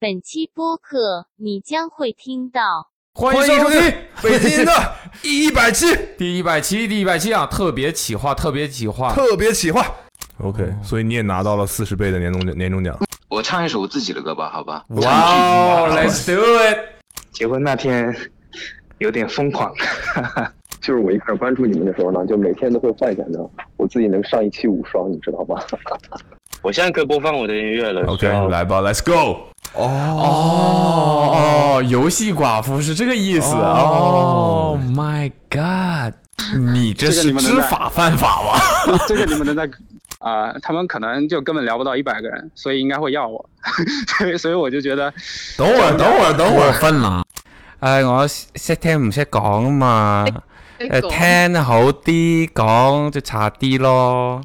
本期播客你将会听到。欢迎收听北京的第一百期第一百期，第一百期啊，特别企划，特别企划，特别企划。OK，所以你也拿到了四十倍的年终奖年终奖。我唱一首我自己的歌吧，好吧？哇啊哦，Let's do it！结婚那天有点疯 狂，就是我一开始关注你们的时候呢，就每天都会幻想着我自己能上一期无双，你知道吗？我现在可以播放我的音乐了。 OK，来吧，Let's go。哦哦，游戏寡妇是这个意思。哦 my god！你这这个是你们能知法犯法吗？ 这个你们能在啊、他们可能就根本聊不到一百个人，所以应该会要我， 所以所以我就觉得等会儿，等会儿，等会儿。啊分啦！唉，我識識聽唔識講啊嘛，誒聽好啲，講就差啲咯。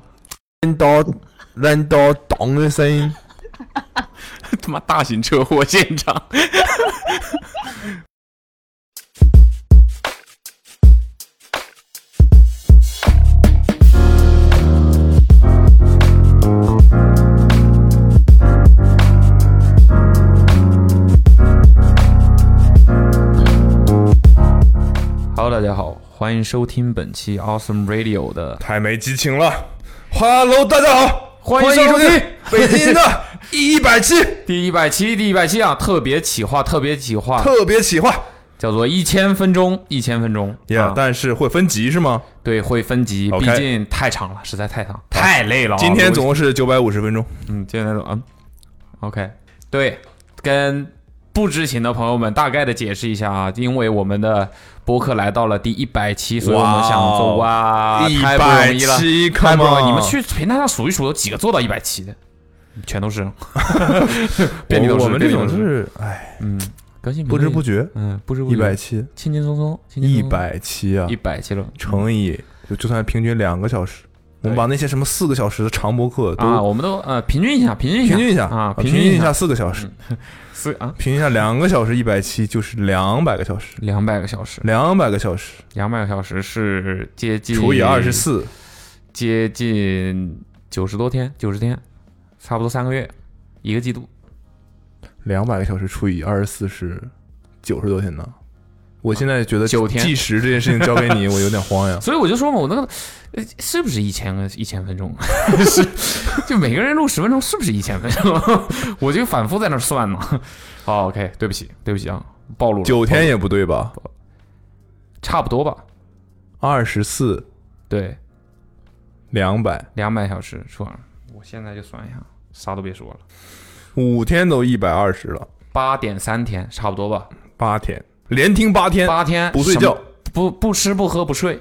扔刀，扔刀，咚的声 音。他妈大型车祸现场。Hello，大家好，欢迎收听本期 Awesome Radio 的，太没激情了。Hello，大家好，欢迎迎收收听听北京 的第一百期第一百期，第一百期啊，特别企划，特别企划，特别企划。叫做一千分钟，一千分钟。 Yeah，啊但是会分级是吗？对，会分级， OK 毕竟太长了，实在太长， 太累了啊。今天总录共是九百五十分钟。嗯，今天总嗯，OK，对，跟不知情的朋友们大概的解释一下啊，因为我们的播客来到了第一百期，所以我们想做哇，哦一太不容百易了，期，太不容 come 易。 on 你们去平台上数一数，有几个做到一百期的？全都 是，遍地都我是。我们这遍地种都是，是哎，嗯，更新不知不觉，觉嗯，不知不一觉，百期，轻轻松松，轻轻一松松百期啊一，百期了乘以就就算平均两个小时，我们把那些什么四个小时的长播客啊，都我们都呃平均一下，平均一下，平均一下啊，平均一下嗯下，四个小时，四啊平均一下两个小时一百期就是两百个小时，两百个小时，两百个小时两百个小时是接近除以二十，四，接近九十多天，九十天，差不多三个月，一个季度。两百个小时除以二十四是九十多天呢。我现在觉得九天计时这件事情交给 你，我有点慌呀。所以我就说嘛，我那个呃是不是一千个一千分钟？ 是，就每个人录十分钟，是不是一千分钟？ 我就反复在那儿算嘛。好，OK，对不起，对不起啊，暴露了，九天暴露也不对吧？了差不多吧？二十四对，两百，两百小时除二，我现在就算一下，啥都别说了。五天都一百二十了，八点三天，差不多吧。八天连听八天，八天不睡觉什么，不不吃不喝不睡，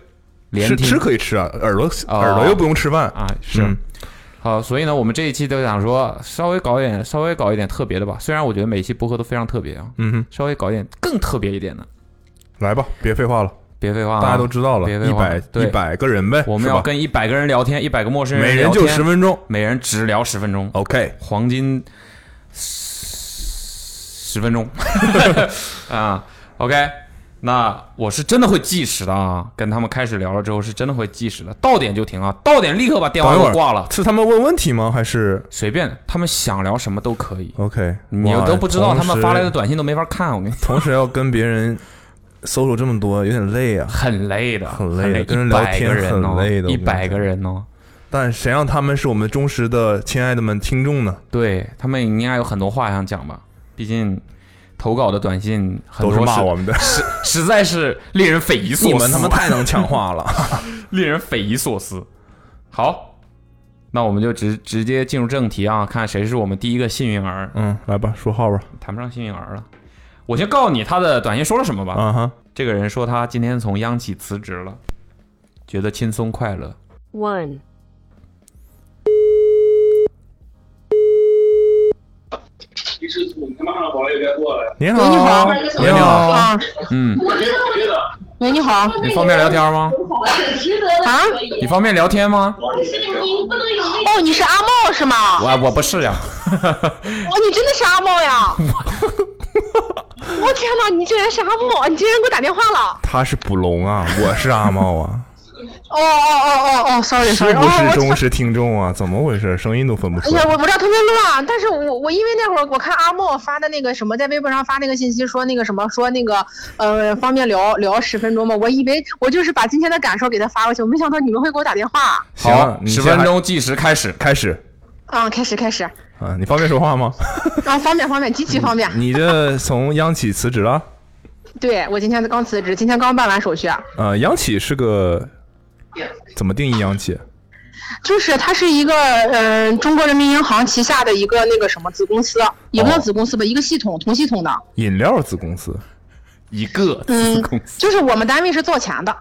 连吃听吃可以吃啊，耳朵哦耳朵又不用吃饭。啊是、嗯好，所以呢，我们这一期就想说稍微搞一点，稍微搞一点特别的吧。虽然我觉得每期播客都非常特别啊，嗯哼，稍微搞一点更特别一点的。来吧，别废话了，别废话、啊，大家都知道了，别一废话啊百对一百个人呗，我们是要吧跟一百个人聊天，一百个陌生人每人聊就天十，分钟每人只聊十分钟， ，OK，黄金十分 钟啊。OK，那我是真的会计时的啊，跟他们开始聊了之后是真的会计时的，到点就停啊，到点立刻把电话等给一会我儿挂了，是他们问问题吗？还是随便，他们想聊什么都可以。 OK？你哇都不知道他们发来同的，时短信都没法看，我跟你同时要跟别人搜索这么多，有点累啊。很累的，很累的啊累，跟人一聊百天个人很哦，累的我跟你一讲百个人哦，但谁让他们是我们忠实的亲爱的们听众呢？对他们应该有很多话想讲吧，毕竟投稿的短信很都多是骂我们的，实 在是令人匪夷所思，你们他妈太能抢话了。 令人匪夷所思。好，那我们就直直接进入正题啊，看谁是我们第一个幸运儿。嗯，来吧，说号吧。谈不上幸运儿了，我先告诉你他的短信说了什么吧。啊哈，这个人说他今天从央企辞职了，觉得轻松快乐。 One 您好，您好，喂，你好，啊，嗯，喂，你好，你方便聊天吗？啊，你方便聊天吗？哦，你是阿茂是吗？我我不是呀，哦，你真的是阿茂 呀！我天哪，你竟然是阿茂，你竟然给我打电话了！ 他是捕龙啊，我是阿茂啊。哦哦哦哦哦，sorry 是 sorry，哦，不是我忠实听众啊？怎么回事？声音都分不哎出呀，我来。我知道特别乱，但是我我因为那会儿我看阿莫发的那个什么，在微博上发那个信息说那个什么说那个呃方便聊聊十分钟吗？我以为我就是把今天的感受给他发过去，我没想到你们会给我打电话。行啊好，，你十先分钟计时开始。开始嗯，开始开始，啊！你方便说话吗？啊，方便方便，极其方便。你这从央企辞职了？对我今天刚辞职，今天刚办完手续，啊呃，央企是个怎么定义央企？就是它是一个嗯、呃中国人民银行旗下的一个那个什么子公司，也哦不叫子公司吧，一个系统同系统的。饮料子公司一个 嗯公司，就是我们单位是造钱的，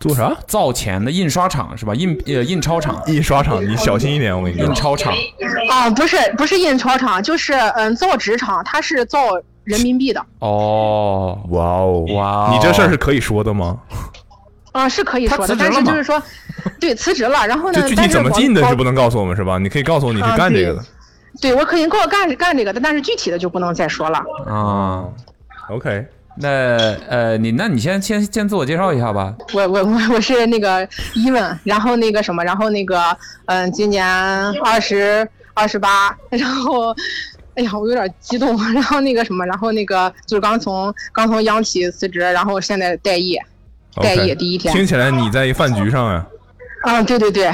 做啥？造钱的印刷厂是吧？印呃印钞厂、印刷厂，你小心一点，我跟你印说。钞厂、啊，不是不是印钞厂，就是嗯造纸厂，它是造人民币的，哦，哇哦哇哦你这事儿是可以说的吗？啊是可以说他的，辞职但了是吗就 是说，对辞职了，然后呢就，具体但是怎么进的我是不能告诉我们是吧？你可以告诉我你是啊干这对个的。对我可以给我干干这个的，但是具体的就不能再说了。啊。 OK，那呃，你那你先先先自我介绍一下吧。我我我我是那个伊文，然后那个什么，然后那个嗯，今年二十二十八，然后哎呀，我有点激动，然后那个什么，然后那个就是刚从刚从央企辞职，然后现在待业，待 OK 业第一天听起来你在一饭局上呀、啊，对对对，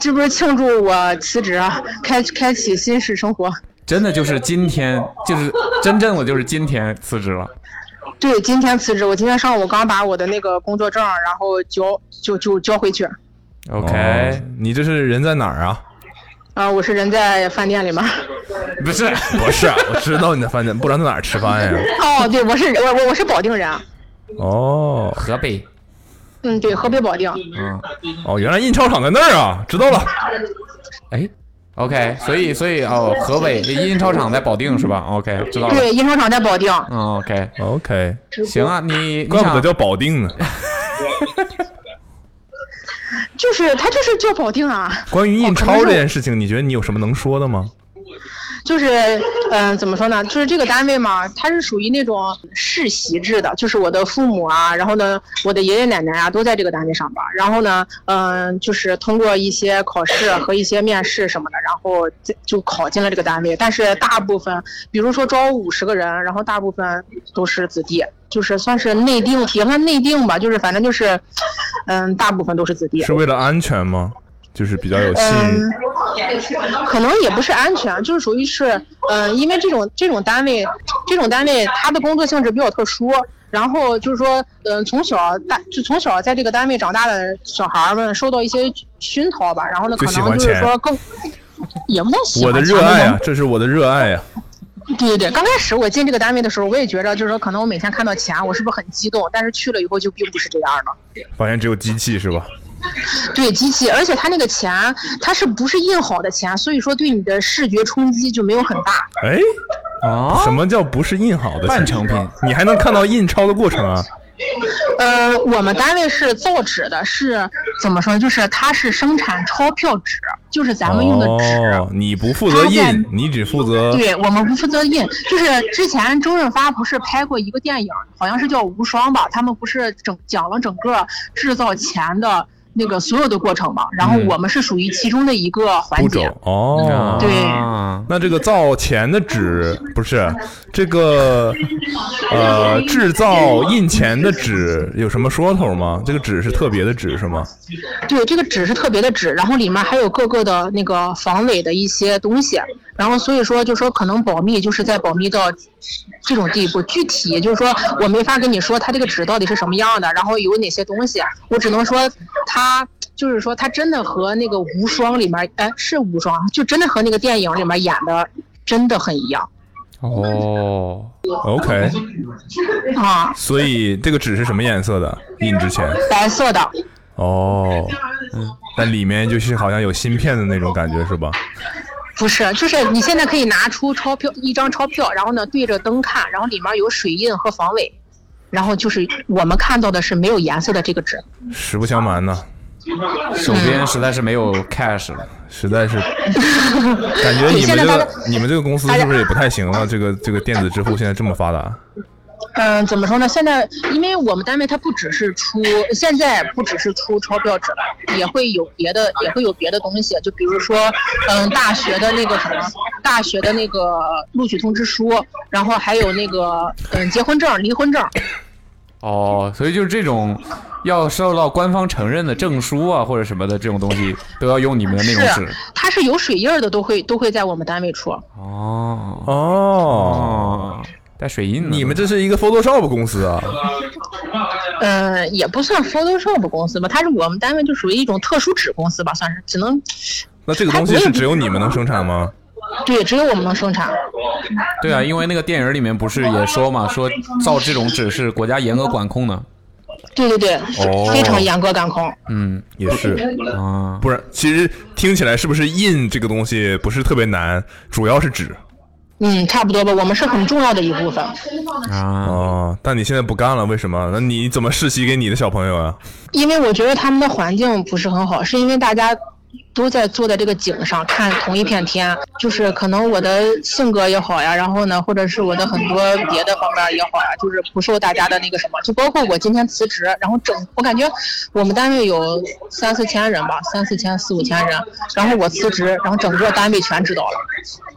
这不是庆祝我辞职啊，开开启新式生活。真的就是今天，就是真正我就是今天辞职了。对，今天辞职，我今天上午刚把我的那个工作证，然后交就就交回去。 OK，、哦你这是人在哪儿啊？啊、我是人在饭店里面。不是， 不是，啊我知道你在饭店，不然在哪儿吃饭呀？ 哦，对，我是我我我是保定人，啊哦河北，嗯，对，河北保定。嗯，哦，原来印钞厂在那儿啊，知道了。哎，OK，所以所以哦，河北印钞厂在保定是吧？OK，知道了。对，印钞厂在保定。嗯，OK， OK，行啊，你你怪不得想叫保定呢。就是他就是叫保定啊，关于印哦可钞能是这件事情，你觉得你有什么能说的吗？就是嗯、呃怎么说呢？就是这个单位嘛，它是属于那种世袭制的，就是我的父母啊，然后呢，我的爷爷奶奶啊都在这个单位上班，然后呢，嗯、就是通过一些考试和一些面试什么的，然后就就考进了这个单位。但是大部分，比如说招五十个人，然后大部分都是子弟。就是算是内定，也不算内定吧，就是反正就是，嗯，大部分都是子弟。是为了安全吗？就是比较有信嗯，可能也不是安全，啊就是属于是，嗯、因为这种这种单位，这种单位它的工作性质比较特殊，然后就是说，嗯、从小大就从小在这个单位长大的小孩儿们受到一些熏陶吧，然后呢，就可喜能欢就是钱说更。也不能喜我欢的钱热爱那啊种，这是我的热爱啊。对对对，刚开始我进这个单位的时候，我也觉着就是说，可能我每天看到钱，我是不是很激动？但是去了以后就并不是这样的。发现只有机器是吧？对机器，而且它那个钱，它是不是印好的钱？所以说对你的视觉冲击就没有很大。哎，啊什，么叫不是印好的半成品？你还能看到印钞的过程啊？呃，我们单位是造纸的，是怎么说？就是它是生产钞票纸，就是咱们用的纸。哦，你不负责他在印，你只负责对我们不负责印，就是之前周润发不是拍过一个电影，好像是叫《无双》吧？他们不是整讲了整个制造钱的那个所有的过程嘛？然后嗯我们是属于其中的一个环步节。骤哦。对啊那这个造钱的纸不是这个，呃，制造印钱的纸有什么说头吗？这个纸是特别的纸是吗？对，这个纸是特别的纸，然后里面还有各个的那个防伪的一些东西，然后所以说就说可能保密就是在保密到这种地步，具体就是说我没法跟你说它这个纸到底是什么样的，然后有哪些东西，我只能说它就是说它真的和那个无双里面，哎，是无双，就真的和那个电影里面演的真的很一样哦， OK，啊，所以这个纸是什么颜色的？印之前白色的，哦，但里面就是好像有芯片的那种感觉是吧？不是，就是你现在可以拿出钞票一张钞票，然后呢对着灯看，然后里面有水印和防伪，然后就是我们看到的是没有颜色的这个纸。实不相瞒呢，手边实在是没有 cash 了。实在 是感觉对你们现在这大个家你们这个公司大家是不是也不太行了？这个这个电子支付现在这么发达，嗯，怎么说呢？现在因为我们单位它不只是出，现在不只是出钞票纸了，也会有别的，也会有别的东西，就比如说，嗯，大学的那个什么，大学的那个录取通知书，然后还有那个嗯结婚证、离婚证，哦，所以就是这种要受到官方承认的证书啊或者什么的这种东西，都要用你们的那种是啊纸。它是有水印儿的，都会都会在我们单位出。哦哦，哦，带水印呢。你们这是一个 Photoshop 公司啊？嗯，也不算 Photoshop 公司吧，它是我们单位就属于一种特殊纸公司吧，算是只能那这个东西是只有你们能生产吗？对，只有我们能生产。对啊，因为那个电影里面不是也说嘛，说造这种纸是国家严格管控的。对对对，哦非常严格管控。嗯也是，啊，不然其实听起来是不是印这个东西不是特别难，主要是纸嗯，差不多吧，我们是很重要的一部分。啊，哦。但你现在不干了，为什么？那你怎么世袭给你的小朋友啊？因为我觉得他们的环境不是很好，是因为大家都在坐在这个井上看同一片天，就是可能我的性格也好呀，然后呢，或者是我的很多别的方面也好呀，就是不受大家的那个什么，就包括我今天辞职，然后整我感觉我们单位有三四千人吧，三四千四五千人，然后我辞职，然后整个单位全知道了，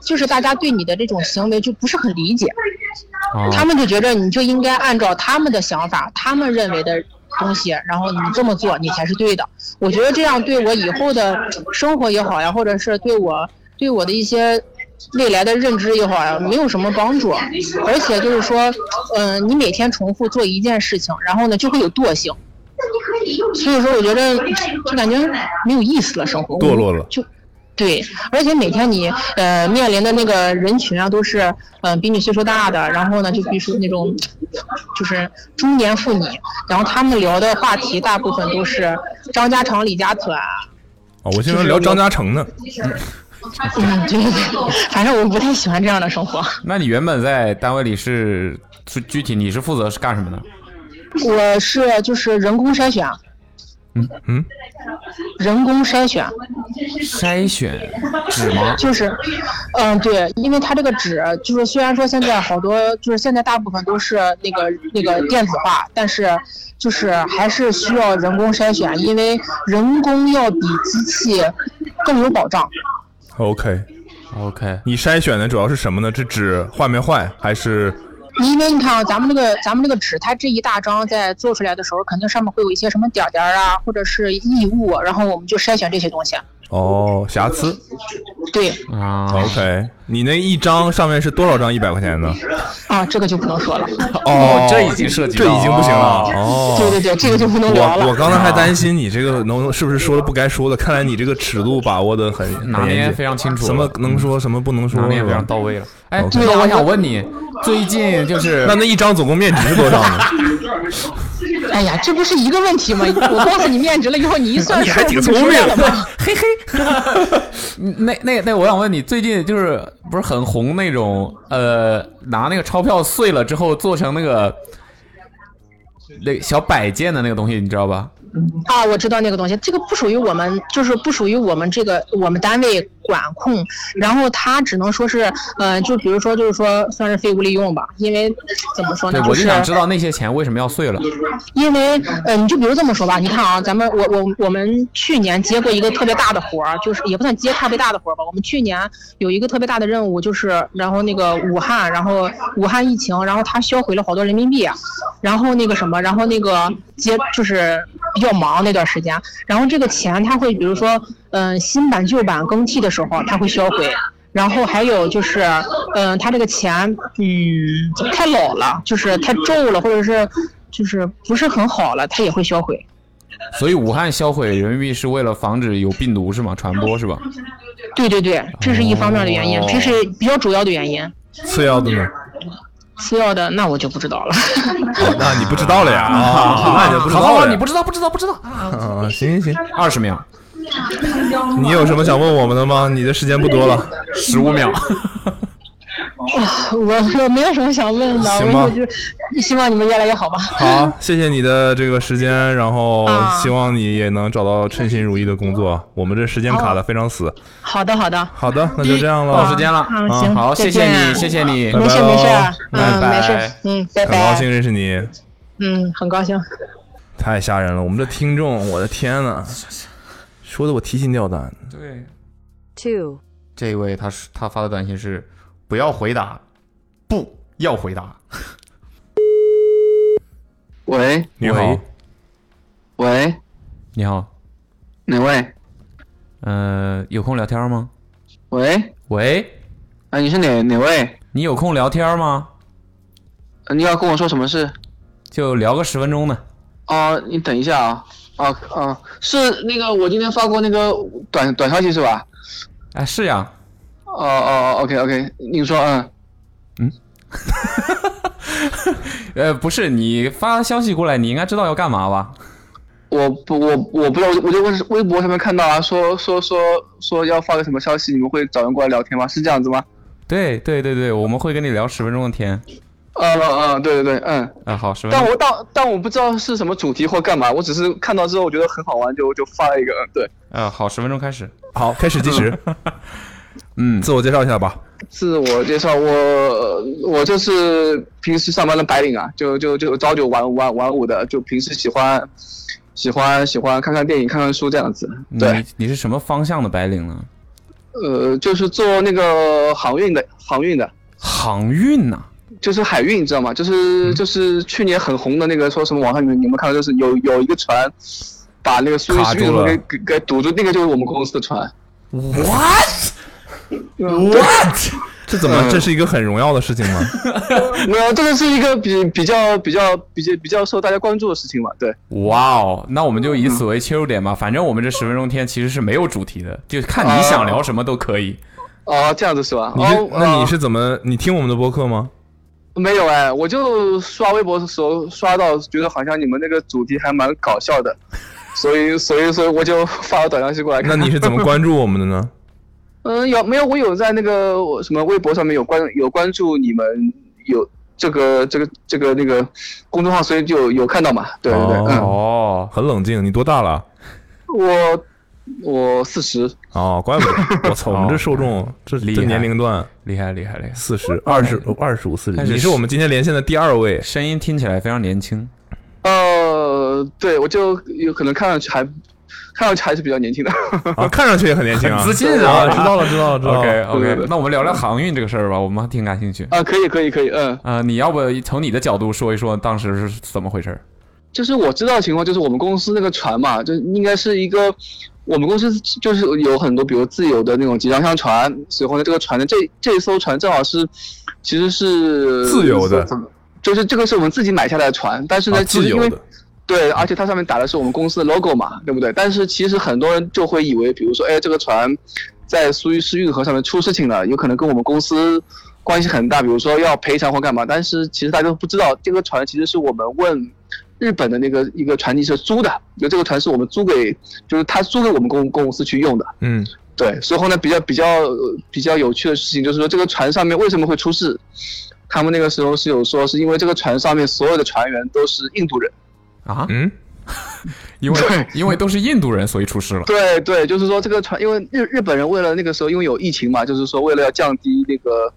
就是大家对你的这种行为就不是很理解。哦他们就觉着你就应该按照他们的想法，他们认为的东西，然后你这么做，你才是对的。我觉得这样对我以后的生活也好呀，或者是对我对我的一些未来的认知也好呀，没有什么帮助。而且就是说，嗯、你每天重复做一件事情，然后呢就会有惰性。所以说，我觉得就感觉没有意思了，生活堕落了就。对，而且每天你呃面临的那个人群啊，都是嗯、呃比你岁数大的，然后呢就比如说那种就是中年妇女，然后他们聊的话题大部分都是张家长李家啊短，哦，我现在聊张嘉诚呢。嗯，对对对，反正我不太喜欢这样的生活。那你原本在单位里是具具体你是负责是干什么的？我是就是人工筛选，啊嗯，人工筛选筛选纸吗？就是，嗯，对，因为它这个纸就是虽然说现在好多就是现在大部分都是那个那个电子化，但是就是还是需要人工筛选，因为人工要比机器更有保障。 OK， OK，你筛选的主要是什么呢？这纸坏没坏，还是因为你看啊，咱们这个咱们这个纸，它这一大张在做出来的时候，肯定上面会有一些什么点儿点儿啊，或者是异物，啊然后我们就筛选这些东西。啊哦瑕疵对啊， ？OK，你那一张上面是多少张一百块钱的？啊，这个就不能说了。哦这已经涉及到这已经不行了。哦，对对对，这个就不能聊我我了。刚才还担心你这个能是不是说了不该说的，看 来你这个尺度把握的很很拿捏严谨非常清楚，嗯什么能说什么不能说，拿捏非常到位了。哎， OK 这个我想问你，最近就是那那一张总共面值是多少 呢？哎呀，这不是一个问题吗？我告诉你面值了以后，你一算你还数挺不就聪知明道了吗？嘿嘿，那那那我想问你，最近就是不是很红那种呃，拿那个钞票碎了之后做成那个那小摆件的那个东西，你知道吧？ 啊，我知道那个东西，这个不属于我们，就是不属于我们这个我们单位管控，然后它只能说是，呃，就比如说就是说算是废物利用吧，因为怎么说呢对，，我就是想知道那些钱为什么要碎了。因为，呃，你就比如这么说吧，你看啊，咱们我我我们去年接过一个特别大的活儿，就是也不算接特别大的活儿吧。我们去年有一个特别大的任务，就是然后那个武汉，然后武汉疫情，然后它销毁了好多人民币，然后那个什么，然后那个接就是比较忙那段时间，然后这个钱它会比如说，嗯、新版旧版更替的时候，它会销毁。然后还有就是，嗯、它这个钱，嗯，太老了，就是太皱了，或者是就是不是很好了，它也会销毁。所以武汉销毁人民币是为了防止有病毒是吗？传播是吧？对对对，这是一方面的原因，哦这是比较主要的原因。次要的呢？次要的那我就不知道了。哦那你不知道了呀？啊，那你就不知好好道好了呀。你不知道，不知道，不知道。啊，行行行，二十秒，你有什么想问我们的吗？你的时间不多了， 十五秒。我我没有什么想问的，行吧我就希望你们越来越好吧。好，谢谢你的这个时间，然后啊希望你也能找到称心如意的工作。我们这时间卡的非常死。好的，好的，好的，那就这样了，到时间了，嗯，啊行，好，再谢谢见你，谢谢你，拜没事拜没事喽，嗯，拜没事拜，嗯，拜很高兴拜，认识你，嗯，很 高兴。太吓人了，我们这听众，我的天呐，说的我提心吊胆。对， two 这一位他是他发的短信是不要回答，不要回答。喂你好喂，喂，你好，哪位？呃，有空聊天吗？喂，喂，哎啊，你是哪哪位？你有空聊天吗？呃你要跟我说什么事？就聊个十分钟呢。哦，你等一下啊。哦哦，是那个我今天发过那个短短消息是吧？哎，是呀，哦哦哦，OK OK，你说嗯，呃，不是你发消息过来，你应该知道要干嘛吧？我不我我不知道，我就微微博上面看到啊，说说说说要发个什么消息，你们会找人过来聊天吗？是这样子吗？对对对对，我们会跟你聊十分钟的天。嗯嗯嗯，对对对，嗯。啊、好，十分但钟。我但但我不知道是什么主题或干嘛，我只是看到之后我觉得很好玩，就就发了一个。嗯对，呃，好，十分钟开始。好，开始计 时，嗯，自我介绍一下吧。自我介绍，我我就是平时上班的白领啊，就就就朝九晚五晚晚五的，就平时喜欢喜欢喜欢看看电影、看看书这样子。对，你你是什么方向的白领呢？呃，就是做那个航运的航运的，航运呐、就是海运，你知道吗？就是嗯就是去年很红的那个，说什么网上你们你们看到，就是有有一个船把那个苏伊卡士住运河了给给给堵住，那个就是我们公司的船。 这怎嗯么？这是一个很荣耀的事 情吗？ 没有，这个是一个比比较比较比较比较受大家关注的事情嘛，对，哇哦，那我们嗯就以此为切入点吧。反正我们这十分钟天其实是没有主题的，就看你想聊什么都可以。哦，这样子是吧？你是哦，那你哦是怎么？你听我们的播客 吗？没有哎，我就刷微博的时候刷到，觉得好像你们那个主题还蛮搞 笑的，所以所以所以我就 发了短消息过来看那你是怎么 关注我们的呢？嗯，有没有？我有在那个我什么微博上面有关有关注你们有这个这个这个那个公众号，所以就有有看到嘛，对对对，哦，很冷静，你多大了？嗯，我我四十，哦，怪不 得，我操，我们这受众这厉这害年龄段厉害厉害厉害，四十二十二十五四十，开始嗯你是我们今天连线的第二位。声音听起来非常年轻。呃，对，我就有可能看上去还看上去还是比较年轻的。啊，看上去也很年轻啊，很自信 啊啊，知道了，知道了，知道了。 OK 对 OK，对那我们聊聊航运这个事儿吧，我们还挺感兴趣。啊，可以可以可以，嗯，呃，你要不从你的角度说一说当时是怎么回事儿？ 就是我知道的情况，就是我们公司那个船嘛，就应该是一个，我们公司就是有很多，比如自由的那种集装箱船，随后呢，这个船呢，这这艘船正好是，其实是自由的，就是这个是我们自己买下来的船，但是呢，啊其自实因由为的，对，而且它上面打的是我们公司的 logo 嘛，对不对？但是其实很多人就会以为，比如说，哎，这个船在苏伊士运河上面出事情了，有可能跟我们公司关系很大，比如说要赔偿或干嘛。但是其实大家都不知道，这个船其实是我们问日本的那个一个船技社租的，就这个船是我们租给，就是他租给我们公公司去用的。嗯，对，随后呢，比较比较呃比较有趣的事情就是说，这个船上面为什么会出事？他们那个时候是有说，是因为这个船上面所有的船员都是印度人。啊，嗯，因为对因为都是印度人，所以出事了。对对，就是说这个船，因为日日本人为了那个时候因为有疫情嘛，就是说为了要降低那个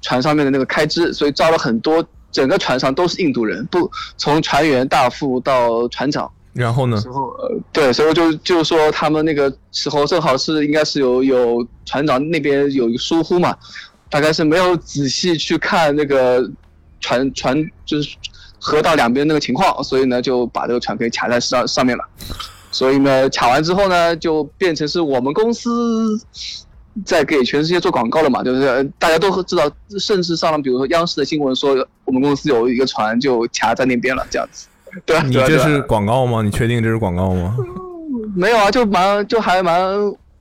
船上面的那个开支，所以招了很多，整个船上都是印度人，不从船员、大副到船长。然后呢？然后呃，对，所以就就是说他们那个时候正好是应该是有有船长那边有一个疏忽嘛，大概是没有仔细去看那个船船就是河道两边那个情况，所以呢就把这个船给卡在上上面了。所以呢，卡完之后呢，就变成是我们公司在给全世界做广告了嘛，对不对？大家都知道，甚至上了比如说央视的新闻说我们公司有一个船就卡在那边了，这样子。对啊，你对啊这对啊是广告吗？你确定这是广告吗？没有啊，就蛮就还蛮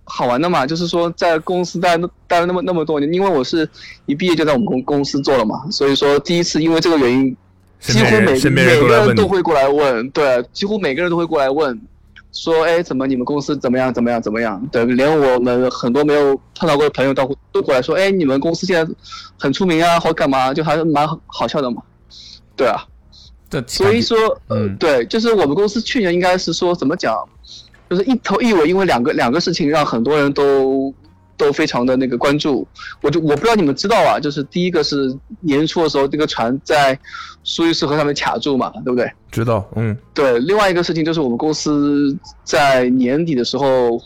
好玩的嘛。就是说，在公司待待了那么那么多年，因为我是一毕业就在我们公公司做了嘛，所以说第一次因为这个原因，身几乎边人每身边每人都个来问人你都会过来问，对，几乎每个人都会过来问，说哎，怎么你们公司怎么样怎么样怎么样？对，连我们很多没有碰到过的朋友都都过来说，哎，你们公司现在很出名啊，或干嘛，就还蛮好笑的嘛。对啊，这所以说，呃嗯，对，就是我们公司去年应该是说怎么讲，就是一头一尾，因为两个两个事情让很多人都都非常的那个关注。我就我不知道你们知道啊，就是第一个是年初的时候，这个船在苏伊士河上面卡住嘛，对不对？知道，嗯，对，另外一个事情就是我们公司在年底的时候，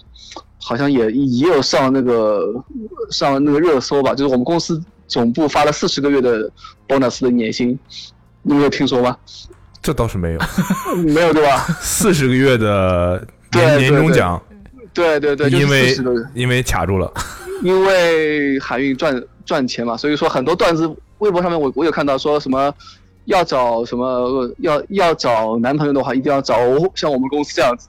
好像也也有上那个上那个热搜吧，就是我们公司总部发了四十个月的 bonus 的年薪，你们有听 说吗？这倒是没 有，没有对吧？四十个月的年对年对终对奖，对对对，就是因为40个月因为卡住了，因为海运赚赚钱嘛，所以说很多段子，微博上面我我有看到说什么要找什么呃要要找男朋友的话，一定要找像我们公司这样子。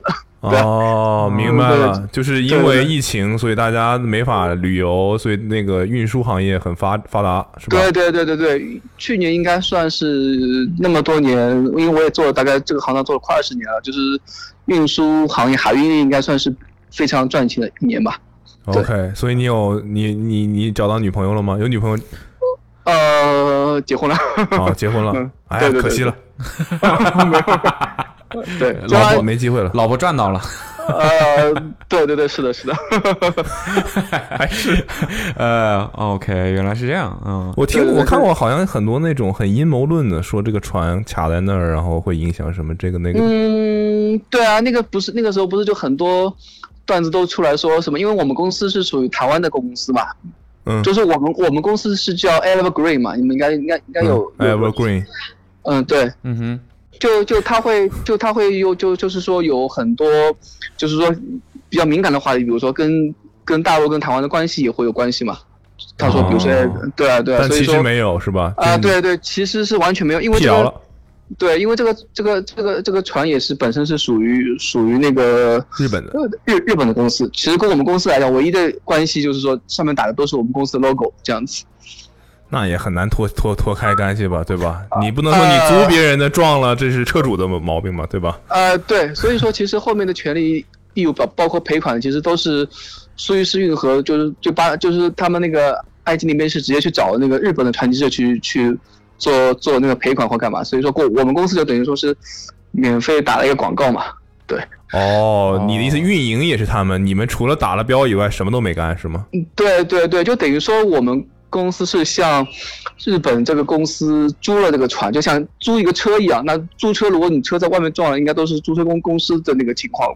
对哦，明白对对了，就是因对对为对疫情，所以大家没法旅游，所以那个运输行业很发发达，是吧？对对对对对，去年应该算是那么多年，因为我也做了大概这个行当做了快二十年了，就是运输行业海运应该算是非常赚钱的一年吧。 OK，所以你有你你你找到女朋友了吗？有女朋友呃，结婚了，啊，结婚了嗯，哎呀，对对对可惜 了， 对，当老婆然没机会了，老婆赚到了，呃，对对对，是的，是的， 还哎是呃，OK，原来是这样，嗯，我听对对我看过，好像很多那种很阴谋论的，说这个船卡在那儿，然后会影响什么这 个那个。嗯，对啊，那个不是那个时候不是就很多段子都出来说什么？因为我们公司是属于台湾的公司嘛，嗯就是我们我们公司是叫 Evergreen 嘛，你们应该应该应该有、嗯有 Evergreen，嗯，对，嗯哼，就就他会就他会有就就是说有很多，就是说比较敏感的话题，比如说跟跟大陆跟台湾的关系也会有关系嘛。他说，比如说，哦对啊对啊，但所以其说实没有是吧？啊、对对，其实是完全没有，因为辟这谣个了，对，因为这个这个这个这个船也是本身是属于属于那个日本的呃日日本的公司，其实跟我们公司来讲，唯一的关系就是说上面打的都是我们公司的 logo 这样子。那也很难脱脱脱开干系吧，对吧？呃你不能说你租别人的撞了，这是车主的毛病嘛，对吧？呃，对，所以说其实后面的权利义务包包括赔款，其实都是苏伊士运河，就是就把就是他们那个埃及那边是直接去找那个日本的船机社去去做做那个赔款或干嘛，所以说过我们公司就等于说是免费打了一个广告嘛。哦，你的意思运营也是他们，你们除了打了标以外，什么都没干是吗？对对对，就等于说我们公司是向日本这个公司租了这个船，就像租一个车一样。那租车，如果你车在外面撞了，应该都是租车公公司的那个情况，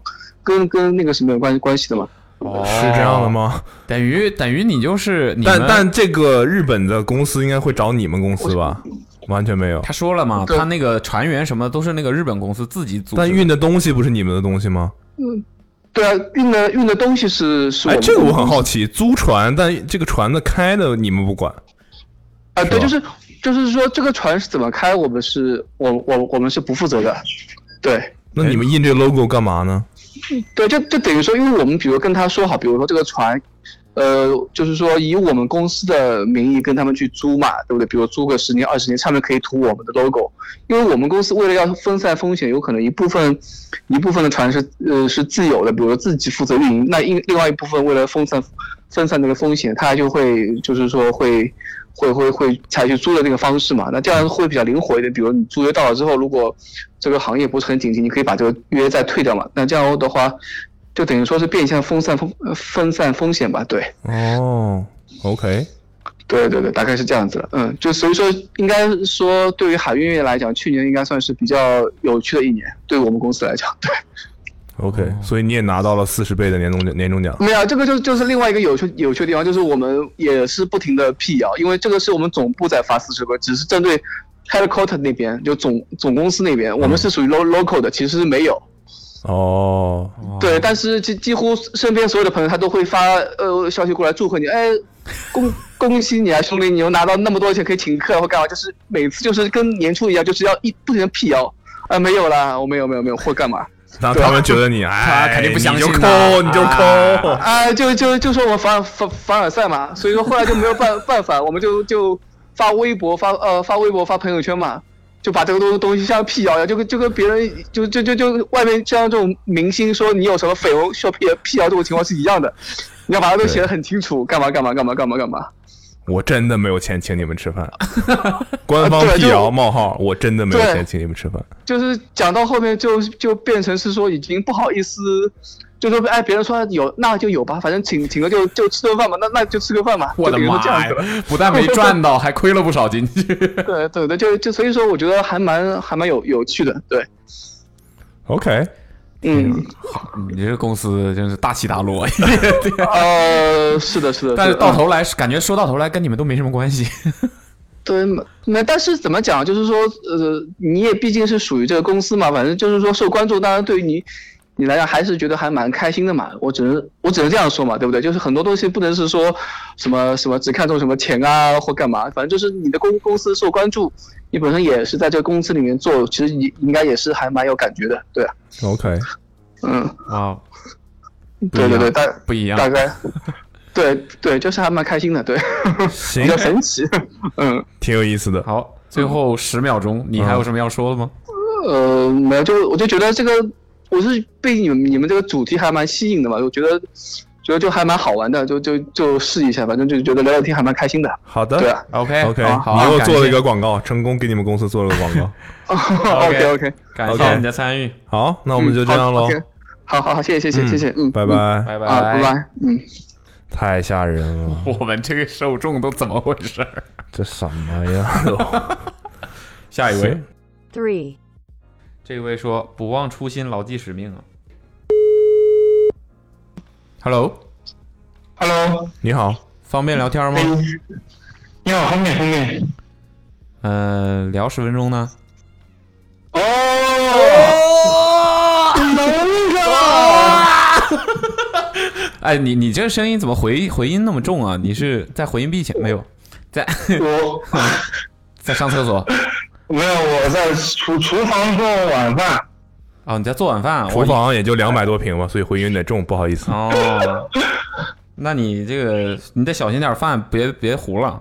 跟跟那个是没有关系关系的嘛。哦是这哦样的？吗？等于等于你就是你们但但这个日本的公司应该会找你们公司吧？完全没有。他说了嘛，对他那个船员什么都是那个日本公司自己组织的，但运的东西不是你们的东西吗？对啊，运的运的东西是是我哎，们这个我公司很好奇，租船，但这个船的开的你们不管。啊，对，是吧就是就是说这个船是怎么开，我们是我我我们是不负责的。对那你们印这个 logo 干嘛呢？对，就就等于说，因为我们比如跟他说好，比如说这个船。呃，就是说以我们公司的名义跟他们去租嘛，对不对？比如租个十年、二十年，上面可以涂我们的 logo，因为我们公司为了要分散风险，有可能一部分一部分的船是呃是自有的，比如说自己负责运营，那另另外一部分为了分散分散这个风险，他就会就是说会会会会采取租的这个方式嘛，那这样会比较灵活一点。比如你租约到了之后，如果这个行业不是很景气，你可以把这个约再退掉嘛。那这样的话，就等于说是变相分散风呃分散风险吧，对。哦，OK，对对对，大概是这样子的，嗯，就所以说，应该说对于海运业来讲，去年应该算是比较有趣的一年，对我们公司来讲，对， OK，、所以你也拿到了四十倍的年终奖年终奖。没有这个就就是另外一个有趣有趣的地方，就是我们也是不停的辟谣，因为这个是我们总部在发四十个，只是针对 headquarter 那边，就总总公司那边，我们是属于 lo local 的，其实是没有，哦，对，但是几几乎身边所有的朋友他都会发呃消息过来祝贺你，哎，恭 恭喜你啊，兄弟，你又拿到那么多钱可以请客或干嘛，就是每次就是跟年初一样，就是要一不停的辟谣，啊、没有啦，我没有没有没有或干嘛，那他们觉得你哎，啊肯定不相信你就呐抠，你就抠。啊、就就就说我凡凡凡尔赛嘛，所以说后来就没 有办办法，我们就就发微博发呃发微博发朋友圈嘛。就把这个东东西像辟谣一样，就跟就跟别人就就就就外面像这种明星说你有什么绯闻需要辟谣辟谣这种情况是一样的，你要把它都写得很清楚，干嘛干嘛干嘛干嘛干嘛。我真的没有钱请你们吃饭。官啊方对辟就谣冒号，我真的没有对钱请你们吃饭。就是讲到后面就就变成是说已经不好意思，就说哎别人说有那就有吧，反正请请个就就吃顿饭吧，那那就吃个饭吧， 我的就比如说妈这样呀子！ 不但没赚到，还亏了不少进去。 对对对，就就所以说我觉得还蛮还蛮有有趣的， 对， OK，嗯，哎你这个公司真是大起大 落，呃，是的，是的，但是的到嗯头来感觉说到头来跟你们都没什么关系。对，那但是怎么讲，就是说，呃，你也毕竟是属于这个公司嘛，反正就是说受关注，当然对于你，你来讲还是觉得还蛮开心的嘛。我只能我只能这样说嘛，对不对？就是很多东西不能是说什么什么只看重什么钱啊或干嘛，反正就是你的公公司受关注，你本身也是在这个公司里面做，其实你应该也是还蛮有感觉的，对啊， OK，嗯，哇，对对不一对，样大不一样大。概，对对，就是还蛮开心的，对， 比行较，神奇， 嗯。挺有意思的。好，最后十秒钟，你还有什么要说的吗？呃，没有，就我就觉得这个，我是被你们你们这个主题还蛮吸引的嘛，我觉得觉得就还蛮好玩的，就就就试一下，反正就觉得聊聊天还蛮开心的。好的对啊 OK ，OK，好，你又感做了一谢个广告，成功给你们公司做了个广 告。嗯 OK OK，感谢 OK 你的参与，好，那我嗯们就这样喽，好好好，谢谢谢谢谢谢，嗯，拜拜。拜啊，拜拜，嗯。太吓人了， 我们这个受众都怎么回事儿？这什么 呀？都下一位行， three 这位说不忘初心，牢记使命啊。Hello， Hello，你好，方便聊天吗？哎你好，红姐，红姐。嗯、聊十分钟呢。哦 哎，你你这声音怎么回回音那么重啊？你是在回音壁前没有？在我 在上厕所？没有，我在厨厨房做晚饭。哦，你在做晚饭啊？厨房也就两百多平嘛，所以回音有点重，不好意思我。哦， 那你这个你得小心点饭，别别糊了。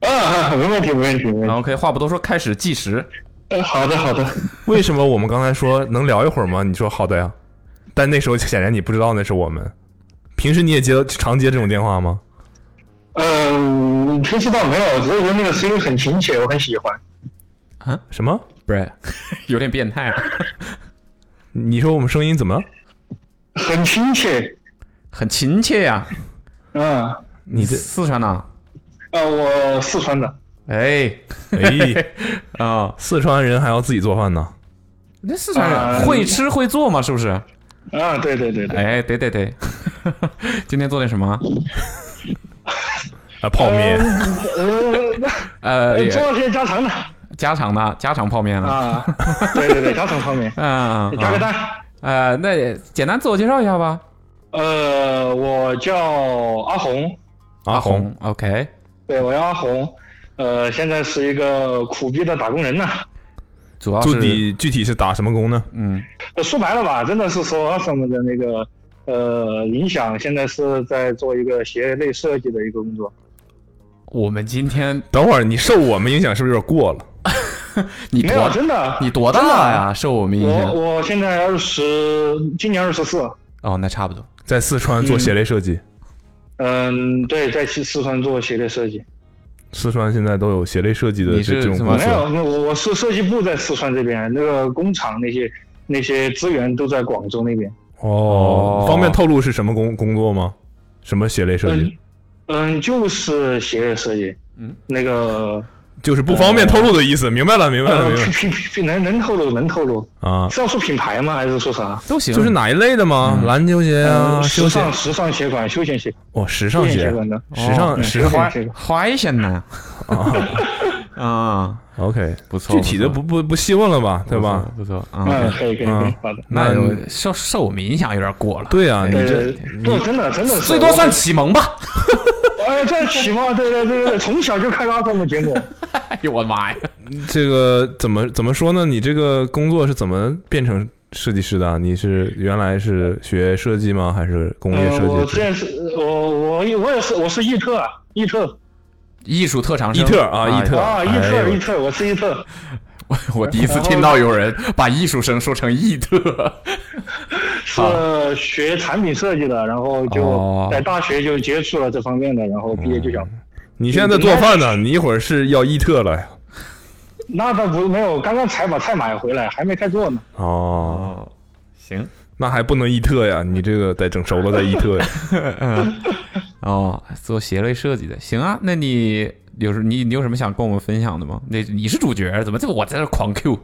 嗯嗯，没问题，没问题，没问题。 OK，话不多说，开始计时。嗯，好 的，好的。为什么我们刚才说能聊一会儿吗？你说好的呀，但那时候显然你不知道那是我们。平时你也接常接这种电话吗？嗯，平时倒没有，只是觉得那个声音很亲切，我很喜欢。啊什么？不是， 有点变态啊，你说我们声音怎么了？很亲切。很亲切呀、嗯， 你这四川呐？啊，我四川的。哎， 哎，啊、四川人还要自己做饭呢。那四川人啊会吃会做嘛？是不是？啊，对对对对。哎，对对对， 今天做点什么？啊，泡面，呃， 呃，呃也做些家常的。 家常的家常泡面了。啊，对对对，家常方面。嗯，加个嗯蛋。呃，那也简单自我介绍一下吧。呃，我叫阿红，阿红， ，OK，对我叫阿红，呃，现在是一个苦逼的打工人呐、主要具是体具体是打什么工呢？嗯，呃说白了吧，真的是说什么的那个呃影响，现在是在做一个鞋类设计的一个工作。我们今天等会儿你受我们影响是不是有点过了？你没有，多真的，啊你多大呀？受我们影我响我现在二十，今年二十四。哦，那差不多。在四川做鞋类设计，嗯，对，在四四川做鞋类设计。四川现在都有鞋类设计的你是这种怎么公没司。有，那我我是设计部在四川这边，那个工厂那些那些资源都在广州那边。哦哦，方便透露是什么工工作吗？什么鞋类设计？嗯，嗯，就是鞋类设计。嗯，那个就是不方便透露的意思，明白了，明白了，嗯呃，明白品了品品能能透露能透露，啊。是要说品牌吗？还是说啥？都行，就是哪一类的吗？篮球鞋啊，嗯休时闲尚时尚鞋款、休闲鞋、哦，时休尚闲鞋鞋，款的。时尚嗯时尚休花闲鞋款花一些呢。 啊，哦，OK，不错，具体的不不不细问了吧，对吧？不错，不错嗯，嗯，可以可以可以嗯，好的。那那有受受我们影响有点过了，哎对啊，你对这对，不，真的真的是最多算启蒙吧。 哎，这起嘛，对对对对，从小就看到这种节目。哎呦我的妈呀！这个怎么怎么说呢？你这个工作是怎么变成设计师的啊？你是原来是学设计吗？还是工业呃，我设之计？前是，我我我也是，我是艺特啊，艺特艺术特长伊生，特啊，伊特啊，艺哎特呦艺特，我是艺特。我我第一次听到有人把艺术生说成艺特，是学产品设计的，然后哦嗯就在大学就接触了这方面的，然后毕业就想你现在在做饭呢，你一会儿是要伊特了呀？那倒不没有，刚刚才把菜买回来，还没开做呢。哦，行，那还不能伊特呀？你这个得整熟了再伊特呀。 嗯，哦，做鞋类设计的，行啊。那你有什你你有什么想跟我们分享的吗？那你是主角，怎么就我在这狂 Q？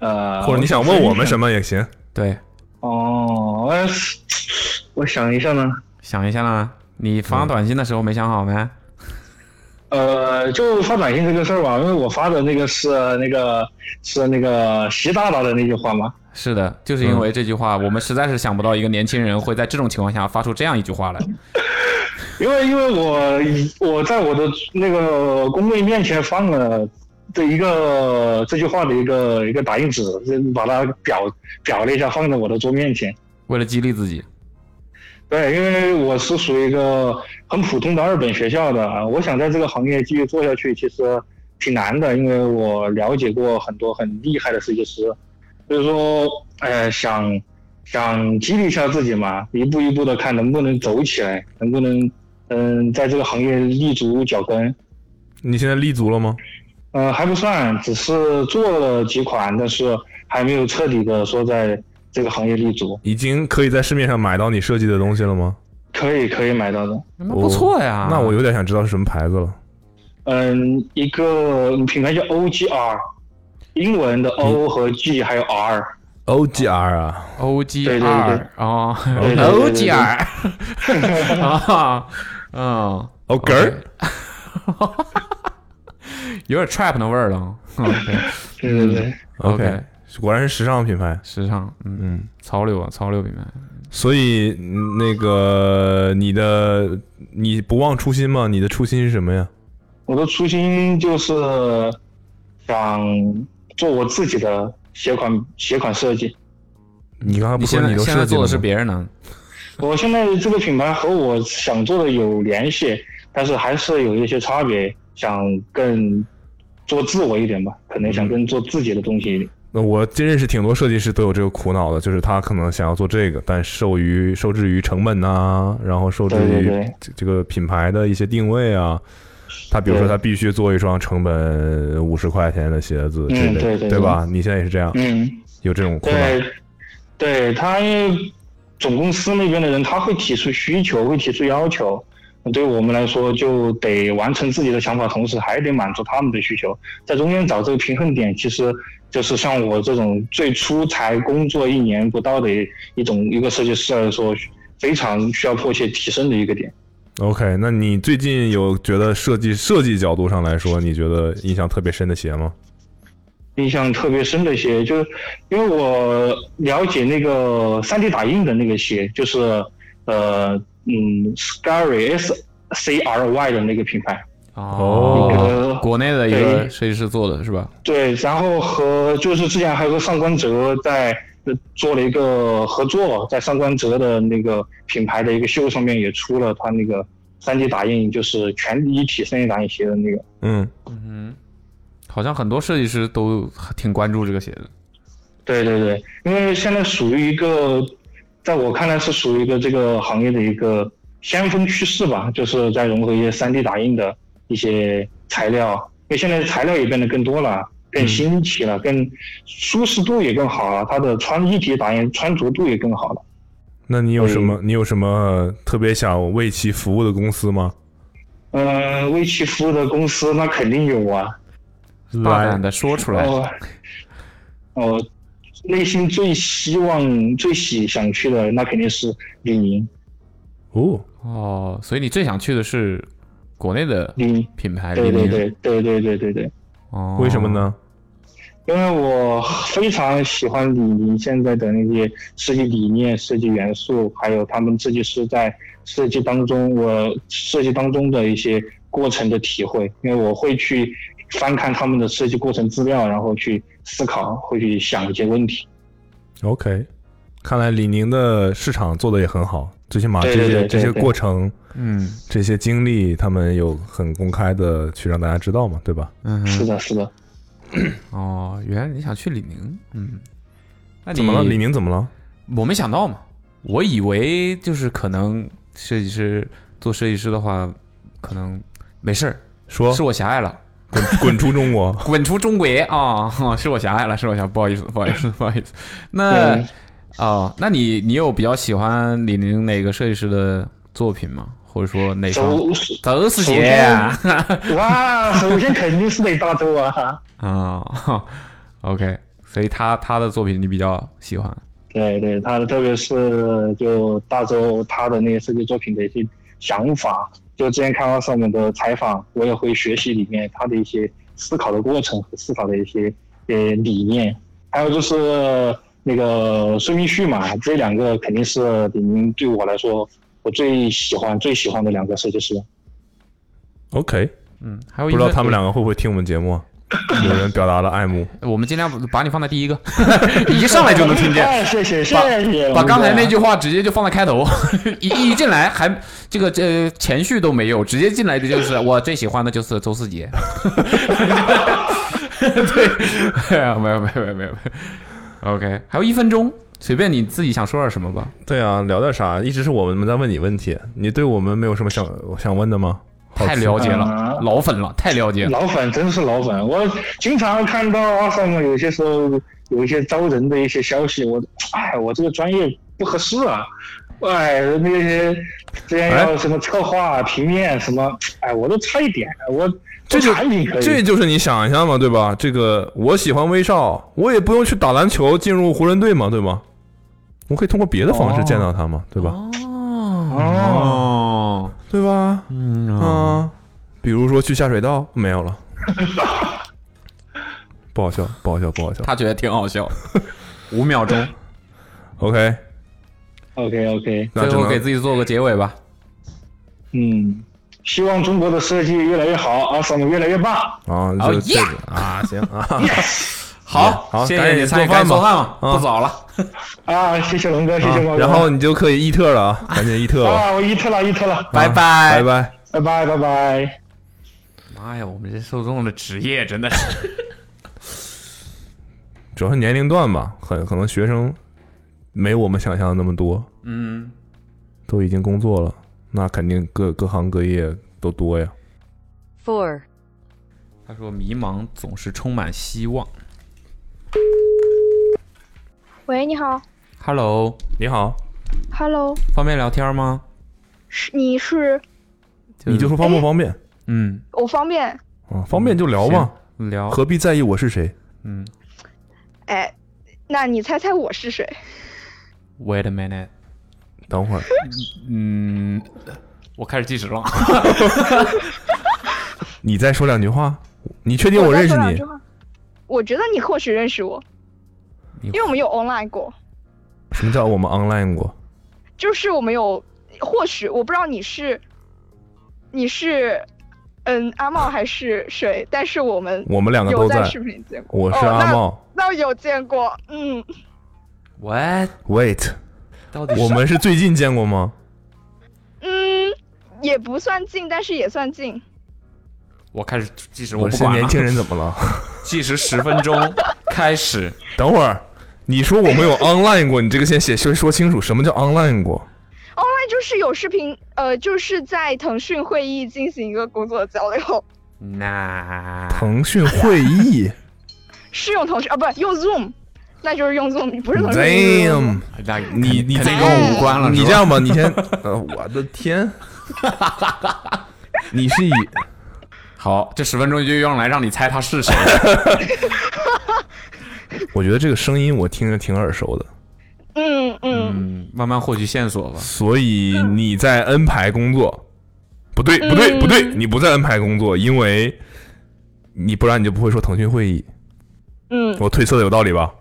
呃，或者你想问我们什么也行。 对，哦，我我想一下呢，想一下啦，你发短信的时候没想好没？呃，就发短信这个事儿吧，因为我发的那个是那个是那个习大大的那句话嘛。是的，就是因嗯为这句话，我们实在是想不到一个年轻人会在这种情况下发出这样一句话来。因为因为我以我在我的那个公妹面前放了这一个这句话的一个一个打印纸，把它裱裱了一下，放在我的桌面前。为了激励自己，对，因为我是属于一个很普通的二本学校的，我想在这个行业继续做下去，其实挺难的，因为我了解过很多很厉害的设计师，所以说，呃，想想激励一下自己嘛，一步一步的看能不能走起来，能不能嗯在这个行业立足脚跟，你现在立足了吗？呃，还不算，只是做了几款，但是还没有彻底的说在这个行业立足，已经可以在市面上买到你设计的东西了吗？可以可以买到的。那不错呀。哦那我有点想知道是什么牌子了。嗯，一个品牌叫 OGR，英文嗯的 O 和 G 还有 R。 OGR 啊， O G 对对对二哦对对对对，O G 二 啊，嗯哦根儿， 有点 trap 的味儿了。OK 对对对，嗯 OK，果然是时尚品牌。时尚，嗯，嗯，潮流啊，潮流品牌。所以嗯那个你的你不忘初心吗？你的初心是什么呀？我的初心就是想做我自己的鞋款鞋款设计。你刚才不你说现在都现设在计做了的是吗别人的，我现在这个品牌和我想做的有联系，但是还是有一些差别，想更做自我一点吧，可能嗯想更做自己的东西一点。那我这认识挺多设计师都有这个苦恼的，就是他可能想要做这个，但受于受制于成本呐、然后受制对对于对这这个品牌的一些定位啊。他比如说，对他必须做一双成本五十块钱的鞋子之类嗯的，对对对吧？你现在也是这样，嗯。有这种苦恼。对，对他总公司那边的人，他会提出需求，会提出要求。对我们来说，就得完成自己的想法，同时还得满足他们的需求，在中间找这个平衡点，其实就是像我这种最初才工作一年不到的一种一个设计师来说，非常需要迫切提升的一个点。 OK，那你最近有觉得设计设计角度上来说，你觉得印象特别深的鞋吗？印象特别深的鞋，就是因为我了解那个 3D 打印的那个鞋，就是呃嗯 Scary S C R Y 的那个品牌，哦哦，国内的一个对设计师做的是吧？对，然后和就是之前还有个上官哲在呃做了一个合作，在上官哲的那个品牌的一个秀上面也出了他那个 3D 打印，就是全一体 3D 打印鞋的那个。嗯，嗯哼，好像很多设计师都挺关注这个鞋的。对对对，因为现在属于一个，在我看来是属于一个这个行业的一个先锋趋势吧，就是在融合一些 3D 打印的一些材料，因为现在材料也变得更多了，更新奇了，更舒适度也更好啊了，它的穿一体打印穿着度也更好了。那你有嗯什么你有什么特别想为其服务的公司吗？嗯，为其服务的公司那肯定有啊，大胆的说出来，哦，哦，内心最希望、最喜想去的那肯定是李宁，哦，哦，所以你最想去的是国内的李宁，品牌，李对嗯对宁对对对对对对。哦，为什么？呢？因为我非常喜欢李宁现在的那些设计理念、设计元素，还有他们设计师在设计当中，我设计当中的一些过程的体会。因为我会去翻看他们的设计过程资料，然后去思考，会去想一些问题。 OK，看来李宁的市场做的也很好，最起码这对些对对这些对对过程、嗯这些经历，他们有很公开的去让大家知道嘛，对吧？嗯哼，是的，是的。 哦，原来你想去李宁，嗯，那你怎么了？李？宁怎么了？我没想到嘛，我以为就是可能设计师做设计师的话，可能没事儿，说是我狭隘了，滚滚出中国。 滚出中国啊、 哦！是我狭隘了，是我狭，不好意思，不好意思， 不好意思。那嗯哦，那你你有比较喜欢李宁哪个设计师的作品吗？或者说哪双？周走死首姐先啊！哇，首先肯定是得大周啊。哦 OK，所以他他的作品你比较喜欢。对对，他的特别是呃就大周他的那些设计作品的一些想法，就之前看到上面的采访，我也会学习里面他的一些思考的过程和思考的一些呃理念，还有就是那个孙明旭嘛，这两个肯定是李宁对我来说我最喜欢最喜欢的两个设计师。 OK，嗯，还有不一知道个他们两个会不会听我们节 目啊？有人表达了爱慕，我们尽量把你放在第一 个， 一上来就能听见。 哎， 谢谢谢把谢。把刚才那句话直接就放在开头， 一一进来还这个这前序都没有，直接进来的就是我最喜欢的就是周四 杰。对，哎呀没有没有没有没有。OK，还有一分钟，随便你自己想说点什么吧。对啊，聊点啥？一直是我们在问你问题，你对我们没有什么想想问的吗？好奇太了解了，嗯老粉了，太了解了。老粉真是老粉，我经常看到上面有些时候有一些招人的一些消息，我哎，我这个专业不合适啊。哎，那些之前要什么策划、平面什么，哎，我都差一点。我这就做产品可以，这就是你想一下嘛，对吧？这个我喜欢威少，我也不用去打篮球进入湖人队嘛，对吗？我可以通过别的方式见到他嘛，对吧？哦，哦，对吧？嗯啊，比如说去下水道，没 有了，不好笑，不好笑，不好笑。他觉得挺好笑。五秒钟， OK， OK OK，那最只后能给自己做个结尾吧。嗯，希望中国的设计越来越好，阿 m 越来越棒。啊，哦这这呀个啊，行 啊，好，好谢赶谢紧你参与做饭该做吧饭了，啊不 早了。啊，谢谢龙哥，谢谢猫啊哥。然后你就可以异特了啊，赶紧异特吧， 啊，我一特了，一特了，拜拜拜。拜。拜拜拜拜。妈呀，我们这受众的职业真 的是主要是年龄段吧，很可能学生没我们想象的那么多，嗯。都已经工作了，那肯定各各行各业都多呀。 four 他说：“迷茫总是充满希望。喂，你好 ”Hello，你好， ，Hello，方便聊天吗？哎是你是你就说方不方便嗯，我方便？啊？方便就聊嘛，行，聊。何必在意我是谁？嗯哎，那你猜猜 我是谁？ ，Wait a minute，等会儿，嗯，我开始计时 了。你再说两句话，你确定我认识再说两你句？话。我觉得你或许认识我，你因为我们有 online 过，什么叫我们 online 过？就是我们有或许我不知道你是你是嗯阿茂还是谁，但是我们我们两个有都在在视，频里见过。我是哦阿那茂。那有见过，嗯， What？ Wait，到底是我们是最近见过吗？嗯，也不算近，但是也算近。我开始计时，我不是管啊年了。轻人怎么了？计时十 分钟， 开始。等会儿，你说我们有 online 过，你这个先写先说清楚，什么叫 online 过？ online 就是有视频，呃，就是在腾讯会议进行一个工作交流，那腾讯会 议是用腾讯啊，不是用 Zoom，那就是用 Zoom，不是腾讯。就是用 Zoom ，Damn！那你你肯这定跟我无关了，你是吧这样吧，你 先，呃，我的天，你是以 好，这十分钟就用来让你猜他 是谁。我觉得这个声音我听着挺耳熟的，嗯嗯，嗯，慢慢获取线索吧。所以你在 N 排工作，不对嗯不对不对，你不在 N 排工作，因为你不然你就不会说腾讯会议，嗯我推测的有道理吧？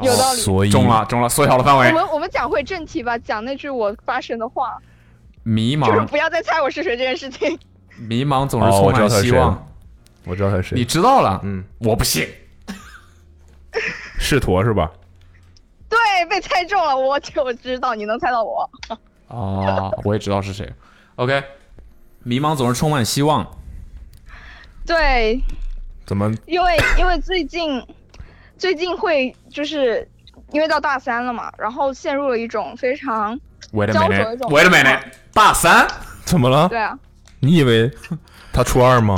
有道理所以中了，中了，缩小了范我围。们我们讲回正题吧，讲那句我发生的话，迷就是茫，不要再猜我是谁这件事情。 迷茫总是哦，充我知道满他是希谁望了。，我知道他是你谁，知道了，嗯，我不信。是坨是吧？对，被猜中了，我就知道你能猜到我。 哦，我也知道是谁。OK，迷茫总是充满希望。对，怎么因为因为最近最近会就是因为到大三了嘛，然后陷入了一种非常 Wait a 焦灼一 minute，种啊 wait a minute，大三怎么了对？啊，你以为他初二吗？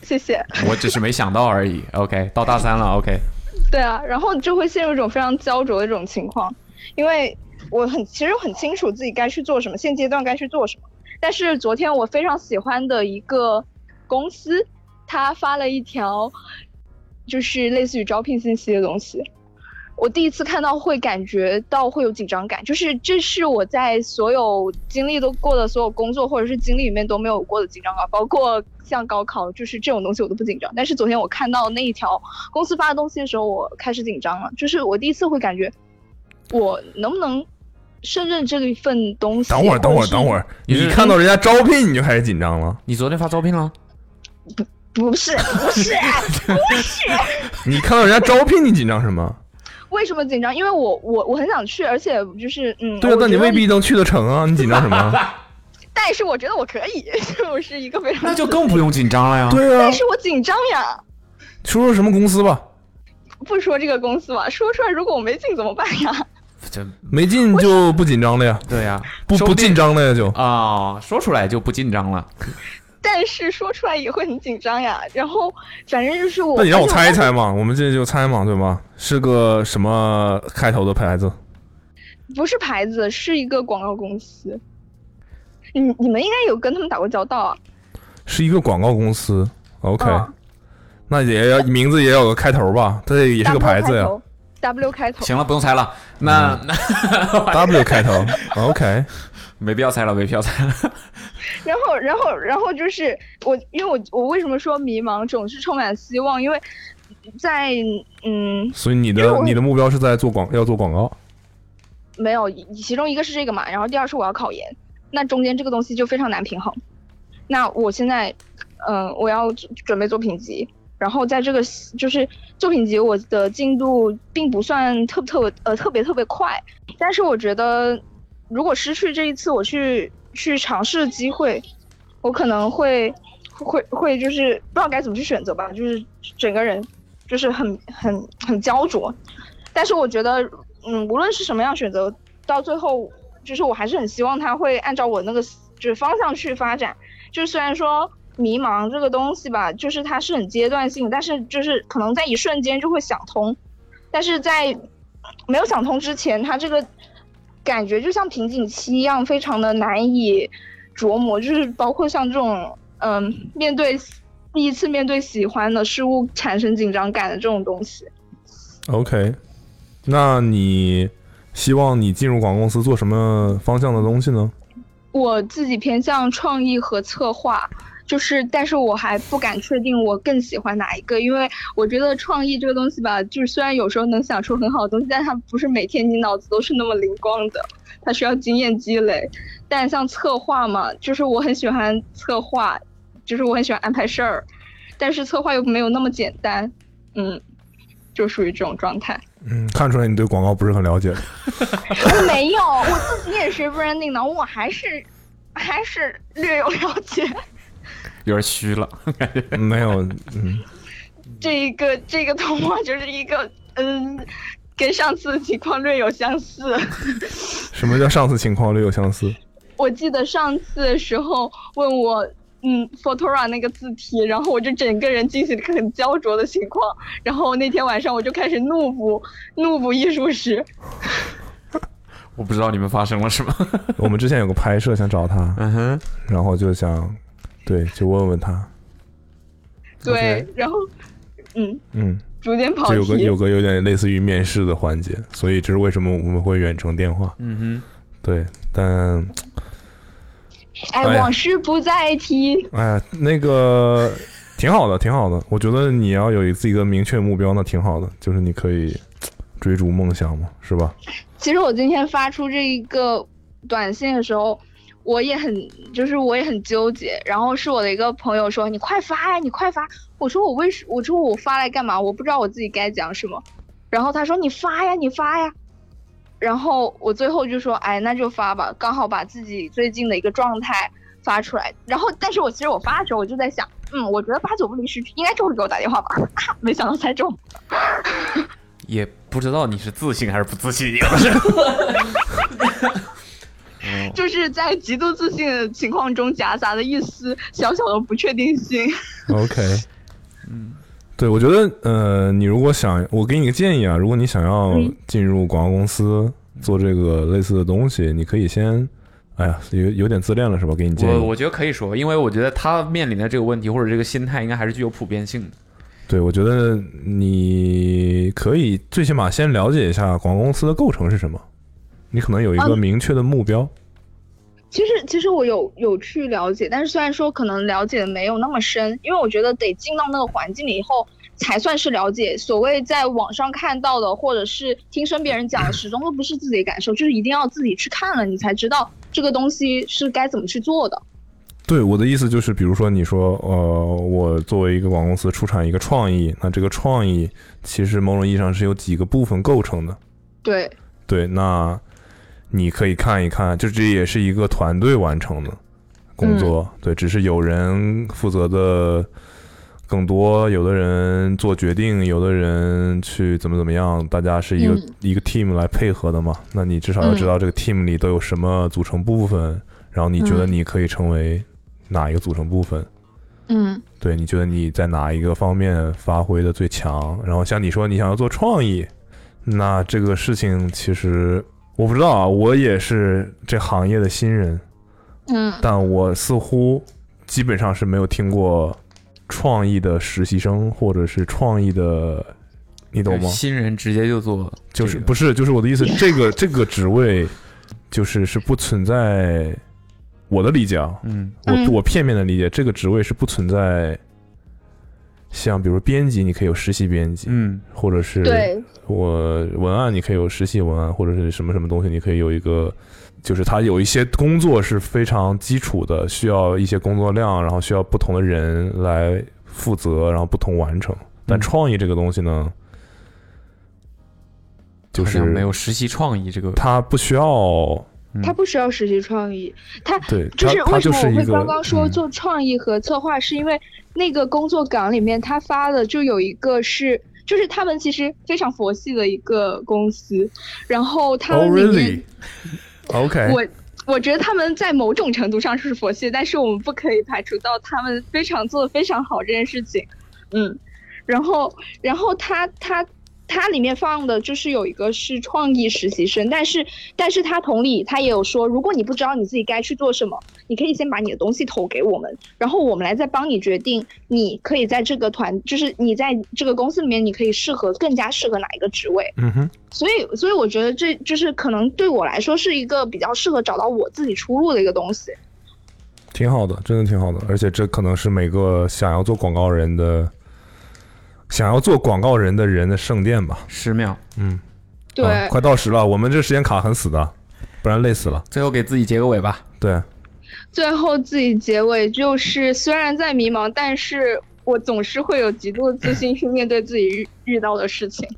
谢谢。我只是没想到而已。OK，到大三了，OK，对啊，然后就会陷入一种非常焦灼的这种情况，因为我很其实我很清楚自己该去做什么，现阶段该去做什么。但是昨天我非常喜欢的一个公司，他发了一条就是类似于招聘信息的东西，我第一次看到会感觉到会有紧张感，就是这是我在所有经历都过的所有工作或者是经历里面都没有过的紧张感，包括像高考，就是这种东西我都不紧张。但是昨天我看到那一条公司发的东西的时候，我开始紧张了，就是我第一次会感觉我能不能胜任这一份东西。等会儿，等会儿，等会儿，你看到人家招聘你就开始紧张了？你昨天发招聘了？不是不是不是， 你看到人家招聘你紧张什么？为什么紧张？因为我我我很想去，而且就是嗯，对啊我，但你觉得未必能去得成啊，你紧张什么？ 但是我觉得我可以， 就是一个非常 那就更不用紧张了呀。对啊但，是我紧张呀，说说什么公司吧，不说这个公司吧，说出来如果我没进怎么办呀？ 没进就不紧张了呀。对呀，不不紧张了呀就啊，说出来就不紧张了。但是说出来也会很紧张呀。然后反正就是我，那你让我而且猜一当时猜嘛，我们这就猜嘛，对吗？是个什么开头的牌子？不是牌子，是一个广告公司。你你们应该有跟他们打过交道啊？是一个广告公司。OK，、那嗯也要名字也要有个开头吧？它也是个 W 牌子呀。头，W 开头。行了，不用猜了。那那嗯 W 开头，OK，没必要猜了，没必要猜了。 然后，然后，然后就是我，因为我我为什么说迷茫，总是充满希望，因为在嗯，所以你因为的我你的目标是在做广要做广告。没有，其中一个是这个嘛，然后第二是我要考研，那中间这个东西就非常难平衡。那我现在，嗯、我要准准备作品集，然后在这个就是作品集我的进度并不算特特呃特别特别快，但是我觉得如果失去这一次我去去尝试的机会，我可能会会会就是不知道该怎么去选择吧，就是整个人就是很很很焦灼，但是我觉得，嗯，无论是什么样选择，到最后，就是我还是很希望他会按照我那个就是方向去发展。就是虽然说迷茫这个东西吧，就是它是很阶段性的，但是就是可能在一瞬间就会想通，但是在没有想通之前，它这个感觉就像瓶颈期一样，非常的难以琢磨。就是包括像这种，嗯，面对第一次面对喜欢的事物产生紧张感的这种东西。 OK，那你希望你进入广告公司做什么方向的东西呢？我自己偏向创意和策划，就是，但是我还不敢确定我更喜欢哪一个，因为我觉得创意这个东西吧，就是虽然有时候能想出很好的东西，但它不是每天你脑子都是那么灵光的，它需要经验积累。但像策划嘛，就是我很喜欢策划，就是我很喜欢安排事儿，但是策划又没有那么简单，嗯，就属于这种状态。嗯，看出来你对广告不是很了解。我没有，我自己也学 branding 的，我还是还是略有了解。有点虚了，没有，嗯，这一个这个动画就是一个嗯，跟上次的情况略有相似。 什么叫上次情况略有相似？我记得上次的时候问我嗯 Fotora 那个字体，然后我就整个人进行了一个很焦灼的情况，然后那天晚上我就开始怒补怒补艺术史， 我不知道你们发生了什么。 我们之前有个拍摄想找他， 嗯哼，然后就想，对，就问问他，对然后嗯，嗯，逐渐跑就有个题。有个有点类似于面试的环节，所以这是为什么我们会远程电话。嗯对，但哎，哎呀往事不再提。哎呀，那个 挺好的，挺好的。我觉得你要有自己的明确目标，那挺好的，就是你可以追逐梦想嘛，是吧？其实我今天发出这一个短信的时候，我也很，就是我也很纠结。然后是我的一个朋友说：“你快发呀，你快发！”我说：“我为什？我说我发来干嘛？我不知道我自己该讲什么。”然后他说：“你发呀，你发呀。”然后我最后就说：“哎，那就发吧，刚好把自己最近的一个状态发出来。”然后，但是我其实我发的时候，我就在想，嗯，我觉得八九不离十，应该就会给我打电话吧。 没想到猜中。哼，也不知道你是自信还是不自信。就是在极度自信的情况中夹杂着一丝小小的不确定性。 OK，嗯对，我觉得，呃，你如果想，我给你个建议啊，如果你想要进入广告公司嗯做这个类似的东西，你可以先，哎呀，有有点自恋了是吧？给你建我议，我觉得可以说，因为我觉得他面临的这个问题或者这个心态，应该还是具有普遍性的。对我觉得你可以最起码先了解一下广告公司的构成是什么，你可能有一个嗯明确的目标。其实其实我有有去了解，但是虽然说可能了解的没有那么深，因为我觉得得进到那个环境里以后才算是了解。所谓在网上看到的或者是听身别人讲的，始终都不是自己的感受，就是一定要自己去看了，你才知道这个东西是该怎么去做的。对，我的意思就是，比如说你说，呃，我作为一个广告公司出产一个创意，那这个创意其实某种意义上是由几个部分构成的。对，对，那你可以看一看，就这也是一个团队完成的工作。嗯对，只是有人负责的更多，有的人做决定，有的人去怎么怎么样，大家是一个、嗯一个 team 来配合的嘛。那你至少要知道这个 team 里都有什么组成部分，然后你觉得嗯你可以成为哪一个组成部分。嗯对，你觉得你在哪一个方面发挥的最强？然后像你说你想要做创意，那这个事情其实我不知道啊，我也是这行业的新人，嗯但我似乎基本上是没有听过创意的实习生或者是创意的，你懂吗？新人直接就做，就是不是就是我的意思，这个这个职位就是是不存在我的理解啊，嗯，我嗯我片面的理解，这个职位是不存在像比如编辑，你可以有实习编辑，嗯，或者是对我文案，你可以有实习文案，或者是什么什么东西，你可以有一个。就是它有一些工作是非常基础的，需要一些工作量，然后需要不同的人来负责，然后不同完成。嗯但创意这个东西呢，就好是像没有实嗯习创意这个，他不需要，它不需要实际创意，它嗯对就是它它为什就么是我一会个刚刚说嗯做创意和策划，是因为那个工作岗里面他发的就有一个是，就是他们其实非常佛系的一个公司，然后他 Oh 们里面 really? OK，我我觉得他们在某种程度上是佛系，但是我们不可以排除到他们非常做的非常好这件事情。嗯，然后然后他他他里面放的就是有一个是创意实习生，但是但是他同理他也有说，如果你不知道你自己该去做什么，你可以先把你的东西投给我们，然后我们来再帮你决定，你可以在这个团，就是你在这个公司里面，你可以适合更加适合哪一个职位。嗯哼，所以，所以我觉得这就是可能对我来说是一个比较适合找到我自己出路的一个东西。挺好的，真的挺好的。而且这可能是每个想要做广告人的，想要做广告人的人的圣殿吧。十秒，嗯，对，啊快到时了，我们这时间卡很死的，不然累死了。最后给自己结个尾吧。对，最后自己结尾就是，虽然在迷茫，但是我总是会有极度的自信去面对自己遇遇到的事情。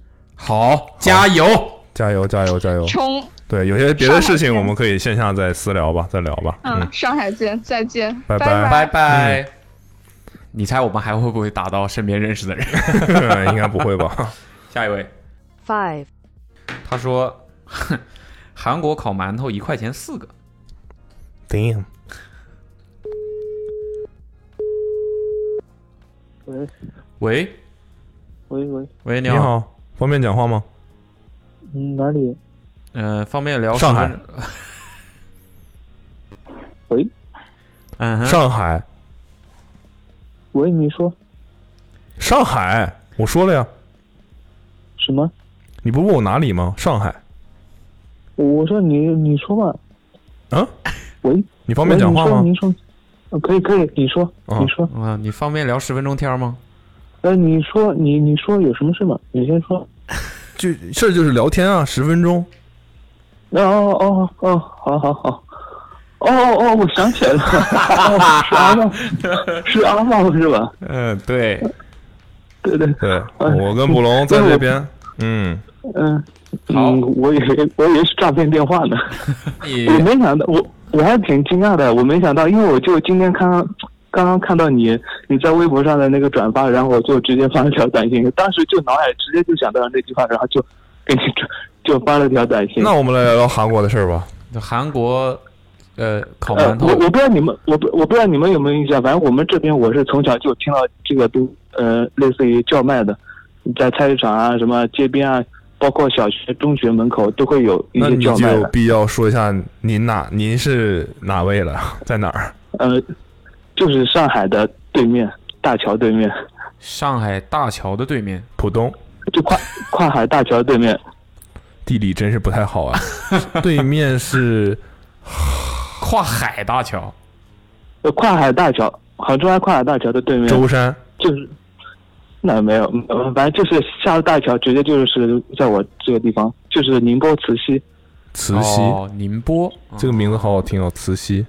好，加油，加油，加油，加油！冲！对，有些别的事情我们可以线下再私聊吧，再聊吧。嗯，上海见，再见，拜嗯拜拜拜。你猜我们还会不会打到身边认识的人？ 应该不会吧。 下一位， Five 他说， 哼韩国烤馒头一块钱四个。 Damn，喂喂喂喂，喂，你好，好，方便讲话吗？嗯，哪里？嗯、方便聊上海十分钟？喂，嗯哼，上海，喂，你说上海，我说了呀。什么？你不问我哪里吗？上海。我我说你你说吧。啊？喂，你方便讲话吗喂你说，你说呃可以可以，你说、啊你说，啊，你方便聊十分钟天吗？呃，你说你你说有什么事吗？你先说。就事儿就是聊天啊，十分钟。哦哦哦哦，好好好。哦哦哦，我想起来了，哦是阿茂，是阿茂是 吧？嗯，对，对对哎对，我跟卜龙在这边，嗯， 嗯，嗯，我以为我以为是诈骗电 话呢，我没想到，我我还挺惊讶的，我没想到，因为我就今天看刚刚看到你你在微博上的那个转发，然后我就直接发了条短信，当时就脑海直接就想到了那句话，然后就给你转就发了条短信。那我们来聊聊韩国的事儿吧。就韩国呃，烤呃馒，头我我不知道你们，我不我不知道你们有没有印象，反正我们这边我是从小就听到这个东，呃，类似于叫卖的，在菜市场啊、什么街边啊，包括小学、中学门口都会有一那些你叫就卖有的。必要说一下您哪您是哪位了，在哪儿？呃，就是上海的对面，大桥对面，上海大桥的对面，浦东，就跨跨海大桥对面。地理真是不太好 啊。对面是跨海大桥，呃，跨海大桥，杭州湾跨海大桥的对面。舟山就是，那没有，呃反正就是下了大桥，直接就是在我这个地方，就是宁波慈溪。慈溪，嗯哦宁波，这个名字好好听哦，慈溪。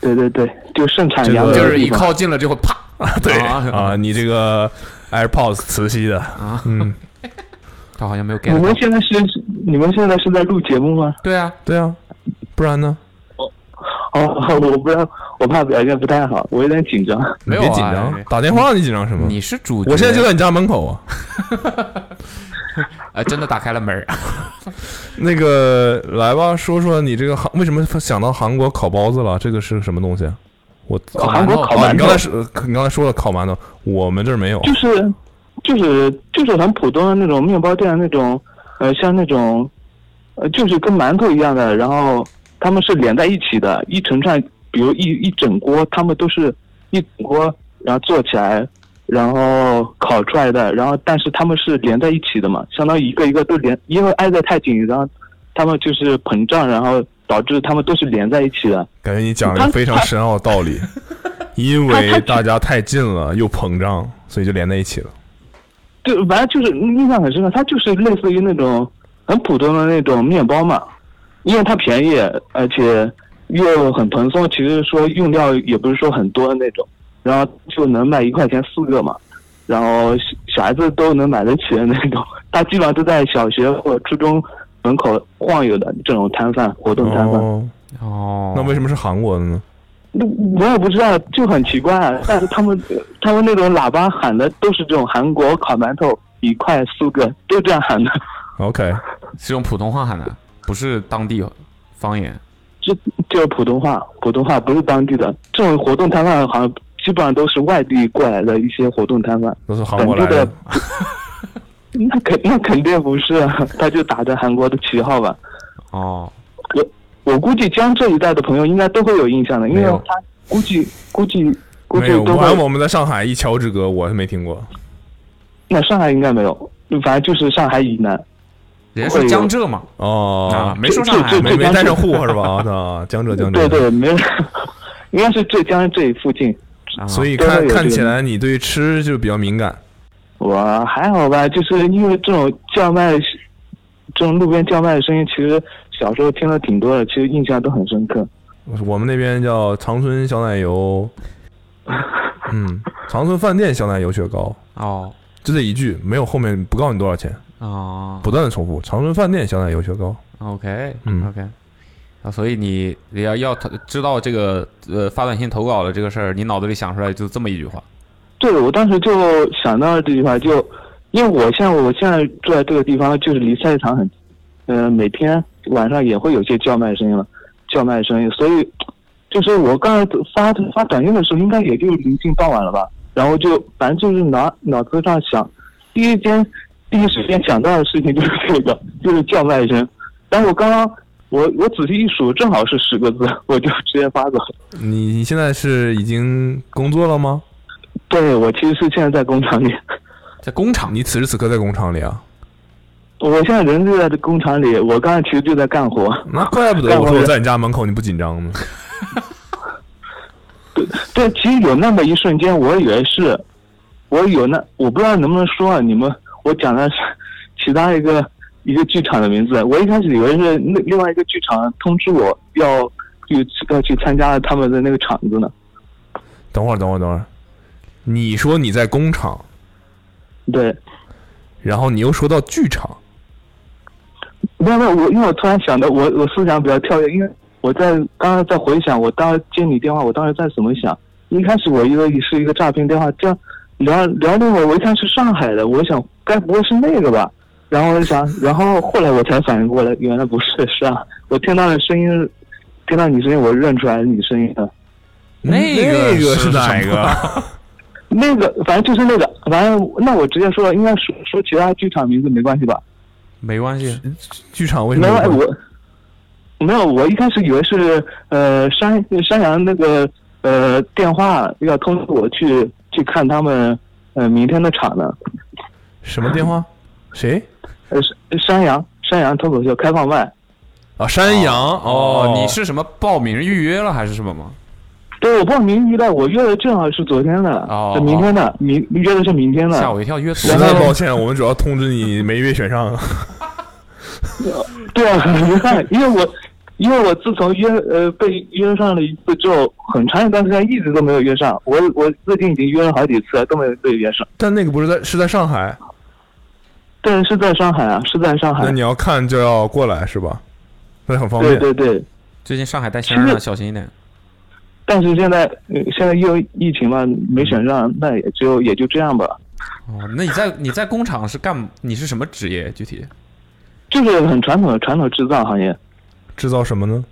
对对对，就盛产这羊个肉的就是一地方靠进了之后啪， 对啊，你这个 AirPods 磁吸的啊，嗯， 他好像没有你们现在是你们现在是在录节目吗？对啊，对啊，不然呢？哦，我不知道，我怕表现不太好，我有点紧张。没有啊别紧张，打电话你紧张什么？啊哎你是主角我现在就在你家门口啊。哎，真的打开了门儿 那个来吧，说说你这个韩为什么想到韩国烤包子了？这个是什么东西啊？我烤韩国烤馒头啊你刚才是你刚才说了烤馒头，我们这儿没有。就是就是就是很普通的那种面包店那种，呃，像那种，呃，就是跟馒头一样的，然后他们是连在一起的，一整串，比如一一整锅，他们都是一整锅，然后做起来，然后烤出来的，然后但是他们是连在一起的嘛，相当于一个一个都连，因为挨得太紧，然后他们就是膨胀，然后导致他们都是连在一起的。感觉你讲了一个非常深奥的 道理，因为大家太近了又膨胀，所以就连在一起了。就反正就是印象很深刻，它就是类似于那种很普通的那种面包嘛，因为它便宜，而且又很蓬松，其实说用料也不是说很多的那种，然后就能卖一块钱四个嘛，然后小小孩子都能买得起的那种， 它基本上都在小学或初中门口晃悠的这种摊贩活动摊贩。哦，哦，那为什么是韩国的呢？那我也不知道，就很奇怪。啊但是他们他们那种喇叭喊的都是这种韩国烤馒头一块四个，都这样喊的。 ？OK，是用普通话喊的，不是当地方言。这就是普通话，普通话不是当地的。这种活动摊贩好像基本上都是外地过来的一些活动摊贩，都是韩国来本的地。的。 那肯那肯定不是啊，他就打着韩国的旗号吧。哦，我我估计江浙一带的朋友应该都会有印象的，因为没有他估计估计估没计有，都反会正我们在上海一桥之隔，我是没听过。那上海应该没有，反正就是上海以南。人哎家说江浙嘛，哦啊，没说上海这这没这没江浙带上户口 是吧？啊，江浙江对浙。对，没有， 应该是浙江这一附近。啊啊所以都会看有这看个起来你对吃就比较敏感。我呃还好吧，就是因为这种叫卖，这种路边叫卖的声音，其实小时候听了挺多的，其实印象都很深刻。我们那边叫长春小 奶油，嗯，长春饭店小奶油雪糕。哦，就这一句，没有后面不告诉你多少钱，哦不断的重复。长春饭店小奶油雪糕， ，OK，嗯，OK。啊，所以你你要要投知道这个呃发短信投稿的这个事儿，你脑子里想出来就这么一句话，对，我当时就想到了这句话，就因为我现在我现在住在这个地方，就是离菜市场很，呃，每天晚上也会有些叫卖声音了，叫卖声音，所以就是我刚才发发短信的时候，应该也就临近傍晚了吧，然后就反正就是脑脑子上想，第一间第一时间想到的事情就是这个，就是叫卖声，但是我刚刚我我仔细一数，正好是十个字，我就直接发走了。你你现在是已经工作了吗？对，我其实是现在在工厂里。 在工厂，你此时此刻在工厂里啊？我现在人就在这工厂里，我刚才其实就在干活。那怪不得干我活说我人在你家门口你不紧张呢。对，其实有那么一瞬间，我以为是，我有那我不知道能不能说啊，你们我讲的是其他一个一个剧场的名字，我一开始以为是那另外一个剧场通知我要去要去参加他们的那个场子呢。 等会儿，等会儿，等会儿，你说你在工厂，对，然后你又说到剧场，没有没有，我因为我突然想到，我我思想比较跳跃，因为我在刚刚在回想，我当时接你电话，我当时在怎么想？一开始我以为是一个诈骗电话，这样聊聊那会儿，我一看是上海的，我想该不会是那个吧？ 然后我就想，然后后来我才反应过来，原来不是，是啊，我听到的声音听到你声音，我认出来你声音了。那那个是是哪什个？ 那个，反正就是那个，反正那我直接说，应该说说其他剧场名字没关系吧？没关系，剧场为什没么有有关？我，没有，我一开始以为是呃山山羊那个呃电话要通知我去去看他们呃明天的场呢。什么电话？谁？呃，山山羊山羊脱口秀开放麦。啊，山羊哦哦，你是什么报名预约了还是什么吗？对，我报名约的，我约的正好是昨天的，哦是明天的，明约的是明天的。吓我一跳约实在抱歉，我们主要通知你没被选上。对啊，很遗憾，因为我因为我自从约呃被约上了一次之后，很长一段时间一直都没有约上。我我最近已经约了好几次了，都没有被约上。但那个不是在是在上海？ 对，是在上海啊，是在上海那。你要看就要过来是吧？那很方便。对对对。最近上海带星儿其呢，实小心一点。但是现在、呃现在又疫情嘛，没选上，那也就也就这样吧。哦，那你在你在工厂是干你是什么职业？具体就是很传统的传统制造行业，制造什么呢？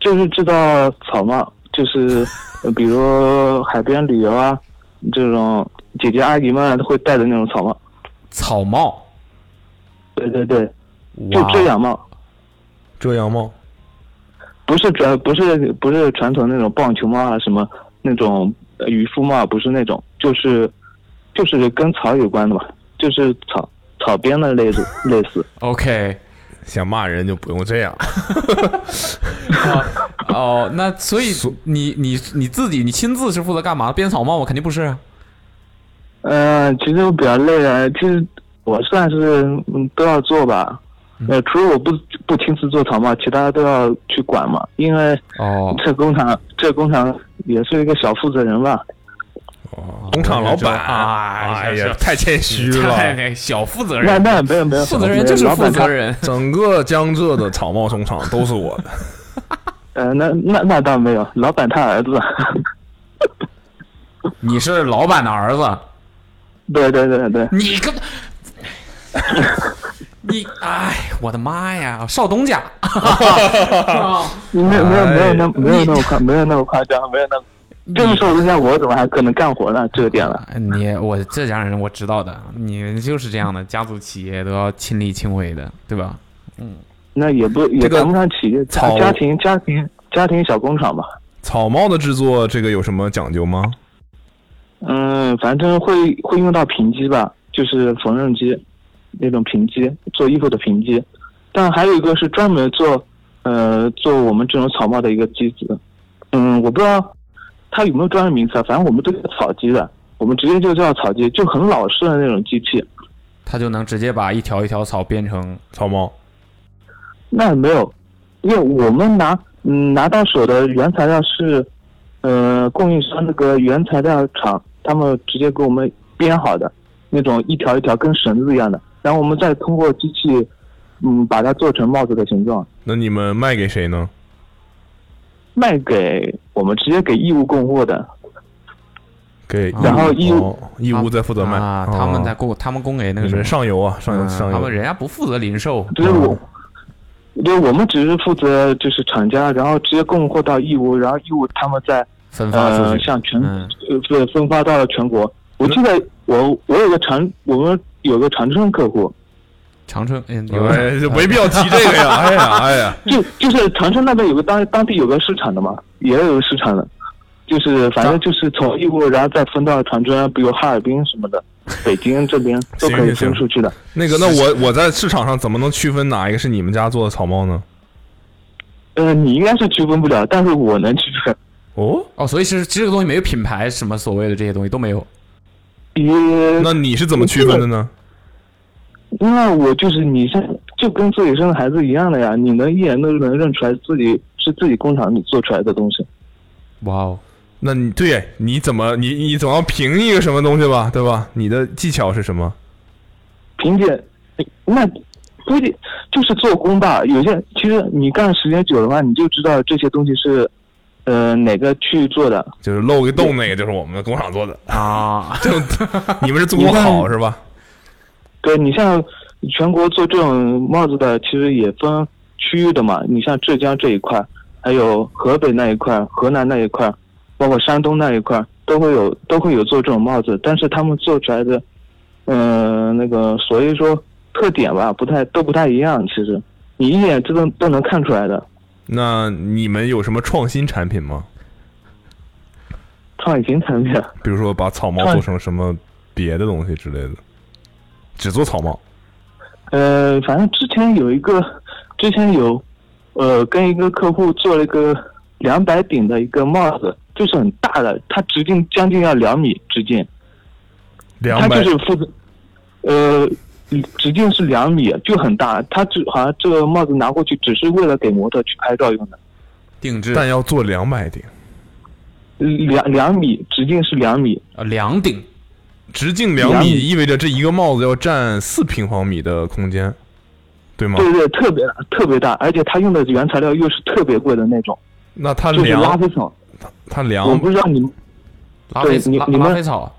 就是制造草帽， 就是呃比如海边旅游啊，这种姐姐阿姨们会戴的那种草帽。草帽。对对对，就遮阳帽，遮阳帽。不是传不是不是传统那种棒球帽啊什么那种呃渔夫帽啊，不是那种，就是就是跟草有关的嘛，就是草草编的类似类似。 OK，想骂人就不用这样。哦，那所以你你你自己你亲自是负责干嘛？编草帽吗？肯定不是啊。嗯，其实我比较累啊，其实我算是嗯都要做吧。呃，除了我不不亲自做草帽，其他都要去管嘛，因为哦，这工厂这工厂也是一个小负责人吧。哦工厂老板啊，哎呀，太谦虚了。 太小负责那人，那没有没有，负责人就是老负板责他人。 整个江浙的草帽工厂都是我的。呃，那那那倒没有，老板他儿子。 你是老板的儿子，对对对对，你个，你哎，我的妈呀，少东家， 没有没有没有那哎没有那么夸没有那么夸张，没有那么。这么说，人家我怎么还可能干活呢？这个点了，你我浙江人我知道的，你就是这样的，家族企业都要亲力亲为的，对吧？嗯，那也不也这个谈不上企业，家草家庭家庭家庭小工厂吧。草帽的制作，这个有什么讲究吗？嗯，反正会会用到平机吧，就是缝纫机那种平机，做衣服的平机。但还有一个是专门做呃做我们这种草帽的一个机子，嗯，我不知道它有没有专门名词啊，反正我们都叫草机的，我们直接就叫草机，就很老式的那种机器。他就能直接把一条一条草变成草帽。那没有，因为我们拿嗯拿到手的原材料是，呃，供应商那个原材料厂他们直接给我们编好的那种一条一条跟绳子一样的，然后我们再通过机器，嗯，把它做成帽子的形状，那你们卖给谁呢？卖给我们直接给义乌供货的。给然后义乌哦义乌在负责卖啊，他们在供，他们供给那个你什么们上游啊，上游上嗯游。他们人家不负责零售，嗯就是我，对，我们只是负责就是厂家，然后直接供货到义乌，然后义乌他们再分发出去嗯呃、向全呃对分发到全国。我记得我我有个长，我们有个长春客户，长春，嗯，哎有就没必要提这个 呀哎呀哎呀，就就是长春那边有个当当地有个市场的嘛，也有个市场的，就是反正就是从义乌，然后再分到长春，比如哈尔滨什么的，北京这边都可以行行分出去的。那个，那我我在市场上怎么能区分哪一个是你们家做的草帽呢？呃，你应该是区分不了，但是我能区分。哦哦，所以是这个东西没有品牌，什么所谓的这些东西都没有。那你是怎么区分的呢？那我就是你像就跟自己生的孩子一样的呀，你能一眼都能认出来自己是自己工厂里做出来的东西。哇哦，那你对你怎么你你总要评一个什么东西吧，对吧？你的技巧是什 么？凭借那估计就是做工吧，有些其实你干时间久了嘛，你就知道这些东西是呃哪个区域做的。就是漏个洞那个，就是我们工厂做的啊。 就你们是做工好是吧？对你像全国做这种帽子的，其实也分区域的嘛。你像浙江这一块，还有河北那一块、河南那一块，包括山东那一块，都会有都会有做这种帽子，但是他们做出来的，嗯、那个所以说特点吧，不太都不太一样。其实你一眼就能都能看出来的。那你们有什么创新产品吗？创新产品， 比如说把草帽做成什么别的东西之类的，只做草帽。呃，反正之前有一个，之前有，呃，跟一个客户做了一个两百顶的一个帽子，就是很大的，它直径将近要两米直径，两它百就是负责，呃，直径是两米，就很大。它只好像这个帽子拿过去，只是为了给模特去拍照用的。定制，但要做两百顶，两两米直径是两米啊，两顶，直径两两米，米意味着这一个帽子要占四平方米的空间，对吗？对对，特别大，特别大，而且它用的原材料又是特别贵的那种，那它就是量拉菲草。它量我不知道你们，拉菲对你拉你拉们菲草，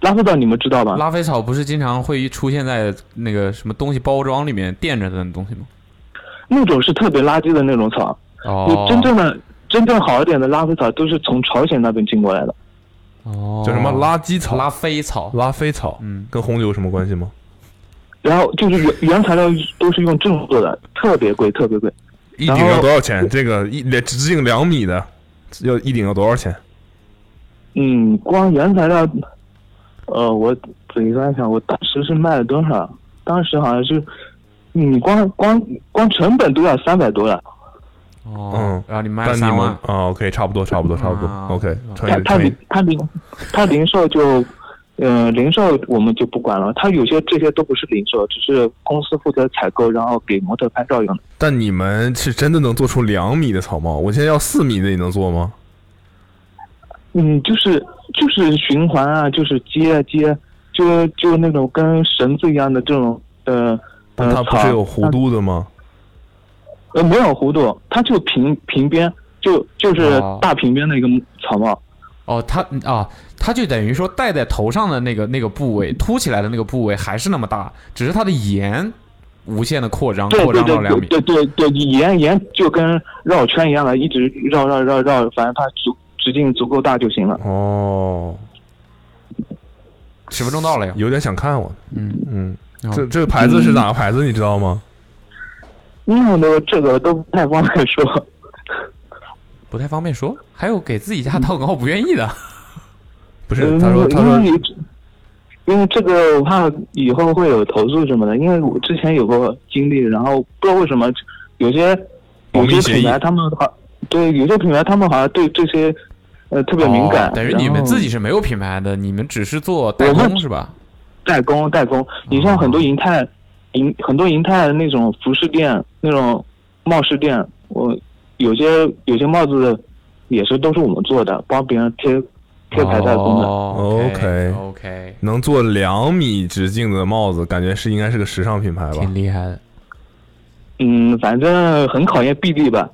拉菲草你们知道吧？拉菲草不是经常会出现在那个什么东西包装里面垫着的东西吗？那种是特别垃圾的那种草。哦，真正的真正好一点的拉菲草都是从朝鲜那边进过来的。哦叫什么垃圾草、嗯拉菲草、拉菲草，嗯，跟红酒有什么关系吗？然后就是原原材料都是用这种做的，特别贵，特别贵。一然顶后要多少钱？这个一连直径两米的，要一顶要多少钱？嗯，光原材料，呃，我仔细算一下，我当时是卖了多少？当时好像是，你光光光成本都要三百多了。嗯，然后你卖但了你三们万啊，OK，差不多，差不多，差不多，OK，乘他以他乘以零他零他零售就，呃，零售我们就不管了。他有些这些都不是零售，只是公司负责采购，然后给模特拍照用的。但你们是真的能做出两米的草帽？我现在要四米的，你能做吗？嗯，就是就是循环啊，就是接啊接，就就那种跟绳子一样的这种呃但呃它不草是有弧度的吗？呃，没有弧度，它就平平边，就就是哦大平边的一个草帽。哦，它啊，它就等于说戴在头上的那个那个部位，凸起来的那个部位还是那么大，只是它的沿无限的扩张，对扩对张到对两米。对对对，沿沿就跟绕圈一样的，一直绕绕绕绕，反正它足直径足够大就行了。哦，十分钟到了呀，有点想看我。嗯嗯，哦这这个牌子是哪个牌子？你知道吗？嗯，那这个都不太方便 说。不太方便说。还有给自己家套稿不愿意的， 不嗯因为因为这个我怕以后会有投诉什么的，因为我之前有过经历，然后不知道为什么有些保有密些协议品牌他们好对有些品牌他们好像对这些呃特别敏感，哦等于你们自己是是没有品牌的，你们只是做代我工们是吧？代工代工，你像哦很多银泰银很多银泰那种服饰店那种帽饰店，我有些有些帽子也是都是我们做的，帮别人贴贴牌代工的。哦 OK OK，能做两米直径的帽子，感觉是应该是个时尚品牌吧？挺厉害的。嗯，反正很考验臂力吧。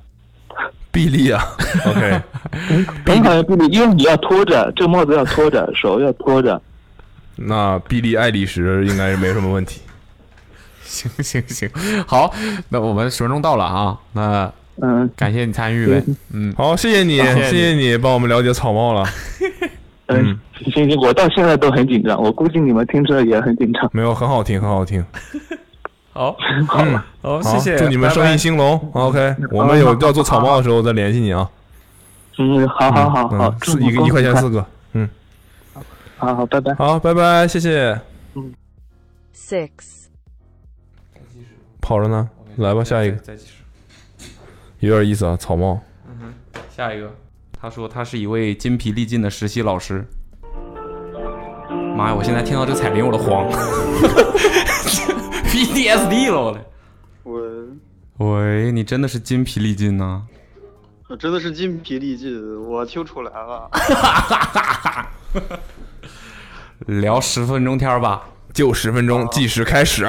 臂力啊 ，OK，很考验臂力，因为你要拖着这帽子要拖着， 手要拖着。那臂力爱丽石应该是没什么问题。 行行行，好，那我们十分钟到了啊，那嗯，感谢你参与呗，嗯，好，谢谢你，谢谢你帮我们了解草帽 了。嗯，行行，我到现在都很紧张，我估计你们听着也很紧张。没有，很好听，很好听。 好，好嗯，好，好，祝你们拜拜生意兴隆。OK，我们有要做草帽的时候再联系你啊。嗯，好好好好嗯，祝四一你个一块钱四公司个，嗯，快乐。好好，拜拜。好，拜拜，谢谢。 Six. 跑着呢，来吧，下一个，再继续，有点意思啊，草帽。嗯哼，下一个，他说他是一位筋疲力尽的实习老师。妈呀！我现在听到这个彩铃，我都慌 ，PTSD 了我的。我 喂，你真的是筋疲力尽呐、我真的是筋疲力尽，我听出来 了。聊十分钟天儿吧，啊就十分钟，计时开始。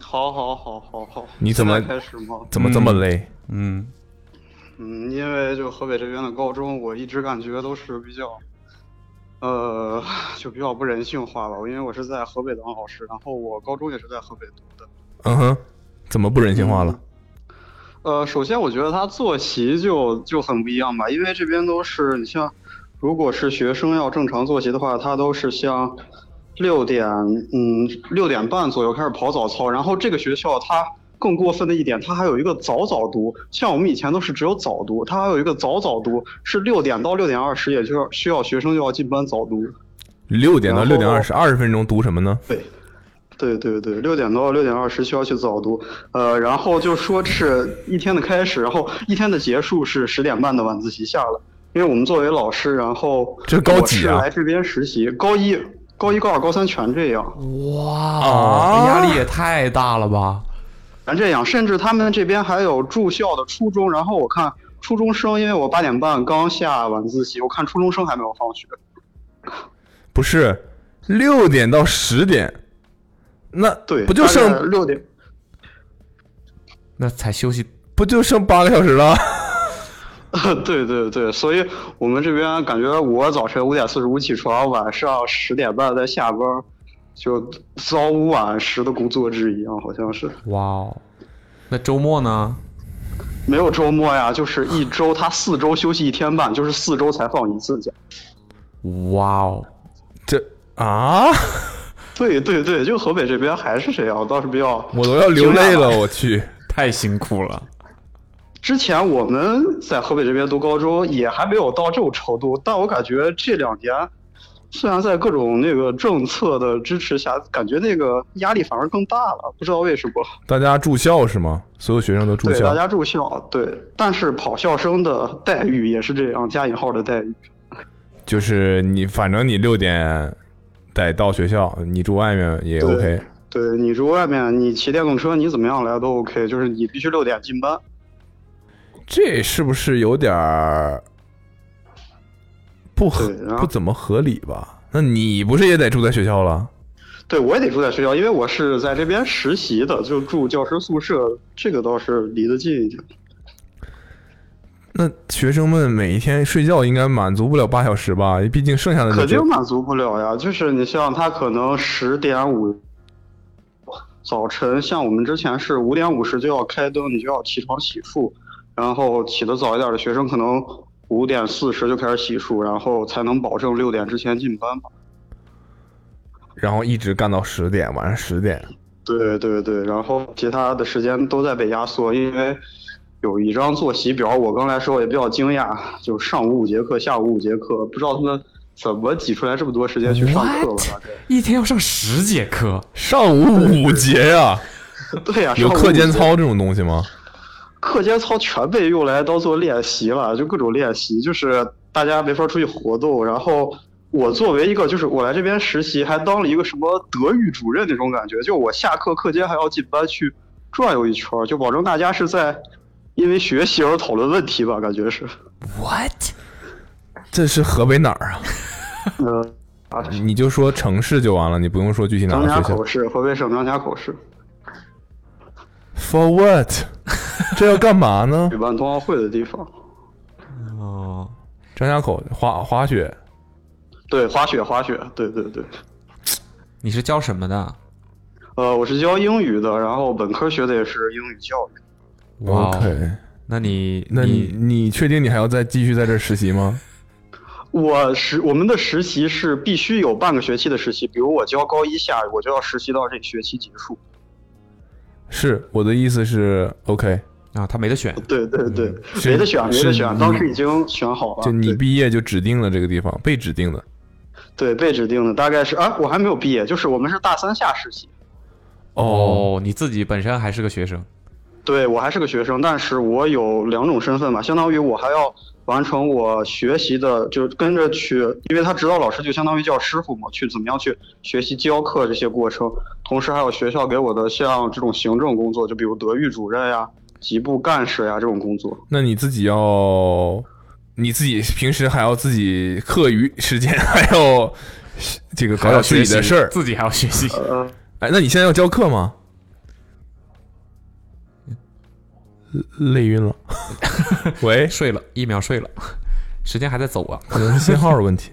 好好好好好，你怎么现在开始吗？怎么这么累？嗯，嗯，因为就河北这边的高中，我一直感觉都是比较，呃，就比较不人性化吧。因为我是在河北当老师，然后我高中也是在河北读的。嗯哼，怎么不人性化了？呃，首先我觉得它作息就就很不一样吧，因为这边都是你像，如果是学生要正常作息的话，它都是像六点，嗯，六点半左右开始跑早操，然后这个学校它更过分的一点，它还有一个早早读，像我们以前都是只有早读，它还有一个早早读是六点到六点二十，也就是需要学生就要进班早读。嗯六点到然六后点二十，二十分钟读什么呢？对，对对对，六点到六点二十需要去早读，呃，然后就说是一天的开始，然后一天的结束是十点半的晚自习下了。因为我们作为老师，然后这高几啊我是来这边实习，高一、高一、高二、高三全这样。嗯哇，这压力也太大了吧！咱这样，甚至他们这边还有住校的初中，然后我看初中生，因为我八点半刚下晚自习，我看初中生还没有放学。不是，六点到十点，那对，不就剩六点？那才休息，不就剩八个小时了？ 对对对，所以我们这边感觉我早晨五点四十五起床，晚上十点半再下班，就早午晚十的工作制一样，好像是。哇哦，那周末呢？没有周末呀，就是一周，他四周休息一天半，就是四周才放一次假。哇哦，这 啊，对对对，就河北这边还是这样，倒是比较我都要流泪惊讶了，吧我去，太辛苦了。之前我们在河北这边读高中也还没有到这种程度，但我感觉这两年虽然在各种那个政策的支持下，感觉那个压力反而更大了，不知道为什么。大家住校是吗？所有学生都住对，校大，家住校，对，但是跑校生的待遇也是这样，加引号的待遇。就是你，反正你六点得到学校，你住外面也 OK。对你住外面，你骑电动车，你怎么样来都 OK，就是你必须六点进班。这是不是有点儿不合不怎么合理吧？那你不是也得住在学校了？对我也得住在学校，因为我是在这边实习的，就住教师宿舍，这个倒是离得近一点。那学生们每一天睡觉应该满足不了八小时吧？毕竟剩下的肯就只定满足不了呀。就是你像他可能十点五早晨，像我们之前是五点五十就要开灯，你就要起床洗漱，然后起得早一点的学生可能五点四十就开始洗漱，然后才能保证六点之前进班吧。然后一直干到十点，晚上十点。对对对，然后其他的时间都在被压缩，因为有一张作息表，我刚才说也比较惊讶，就上午五节课，下午五节课，不知道他们怎么挤出来这么多时间去上课了。啊大概一天要上十节课，上午五节呀、 对呀、有上午课间五节操这种东西吗？课间操全被用来当做练习了，就各种练习，就是大家没法出去活动。然后我作为一个，就是我来这边实习，还当了一个什么德育主任那种感觉，就我下课课间还要进班去转悠一圈儿，就保证大家是在因为学习而讨论问题吧，感觉 是。 What？这是河北哪儿啊？呃，你就说城市就完了，你不用说具体哪张个家学校口。市，河北省张家口市 For what？这要干嘛呢举？办冬奥会的地方。哦，张家口滑滑雪，对，滑雪，滑雪，对对对。你是教什么的？呃，我是教英语的，然后本科学的也是英语教育。哇哦 OK 那你那你你确定你还要再继续在这儿实习 吗？我实我们的实习是必须有半个学期的实习，比如我教高一下，我就要实习到这个学期结束。是我的意思是 OK 啊，他没得选。对对对，嗯是没得选，没得是选，你当时已经选好了。就你毕业就指定了这个地方，被指定的。对被指定的大概是啊，我还没有毕业，就是我们是大三下实习。哦，你自己本身还是个学生。对我还是个学生，但是我有两种身份吧，相当于我还要完成我学习的，就是跟着去，因为他指导老师就相当于叫师傅嘛，去怎么样去学习教课这些过程，同时还有学校给我的像这种行政工作，就比如德育主任呀、级部干事呀这种工作。那你自己要，你自己平时还要自己课余时间 还要这个搞还点要自己的学习事儿，自己还要学习。呃哎，那你现在要教课吗？累晕了。 喂，睡了，一秒睡了，时间还在走啊，可能是信号的问题。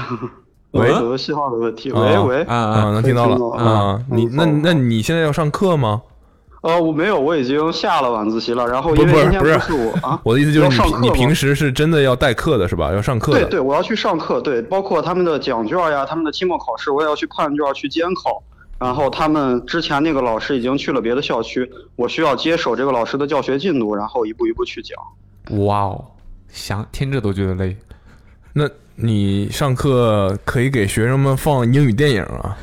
喂我的信号的问题。啊 喂喂，啊啊，能听到了啊。你那那你现在要上课吗？呃，我没有，我已经下了晚自习了。然后不因为不是今天不是是我啊，我的意思就是要上你课你吗平时是真的要代课的是吧？要上课的。对对，我要去上课，对，包括他们的讲卷呀，他们的期末考试，我也要去判卷、去监考。然后他们之前那个老师已经去了别的校区，我需要接手这个老师的教学进度，然后一步一步去讲。哇哦，想听着都觉得累。那你上课可以给学生们放英语电影啊？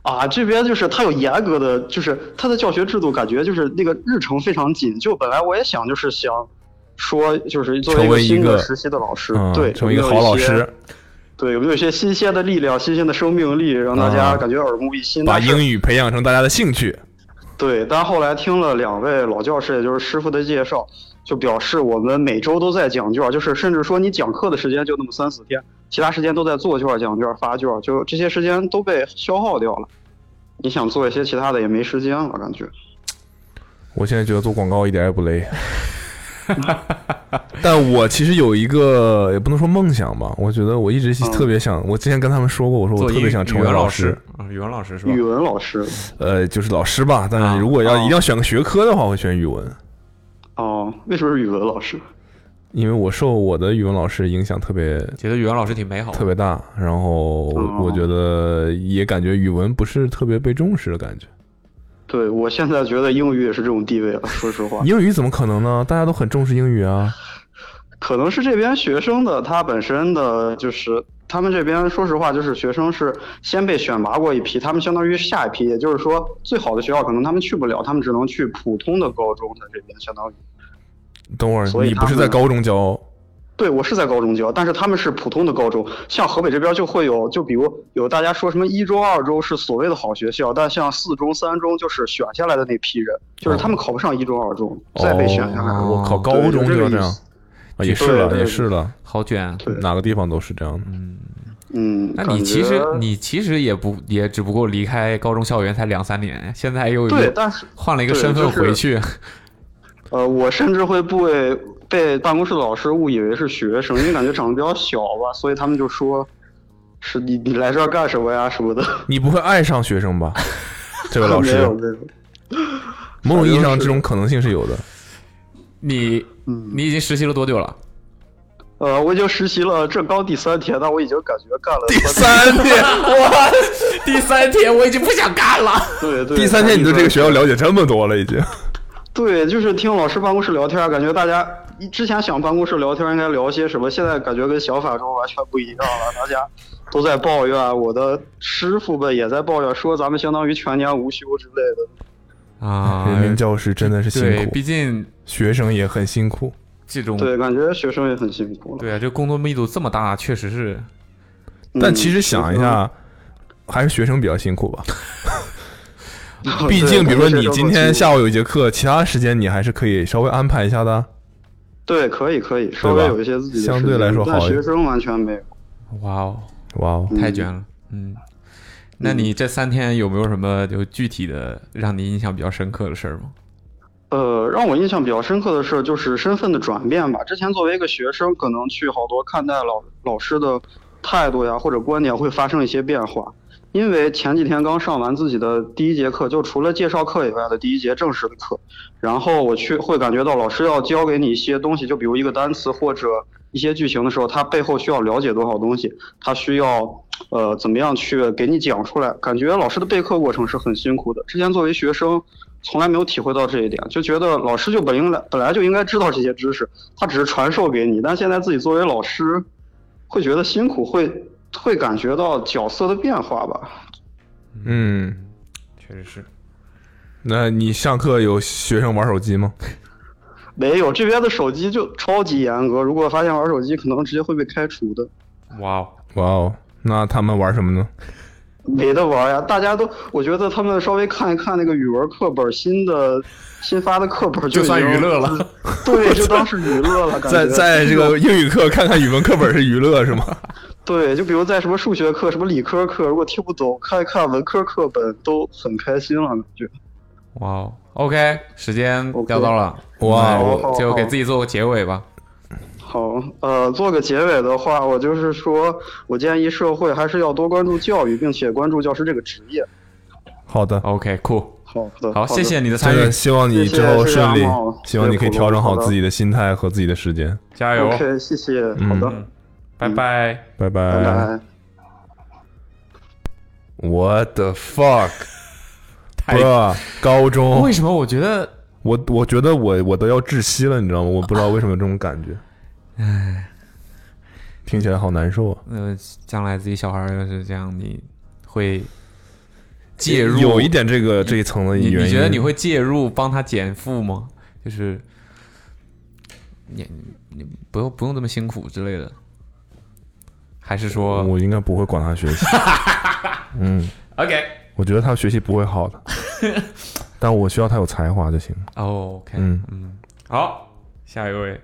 啊，这边就是他有严格的，就是他的教学制度，感觉就是那个日程非常紧。就本来我也想就是想说，就是作为成一个为一新个的实习的老师，嗯对，成为一有个没有好老些师，对，有没有一些新鲜的力量、新鲜的生命力，让大家嗯感觉耳目一新？把但是英语培养成大家的兴趣。对，但后来听了两位老教师，也就是师傅的介绍，就表示我们每周都在讲卷儿，就是甚至说你讲课的时间就那么三四天，其他时间都在做卷儿、讲卷儿、发卷儿，就这些时间都被消耗掉了。你想做一些其他的也没时间了，感觉。我现在觉得做广告一点也不累，但我其实有一个也不能说梦想吧，我觉得我一直嗯特别想，我之前跟他们说过，我说 我做特别英想语成为文老师，，嗯语文老师是吧？语文老师，呃，就是老师吧。但啊是如果要一定要选个学科的话，我会选语文，哦，为什么是语文老师？因为我受我的语文老师影响特别，觉得语文老师挺美好，特别大。然后哦我我觉得也感觉语文不是特别被重视的感觉。对我现在觉得英语也是这种地位了，说实话。英语怎么可能呢？大家都很重视英语啊。可能是这边学生的他本身的就是他们这边说实话就是学生是先被选拔过一批，他们相当于下一批，也就是说最好的学校可能他们去不了，他们只能去普通的高中在这边相当于。等会儿所以你他不是在们高中教对，我是在高中教，但是他们是普通的高中。像河北这边就会有，就比如有大家说什么一中、二中是所谓的好学校，但像四中、三中就是选下来的那批人，就是他们考不上一中、二中，再被选下来。哦我靠，对高中就就这要个这意样思。啊，也是对了，对也对是了，好卷，啊哪个地方都是这样的。嗯，那感你其实觉你其实也不也只不过离开高中校园才两三年， 现在又对但是换了一个对身份就是回去， 呃，我甚至会被被办公室的老师误以为是学生，因为感觉长得比较小吧，所以他们就说是你你来这儿干什么呀什 么的。你不会爱上学 生吧？这位老师没，有没有，某种意义上这种可能性是有的。你嗯你已经实习了多久了？呃，我已经实习了，这刚第三天，但我已经感觉干了第三天，我第三天我已经不想干了。对对，第三天你对对这个学校了解这么多了，已经。对，就是听老师办公室聊天，感觉大家一之前想办公室聊天应该聊些什么，现在感觉跟想法中完全不一样了。大家都在抱怨，我的师傅们也在抱怨，说咱们相当于全年无休之类的。啊 人民教师真的是辛苦，对毕竟学生也很辛苦。这种对，感觉学生也很辛苦了。对啊，这工作密度这么大，确实是。嗯但其实想一下，还是学生比较辛苦吧。 毕竟，比如说你今天下午有一节课，其他时间你还是可以稍微安排一下的啊。对，可以可以，稍微吧有一些自己的相时对间来说但好一学点生完全没有。哇哦，哇哦，太卷了，嗯。那你这三天有没有什么就具体的让你印象比较深刻的事儿吗？呃，让我印象比较深刻的是，就是身份的转变吧。之前作为一个学生，可能去好多看待老老师的态度呀，或者观点会发生一些变化。因为前几天刚上完自己的第一节课，就除了介绍课以外的第一节正式的课，然后我去会感觉到老师要教给你一些东西，就比如一个单词或者一些剧情的时候，他背后需要了解多少东西，他需要呃怎么样去给你讲出来。感觉老师的备课过程是很辛苦的。之前作为学生，从来没有体会到这一点，就觉得老师就本应来本来就应该知道这些知识，他只是传授给你。但现在自己作为老师，会觉得辛苦，会会感觉到角色的变化吧。嗯，确实是。那你上课有学生玩手机吗？没有这边的手机就超级严格，如果发现玩手机，可能直接会被开除的。哇哦，哇哦，那他们玩什么呢？没得玩呀，大家都，我觉得他们稍微看一看那个语文课本新的新发的课本就已算经娱乐了， 对，就当是娱乐了。感在觉在这个英语课看看语文课本是娱乐是 吗？对，就比如在什么数学课、什么理科课，如果听不懂，看一看文科课本都很开心了，感觉。哇哦，OK，时间掉到了，哇哦我好们就给自己做个结尾吧。好，呃，做个结尾的话，我就是说，我建议社会还是要多关注教育，并且关注教师这个职业。好的，OK，酷，好的，好的谢谢你的参真与的希望你之后顺谢谢谢利谢阿茂，希望你可以调整好自己的。的心态和自己的时间。加油 OK，谢谢，好的。嗯拜拜，拜拜拜。 What the fuck， 太哥，高中为什么？我觉得我我觉得我我都要窒息了，你知道吗？我不知道为什么有这种感觉，唉，听起来好难受啊。呃，将来自己小孩儿要是这样，你会介入有一点这个这一层的你原因。你觉得你会介入帮他减负吗？就是你你不用不用这么辛苦之类的，还是说我应该不会管他 学习？嗯 OK 我觉得他学习不会好 的，但我需要他有才华就行。哦，OK，嗯嗯，好，下一位，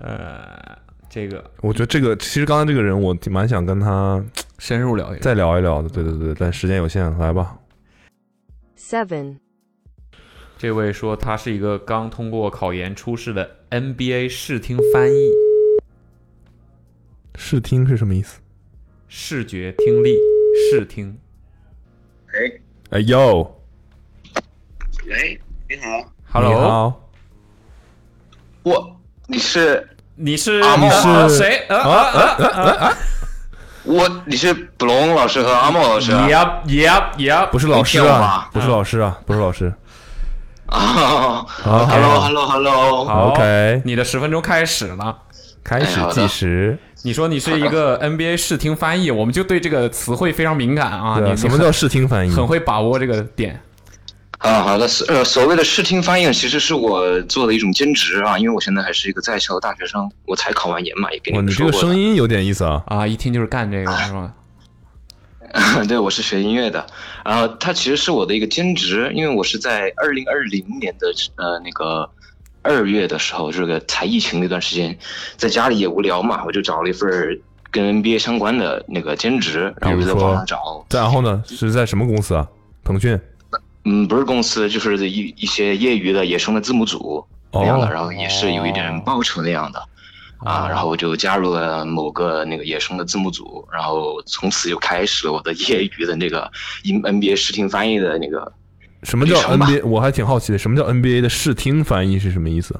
呃，这个我觉得这个其实刚才这个人，我挺蛮想跟他深入聊一再聊一聊的。对对对，但时间有限，来吧。 seven 这位说他是一个刚通过考研出试的 NBA 视听翻译，试听是什么意思？视觉听力视听，哎呦哎喂，你好， Hello 你好，我你是你是阿茂吗你是谁啊啊啊啊啊！我你是布隆老师和阿茂老师啊 Yep Yep Yep，不是老师你听我啊吧，不是老师啊，不是老师。啊好，Hello Hello Hello，好 OK 你的十分钟开始哎了，开始计时。 你说你是一 个 NBA 视听翻译，我们就对这个词汇非常敏感啊。对啊你什么叫视听翻译很会把握这个点。啊，好的，是呃，所谓的视听翻译呢，其实是我做的一种兼职啊，因为我现在还是一个在校的大学生，我才考完研嘛，也给你哇，们你这说个过声音有点意思啊！啊，一听就是干这个是吧？ 对，我是学音乐的，然后它其实是我的一个兼职，因为我是在二零二零年的呃那个二月的时候，这个才疫情那段时间，在家里也无聊嘛，我就找了一份儿跟 NBA 相关的那个兼职，比然后如我就在网说上找，，再然后呢是在什么公司啊？腾讯。嗯，不是公司，就是一一些业余的野生的字母组那样的，哦然后也是有一点报酬那样的。啊，然后我就加入了某个那个野生的字幕组，然后从此就开始了我的业余的那个英 NBA 视听翻译的那个什么叫旅程吧 NBA？我还挺好奇的，什么叫 NBA 的视听翻译是什么意思？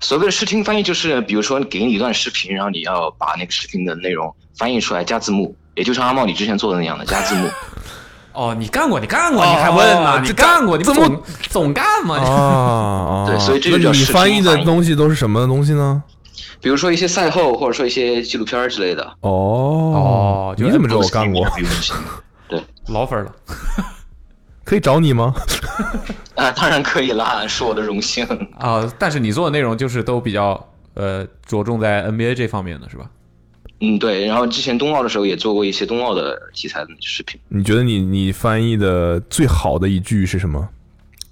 所谓的视听翻译就是，比如说给你一段视频，然后你要把那个视频的内容翻译出来加字幕，也就像阿茂你之前做的那样的加字幕。哦，你干过，你干过，哦你还问呢？哦你这干过，你不这么总总干吗？啊哎 对所以这就那叫你视听翻译翻的译东西都是什么东西呢？比如说一些赛后，或者说一些纪录片之类的。哦哦就你怎么知道我 NBA 干过？对，老粉了，可以找你吗？啊，当然可以啦，是我的荣幸。啊，但是你做的内容就是都比较呃着重在 NBA 这方面的是吧？嗯，对。然后之前冬奥的时候也做过一些冬奥的题材的视频。你觉得你你翻译的最好的一句是什么？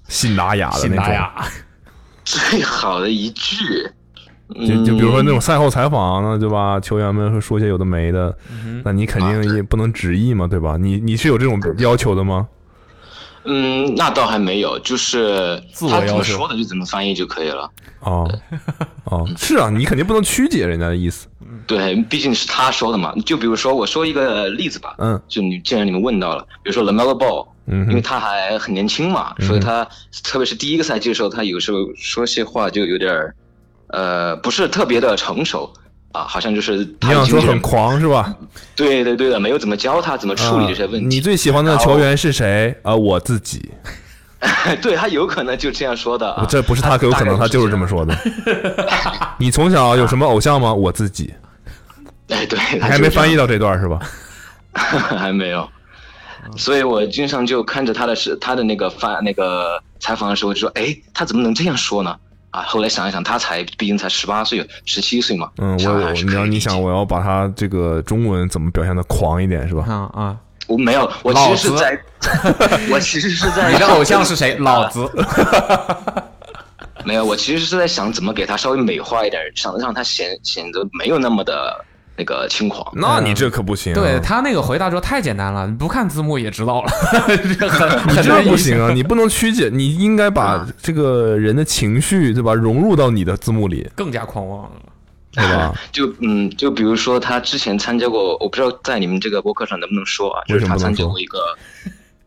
信达雅的信那达种，雅最好的一句，就就比如说那种嗯赛后采访呢，对吧？球员们会说一些有的没的，嗯哼那你肯定也不能直译嘛，对吧？你你是有这种要求的吗？嗯，那倒还没有，就是自我他怎要么求说的就怎么翻译就可以了。 哦哦，是啊，你肯定不能曲解人家的意思。对，毕竟是他说的嘛。就比如说，我说一个例子吧，嗯就你既然你们问到了，比如说 LaMelo Ball，嗯哼因为他还很年轻嘛，嗯哼所以他特别是第一个赛季的时候，他有时候说些话就有点儿，呃，不是特别的成熟啊，好像就是你他已想经说有点很狂是吧？对对对的，没有怎么教他怎么处理这些问题。啊你最喜欢的球员是谁？啊，我自己。 对他有可能就这样说的、啊，这不是他，有可能他大概就是这么 说的。你从小有什么偶像吗？我自己。哎， 对，你他还就没这样翻译到这段是 吧？还没有，所以我经常就看着他的是他的那个发那个采访的时候，就说，哎，他怎么能这样说呢？啊，后来想一想，他才毕竟才十八岁、十七岁嘛，嗯，我小孩我还是你要你想我要把他这个中文怎么表现的狂一点是吧？啊啊！我没有，我其实是在， 我其 实是在你的偶像是谁？老子。 没有，我其实是在想怎么给他稍微美化一点，想让他显显得没有那么的那个轻狂。那你这可不行、啊。嗯对他那个回答说太简单了，你不看字幕也知道了。 这很你 很这难啊不理行解啊！你不能曲解，你应该把这个人的情绪，对吧，融入到你的字幕里，更加狂妄了。对吧？ 就嗯，就比如说他之前参加过，我不知道在你们这个博客上能不能说啊，就为是什么他不能参加说过一个，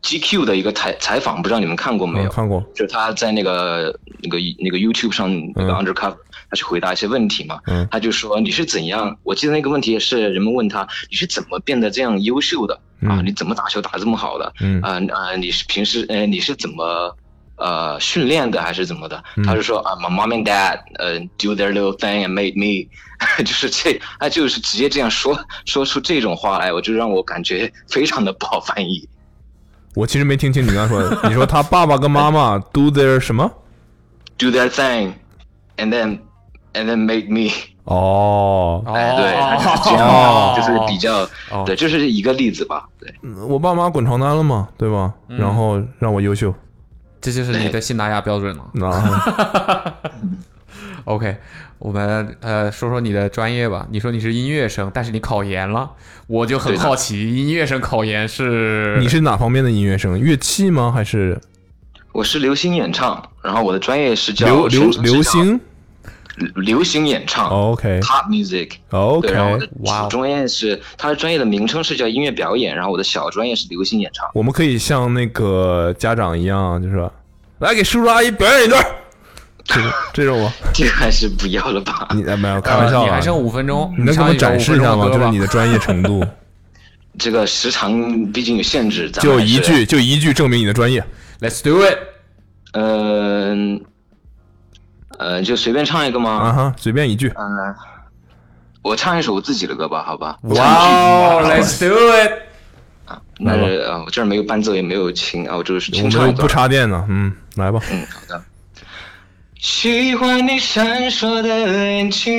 GQ 的一个采采访，不知道你们看过没嗯有？嗯看过，就是他在那个那个那个 YouTube 上那个 Undercover，、他去回答一些问题嘛，嗯啊他就说你是怎样？我记得那个问题也是人们问他你是怎么变得这样优秀的啊？嗯 你怎么打球打得这么好的？嗯啊、啊、你是平时呃你是怎么呃训练的还是怎么的？嗯他就说啊、m y mom and dad 呃 do their little thing and made me，就是 这他就是直接这样说说出这种话来，我就让我感觉非常的不好翻译。我其实没听清你刚才说 的，你说他爸爸跟妈妈 do their 什么？ do their thing and then and then make me，哦，哎 对，他就是这样，啊就是比较，对，这是一个例子吧，对，我爸妈滚床单了嘛，对吧？嗯然后让我优秀，这就是你的新达雅标准了。OK，我们呃说说你的专业吧。你说你是音乐生，但是你考研了，我就很对的好奇，音乐生考研是你是哪方面的音乐生？乐器吗？还是我是流行演唱，然后我的专业是叫流流流行流行演唱哦？OK 哦 pop music。 OK，对，然后我的主专业是，它的专业的名称是叫音乐表演，然后我的小专业是流行演唱。我们可以像那个家长一样，就是说来给叔叔阿姨表演一段，这种这种吗？这个还是不要了吧？你哎没有开玩笑啊，呃你还剩五分钟你能给我们展示一下吗？你唱一首五分钟歌吧就是你的专业程度，这个时长毕竟有限制， 咱们就还一是句就一句证明你的专业。 Let's do it。嗯，呃，就随便唱一个吗？啊哈，随便一句。嗯、我唱一首我自己的歌吧，好吧？哇啊哦，Let's do it！那来吧是啊，我这儿没有伴奏，也没有琴啊，我就是我清们唱都一段。不插电呢，嗯，来吧。嗯，好的。喜欢你闪烁的眼睛，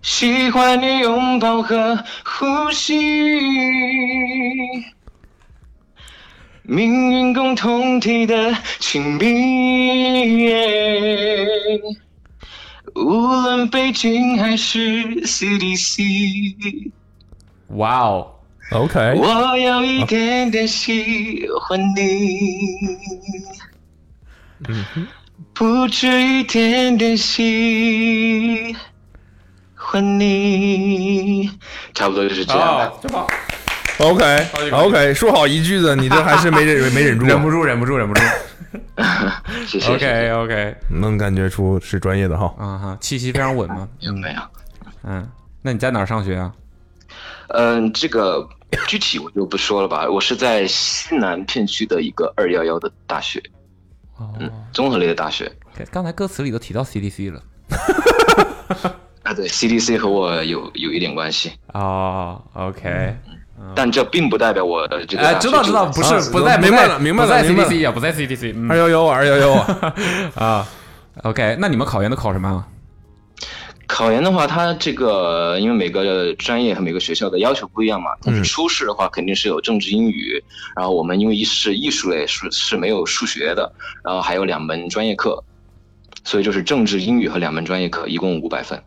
喜欢你拥抱和呼吸，命运共同体的亲密。无论北京还是 CDC，哇哦，OK，我有一点点喜欢你，不止一点点喜欢你，差不多就是这样了。 OK OK，说好一句的，你这还是没 忍 没忍住，啊忍不住，忍不住，忍不住。 谢谢 OK OK，能感觉出是专业的哈。啊哈，气息非常稳嘛。有没有？嗯，那你在哪儿上学啊？嗯，这个具体我就不说了吧。我是在西南片区的一个二幺幺的大学，哦嗯，综合类的大学。刚才歌词里都提到 CDC 了。啊，对，CDC 和我有有一点关系，哦，OK。但这并不代表我的这个哎，大学知道就知道，不是啊不在，嗯明白了不在明白了不在明白了 CDC 啊，不在 CDC，嗯211啊211啊 啊，OK，那你们考研都考什么啊？考研的话，它这个因为每个专业和每个学校的要求不一样嘛。但是嗯初试的话，肯定是有政治、英语，然后我们因为是艺术类，是是没有数学的，然后还有两门专业课，所以就是政治、英语和两门专业课，一共五百分。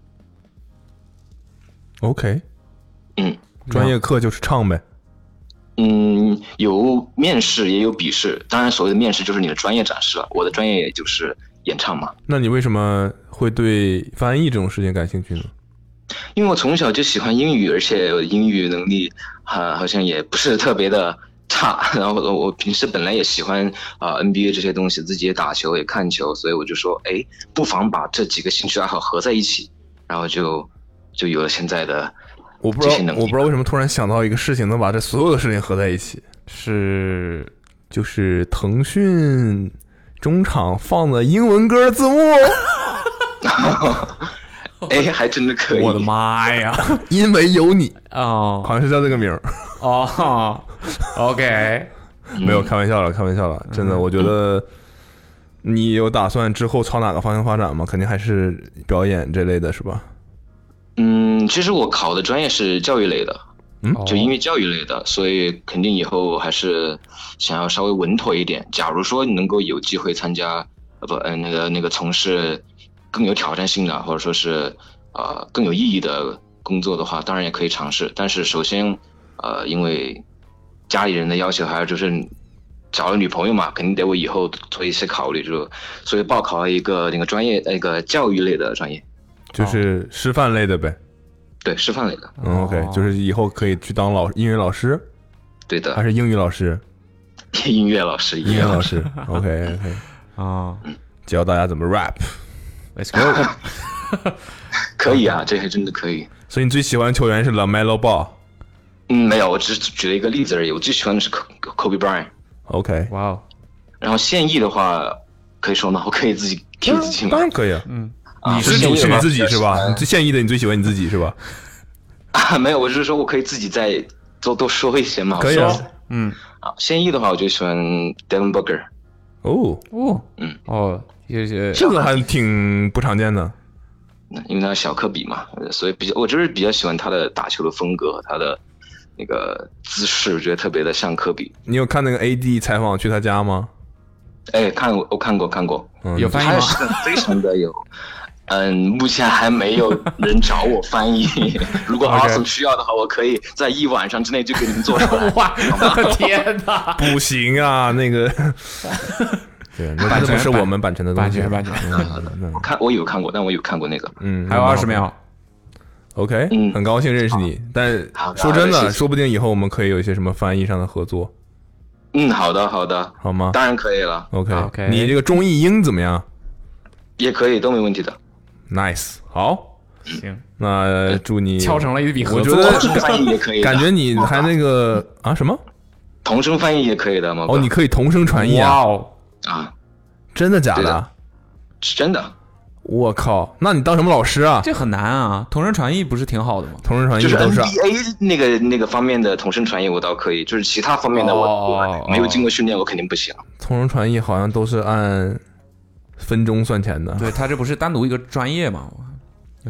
OK，嗯，专业课就是唱呗。嗯，有面试也有笔试，当然所谓的面试就是你的专业展示了，我的专业也就是演唱嘛。那你为什么会对翻译这种事情感兴趣呢？因为我从小就喜欢英语，而且我呃英语能力啊、好像也不是特别的差。然后我我平时本来也喜欢 啊、NBA 这些东西，自己也打球也看球，所以我就说，哎，不妨把这几个兴趣爱好合在一起，然后就就有了现在的我不知这道些，能我力不。知道为什么突然想到一个事情，能把这所有的事情合在一起，是就是腾讯中场放的英文歌字幕。 哎，还真的可以！我的妈呀！因为有你哦，好像是叫这个名儿。哦，OK，嗯嗯没有开玩笑了，开玩笑了，真的，我觉得你有打算之后朝哪个方向发展吗？肯定还是表演这类的，是吧？嗯，其实我考的专业是教育类的，嗯哦就音乐教育类的，所以肯定以后还是想要稍微稳妥一点。假如说你能够有机会参加，呃不，呃那个那个从事更有挑战性的，或者说是呃更有意义的工作的话，当然也可以尝试。但是首先，呃，因为家里人的要求，还有就是找了女朋友嘛，肯定得为以后做一些考虑，就所以报考了一个那个专业那个教育类的专业，哦就是师范类的呗。对，师范类的。嗯，OK，就是以后可以去当老音乐老师。对的，他是英语老师， 音乐老师，嗯音乐老师。OK OK 啊，教大家怎么 rap。 Let's go。可以啊，这还真的可以。所以你最喜欢的球员是 LaMelo Ball。嗯，没有，我只是举了一个例子而已。我最喜欢的是 Ko- Kobe Bryant。 OK，哇哦。然后现役的话，可以说吗？我可以自己听自己吗？当然可以啊。嗯，啊你是现你役是的你话自己是吧？你最现役的你最喜欢你自己是吧？啊，没有，我只是说我可以自己再多多说一些嘛。可以啊我说嗯，啊，现役的话，我就喜欢 Devin Booker。哦哦，嗯，哦，就是这个还挺不常见的。因为他是小科比嘛，呃所以比较我就是比较喜欢他的打球的风格，他的那个姿势，我觉得特别的像科比。你有看那个 AD 采访去他家吗？哎，看我我看过看过，嗯有翻译吗他是个非常的有， 嗯，目前还没有人找我翻译。 如果 OK 阿松需要的话，我可以在一晚上之内就给你们 做出来。哇，天哪！不行啊，那个， 对，那版这权不是我们版权的东西，版权版权。我看我有看过，但我有看过那个，嗯，还有20秒。 OK，很嗯高兴认识你，但说真的，说不定以后我们可以有一些什么翻译上的合作，嗯，好的好的，好吗当然可以了 OK OK 你这个中译英怎么样也可以，都没问题的。 ？Nice，好，行，那祝你敲成了一笔合我觉作得同声翻译也可以的感觉你还那个啊什么？同声翻译也可以的吗？哦，你可以同声传译啊？哇哦，啊，真的假对的？是真的，我靠，那你当什么老师啊？这很难啊，同声传译不是挺好的吗？同声传就是 NBA 那个那个方面的同声传译我倒可以，就是其他方面的我、哦我没有经过训练，我肯定不行。同声传译好像都是按分钟算钱的。对他这不是单独一个专业嘛，我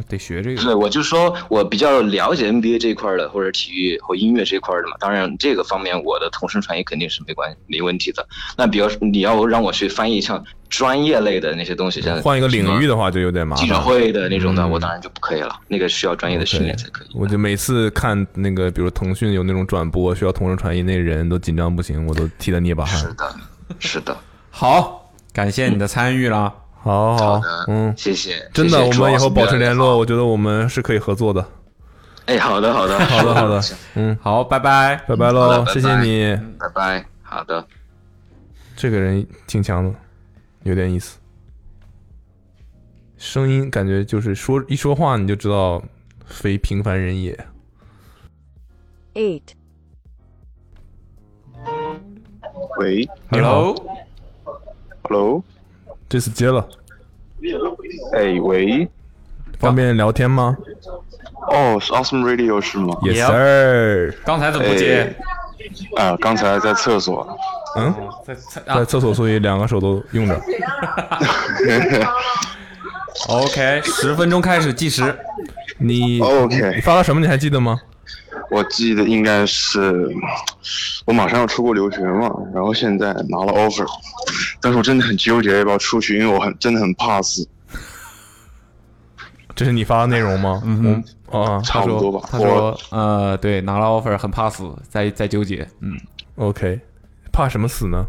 得学这对，个。我就说我比较了解 NBA 这一块的，或者体育或音乐这一块的嘛。当然，这个方面我的同声传译肯定是没关没问题的。那比如说你要让我去翻译像专业类的那些东西，像换一个领域的话就有点麻烦。嗯记者会的那种的，我当然就不可以了，那个需要专业的训练才可以。我就每次看那个，比如腾讯有那种转播需要同声传译，那人都紧张不行，我都替他捏把汗。是的，是的。好，感谢你的参与了。好好，嗯，谢谢真的，谢谢我主们要以后是保为持了联络，我觉得我们是可以合作的。哎，好的，好的，好的，好的，嗯，好，拜拜，拜拜好的喽，拜谢谢拜你。拜拜，好的。这个人挺强的，有点意思。声音感觉就是说一说话你就知道非平凡人也。 8. 喂你好，Hello，这次接了，哎喂，方便聊天吗哦，是 Awesome Radio 是吗？Yes sir。刚才怎么不接？啊，刚才在厕所。嗯，哦在啊在厕所，所以两个手都用着。 OK，十分钟开始计时。你 OK 你发了什么？你还记得吗？我记得应该是我马上要出国留学嘛，然后现在拿了 offer，但是我真的很纠结要不要出去，因为我很真的很怕死。这是你发的内容吗？嗯啊，他差不说多吧他我说，呃，对，拿了 offer 很怕死，在在纠结。嗯，OK，怕什么死呢？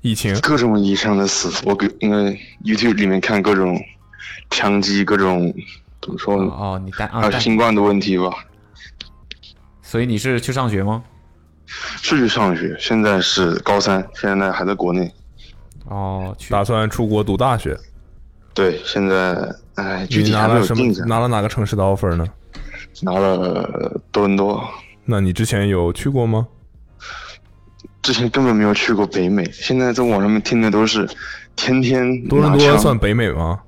疫情，各种意义上的死，我给那个 YouTube 里面看各种枪击，各种怎么说呢？哦，你带还有带新冠的问题吧？所以你是去上学吗？是去上学，现在是高三，现在还在国内。哦，打算出国读大学。对，现在哎，具你体拿还没了有啊什么定下？。拿了哪个城市的 offer 呢？拿了多伦多。那你之前有去过吗？之前根本没有去过北美，现在在网上面听的都是天天多伦拿多枪算北美吗？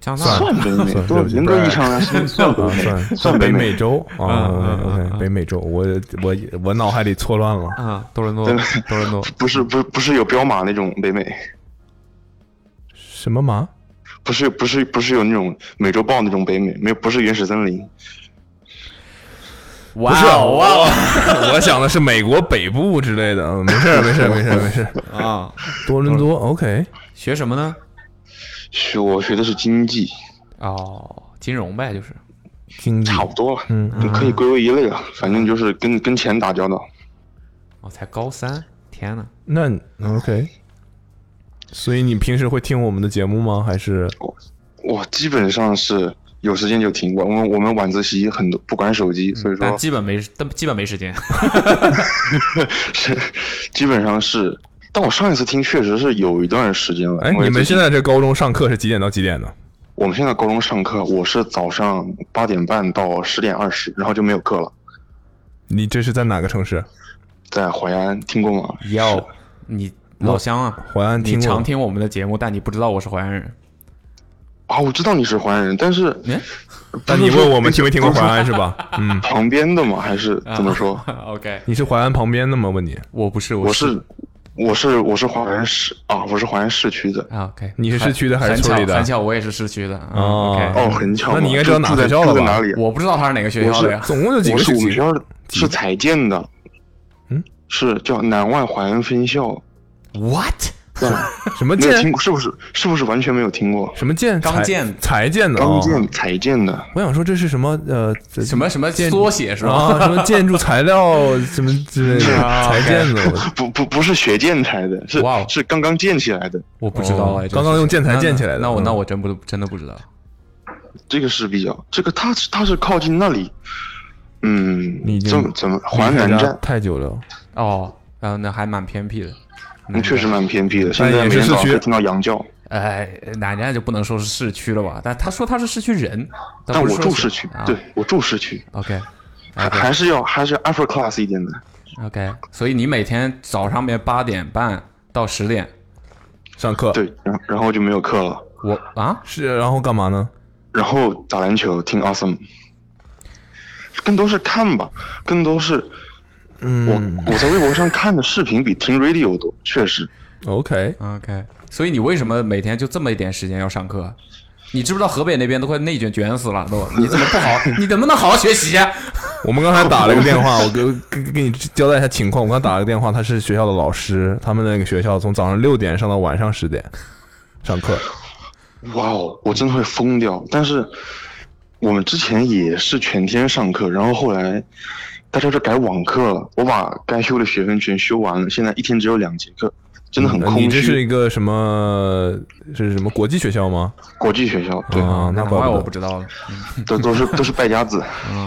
加拿大算北美算多对不起严格意义上 啊来算说算北美算算北北美洲啊嗯，OK，OK，北美洲，我我我脑海里错乱了啊，多伦多对多伦多不是不是不是有彪马那种北美，什么马？不是不是不是有那种美洲豹那种北美，没有不是原始森林。哇不是啊哦哇我 我想的是美国北部之类的，嗯没事儿没事儿没事儿没事儿啊，多伦多 OK，学什么呢？学我学的是经济，哦，金融呗，就是。经济差不多了，嗯你可以归为一类啊，反正就是跟跟钱打交道。我哦才高三，天哪！那 OK，所以你平时会听我们的节目吗？还是我基本上是有时间就停过。我们我们晚自习很多不管手机，所以但说基本没，但基本没时 间。 是基本上是。但我上一次听确实是有一段时间了。哎，我也你们最近现在这高中上课是几点到几点呢？我们现在高中上课，我是早上八点半到十点二十，然后就没有课了。你这是在哪个城市？在淮安，听过吗？要你老乡啊，淮安你听过常听我们的节目，但你不知道我是淮安人。啊，我知道你是淮安人，但是，但哎你问我们听没听过淮安是吧？啊嗯， 旁边的吗？还是怎么 说？ ？OK，你是淮安旁边的吗？问你，我不是，我是我是我是淮安市啊，我是淮安市区的。 OK，啊你是市区的还是很村里的？很巧，很巧我也是市区的。嗯哦 OK 哦很巧嘛那你应该知道哪住个在学校了吧？住在哪里啊我不知道他是哪个学我校的是呀。总共就几个我是学我们期学校的是彩建的，嗯，是叫南外淮安分校。 What？ 什么没有建听过？是不是是不是完全没有听过？什么建？刚才建才建的，刚哦建才建 的。我想说这是什么呃这什么什么建缩写是吧啊，什么建筑材 料什么之类的啊才建的，我 哦不不不是学建材的，是是刚刚建起来的。我不知道哎，这个刚刚用建材那建起来的那我嗯那我真不真的不知道。这个是比较，这个它是它是靠近那里，嗯，你已经怎么怎么淮离开南家站，太久了，哦，啊，那还蛮偏僻的。嗯，确实蛮偏呃僻的。现但在也每是天市早上区会听到羊叫，哎，南站就不能说是市区了吧？但他说他是市区人，但不是我说住是市区啊，对我住市区， OK，啊还还是要还是要 upper class 一点的。 OK，所以你每天早上面八点半到十点上课，对，然后然后就没有课了。我啊是，然后干嘛呢？然后打篮球，听 awesome，更多是看吧，更多是嗯我在微博上看的视频比听 radio 多，确实。 OK OK，所以你为什么每天就这么一点时间要上课？啊你知不知道河北那边都快内卷卷死了都？你怎么不 好？你怎么能好好学习啊？我们刚才打了个电话，我给 给给你交代一下情况。我刚打了个电话，他是学校的老师，他们那个学校从早上六点上到晚上十点上课。嗯哇哦，我真的会疯掉！但是我们之前也是全天上课，然后后来大家就改网课了。我把该修的学分全修完了，现在一天只有两节课，真的很嗯你 空这是一虚。个什么？是什么国际学校吗？国际学校，对啊，那难怪怪我得不知道了。嗯都都是都是败家子。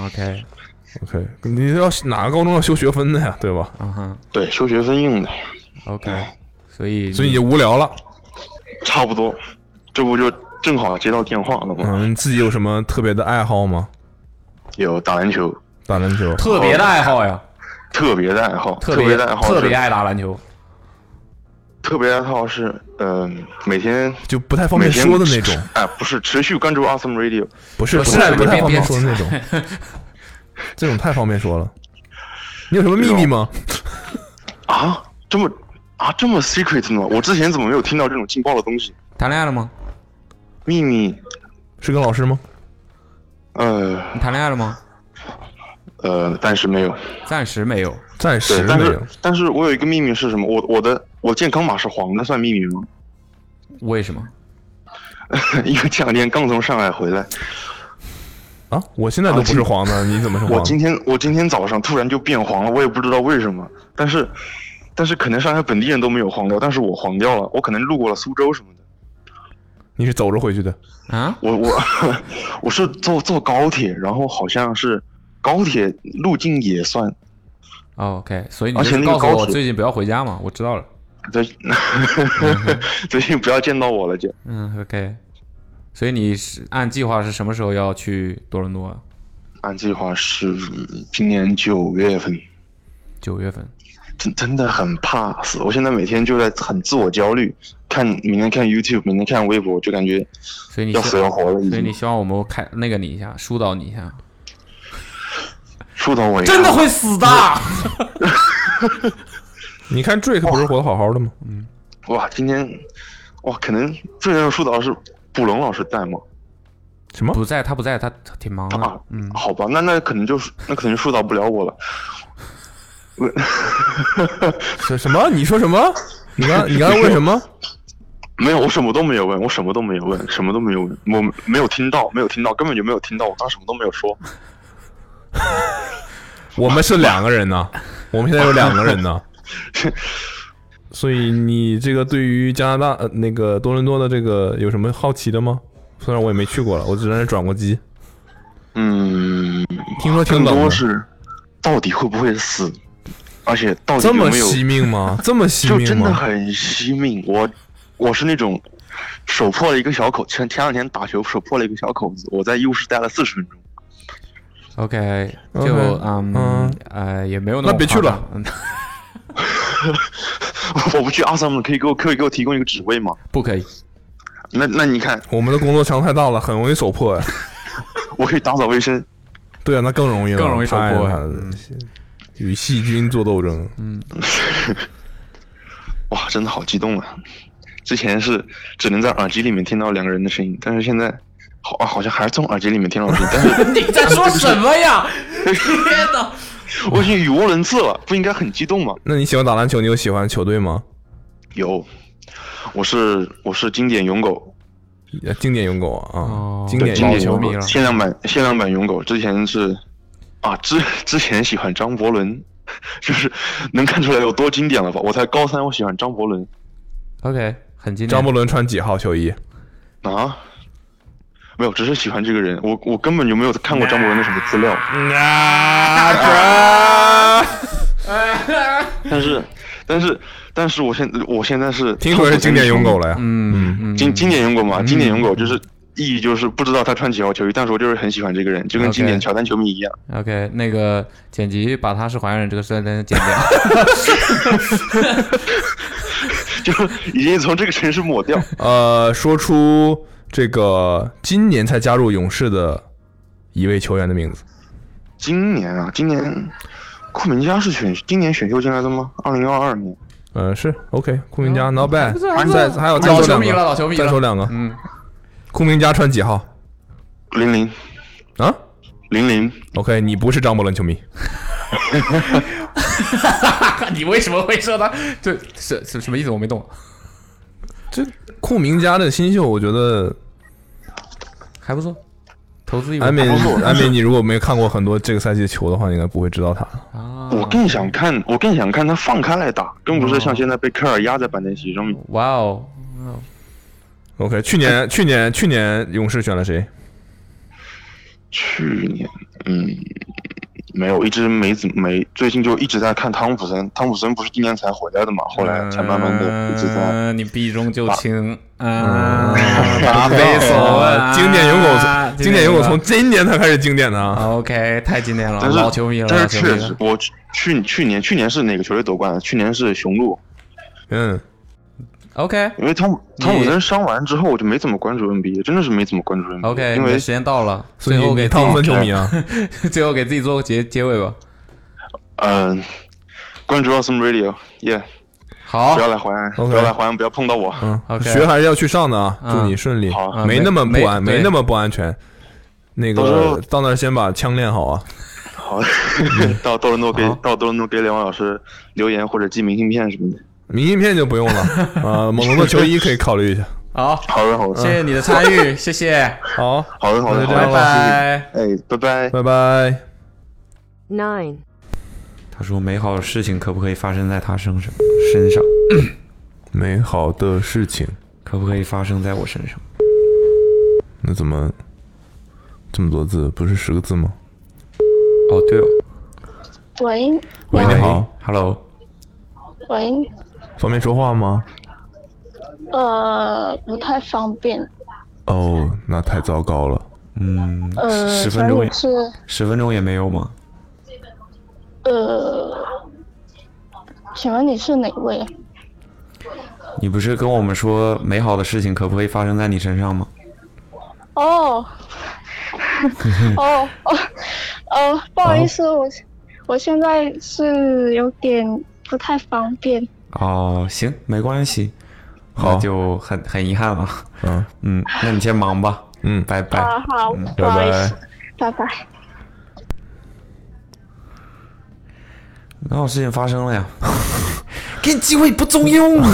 OK OK，你要哪个高中要修学分的呀？对吧？嗯哼对，修学分用的， ，OK，所以所以你就无聊了。差不多。这不就正好接到电话了吗？嗯，你自己有什么特别的爱好吗？有打篮球，打篮球，特别的爱好呀，特别的爱好，特别别的爱好，特别爱打篮球。特别爱好是，嗯、每天就不太方便说的那种。哎，不是，持续关注 Awesome Radio，不是不太不太方便说的那种，这种太方便说了。你有什么秘密吗？ 啊，这么啊这么 secret 吗？我之前怎么没有听到这种劲爆的东西？谈恋爱了吗？秘密是跟老师吗？呃你谈恋爱了吗？呃，暂时没有，暂时没有，暂对，但啊是。但是我有一个秘密是什么？我我的我健康码是黄的，算秘密吗？为什么？ 因为这两天刚从上海回来，啊，我现在都不是黄的，你怎么是啊我黄今的？天我今天早上突然就变黄了，我也不知道为什么，但是但是可能上海本地人都没有黄掉，但是我黄掉了，我可能路过了苏州什么的。你是走着回去的？啊，我我 我是坐坐高铁，然后好像是高铁路径也算，哦 OK，所以你而就且是那个告诉高我铁最近不要回家嘛，我知道了。 最最近不要见到我了就。嗯，OK，所以你是按计划是什么时候要去多伦多啊？按计划是嗯今年九月份，九月份。真真的很怕死，我现在每天就在很自我焦虑，看明天看 YouTube，明天看微博，就感觉所以你要希死要活了已所以经你希望我们开那个你一下，疏导你一下，疏导我一下。真的会啊死的。你看 Drake 不是活得好好的吗？哇，今天哇，可能最让疏导的是卜龙老师在吗？什么？不在，他不在，他他挺忙啊的。嗯，好吧，那那可能就是那可能疏导不了我了。 什什么？你说什么？你刚你刚才问什么？ 没有，我什么都没有问，我什么都没有问，什么都没有问，我没有听到，没有听到，根本就没有听到，我刚什么都没有说。 我们是两个人呢，我们现在有两个人 呢。所以你这个对于加拿大呃那个多伦多的这个有什么好奇的吗？虽然我也没去过了，我只在那转过机。嗯，听说挺冷的更多是到底会不会死，而且到底这有么没有惜命吗这么惜就命真的吗很惜命。我我是那种手破了一个小口，前前两天打球手破了一个小口子，我在医务室待了四十分钟。 OK，就 OK，嗯嗯呃也没有么那别去夸张了。我不去阿萨姆，可以给我可以给我提供一个职位吗？不可以。那那你看，我们的工作常态到了，很容易手破呀。我可以打扫卫生。对啊，那更容易了，更容易手破嗯太难了与细菌做斗争。 嗯，哇，真的好激动啊！之前是只能在耳机里面听到两个人的声音，但是现在好啊，好像还是从耳机里面听到的声音，但是 你在说什么 呀？天哪！我已经语无伦次了，不应该很激动吗？那你喜欢打篮球？你有喜欢球队吗？有，我是我是经典勇狗，呃经典勇狗啊，啊经对典经典勇勇狗狗，限量版限量版勇狗，之前是啊之之前喜欢张伯伦， 就是能看出来有多经典了吧？我才高三，我喜欢张伯伦 OK，很经典。张伯伦穿几号球衣？啊，没有，只是喜欢这个人，我我根本就没有看过张伯伦的什么资料。哎但是，但是，但是，我现我现在是听说是经典勇狗了啊呀嗯嗯，经经典勇狗嘛，经典勇狗就是意义就是不知道他穿几号球衣，但是我就是很喜欢这个人，就跟经典 OK 乔丹球迷一样。 OK，那个剪辑把他是还原人这个瞬间剪掉。 就是已经从这个城市抹掉。呃，说出这个今年才加入勇士的一位球员的名字。今年啊，今年库明加是选今年选秀进来的吗？二零二二年。呃，是 OK，库明加 not 哦还 bad，不错还不错再还有再老说球两迷个，了老球迷再了说两个，嗯，库明加穿几号？零零啊，零零。 OK，你不是张伯伦 球迷， 你为什么会说他？这是是什么意思？我没懂。库明加的新秀，我觉得还不错，投资一安美还不错安美， 你如果没看过很多这个赛季的球的话，你应该不会知道他。啊我更想看，我更想看他放开来打，更不是像现在被科尔压在板凳席上面。哦哇哦！ OK，去年去年去年勇士选了谁？去年，嗯，没有，一直没怎没，最近就一直在看汤普森。汤普森不是今年才回来的嘛，后来才慢慢的一直在。嗯，你避重就轻，嗯，答非非所问。经典勇狗，经典勇狗从今年才开始经典的啊。 OK，太经典了，但是老球迷了，但老是球迷确实了，。我去去去年去年是哪个球队夺冠啊？去年是雄鹿。嗯 OK，因为汤姆汤普森伤完之后，我就没怎么关注 NBA，真的是没怎么关注 NBA。 OK，因你为的时间到了，所以最后给你自己汤普森球迷啊， 最后给自己做个结结尾吧。嗯、关注 Awesome Radio，Yeah。好，不要来淮安 OK 不要来淮安，不要碰到我。嗯学还是要去上的啊，祝你顺利好，没那么不安，没没那么不安全。那到时候个到那儿先把枪练好啊。 好，到多伦多给到多伦多给两位老师留言或者寄明信片什么的。明信片就不用了，啊，猛龙的球衣可以考虑一下。 好，好的，好的，谢谢你的参与，谢谢。好，好的，好那的，就这样好了拜拜，哎，拜拜，拜拜。 Nine. 他说：“美好的事情可不可以发生在他身上？身上， 美好的事情可不可以发生在我身上？那怎么这么多字？不是十个字吗？哦，对哦。喂，喂，你好，Hello，喂，方便说话吗？呃，不太方便，哦，那太糟糕了。嗯呃，十分钟也所以我是十分钟也没有吗？呃，请问你是哪位？啊你不是跟我们说美好的事情可不可以发生在你身上吗？ 哦，哦哦哦，不好意思，我我现在是有点不太方便。哦，行，没关系，好，就很很遗憾了。嗯嗯，那你先忙吧。嗯，拜拜。啊，好，嗯不好意思，拜拜。美好事情发生了呀，给你机会不中用 啊。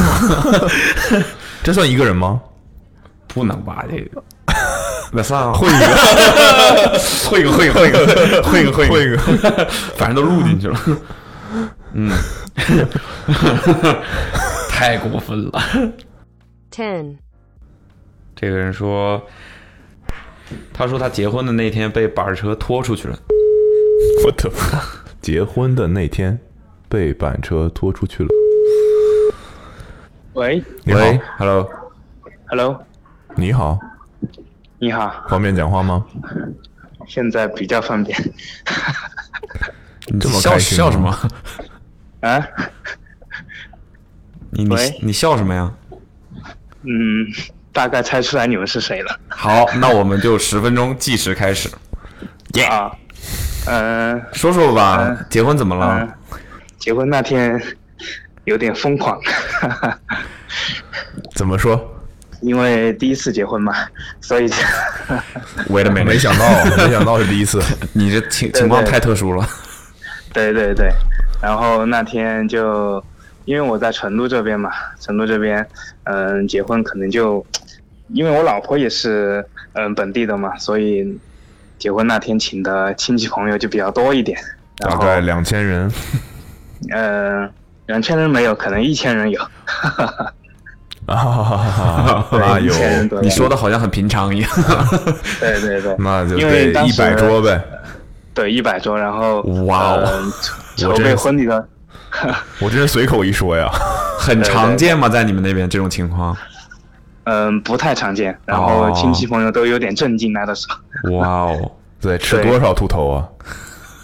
这算一个人吗？不能吧，这 个。那算了， 混一个混一 个，啊混一个，混一个，混一个，混一个，混一个 反正都录进去 了。 嗯，太过分了。 Ten. 这个人说，他说他结婚的那天被板车拖出去了。我的妈！结婚的那天被板车拖出去了。喂你好，Hello， ，Hello，你好，你好，方便讲话吗？现在比较方便你这么笑开心笑什吗么？啊？你你喂你笑什么呀？嗯，大概猜出来你们是谁了。好，那我们就十分钟计时开始。啊，嗯，说说吧，结婚怎么啊了？结婚那天有点疯狂，怎么说？因为第一次结婚嘛，所以就 Wait a minute，没想到，没想到是第一次。 你这情对情况对太特殊了。对对对，然后那天就因为我在成都这边嘛，成都这边，嗯、结婚可能就因为我老婆也是嗯、本地的嘛，所以结婚那天请的亲戚朋友就比较多一点，大概两千 人，呃，两千人没有，可能一千人有，啊对那哎 一千人有多你说得好像很平常一样。对对对，那就因为得当一时百桌呗。对一百桌，然后哇呃哦筹我真备是婚礼的， 我真是随口一说呀，很对常见吗？在你们那边这种情况？嗯、不太常见，然后哦亲戚朋友都有点震惊那个时候。哇哦，对，吃对多少秃头啊？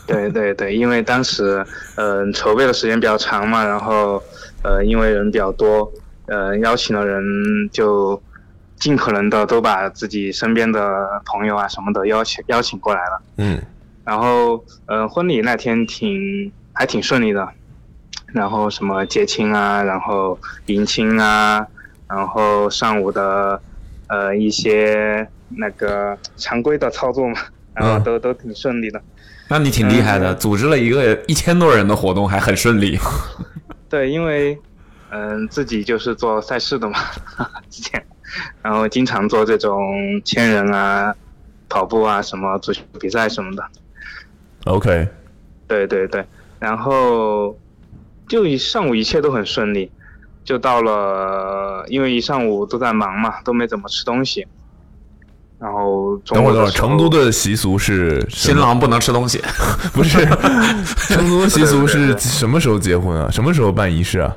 对对对，因为当时嗯、筹备的时间比较长嘛，然后呃因为人比较多，呃邀请的人就尽可能的都把自己身边的朋友啊什么的邀请邀请过来了。嗯，然后呃婚礼那天挺还挺顺利的，然后什么结亲啊，然后迎亲啊，然后上午的呃一些那个常规的操作嘛，然后都、都挺顺利的。那你挺厉害嗯的，组织了一个一千多人的活动，还很顺利。对，因为嗯、自己就是做赛事的嘛，之前，然后经常做这种千人啊、跑步啊、什么足球比赛什么的。嗯 OK，对对对，然后就一上午一切都很顺利，就到了，因为一上午都在忙嘛，都没怎么吃东西。然后中等会儿午的等会儿，时候成都的习俗是新郎不能吃东西， 不 是？成都的习俗是什么时候结婚啊？什么时候办仪式啊？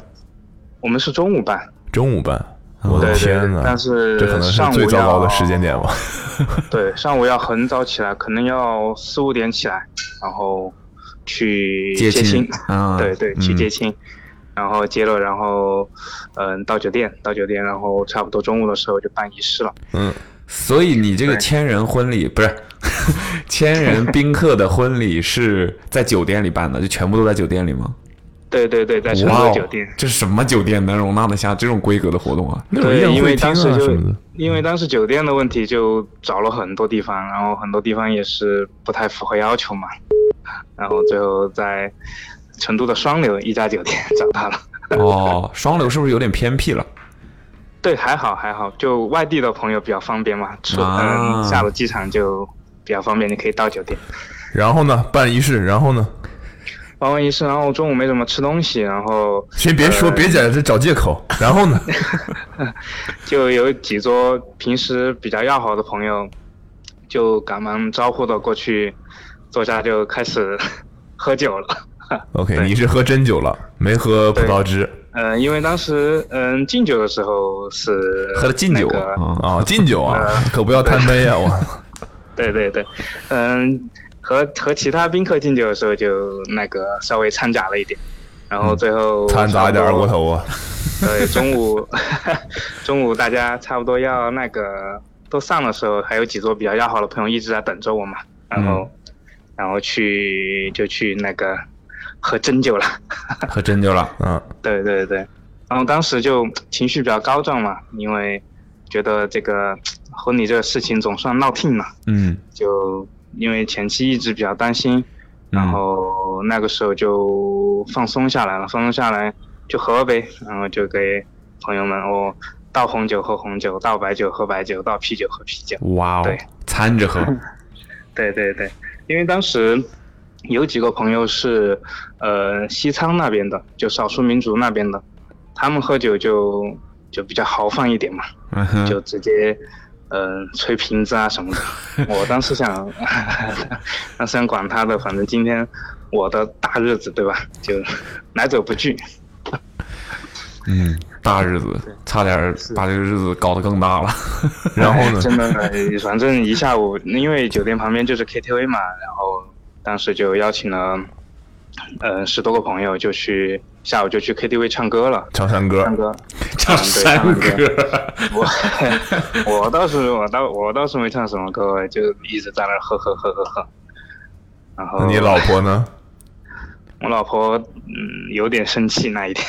我们是中午办，中午办。嗯我的对对天呐，但是这可能是上午最糟糕的要时间点吧？对，上午要很早起来，可能要四五点起来，然后去接亲，亲啊对对，去嗯接亲，然后接了，然后嗯、到酒店，到酒店，然后差不多中午的时候就办仪式了。嗯， 所以你这个千人婚礼不是千人宾客的婚礼是在酒店里办的，就全部都在酒店里吗？对对对，在成哇都哦酒店。，这是什么酒店能容纳得下这种规格的活动啊？那种对，宴因会为厅当时啊就什么的，因为当时酒店的问题，就找了很多地方，然后很多地方也是不太符合要求嘛，然后最后在成都的双流一家酒店 找到了。 哦，双流是不是有点偏僻了？对，还好还好，就外地的朋友比较方便嘛，出、啊嗯下了机场就比较方便，你可以到酒店。然后呢，办仪式，然后呢？办完仪式，然后中午没怎么吃东西，然后先别说，呃别讲这找借口。然后 呢？就有几桌平时比较要好的朋友，就赶忙招呼的过去坐下，就开始喝酒了。 OK，你是喝真酒了，没喝葡萄汁呃，因为当时嗯、敬酒的时候是喝了敬酒那个呃啊？敬酒 啊，可不要贪杯啊！我对对对，嗯，和和其他宾客敬酒的时候就那个稍微掺杂了一点，然后最后嗯掺杂一点差二锅。不多头啊。对，中午 中午大家差不多要那个都散的时候，还有几桌比较要好的朋友一直在等着我嘛，然后、然后去就去那个喝真酒了。喝真酒了，嗯，对对对，然后当时就情绪比较高涨嘛，因为觉得这个婚礼这个事情总算闹定了。嗯，就因为前期一直比较担心，嗯然 后那个时候就放松下来了，放松下来就喝呗，然后就给朋友们我、倒红酒喝红酒，倒白酒喝白酒，倒啤酒喝啤酒。哇哦，掺 着喝，对对对，因为当时有几个朋友是呃西昌那边的，就少数民族那边的，他们喝酒就就比较豪放一点嘛，嗯哼就直接呃吹瓶子啊什么的。我当时想， 当时想管他的，反正今天我的大日子对吧？就来者不拒。嗯，大日子，差点把这个日子搞得更 大了。 然后 呢？真的，反正一下午，因为酒店旁边就是 KTV 嘛，然后当时就邀请了，呃，十多个朋友，就去下午就去 KTV 唱歌了，唱山歌，唱歌， 唱山嗯对歌。我我倒是我倒我倒是没唱什么歌，就一直在那儿喝喝喝喝喝。然后那你老婆呢？我老婆嗯有点生气那一天，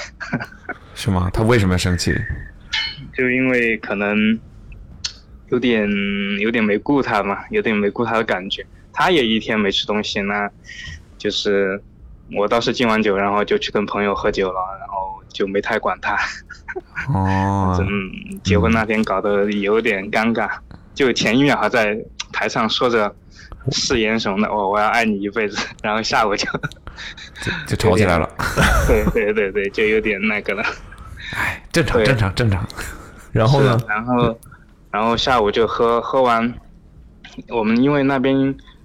是吗？他为什么要生气？就因为可能有点有点没顾他嘛，有点没顾他的感觉。他也一天没吃东西，那就是我倒是敬完酒，然后就去跟朋友喝酒了，然后就没太管他。哦，嗯，结婚那天搞得有点尴尬，就前一秒还在台上说着誓言什么的，哦我我要爱你一辈子，然后下 午就就吵起来了。对对对对，就有点那个了。正常，正常，正常。 然后呢是？然后，然后下午就喝喝完，我们因为那边，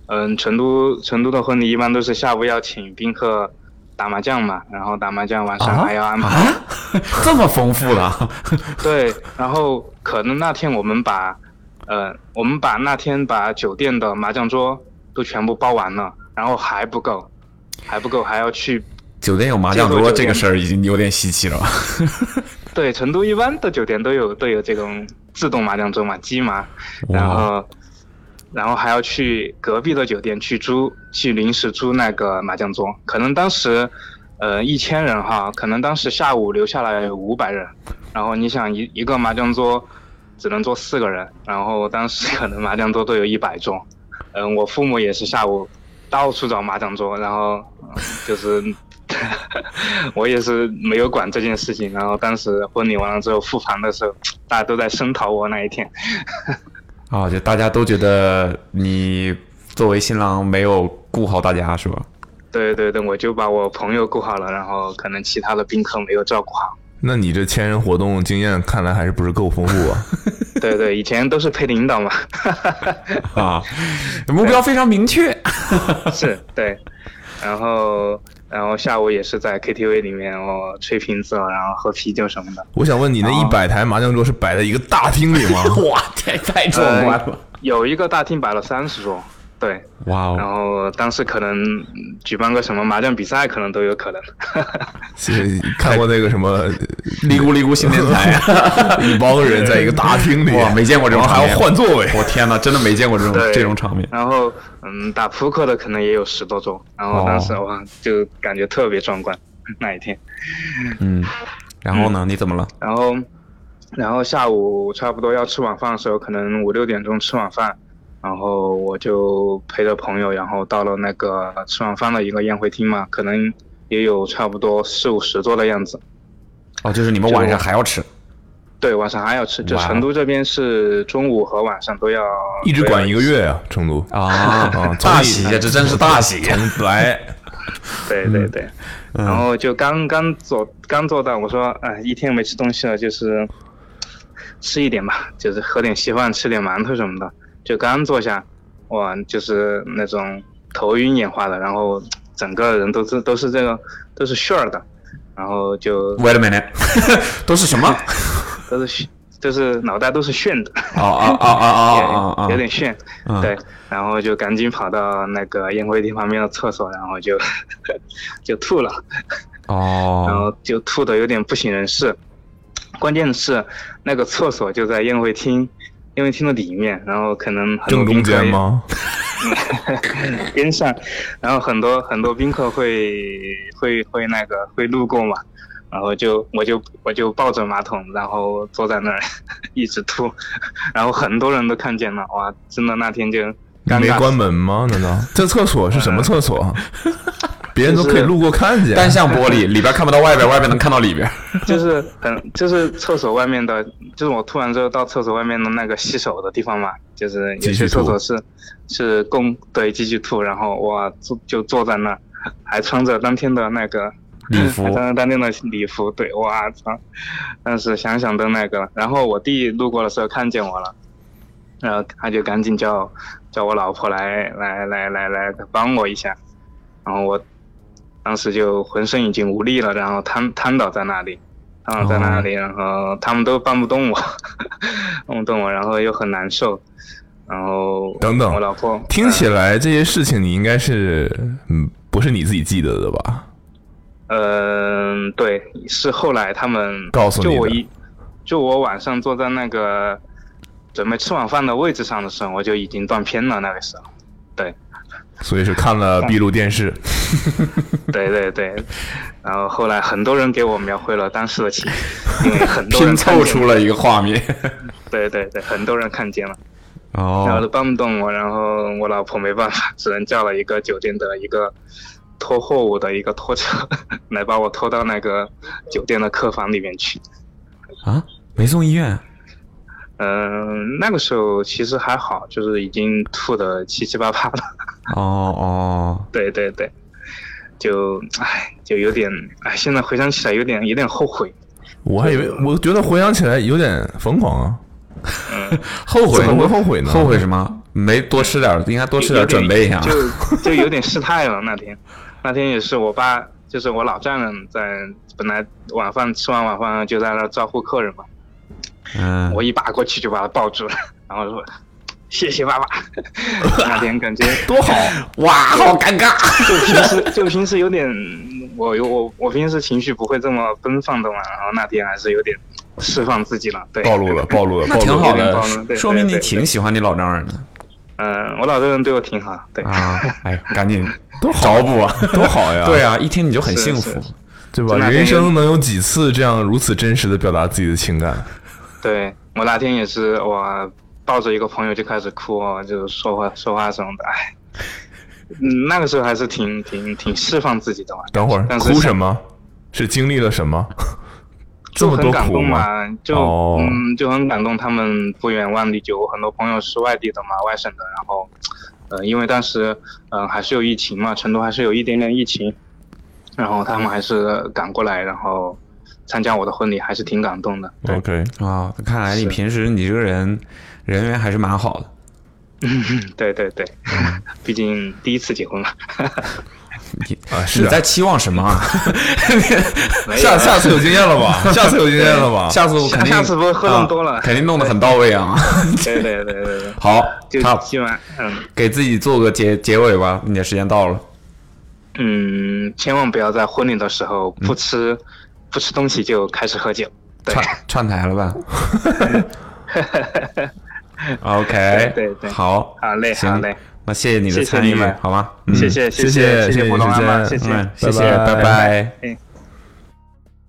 嗯、成都成都的婚礼一般都是下午要请宾客打麻将嘛，然后打麻将晚啊上还要安排。 这么丰富的啊， 对，然后可能那天我们把，呃，我们把那天把酒店的麻将桌都全部包完了，然后还不够，还不够，还要去。酒店有麻将桌这个事儿已经有点稀 奇了吧？对，成都一般的酒店都有都有这种自动麻将桌嘛，机麻，哇然后然后还要去隔壁的酒店去租，去临时租那个麻将桌。可能当时，呃，一千人哈，可能当时下午留下来五百人，然后你想一一个麻将桌只能坐四个人，然后当时可能麻将桌都有一百桌。嗯、我父母也是下午到处找麻将桌，然后呃就是。 我也是没有管这件事情，然后当时婚礼完了之后复盘的时候，大家都在声讨我那一天，啊，就大家都觉得你作为新郎没有顾好大家是吧？对对对，我就把我朋友顾好了，然后可能其他的宾客没有照顾好。那你这千人活动经验看来还是不是够丰富啊？对对，以前都是陪领导嘛， 啊，目标非常明确。是对，然后然后下午也是在 KTV 里面我吹瓶子，然后喝啤酒什么的。我想问你，那一百台麻将桌是摆在一个大厅里吗？啊哇，哦这太壮观了！呃有一个大厅摆了三十桌，对，哇然哦，后当时可能嗯举办个什么麻将比赛，可能都有可能。是看过那个什么 嘀咕嘀咕新天才啊 一帮人在一个大厅里，啊哇，没见过这种场还面，要换座位，我天哪，真的没见过这种对这种场面。然后，嗯，打扑克的可能也有十多桌，然哦后当时、哇，就感觉特别壮观那一天。嗯，然后呢？你怎么了？然后，然后下午差不多要吃晚饭的时候，可能五六点钟吃晚饭，然后我就陪着朋友，然后到了那个吃晚饭的一个宴会厅嘛，可能也有差不多四五十桌的样子。哦，就是你们晚上还要吃，对，晚上还要吃，就哇哦成都这边是中午和晚上都要一直管一个月呀、成都啊啊，大喜呀这真是大 喜呀嗯从来，对对对，嗯然后就刚刚做刚做到，我说哎，一天没吃东西了，就是吃一点吧，就是喝点稀饭，吃点馒头什么的。就刚坐下，哇，就是那种头晕眼花的，然后整个人都是都是这个都是旋儿的，然后就 Wait a minute，都 是什么？都是就是脑袋都是眩的。哦哦哦哦哦啊哦哦， 有点炫，嗯对，然后就赶紧跑到那个宴会厅旁边的厕所，然后就 就吐了，然哦，后就吐的有点不省人事。关键是那个厕所就在宴会厅，宴会厅的里面，然后可能很多正中宾客间吗？ 边上，然后很多很多宾客会会会那个会路过嘛，然后就我就我就抱着马桶，然后坐在那儿 一直吐，然后很多人都看见了，哇，真的那天就你尴没尬。关门吗？难 道这厕所是什么厕所？啊别人都可以路过看见，啊单向玻璃里边看不到外边，外边能看到里边。 就是很，就是厕所外面的，就是我突然就到厕所外面的那个洗手的地方嘛，就是有继续些吐厕所是是供对继续吐，然后我坐就坐在那儿，还穿着当天的那个嗯礼服嗯还穿着当天的礼服，对，哇操！但是想想都那个了。然后我弟路过的时候看见我了，然后他就赶紧叫叫我老婆来来来来来帮我一下，然后我当时就浑身已经无力了，然后瘫瘫倒在那里，瘫倒在那里，然后他们都搬不动我， 搬不动我，然后又很难受，然后等等我老婆 听起来这些事情你应该是嗯不是你自己记得的吧？嗯、对，是后来他们告诉你就的我一就我晚上坐在那个准备吃晚饭的位置上的时候，我就已经断片了。那个时候， 对所以是看了闭路电视。对对对，然后后来很多人给我描绘了当时的情景，因为很多 拼人看凑见出了一个画面。对对对，很多人看见了。然后哦都，搬不动我，然后我老婆没办法，只能叫了一个酒店的一个拖货物的一个拖车 来把我拖到那个酒店的客房里面去。啊，没送医院，嗯、那个时候其实还好，就是已经吐的七七八八了。 哦哦，对对对，就唉，就有点唉，现在回想起来有点有点后悔。我还以为，我觉得回想起来有点疯狂啊。嗯后悔怎么会后悔呢？后悔什么？没多吃点儿，应该 多吃点儿，有准备一下。就就有点失态了。那天， 那天也是我爸，就是我老丈人在，本来晚饭吃完晚饭就在那招呼客人嘛，嗯，我一把过去就把他抱住了，然后说。谢谢爸爸，那天感觉 多好哇，好尴尬。就平 时就平时有点，我有我我平时情绪不会这么奔放的嘛，然后那天还是有点释放自己了，对，暴 露了，暴露了，那挺暴露了好有点的暴露，说对说明对你对挺喜欢你老丈人的嗯，我老丈人对我挺好，对啊。哎，赶紧找补 啊，多好呀对啊，一听你就很是幸是福。对吧？那天人生能有几次这样如此真实的表达自己的情感？对我那天也是，我抱着一个朋友就开始哭哦，就是说话说话什么的， 哎，嗯，那个时候还是挺挺挺释放自己的嘛。等会儿但是哭像什么？是经历了什么？这就么很多感苦动吗嘛，？就、哦，嗯，就很感动。他们不远万里，就我很多朋友是外地的嘛，外省的。然后，呃，因为当时嗯、呃还是有疫情嘛，成都还是有一点点疫情，然后他们还是赶过来，然后参加我的婚礼，还是挺感动的。 OK 啊，看来你平时你这个人人缘还是蛮好的。对对对，毕竟第一次结婚嘛。你啊是你啊在期望什么啊？没啊下下次有经验了 吧下次有经验了吧下次我肯定下次不会喝更多了啊肯定弄得很到位 啊。 对对对对对，好，就差不基本上嗯给自己做个结结尾吧，你的时间到了。嗯，千万不要在婚礼的时候不吃、不吃东西就开始喝酒。串 串台了吧？OK，对对对好，好嘞行好嘞，那谢谢你的谢谢参你与们，好吗？嗯谢谢谢谢谢谢普通妈妈，谢谢嗯谢谢，拜拜。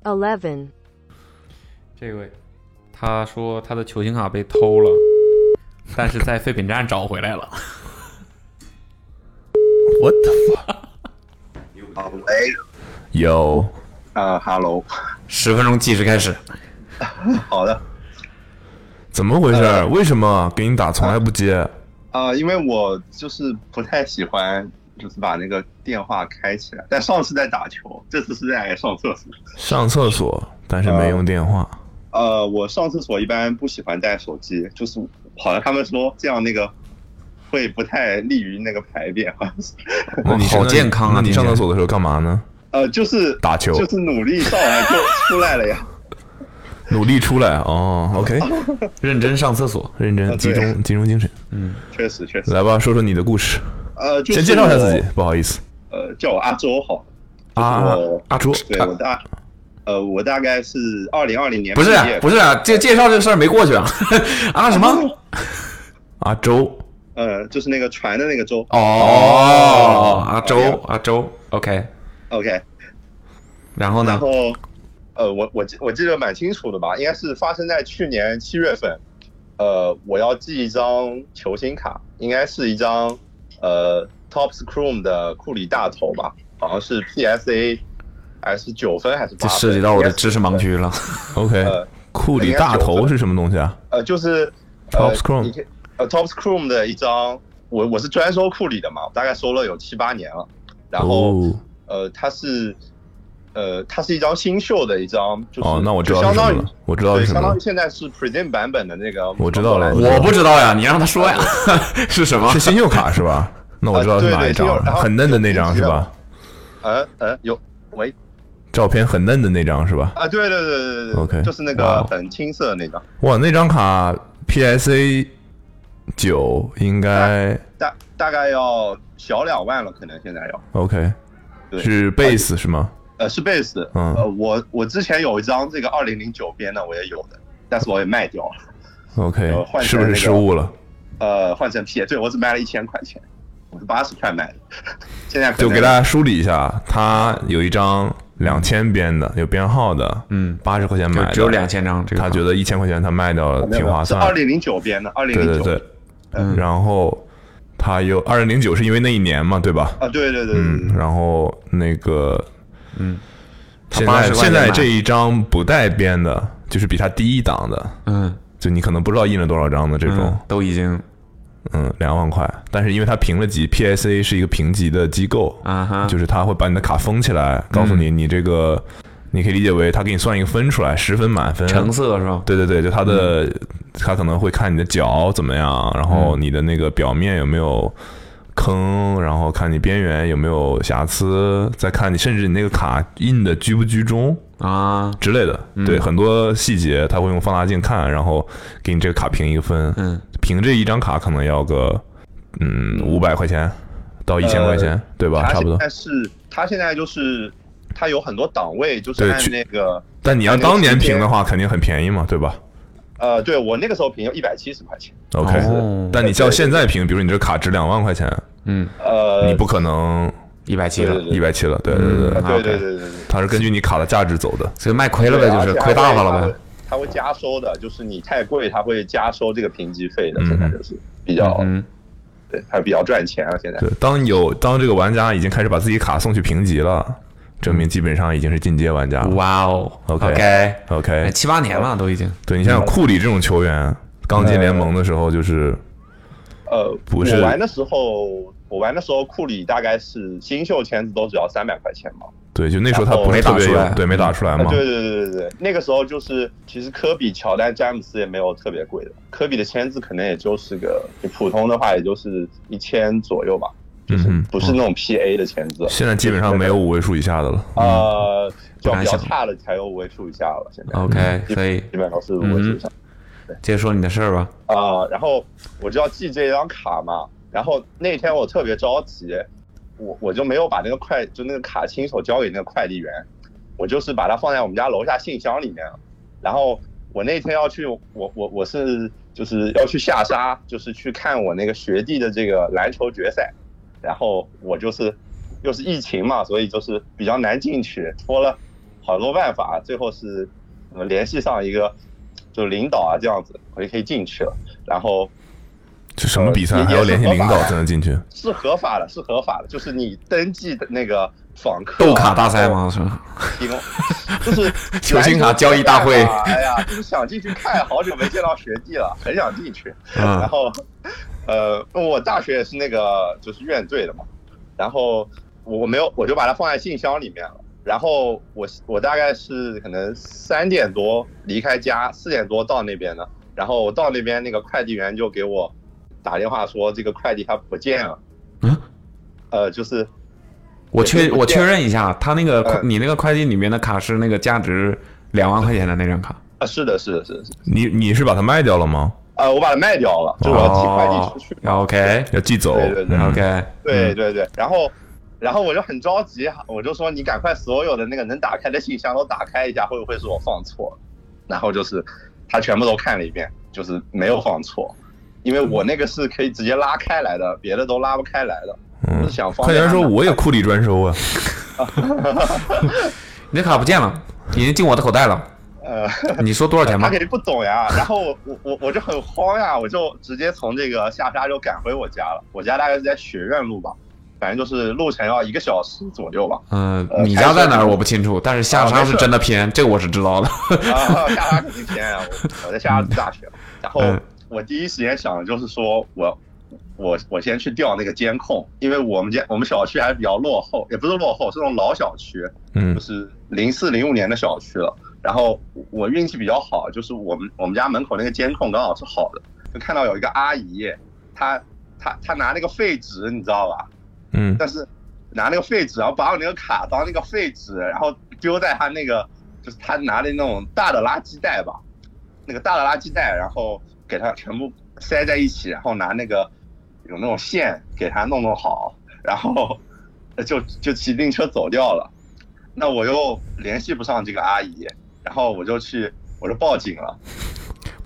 11. 这位，他说他的球星卡被偷了，但是在废品站找回 来了。 What the fuck？好喂，有 啊哈喽，十分钟计时开始，好的，怎么回事？呃为什么给你打从来不接？啊、因为我就是不太喜欢，就是把那个电话开起来。但上次在打球，这次是在上厕所。上厕所，但是没用电话。呃，我上厕所一般不喜欢带手机，就是好像他们说这样那个会不太利于那个排便， 好像是。那你上好健康啊那你上听起厕来所的时候干嘛呢？呃，就是打球就是努力上来就出来 了呀。努力出来哦，OK， 认真上厕所，认真集中集中精神。嗯，啊确实确实。来吧，说说你的故事。呃，就是先介绍一下我自己，不好意思呃，叫我阿周好。啊我阿朱对我大，呃，我大概是二零二零年不是毕业不是啊，这介绍这个事儿没过去啊啊什么？阿周呃，就是那个船的那个周。啊哦，阿哎周阿周，OK， OK，然后然呢？后，呃，我我记我记得蛮清楚的吧，应该是发生在去年七月份。呃，我要寄一张球星卡，应该是一张呃 Topps Chrome 的库里大头吧，好像是 PSA 还是九分还是这八分？涉及到我啊应的该是知识盲区了。 OK，库里大头是什么东西啊？呃，就是呃 Topps Chrome 你可以呃 Topps Chrome 的一张，我我是专收库里的嘛，我大概收了有七八年了，然后、哦呃，它是呃，它是一张新秀的一张，就是哦那我知道就是相当什于么了我知道对是什么相当了于哦现在是 Present 版本的那个，我知道了，我不知道呀，你让他说呀，哦是什 么？是新秀卡是吧？那我知道是哪一张啊对对新秀然了，后很嫩的那张是吧？呃呃有喂照片很嫩的那张是吧？啊，对对对对对对 OK，就是那哇个哦很青涩的那张，哇，那张卡 PSA 九应该大大概要小两万了，可能现在要。 OK，对是贝斯是吗？呃，是贝斯。嗯呃，我我之前有一张这个二零零九编的，我也有的，但是我也卖掉了， OK，呃换是成不是那个失误了？呃，换成 P，对我只卖了一千块钱，我是八十块卖的， 现在可就能给大家梳理一下，他有一张两千编的，有编号的，嗯，八十块钱买的，就只有2000张这个他觉得一千块钱他卖掉了没有挺没有划是算。二零零九编的，二零对零对九。嗯对，然后他有二零零九是因为那一年嘛，对吧？啊，对对对，嗯，然后那个，嗯，他现80在块钱现在买这一张不带编的，就是比他低一档的，嗯，就你可能不知道印了多少张的这种嗯，都已经，嗯，两万块。但是因为它评了级，PSA 是一个评级的机构，啊哈，嗯就是他会把你的卡封起来，告诉你你这个，你可以理解为他给你算一个分出来，十分满分，成色是吧？嗯对对对，就它的，它可能会看你的脚怎么样，然后你的那个表面有没有坑，然后看你边缘有没有瑕疵，再看你甚至你那个卡印的居不居中啊之类的。嗯对，很多细节他会用放大镜看，然后给你这个卡评一个分。嗯，评这一张卡可能要个嗯五百块钱到一千呃块钱，对吧？他差不多现。在是，他现在就是，他有很多档位，就是对按去那个。但你要按那个当年区间评的，话，肯定很便宜嘛，对吧呃，对我那个时候评要一百七十块钱， ？OK，、哦但你叫现在评，比如你这卡值两万块钱，嗯，呃，你不可能一百嗯七了，一百七了，对对对，啊对对对对，它是根据你卡的价值走的，所以卖对啊而且还会他会。他会加收的，就是你太贵，他会加收这个评级费的。嗯现在就是比较，嗯对，还比较赚钱啊。现在对，当有当这个玩家已经开始把自己卡送去评级了，证明基本上已经是进阶玩家了。哇哦，OK OK 哎 OK，七八年了都已经。嗯对你想想库里这种球员，刚进联盟的时候就是呃，不是我玩的时候，我玩的时候库里大概是新秀签子都只要三百块钱嘛。对，就那时候他不是没打特别出来有对没打出来啊嘛，对对对对对，那个时候就是其实科比、乔丹、詹姆斯也没有特别贵的，科比的签字可能也就是个就普通的话也就是一千左右吧，嗯不是那哦种 PA 的签字。哼，现在基本上没有五位数以下的了。嗯呃，嗯不就比敢较想差的才有五位数以下了。现在 OK，基哎所以基本上是五位数嗯以上。哼，接着说你的事儿吧。啊、然后我就要记这张卡嘛，然后那天我特别着急，我我就没有把那个快就那个卡亲手交给那个快递员，我就是把它放在我们家楼下信箱里面，然后我那天要去，我我我是就是要去下沙，就是去看我那个学弟的这个篮球决赛，然后我就是又是疫情嘛，所以就是比较难进去，拖了好多办法，最后是呃联系上一个就领导啊这样子，我就可以进去了。然后这什么比赛呃还要联系领导才能进去？是合法的，是合法的，就是你登记的那个访客啊斗卡大赛吗？是吧？提 供，就是球星卡交易大会篮球比赛嘛哎呀，就是想进去看，好久没见到学弟 了，很想进去。嗯然后，呃，我大学也是那个就是院队的嘛，然后我没有，我就把它放在信箱里面了。然后我我大概是可能三点多离开家，四点多到那边的。然后我到那边，那个快递员就给我打电话说这个快递他不见了。嗯呃，就是我对呃确就不我见确了认一下，他那个快你那个快递里面的卡是那个价值两万块钱的那张卡。啊，是的，是的，是的，是的你你是把它卖掉了吗？哦呃，我把它卖掉了，就我要寄快递出去。哦 OK，要寄走。对对对嗯 OK，对对对，然后然后我就很着急，我就说你赶快所有的那个能打开的信箱都打开一下，会不会是我放错了？然后就是他全部都看了一遍，就是没有放错，因为我那个是可以直接拉开来的，别的都拉不开来的。嗯我是想方快便点说，他们我也库里专收 啊！你的卡不见了，已经进我的口袋了。呃， 你说多少钱吧他肯定不懂呀。 然后我我我就很慌呀，我就直接从这个下沙就赶回我家了。我家大概是在学院路吧，反正就是路程要一个小时左 右吧。嗯，呃你家在哪儿我不清楚，但是下沙是真的偏，这个我是知道的。啊，下嗯沙肯定偏啊！我我在下沙读大学，然后我第一时间想的就是说我我我先去调那个监控，因为我们家我们小区还比较落后，也不是落后，是那种老小区，嗯，就是零四零五年的小区了。然后我运气比较好，就是我们我们家门口那个监控刚好是好的，就看到有一个阿姨，她她她拿那个废纸，你知道吧？嗯，但是拿那个废纸，然后把我那个卡当那个废纸，然后丢在她那个就是她拿的那种大的垃圾袋吧，那个大的垃圾袋，然后给它全部塞在一起，然后拿那个有那种线给它弄弄好，然后就就骑自行车走掉了。那我又联系不上这个阿姨，然后我就去我就报警了，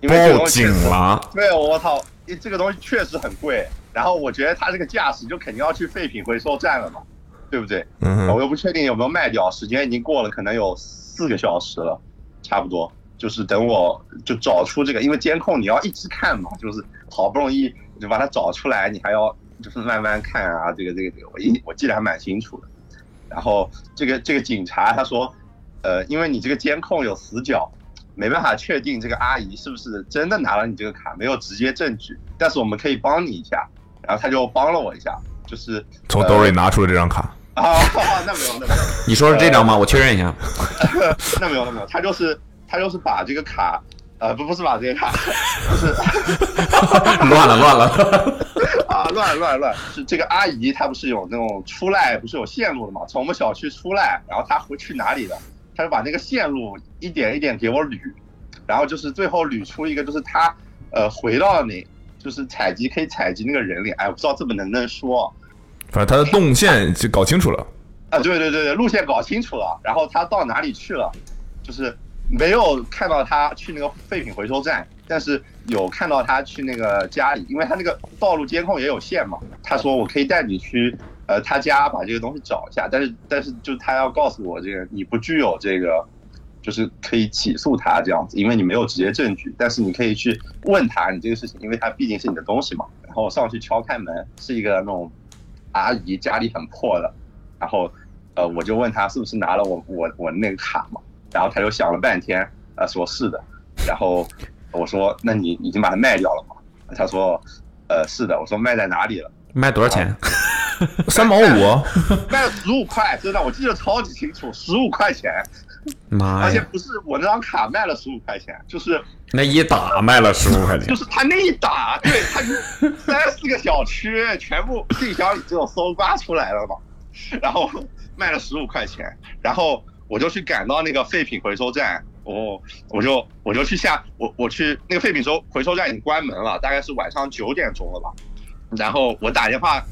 因为这个报东西警了，对，我操，这个东西确实很贵。然后我觉得他这个价值就肯定要去废品回收站了嘛，对不对？嗯 我又不确定有没有卖掉，时间已经过了，可能有四个小时了，差不多。就是等我就找出这个，因为监控你要一直看嘛，就是好不容易就把它找出来，你还要就是慢慢看啊，这个这个这个，我一我记得还蛮清楚的。然后这个这个警察他说，呃，因为你这个监控有死角，没办法确定这个阿姨是不是真的拿了你这个卡，没有直接证据，但是我们可以帮你一下。然后他就帮了我一下，就是从兜里拿出了这张卡。啊， 那没有那没有，你说是这张吗？我确认一下。 那没有，那没有，他就是他就是把这个卡，呃，不不是把这个卡， 就是 乱了乱了，啊乱了乱了乱了，是这个阿姨她不是有那种出来不是有线路的嘛，从我们小区出来，然后她回去哪里的，她就把那个线路一点一点给我捋，然后就是最后捋出一个就是她呃回到那，就是采集可以采集那个人脸，哎，我不知道这么能不能说啊。反正他的动线就搞清楚了。啊，对对对对，路线搞清楚了，然后他到哪里去了，就是没有看到他去那个废品回收站，但是有看到他去那个家里，因为他那个道路监控也有限嘛。他说我可以带你去呃他家把这个东西找一下，但是但是就是他要告诉我这个你不具有这个，就是可以起诉他这样子，因为你没有直接证据，但是你可以去问他你这个事情，因为他毕竟是你的东西嘛。然后我上去敲开门，是一个那种阿姨，家里很破的。然后呃，我就问他是不是拿了我我我那个卡嘛，然后他就想了半天，呃，说是的，然后我说那你已经把它卖掉了嘛？他说呃是的，我说卖在哪里了？卖多少钱？啊 三毛 五。卖了十五块，真的，我记得超级清楚，十五块钱，妈而且哎呀，不是我那张卡卖了十五块钱，就是那一打卖了十五块钱就，是他那一打，对他三四个小区全部信箱里只有搜刮出来了嘛，然后卖了十五块钱，然后我就去赶到那个废品回收站，我我就我就去下我我去那个废品收回收站已经关门了，大概是晚上九点钟了吧，然后我打电话，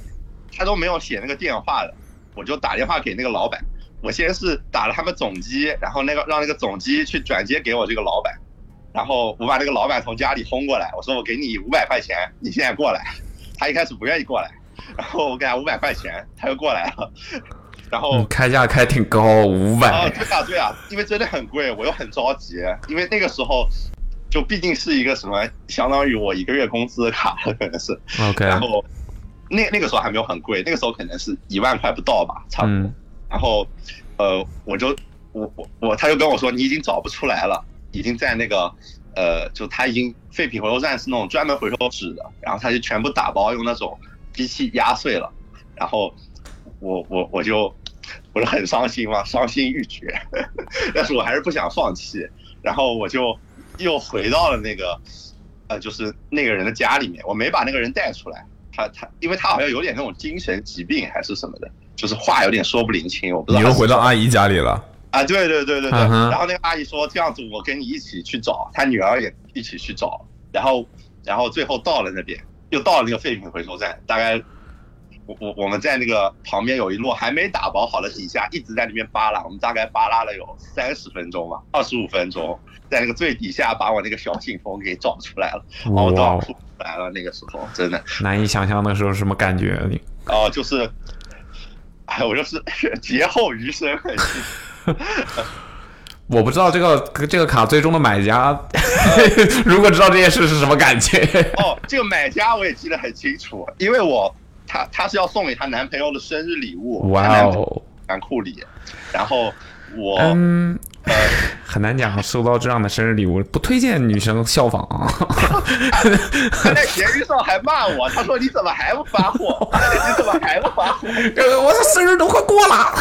他都没有写那个电话的，我就打电话给那个老板，我先是打了他们总机，然后那个让那个总机去转接给我这个老板。然后我把那个老板从家里轰过来，我说我给你五百块钱，你现在过来。他一开始不愿意过来，然后我给他五百块钱，他就过来了。然后你嗯开价开挺高，五啊，百。对啊，对啊，因为真的很贵，我又很着急，因为那个时候就毕竟是一个什么，相当于我一个月工资的卡了，可能是。 OK，然后那那个时候还没有很贵，那个时候可能是一万块不到吧，差不多。嗯，然后呃，我就我我我，他就跟我说，你已经找不出来了，已经在那个呃，就他已经废品回收站是那种专门回收纸的，然后他就全部打包用那种机器压碎了，然后我我我就我就很伤心嘛，伤心欲绝， 但是我还是不想放弃，然后我就又回到了那个呃，就是那个人的家里面，我没把那个人带出来。他他，因为他好像有点那种精神疾病还是什么的，就是话有点说不灵清，我不知你道又他是。回到阿姨家里了。啊，对对对对对。嗯哼然后那个阿姨说这样子，我跟你一起去找，她女儿也一起去找，然后然后最后到了那边，又到了那个废品回收站，大概我我我们在那个旁边有一摞还没打包好的底下一直在那边扒拉，我们大概扒拉了有三十分钟吧，二十五分钟，在那个最底下把我那个小信封给找出来了，把哦我哇哦找出来了，那个时候真的。难以想象那时候是什么感觉。你哦，就是，哎，我就是 劫后余生，很幸福我不知道这个这个卡最终的买家，呃 如果知道这件事是什么感觉。 哦，这个买家我也记得很清楚，因为我她她是要送给她男朋友的生日礼物，她哇男朋友哦，男库里，然后我、呃嗯， 很难讲，收到这样的生日礼物，不推荐女生效仿啊。 他在闲鱼上还骂我，他说你怎么还不 发货？你怎么还不发货？我的生日都快过了。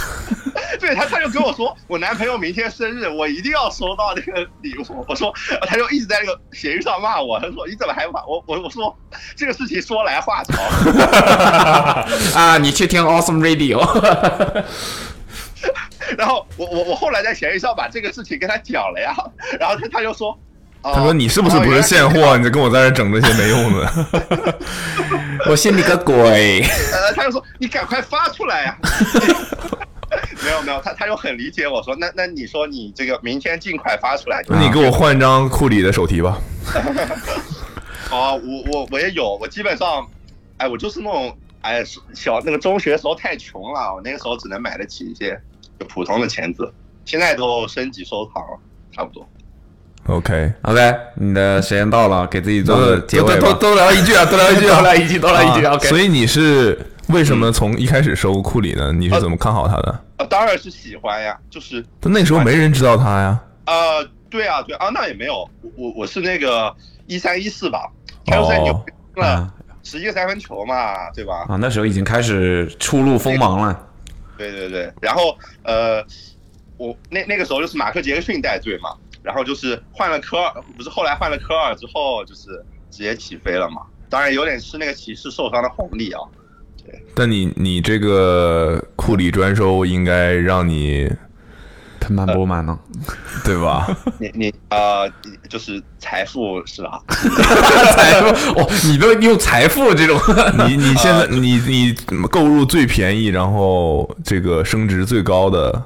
对他，他就跟我说，我男朋友明天生日，我一定要收到那个礼物。我说，他就一直在那个闲鱼上骂我，他说你怎么还不发？我我我说这个事情说来话长。啊，你去听 Awesome Radio。 然后我我我后来在闲鱼上把这个事情跟他讲了呀， 然后他他就说，哦他说你是不是不是现啊货？你就跟我在这整这些没用的。 我信你个鬼！呃，他就说你赶快发出来呀、 没有没有，他他就很理解我说，那那你说你这个明天尽快发出来。 那你给我换一张库里的手提吧。 哦，我我我也有，我基本上，哎，我就是那种哎小那个中学时候太穷了，我那个时候只能买得起一些就普通的钳子，现在都升级收藏了，差不多。 OK OK，你的时间到了，给自己做个结尾吧多多多聊一句啊，多聊一 句、啊，多聊一句多聊一句啊 OK 所以你是为什么从一开始收库里嗯呢？你是怎么看好他呃的？啊，当然是喜欢呀，就是但那时候没人知道他呀。呃，对啊对啊，那也没有，我我我是那个一三一四吧，开始在纽约进了十一个三分球嘛，对吧？哦啊啊，那时候已经开始初露锋芒了。对对对，然后呃，我那那个时候就是马克杰克逊带队嘛，然后就是换了科尔，不是后来换了科尔之后，就是直接起飞了嘛。当然有点吃那个骑士受伤的红利啊。 但你你这个库里专收应该让你呃盆满钵满呢，对吧？你你呃，就是财富是吧？财富哦， 你都用财富这种， 啊你你现 在你你购入最便宜，然后这个升值最高的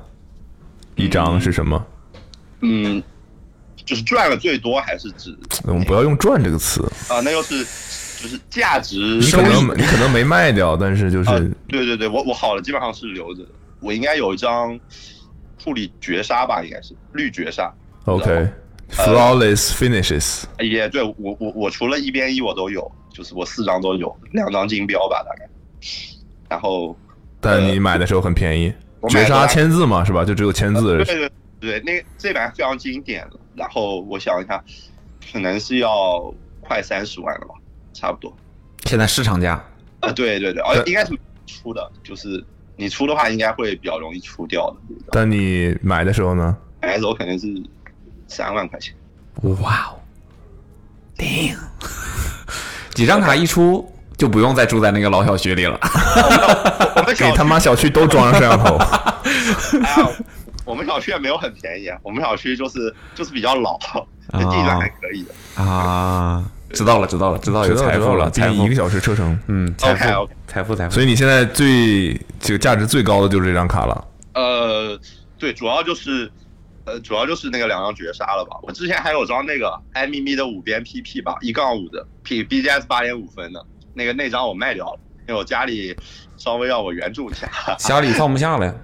一张是什么？ 嗯，就是赚了最多还是指我们不要用“赚”这个词，啊、那又是就是价值你收可益能你可能没卖掉，但是就是、啊，对对对，我我好的基本上是留着的，我应该有一张库里绝杀吧，应该是绿绝杀。呃 OK flawless finishes。也对我我我除了一边一我都有，就是我四张都有，两张金标吧大概。然后但呃你买的时候很便宜，我买绝的杀签字嘛是吧？就只有签呃字。对对对，那这版非常经典了。然后我想一下，可能是要快三十万了吧，差不多。现在市场价啊，对对对，而应该是出的，就是你出的话，应该会比较容易出掉的。但你买的时候呢？买的时候肯定是三万块钱。哇哦，damn！几张卡一出，就不用再住在那个老小区里了。 给他妈小区都装上摄像 头。我们小区也没有很便宜啊，我们小区就是就是比较老，这地段还可以的。啊，知道了，知道了，知道有知道财富知道了，了财比富你一个小时车程。嗯，财富 OK，OK 财富，财富。所以你现在最这个价值最高的就是这张卡了。呃，对，主要就是呃，主要就是那个两张绝杀了吧。我之前还有张那个艾咪咪的五边 PP 吧，一杠五的 P BGS 八点五分的那个那张我卖掉了，因为我家里稍微要我援助一下。家里放不下 了呀。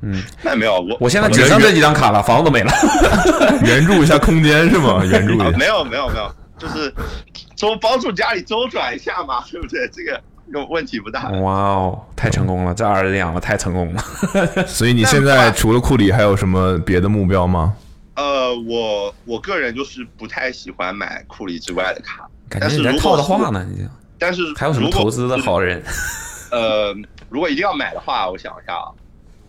嗯，那没有我，我现在只剩这几张卡了，房子 都没了。援助一下空间是 吗？援助一啊下。没有没有没有，就是周帮助家里周转一下嘛，对不对？这个有问题不大。哇哦，太成功了，这儿子养的太成功了。 所以你现在除了库里还有什么别的目标吗？呃，我我个人就是不太喜欢买库里之外的卡，感但觉是你在如套果的是话呢，你就但是还有什么如果投资的好人？呃，如果一定要买的话，我想一下啊，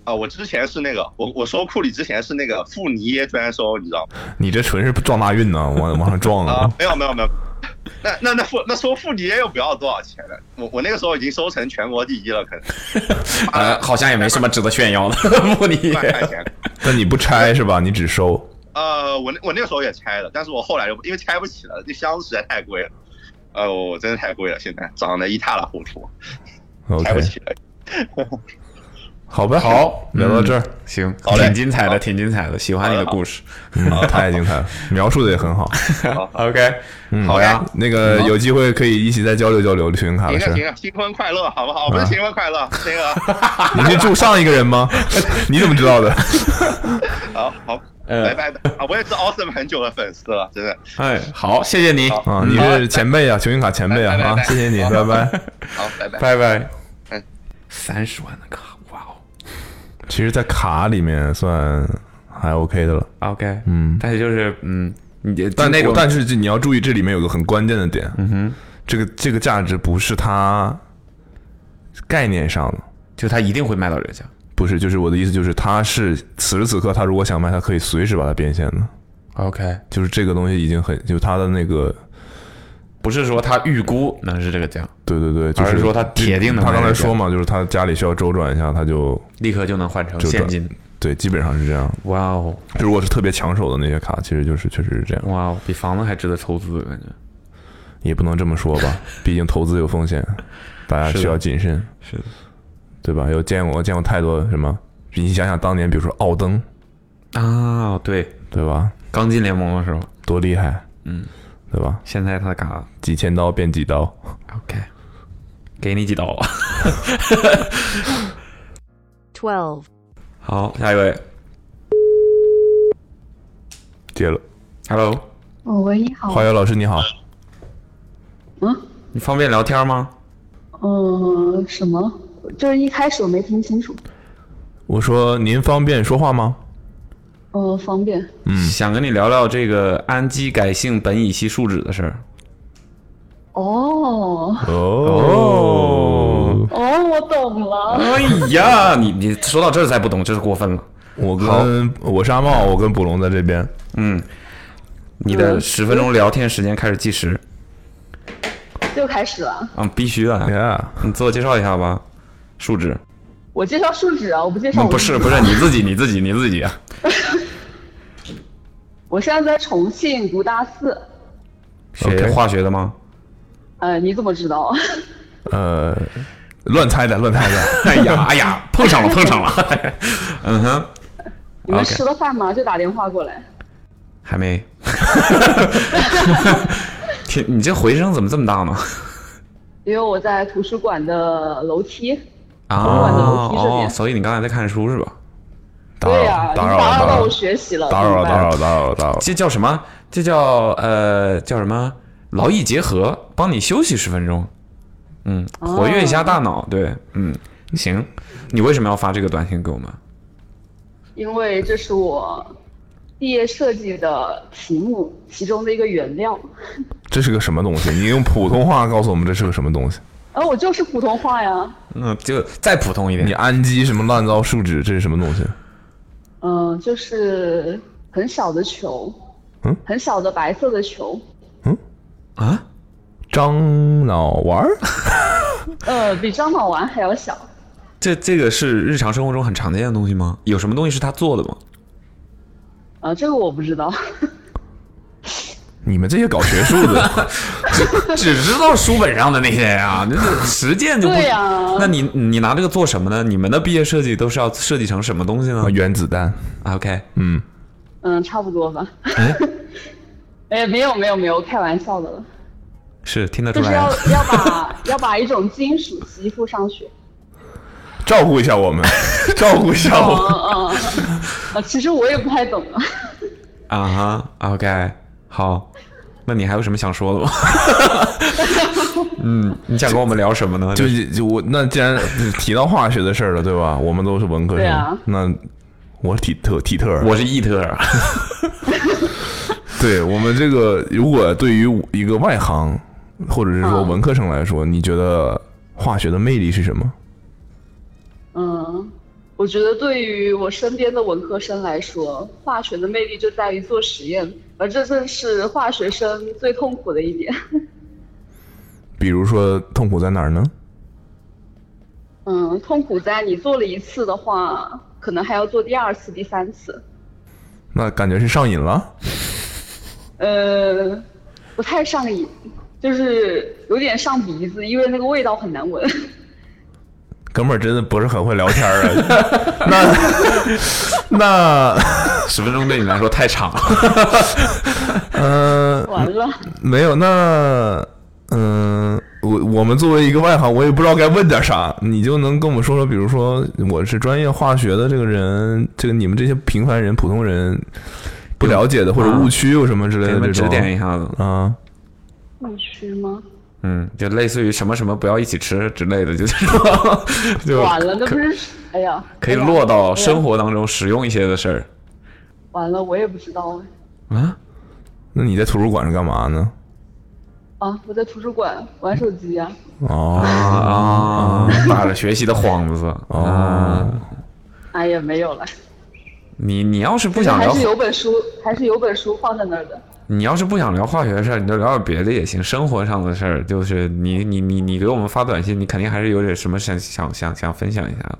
啊，我之前是那个，我我收库里之前是那个富尼耶专收，你知道吗？ 你这纯是撞大运呢，往往上撞啊！ 没有没有没有，那那那富那收富尼耶又不要多少钱了，我我那个时候已经收成全国第一了， 可能 呃，好像也没什么值得炫耀的。不你万块钱。但你不拆是吧？你只 收。呃，我那我那个时候也拆了，但是我后来就因为拆不起了，那箱子实在太贵了，呃，我真的太贵了，现在涨得一塌糊涂。 OK，好吧，好，聊到这儿，嗯行，好嘞挺精彩的，挺精彩的，喜欢你的故事，嗯，太精彩了，描述的也 很好。 OK，嗯，啊好呀那个有机会可以一起再交流交流群卡停的事了儿。停了，啊新婚快乐，好不好？我们啊新婚快乐，那个，你是住上一个人 吗？你怎么知道的？好好，拜拜啊！我也是 Awesome 很久的粉丝了，真的。哎，好，谢谢你啊，你是前辈啊，球星卡前辈啊，啊，谢谢你，拜拜。好，拜拜，拜拜。嗯，哦三十万的卡，其实，在卡里面算还 OK 的了。 OK，嗯，但是就是嗯， 你但那种但是这你要注意，这里面有个很关键的点，嗯哼，这个这个价值不是它概念上的，就它一定会卖到人家。不是，就是我的意思，就是它是此时此刻，它如果想卖，它可以随时把它变现的。 OK，就是这个东西已经很，就是它的那个不是说他预估能是这个价，对对对，就而是说他铁定能他卖刚这才个价说嘛，就是他家里需要周转一下，他就立刻就能换成就现转金。对，基本上是这样。哇哦！如果是特别抢手的那些卡，其实就是确实是这样。哇哦，比房子还值得投资，感觉。也不能这么说 吧，毕竟投资有风险，大家是的需要谨慎，是的，对吧？有见过见过太多什么，你想想当年，比如说奥登，啊，对对吧？刚进联盟的时候多厉害，嗯，对吧？现在他干几千刀变几刀，给你几刀。 12, 好，下一位接了。 Hello，哦，喂，你好。花友老师你好，嗯你方便聊天吗？嗯，什么？就是一开始我没听清楚。我说您方便说话吗？呃，方便。嗯，想跟你聊聊这个氨基改性苯乙烯树脂的事儿。哦哦，哦，我懂了。哎呀，你你说到这儿才不懂，这是过分了。我跟我沙帽，我跟捕龙在这边。嗯，你的十分钟聊天时间开始计时。 又开始了。啊，必须的。你自我介绍一下吧，树脂。我介绍树脂啊，我不介绍我嗯不自己是啊不是你自己 你自己你自己啊。我现在在重庆读大四。学化学的吗？呃，你怎么知道？呃，乱猜的，乱猜的。 哎呀哎呀，碰上了碰上了。嗯哼，你们 OK 吃了饭吗？就打电话过来。还没。 天，你这回声怎么这么大呢？因为我在图书馆的楼梯。啊馆的楼梯这哦，边所以你刚才在看书是吧？打对呀、你打扰到我学习了。怎么办打扰了打扰了。这叫什么？这叫呃叫什么？劳逸结合，帮你休息十分钟，嗯，哦活跃一下大脑。对，嗯，行。你为什么要发这个短信给我们？因为这是我毕业设计的题目其中的一个原料。这是个什么东西？你用普通话告诉我们这是个什么东西？而呃我就是普通话呀，嗯，就再普通一点。你氨基什么乱糟树脂，这是什么东西？嗯、就是很小的球，嗯，很小的白色的球，啊？樟脑丸儿？呃，比樟脑丸还要小。这这个是日常生活中很常见的东西吗？有什么东西是他做的吗？啊，这个我不知道。你们这些搞学术 的，只知道书本上的那些呀、那这实践就不。对呀、那你你拿这个做什么呢？你们的毕业设计都是要设计成什么东西呢？原子弹。 OK，嗯，嗯，差不多吧。 哎，没有没有没有，开玩笑的了，是听得出就是来啊要。要把要把一种金属吸附上去。照顾一下我们， 照顾一下我们。嗯嗯嗯，啊，其实我也不太懂啊。啊哈，OK，好，那你还有什么想说 的吗？嗯，你想跟我们聊什么呢？就就我那既然提到化学的事儿了，对吧？我们都是文科生，对啊那我是体特体特，我是异特。 对我们这个，如果对于一个外行或者是嗯说文科生来说，你觉得化学的魅力是什么？嗯，我觉得对于我身边的文科生来说，化学的魅力就在于做实验，而这正是化学生最痛苦的一点。 比如说痛苦在哪儿呢？嗯，痛苦在你做了一次的话，可能还要做第二次、第三次。那感觉是上瘾了，呃，不太上瘾，就是有点上鼻子，因为那个味道很难闻。哥们儿真的不是很会聊天儿啊。 那 那十分钟对你来说太长了。 嗯、完了，没有那嗯、我我们作为一个外行，我也不知道该问点啥，你就能跟我们说说，比如说我是专业化学的这个人，这个你们这些平凡人、普通人不了解的或者误区有什么之类给的你这们种指点一下子。啊。误区吗？嗯，就类似于什么什么不要一起吃之类的，就是说， 就完了，那不是，哎呀，可以哎呀落哎到呀生活当中使用一些的事儿。完了，我也不知道啊？那你在图书馆是干嘛呢？哎。啊，我在图书馆玩手机呀、哦嗯啊，打着学习的幌 子哦啊！哎呀，没有了。你你要是不想还聊是，有本书，还是有本书放在那儿的。你要是不想聊化学的事儿，你就聊点别的也行。生活上的事儿，就是你你你你给我们发短信，你肯定还是有点什么想想想想分享一下的。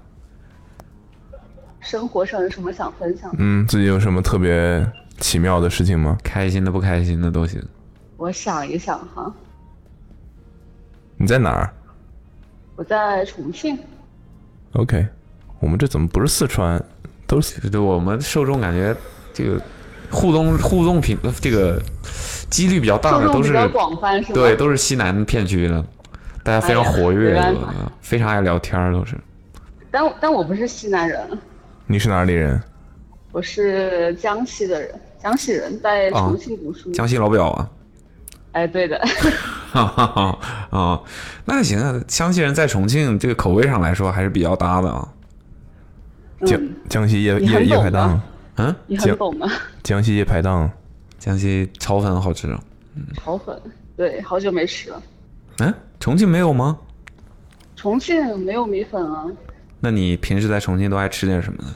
生活上有什么想分享的？嗯，自己有什么特别奇妙的事情吗？开心的、不开心的都行。我想一想哈，你在哪儿我在重庆， ？OK，我们这怎么不是四川？都是对我们受众感觉这个互动互动频这个几率比较大的受众都比是较广泛是吧对，都是西南片区的，大家非常哎呀活没跃，办法呃非常爱聊天儿，都是。但但我不是西南人，你是哪里人？我是江西的人，江西人在重庆读书。啊江西老表啊，哎，对的，哈哈哈啊，那行啊，江西人在重庆这个口味上来说还是比较搭的啊。江江西夜你很夜夜懂啊排档，嗯，嗯你很懂啊吗？江西夜排档，江西炒粉好吃。啊炒粉，对，好久没吃了。嗯，重庆没有吗？重庆没有米粉啊，那你平时在重庆都爱吃点什么呢？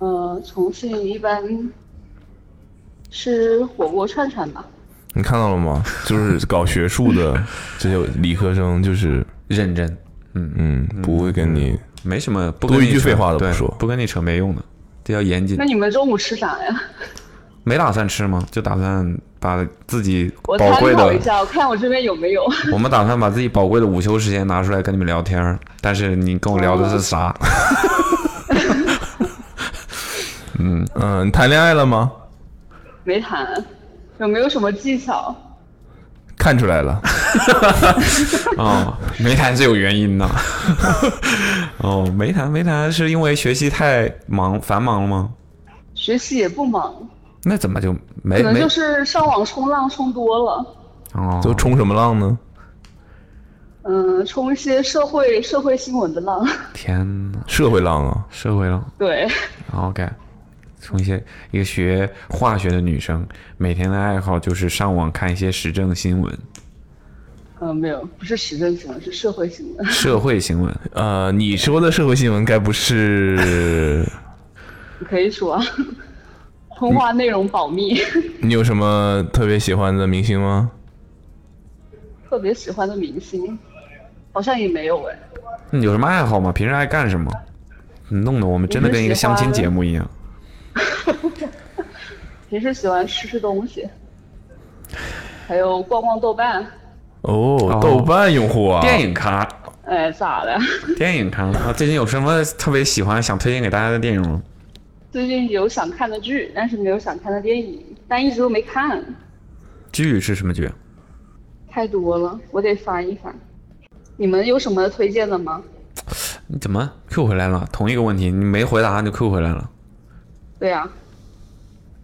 嗯、重庆一般吃火锅串串吧。你看到了吗？ 就是搞学术的这些理科生，就是认真，嗯嗯，不会跟你没什么不多跟一你句扯废话都对不说。不跟你扯没用的，这叫严谨那。你们中午吃啥呀？没打算吃吗？就打算把自己我宝参贵考一的，下，我看我这边有没有。我们打算把自己宝贵的午休时间拿出来跟你们聊天儿，但是你跟我聊的是 啥？嗯嗯，你谈恋爱了吗？ 没谈，有没有什么技 巧？看出来了，哦，没谈是有原因的。 哦，没谈没谈是因为学习太忙繁忙了吗？学习也不忙，那怎么就没可能没就是上网冲浪冲多了，哦？都冲什么浪呢？嗯，冲一些社会社会新闻的浪。 天呐，社会浪啊，社会浪。对， OK，从一些一个学化学的女生，每天的爱好就是上网看一些时政新闻、嗯，没有，不是时政新闻，是社会新闻。社会新闻。呃，你说的社会新闻该不 是你可以说，通话内容保密。你有什么特别喜欢的明星吗？特别喜欢的明星，好像也没有哎。你有什么爱好吗？平时爱干什么？弄得我们真的跟一个相亲节目一样。平时喜欢吃吃东西，还有逛逛豆瓣。哦，豆瓣用户啊，电影咖，哎，咋的？电影咖啊！最近有什么特别喜欢、想推荐给大家的电影吗？最近有想看的剧，但是没有想看的电影，但一直都没看，剧是什么剧？啊太多了，我得翻一翻。你们有什么推荐的吗？你怎么 Q 回来了？同一个问题，你没回答就 Q 回来了。 对啊呀、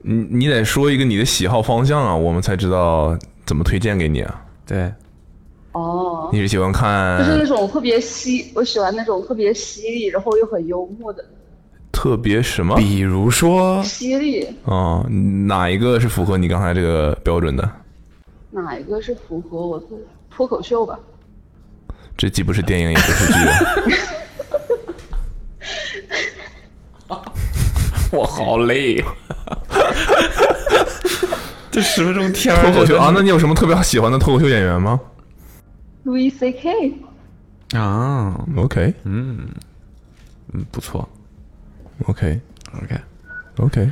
你你得说一个你的喜好方向啊，我们才知道怎么推荐给你啊。对，哦，你是喜欢就是那看种特别犀，我喜欢那种特别犀利，然后又很幽默的。特别什么？比如说犀利哦，哪一个是符合你刚才这个标准的？哪一个是符合我的脱口秀吧？这既不是电影，也不 是剧。我好累，这十分钟天儿脱口真秀的啊，那你有什么特别喜欢的脱口秀演员吗？ Louis C.K. 啊，OK，嗯，嗯，不错，OK，OK，OK。 OK OK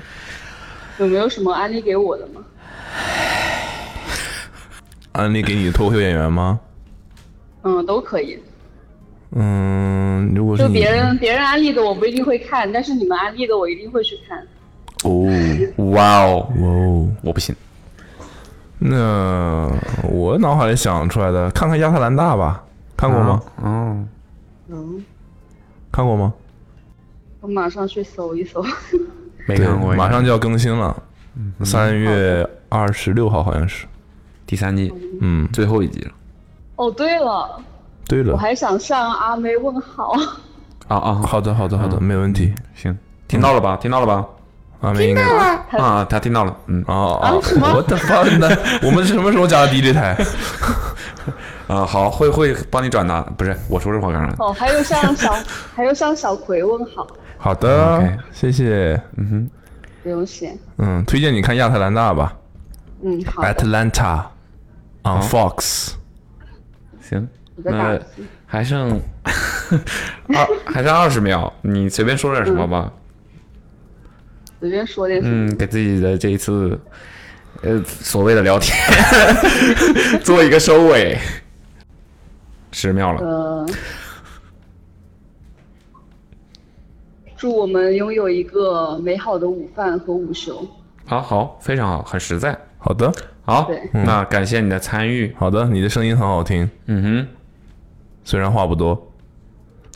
有没有什么安利给我的吗？安利给你的脱口秀演员吗？嗯，都可以。嗯，如果是就你别人别人安利的我不一定会看，但是你们安利的我一定会去看。哦，哇哦，哇哦，我不信。那我脑海里想出来的，看看亚特兰大吧，看过吗？哦，嗯，看过吗？我马上去搜一搜。没看过，嗯马上就要更新了，三月二十六号好像是第三季，嗯，最后一集了。哦，对了，对我了，还想向阿妹问好。啊啊，嗯好的好的好的，没问题，嗯行，听到了吧？听到了吧？阿妹应该听到了啊，他听到了，嗯，哦啊哦什么我的妈 的，我们什么时候加的 DJ 台？ 啊，好，会会帮你转达，不是我说是黄冈人。哦，还有向小， 还有向小葵问好，好的，谢谢，嗯哼，不用谢。嗯，推荐你看亚特兰大吧嗯，好的。 ，Atlanta on 好 Fox，行，我在打那字还剩 二还剩二十秒，你随便说点什么吧。随便说点什么。嗯，给自己的这一次，呃，所谓的聊天 做一个收尾。十秒了，呃，祝我们拥有一个美好的午饭和午休。好啊好，非常好，哦很实在。好的，嗯好对，那感谢你的参与。好的，你的声音很好听，嗯哼，虽然话不多，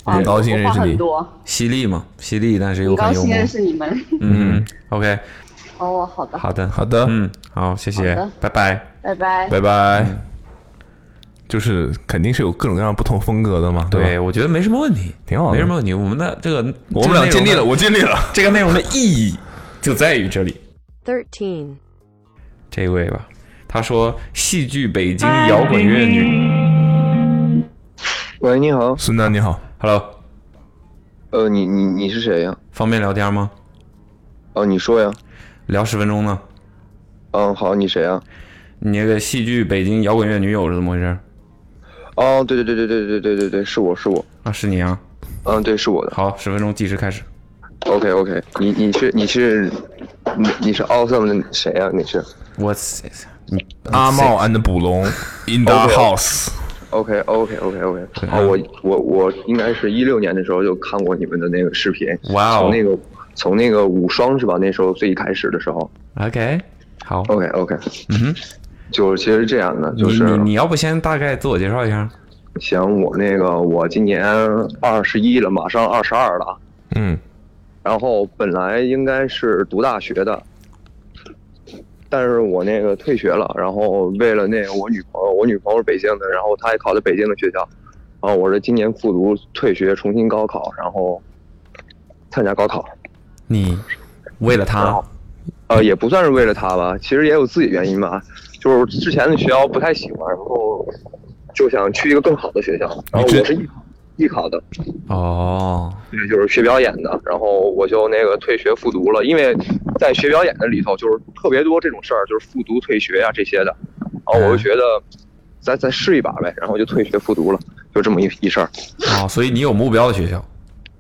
啊很高兴我认话识很你，多，犀利嘛，犀利，但是又很高很幽兴默。认识你们。嗯，OK， 哦，好的，好的，好的，嗯，好，谢谢好的，拜拜。嗯拜拜，拜拜。就是肯定是有各种各样不同风格的嘛，对，我觉得没什么问题，挺好的，没什么问题。我们的这个，我们俩尽力了我尽力了。这个内容的意义就在于这里。 13. 这位吧，他说戏剧北京摇滚乐女，喂，你好，孙丹，你好，Hello，呃，你你你是谁呀？方便聊天吗？哦，你说呀。聊十分钟呢。嗯，好，你谁啊？你那个戏剧北京摇滚乐女友是怎么回事？哦，对对对对对对对对对，是我是我。啊，是你啊。嗯，对，是我的。好，十分钟计时开始。 OK OK，你你是你是你你是 Awesome 的谁呀、你是？我阿茂嗯 and 捕龙 in the OK house。啊 OK OK OK OK，哦，我我我应该是一六年的时候就看过你们的那个视频，哇哦从那个从那个无双是吧？那时候最一开始的时候 OK，好， ，OK OK，嗯哼，就是其实这样的，就你是你你要不先大概自我介绍一下？行，我那个我今年二十一了，马上二十二了，啊嗯，然后本来应该是读大学的，但是我那个退学了，然后为了那个我女朋友，我女朋友是北京的，然后她也考的北京的学校，然后我是今年复读退学重新高考，然后参加高考，你为了他，呃，也不算是为了她吧，其实也有自己原因吧，就是之前的学校不太喜欢，然后就想去一个更好的学校，然后我是艺考艺考的，哦，对，就是学表演的，然后我就那个退学复读了，因为在学表演的里头就是特别多这种事儿，就是复读退学呀、这些的，然后我就觉得再再试一把呗，然后就退学复读了，就这么一一事儿。哦，所以你有目标的学校，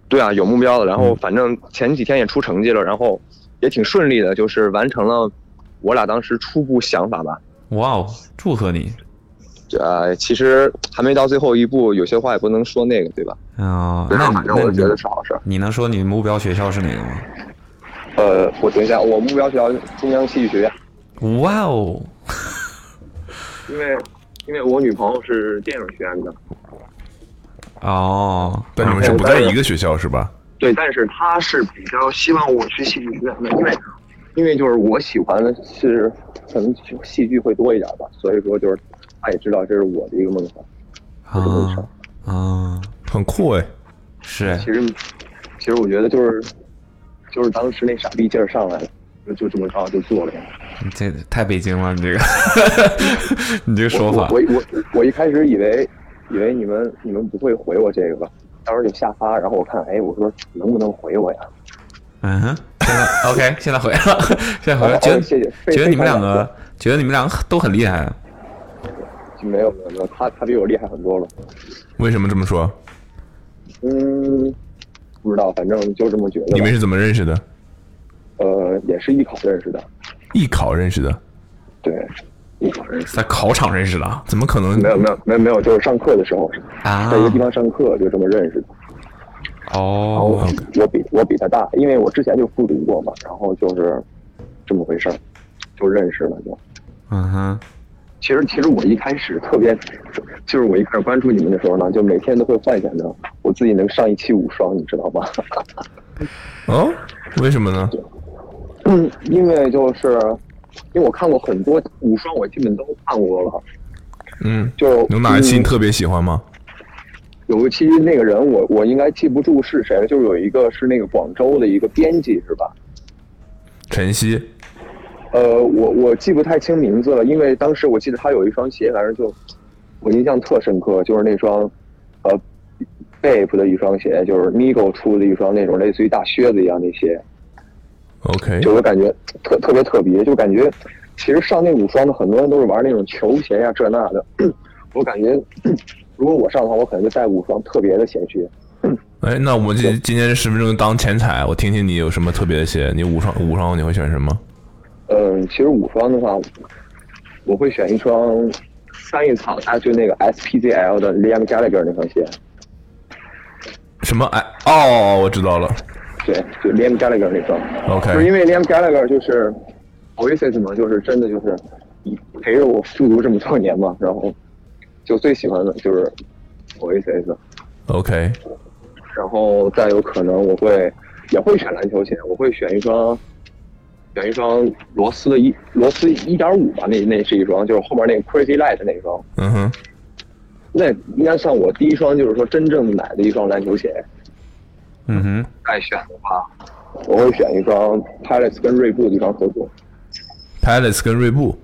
对啊，有目标的，然后反正前几天也出成绩了，然后也挺顺利的，就是完成了我俩当时初步想法吧。哇哦，祝贺你呃，其实还没到最后一步，有些话也不能说那个，对吧？啊！对那 反正那我你觉得是好事儿。你能说你目标学校是哪个吗？呃，我等一下，我目标学校是中央戏剧学院。哇哦，因为因为我女朋友是电影学院的，哦，但你们是不在一个学校是吧？对，但是她是比较希望我去戏剧学院的，因为因为就是我喜欢的是可能戏剧会多一点吧，所以说就是她也知道这是我的一个梦想。啊啊，很酷哎，是哎，其实其实我觉得就是就是当时那傻逼劲儿上来了，就就这么着就做了。你这太北京了，你这个， 你这个说法我我我我一开始以为以为你们你们不会回我这个吧，当时就下发，然后我看哎我说能不能回我呀？嗯哼，现在 OK，现在回来了，现在回来了，哦觉得谢谢非觉得你们非两常个，觉得你们两个都很厉害，啊没有没有没有，他他比我厉害很多了。为什么这么说？嗯，不知道，反正就这么觉得吧。你们是怎么认识的？呃，也是艺考认识的。艺考认识的，对，艺考认识在考场认识的，怎么可能？没有没有没有没有，就是上课的时候，啊在一个地方上课就这么认识的。哦，我比我比他大，因为我之前就复读过嘛，然后就是这么回事儿，就认识了就。嗯哼，其实其实我一开始特别，就是我一开始关注你们的时候呢，就每天都会幻想着我自己能上一期五双，你知道吗？哦，为什么呢？嗯，因为就是因为我看过很多五双，我基本都看过了。嗯，就有哪一期你嗯特别喜欢吗？有一期那个人我我应该记不住是谁了，就是有一个是那个广州的一个编辑是吧？晨曦，呃，我我记不太清名字了，因为当时我记得他有一双鞋，反正就我印象特深刻，就是那双呃 Bape 的一双鞋，就是 Nigo 出的一双那种类似于大靴子一样的鞋。哎 OK，就我感觉特特别特别，就感觉其实上那五双的很多人都是玩那种球鞋呀、这那的， 我感觉 如果我上的话，我可能就带五双特别的鞋去。哎，那我们今今天这十分钟当前彩，我听听你有什么特别的鞋？你五双五双你会选什么？嗯，其实五双的话，我会选一双三叶草，它就那个 SPZL 的 Liam Gallagher 那双鞋。什么？哎，哦，我知道了。对，就 Liam Gallagher 那双。 OK 就是因为 Liam Gallagher 就是 Oasis 嘛，就是真的就是陪着我驻足这么多年嘛，然后就最喜欢的就是 Oasis， OK，然后再有可能我会也会选篮球鞋，我会选一双选一双罗斯的一罗斯一点五吧，那那是一双，就是后面那个 Crazy Light 那一双，嗯哼，那应该算我第一双就是说真正买的一双篮球鞋。嗯哼，再选的话，我会选一双 Palace 跟锐步的一双合作。 Palace 跟锐步，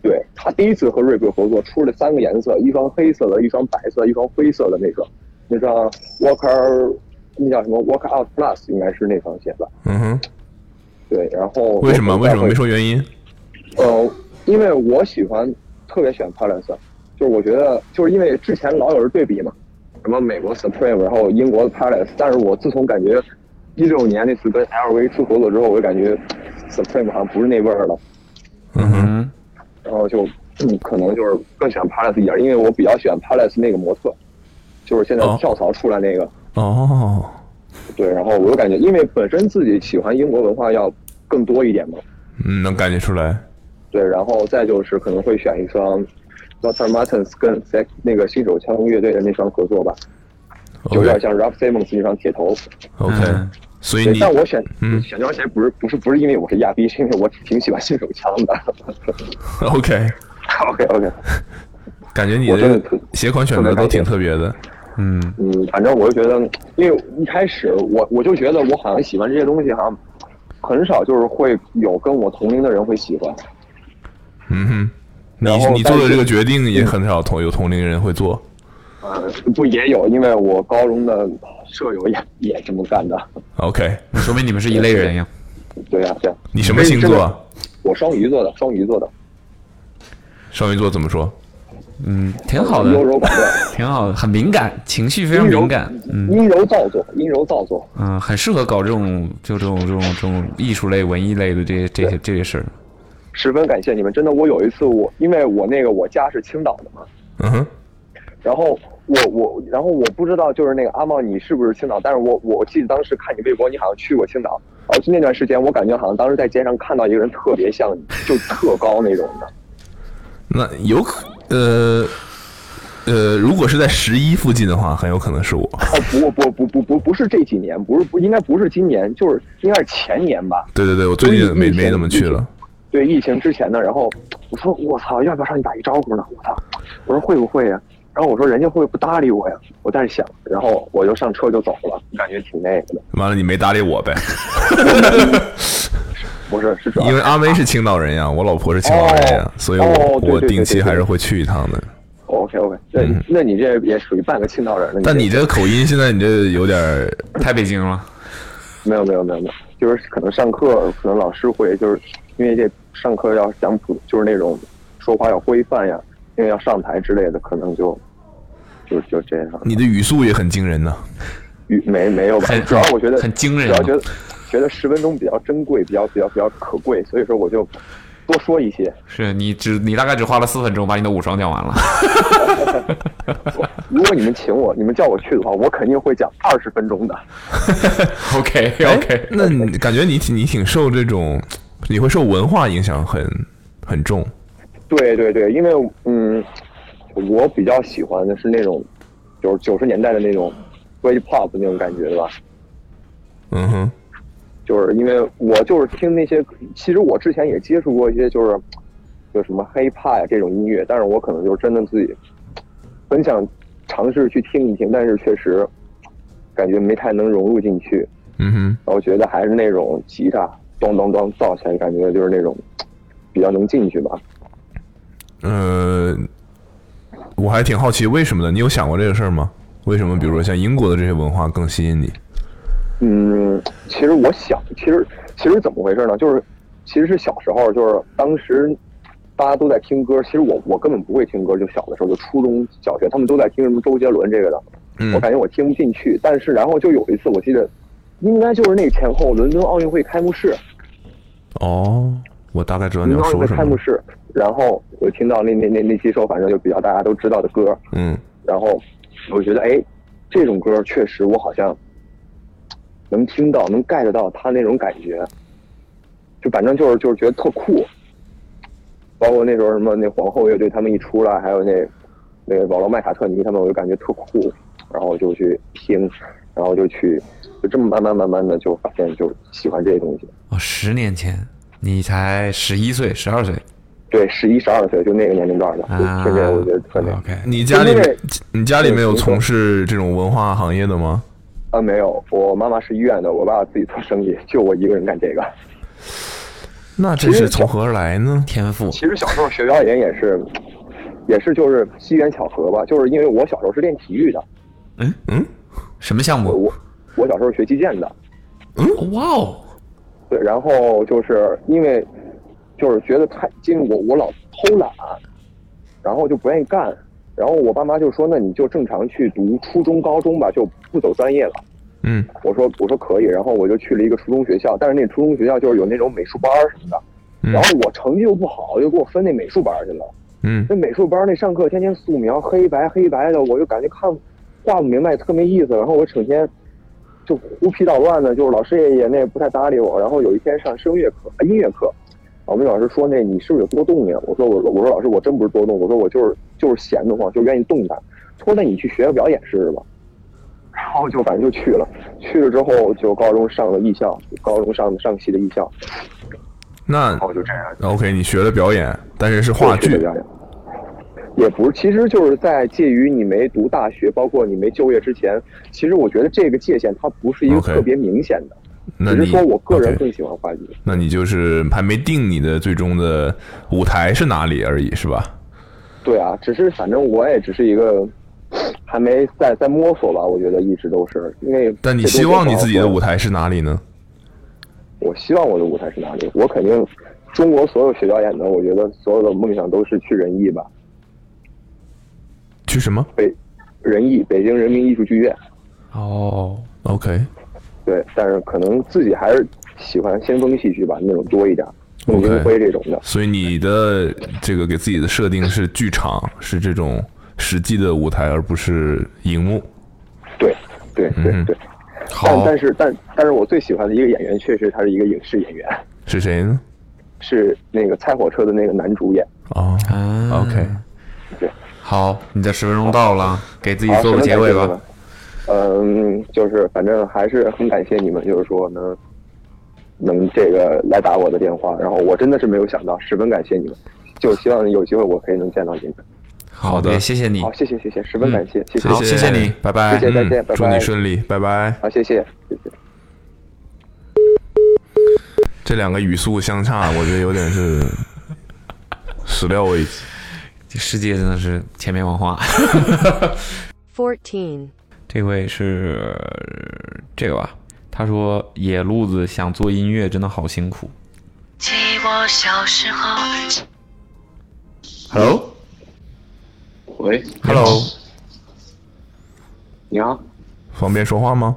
对他第一次和锐步合作出了三个颜色，一双黑色的，一双白色，一双灰色的那双，那双 Walker 那叫什么 Walker Out Plus 应该是那双鞋吧？嗯哼，对，然后为什么？我为再什么会没说原因？呃，因为我喜欢，特别喜欢 Palace，就是我觉得，就是因为之前老有人对比嘛，什么美国 Supreme，然后英国的 Palace，但是我自从感觉一六年那次跟 LV 出合作之后，我就感觉 Supreme 好像不是那味儿了，嗯哼，然后就、嗯、可能就是更喜欢 Palace 一点，因为我比较喜欢 Palace 那个模特，就是现在跳槽出来那个，哦，对，然后我就感觉，因为本身自己喜欢英国文化要更多一点嘛，嗯，能感觉出来。对，然后再就是可能会选一双 Dr. Martens 跟 Sex 那个新手枪乐队的那双合作吧，有点像 Ralph Simmons 那双铁头。 OK，、所以对你但我选、嗯选这双鞋不是不是不是因为我是亚逼，是因为我挺喜欢新手枪的。 OK OK OK，感觉你我真的的特鞋款选择都挺特别的。嗯，嗯，反正我就觉得，因为一开始我我就觉得我好像喜欢这些东西，好像很少就是会有跟我同龄的人会喜欢。嗯哼，你然后你做但的是这个决定也很少同有同龄人会做。呃，不也有，因为我高中的舍友也也这么干的。 OK，说明你们是一类 人呀。对呀、对呀、你什么星座啊？我双鱼座的，双鱼座的。双鱼座怎么说？嗯，挺好 的优柔寡， 挺好的，很敏感，哎情绪非常敏感，嗯阴柔造作，阴柔造作。嗯，很适合搞这种就这种这种这种艺术类、文艺类的这些这些这些事儿。十分感谢你们，真的，我有一次我因为我那个我家是青岛的嘛，嗯哼，然后我我然后我不知道就是那个阿茂你是不是青岛，但是我我记得当时看你微博，你好像去过青岛。哦，就那段时间，我感觉好像当时在街上看到一个人特别像你，就特高那种的。 那有可呃呃，如果是在十一附近的话，很有可能是我。哦，不不不不不不是这几年，不是不应该不是今年，就是应该是前年吧。对对对，我最近没没怎么去了。对疫情之前的，然后我说我操，要不要上去打一招呼呢？我操，我说会不会呀？然后我说人家会不搭理我呀？我在这想，然后我就上车就走了，感觉挺那个的。完了，你没搭理我呗？ 不是，是因为阿威是青岛人呀，我老婆是青岛人呀哦，所以我、哦对对我对定期对对还是会去一趟的。 OK OK，那、那你这也属于半个青岛人了。但嗯你这个口音现在你这有点儿太北京了。没有没有没有没有，就是可能上课可能老师会就是因为这上课要讲普，就是那种说话要规范呀，因为要上台之类的，可能就就就这样。你的语速也很惊人呐、 语没没有吧很？主要我觉得很惊人主要觉得觉得十分钟比较珍贵，比较比较比较可贵，所以说我就多说一些。是你只你大概只花了四分钟把你的五双讲完了。如果你们请我，你们叫我去的话，我肯定会讲二十分钟的。 OK 哎 OK，那你感觉你挺你挺受这种，你会受文化影响很很重。对对对，因为嗯，我比较喜欢的是那种，就是九十年代的那种 British pop 那种感觉吧。嗯哼，就是因为我就是听那些，其实我之前也接触过一些，就是就什么 hip hop 呀这种音乐，但是我可能就是真的自己很想尝试去听一听，但是确实感觉没太能融入进去。嗯哼，我觉得还是那种吉他咣咣咣造起来，感觉就是那种比较能进去吧。呃，我还挺好奇为什么的，你有想过这个事儿吗？为什么比如说像英国的这些文化更吸引你？嗯，其实我想，其实其实怎么回事呢？就是其实是小时候，就是当时大家都在听歌，其实我我根本不会听歌，就小的时候就初中小学，他们都在听什么周杰伦这个的，我感觉我听不进去。但是然后就有一次，我记得应该就是那前后伦敦奥运会开幕式，哦，我大概知道伦你敦要奥运说会什开么幕。式，然后我听到那那那那几首反正就比较大家都知道的歌，嗯然后我觉得，哎，这种歌确实我好像能听到，能 get 到他那种感觉，就反正就是就是觉得特酷。包括那时候什么那皇后乐队他们一出来，还有那那个保罗麦卡特尼他们，我就感觉特酷，然后就去听，然后就去就这么慢慢慢慢的就发现就喜欢这些东西。啊哦，十年前你才十一岁、十二岁，对，十一十二岁就那个年龄段的，就瞬间我觉得特那。OK，啊你家里你家里面有从事这种文化行业的吗？啊，没有，我妈妈是医院的，我爸自己做生意，就我一个人干这个。那这是从何而来呢？天赋。其实小时候学表演也是，也是就是机缘巧合吧，就是因为我小时候是练体育的，嗯嗯，什么项目？我我小时候学击剑的，嗯，哇哦，对，然后就是因为就是觉得太，因为我我老偷懒，然后就不愿意干，然后我爸妈就说，那你就正常去读初中、高中吧，就不走专业了。嗯，我说我说可以，然后我就去了一个初中学校，但是那初中学校就是有那种美术班儿什么的，嗯然后我成绩又不好，就给我分那美术班儿去了。嗯，那美术班儿那上课天天素描，黑白黑白的，我就感觉看画不明白，特没意思。然后我整天就胡皮捣乱的，就是老师也也那不太搭理我。然后有一天上声乐课、啊音乐课，啊我们老师说那你是不是有多动呀？我说我我说老师我真不是多动，我说我就是就是闲得慌，就愿意动弹。他说那你去学个表演试试吧。然后就反正就去了，去了之后就高中上了艺校，高中上上戏的艺校，那哦就这样。 OK，你学了表演，但是是话过去的剧表演也不是，其实就是在介于你没读大学，包括你没就业之前，其实我觉得这个界限它不是一个 OK 特别明显的那只是你说我个人 OK 更喜欢话剧。那你就是还没定你的最终的舞台是哪里而已，是吧？对啊，只是反正我也只是一个还没在在摸索吧，我觉得一直都是因为。但你希望你自己的舞？台是哪里呢？我希望我的舞台是哪里？我肯定，中国所有学表演的，我觉得所有的梦想都是去人艺吧，去什么？北人艺北京人民艺术剧院。哦，OK，对，但是可能自己还是喜欢先锋戏剧吧，那种多一点，孟京辉这种的。所以你的这个给自己的设定是剧场，是这种实际的舞台，而不是荧幕。嗯对，对，对，对。但好，但是但但是我最喜欢的一个演员，确实他是一个影视演员，是谁呢？是那个《猜火车》的那个男主演。哦，OK，对，好，你的十分钟到了，给自己做个结尾好吧。。嗯，就是反正还是很感谢你们，就是说能能这个来打我的电话，然后我真的是没有想到，十分感谢你们，就希望有机会我可以能见到你们。好的，谢谢你好，。谢谢谢谢，十分感谢，谢谢好，谢谢你，拜拜，谢谢再见，嗯拜拜，祝你顺利，拜拜。好，谢谢。这两个语速相差，我觉得有点是始料未及。这世界真的是千变万化。 14. 啊 这位是这个吧？他说野路子想做音乐真的好辛苦。记我小时候。 Hello，喂，Hello，你好，方便说话吗？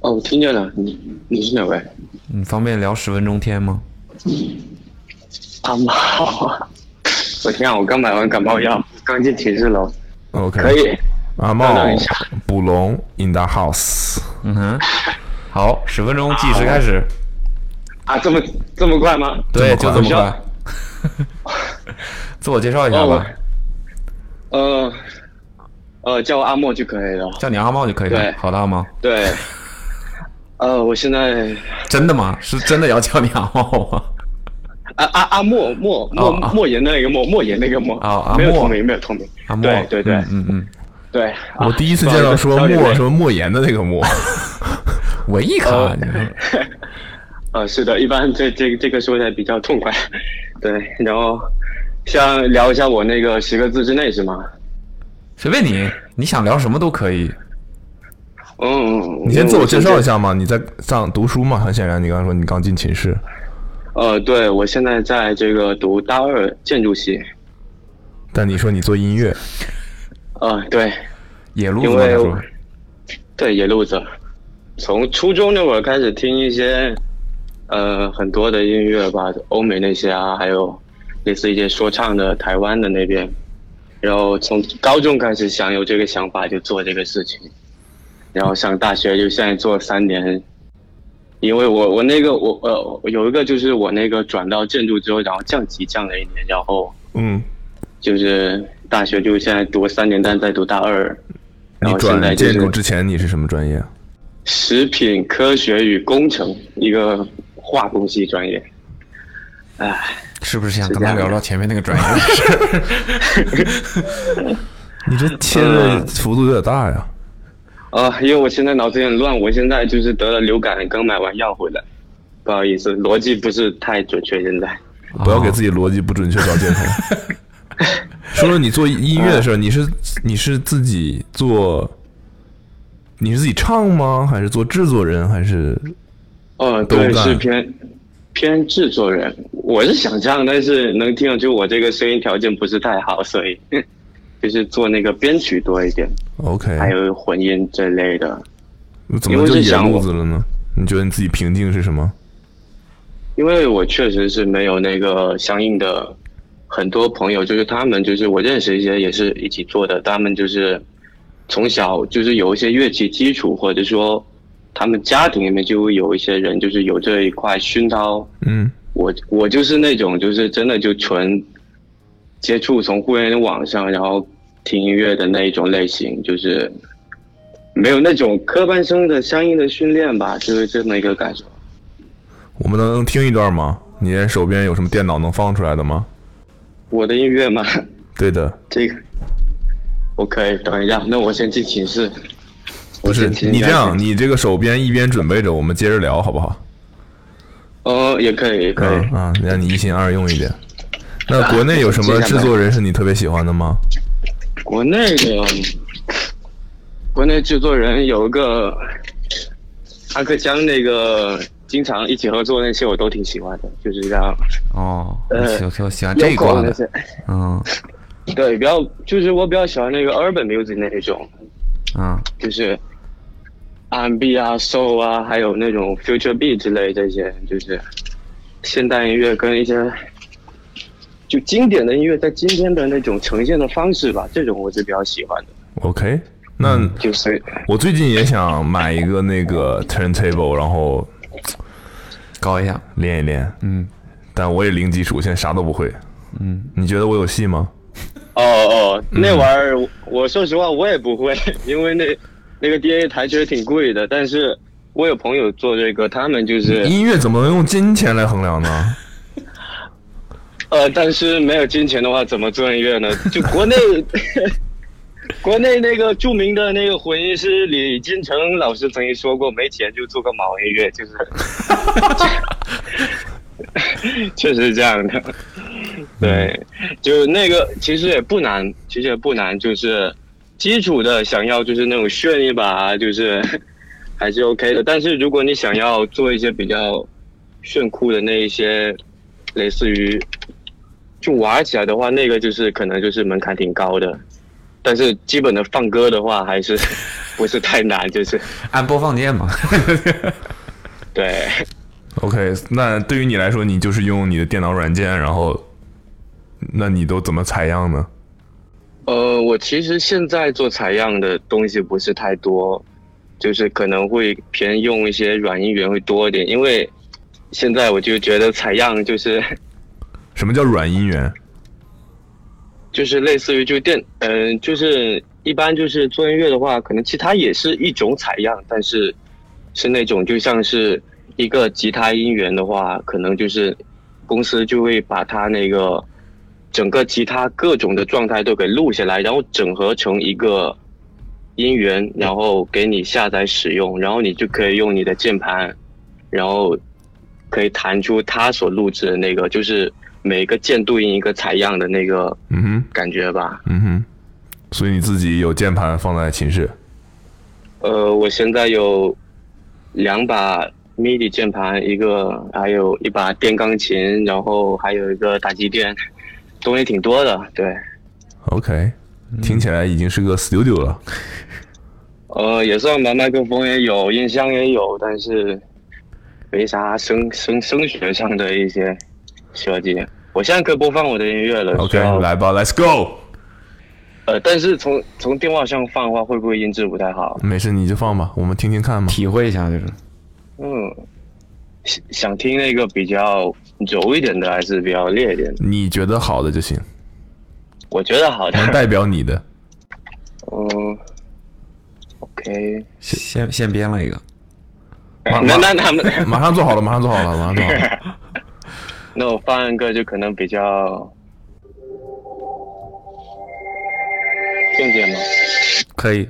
哦，我听见了，你你是哪位？你方便聊十分钟天吗？阿妈，我天啊！我刚买完感冒药，刚进寝室楼。 OK，可以阿稍茂等一下、捕龙 in the house。嗯哼，好，十分钟计时开始。啊，这么这么快吗？对，就这么我需快要。。 自我介绍一下吧，呃，呃，叫我阿莫就可以了。叫你阿茂就可以了对。好的，阿茂。对。呃，我现在真的吗？是真的要叫你阿茂吗？啊啊啊莫莫莫哦啊莫言的那个莫莫言那个莫哦啊阿没有莫同名没有同名。阿茂。对对对嗯嗯嗯。对。我第一次啊见到说不好意思 哦莫什么莫言的那个莫，文艺咖呃你呃，是的，一般这这这个说起来比较痛快，对。然后，像聊一下我那个十个字之内是吗？ 随便你，你想聊什么都可以。嗯，你先自我介绍一下嘛，你在上读书嘛？很显然，你刚刚说你刚进寝室。呃，对我现在在这个读大二建筑系，但你说你做音乐，呃，对，野路子因嘛，为你我说对野路子，从初中那会儿开始听一些，呃，很多的音乐吧，欧美那些啊，还有类似一些说唱的台湾的那边，然后从高中开始想有这个想法就做这个事情，然后上大学就现在做三年，因为我我那个我呃我有一个就是我那个转到建筑之后，然后降级降了一年，然后嗯，就是大学就现在读三年，但在读大二，然你后现在转就建是筑之前你是什么专业啊？食品科学与工程，一个化工系专业。唉，是不是想是跟这他样聊的聊前面那个专 业？ 你这切的幅度有点大呀。啊、因为我现在脑子有点乱，我现在就是得了流感，刚买完药回来，不好意思，逻辑不是太准确。现在，不哦要给自己逻辑不准确找借口。 说说你做音乐的事儿，你是你是自己做，你是自己唱吗？还是做制作人？还是哦，都对，干是偏偏制作人。我是想唱，但是能听得出我这个声音条件不是太好，所以 就是做那个编曲多一点， OK？还有混音这类的。怎么因为就是野想路我子了呢？你觉得你自己瓶颈是什么？因为我确实是没有那个相应的很多朋友，就是他们就是我认识一些也是一起做的，他们就是从小就是有一些乐器基础，或者说他们家庭里面就会有一些人就是有这一块熏陶。 嗯，我我就是那种就是真的就纯接触从互联网上然后听音乐的那一种类型，就是没有那种科班生的相应的训练吧，就是这么一个感受。我们能听一段吗？你手边有什么电脑能放出来的吗？我的音乐嘛。对的，这个我可以等一下，那我先进寝室。不是我先听一你下这样，你这个手边一边准备着，我们接着聊好不好？哦，也可以，也可以。啊嗯啊，让你一心二用一点。那国内有什么制作人是你特别喜欢的吗？国内的国内制作人有一个阿克江，那个经常一起合作那些我都挺喜欢的，就是这样。哦，呃我喜喜欢这一挂的有口的，嗯对，比较就是我比较喜欢那个 urban music 那一种，嗯就是 R&B 啊、Soul 啊，还有那种 Future Beat 之类这些，就是现代音乐跟一些就经典的音乐在今天的那种呈现的方式吧，这种我是比较喜欢的。 OK，那嗯就是我最近也想买一个那个 turntable，然后搞一下，练一练。嗯，但我也零基础，现在啥都不会。嗯，你觉得我有戏吗？哦哦，那玩意儿我我说实话我也不会，因为那那个 DA 台确实挺贵的，但是我有朋友做这个，他们就是音乐怎么能用金钱来衡量呢？呃，但是没有金钱的话，怎么做音乐呢？就国 内，国内那个著名的那个混音师李金城老师曾经说过，没钱就做个毛音乐，就是，确实是这样的。对，就那个其实也不难，其实也不难，就是基础的想要就是那种炫一把，就是 还是 OK 的。但是如果你想要做一些比较炫酷的那一些，类似于就玩起来的话，那个就是可能就是门槛挺高的。但是基本的放歌的话，还是 不是太难，就是按播放键嘛。 对 OK，那对于你来说，你就是用你的电脑软件，然后，那你都怎么采样呢？呃，我其实现在做采样的东西不是太多，就是可能会偏用一些软音源会多一点，因为现在我就觉得采样就是什么叫软音源？就是类似于就电，嗯、就是一般就是做音乐的话，可能其他也是一种采样，但是是那种就像是一个吉他音源的话，可能就是公司就会把它那个整个吉他各种的状态都给录下来，然后整合成一个音源，然后给你下载使用，然后你就可以用你的键盘，然后可以弹出他所录制的那个，就是每个键对应一个采样的那个嗯哼，感觉吧。嗯哼，所以你自己有键盘放在寝室，呃，我现在有两把 MIDI 键盘，一个还有一把电钢琴，然后还有一个打击垫，东西挺多的。对， OK，听嗯起来已经是个 studio 了。呃，也算吧，麦克风也有，音箱也有，但是没啥声声声学上的一些设计。我现在可以播放我的音乐了。 OK，需要来吧，Let's go。呃，但是从从电话上放的话，会不会音质不太好？没事，你就放吧，我们听听看嘛，体会一下就是。嗯，想想听那个比较柔一点的，还是比较烈一点的？你觉得好的就 行，我觉得好的。能代表你的。嗯，OK。现现编了一个，那那那那马上做好了，马上做好了，马上做好 了。那我放一个就可能比较重点吗？可以。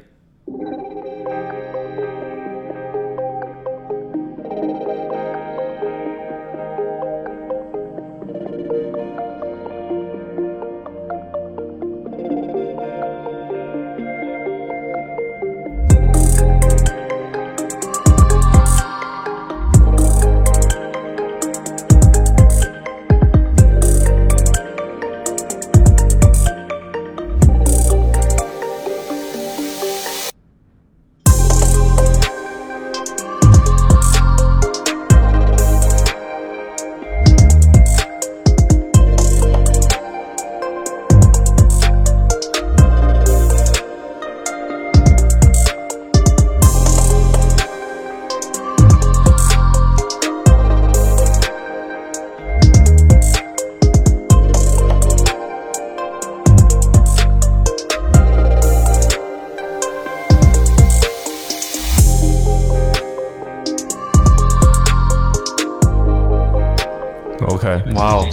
OK，哇哦，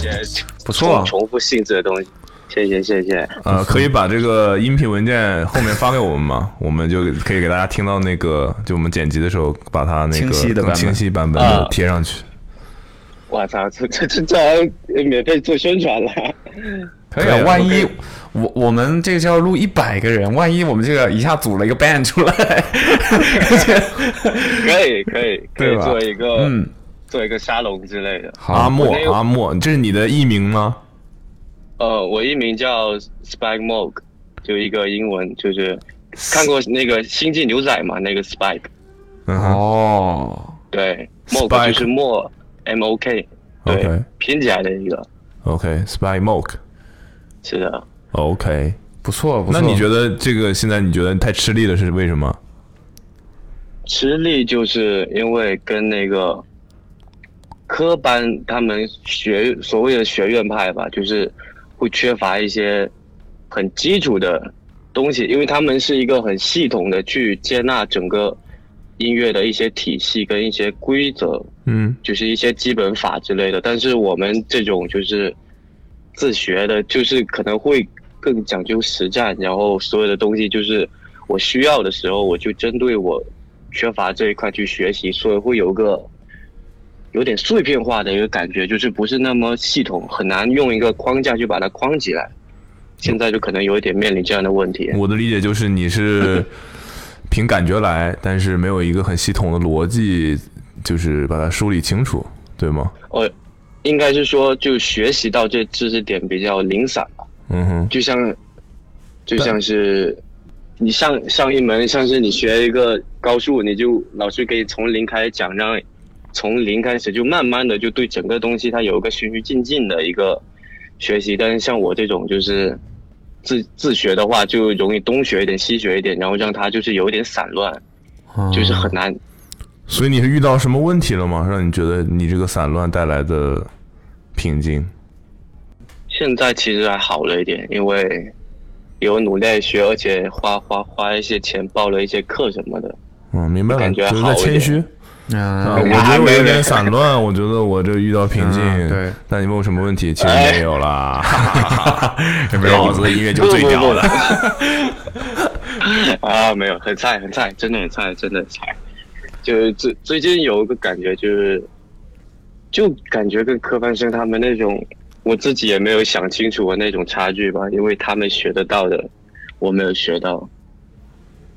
不错重重复性质的东西，谢谢谢谢。呃，可以把这个音频文件后面发给我们 吗？我们就可以给大家听到那个，就我们剪辑的时候把它那清晰个的更版本清晰版本啊的贴上去。我操，这这这这好像免费做宣传了。可以啊，万一我我们这个是要录一百个人，万一我们这个一下组了一个 band 出来，可以可以可对以吧做一个嗯做一个沙龙之类的。阿莫我那，阿莫，这是你的艺名吗？呃，我艺名叫 Spike Mog，就一个英文，就是看过那个《星际牛仔》嘛，那个 Spike，嗯哦对，Mog 就是莫 M O K，对 OK，拼起来的一个， ，OK，Spy Moke，是的。 OK，不错不错那你觉得这个现在你觉得太吃力了是为什么？吃力就是因为跟那个科班他们学所谓的学院派吧，就是会缺乏一些很基础的东西，因为他们是一个很系统的去接纳整个音乐的一些体系跟一些规则，嗯就是一些基本法之类的。但是我们这种就是自学的，就是可能会更讲究实战，然后所有的东西就是我需要的时候，我就针对我缺乏这一块去学习，所以会有一个有点碎片化的一个感觉，就是不是那么系统，很难用一个框架去把它框起来。现在就可能有一点面临这样的问题。我的理解就是你是凭感觉来，但是没有一个很系统的逻辑，就是把它梳理清楚，对吗？我呃应该是说，就学习到这知识点比较零散吧，嗯哼，就像就像是你上上一门，像是你学一个高数，你就老师给你从零开始讲，让从零开始就慢慢的就对整个东西它有一个循序渐进的一个学习。但是像我这种就是自自学的话，就容易东学一点西学一点，然后让它就是有一点散乱，哦就是很难。所以你是遇到什么问题了吗？让你觉得你这个散乱带来的瓶颈？现在其实还好了一点，因为有努力地学，而且花花花一些钱报了一些课什么的。嗯，明白了，感觉就是好在一谦点虚。啊，啊我觉得我有点散 乱，我觉得我这遇到瓶颈。嗯对，但你问我什么问题，其实没有啦。哎 没有，我做的音乐就是最屌的。 啊，没有，很菜，很菜，真的很菜，真的很菜。就是最最近有一个感觉，就是就感觉跟科班生他们那种，我自己也没有想清楚的那种差距吧，因为他们学得到的，我没有学到，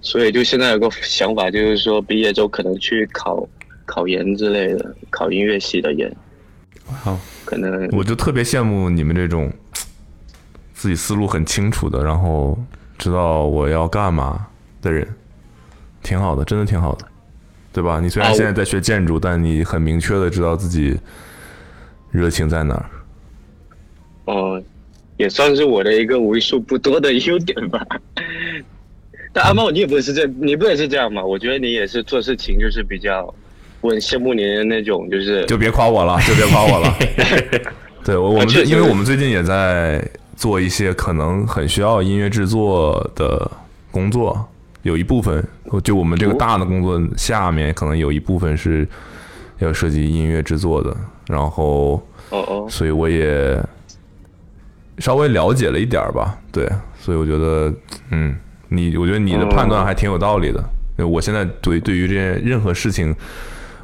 所以就现在有个想法，就是说毕业之后可能去考考研之类的，考音乐系的研，好，可能我就特别羡慕你们这种自己思路很清楚的，然后知道我要干嘛的人，挺好的，真的挺好的，对吧？你虽然啊我现在在学建筑，但你很明确的知道自己热情在哪儿。哦、也算是我的一个为数不多的优点吧。 但阿茂，你也不是这，你不也是这样吗？我觉得你也是做事情就是比较，我很羡慕你的那种，就是就别夸我了，就别夸我了。对，我我啊们最确实因为我们最近也在做一些可能很需要音乐制作的工作，有一部分就我们哦这个大的工作下面，可能有一部分是要涉及音乐制作的。然后，哦哦，所以我也稍微了解了一点儿吧。对，所以我觉得，嗯，你我觉得你的判断还挺有道理的。因为我现在对对于这件任何事情，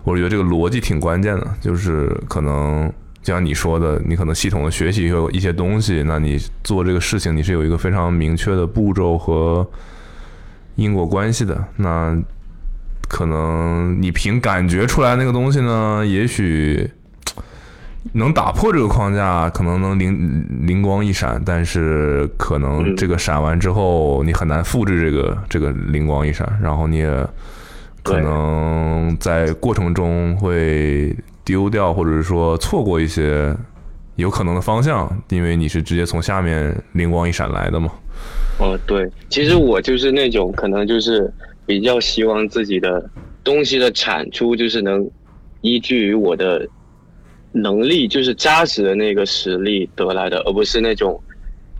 我觉得这个逻辑挺关键的，就是可能就像你说的，你可能系统的学习有一些东西，那你做这个事情你是有一个非常明确的步骤和因果关系的。那可能你凭感觉出来那个东西呢，也许能打破这个框架，可能能灵灵光一闪，但是可能这个闪完之后，你很难复制这个这个灵光一闪，然后你也可能在过程中会丢掉，或者是说错过一些有可能的方向，因为你是直接从下面灵光一闪来的嘛。哦，对，其实我就是那种可能就是比较希望自己的东西的产出就是能依据于我的能力，就是扎实的那个实力得来的，而不是那种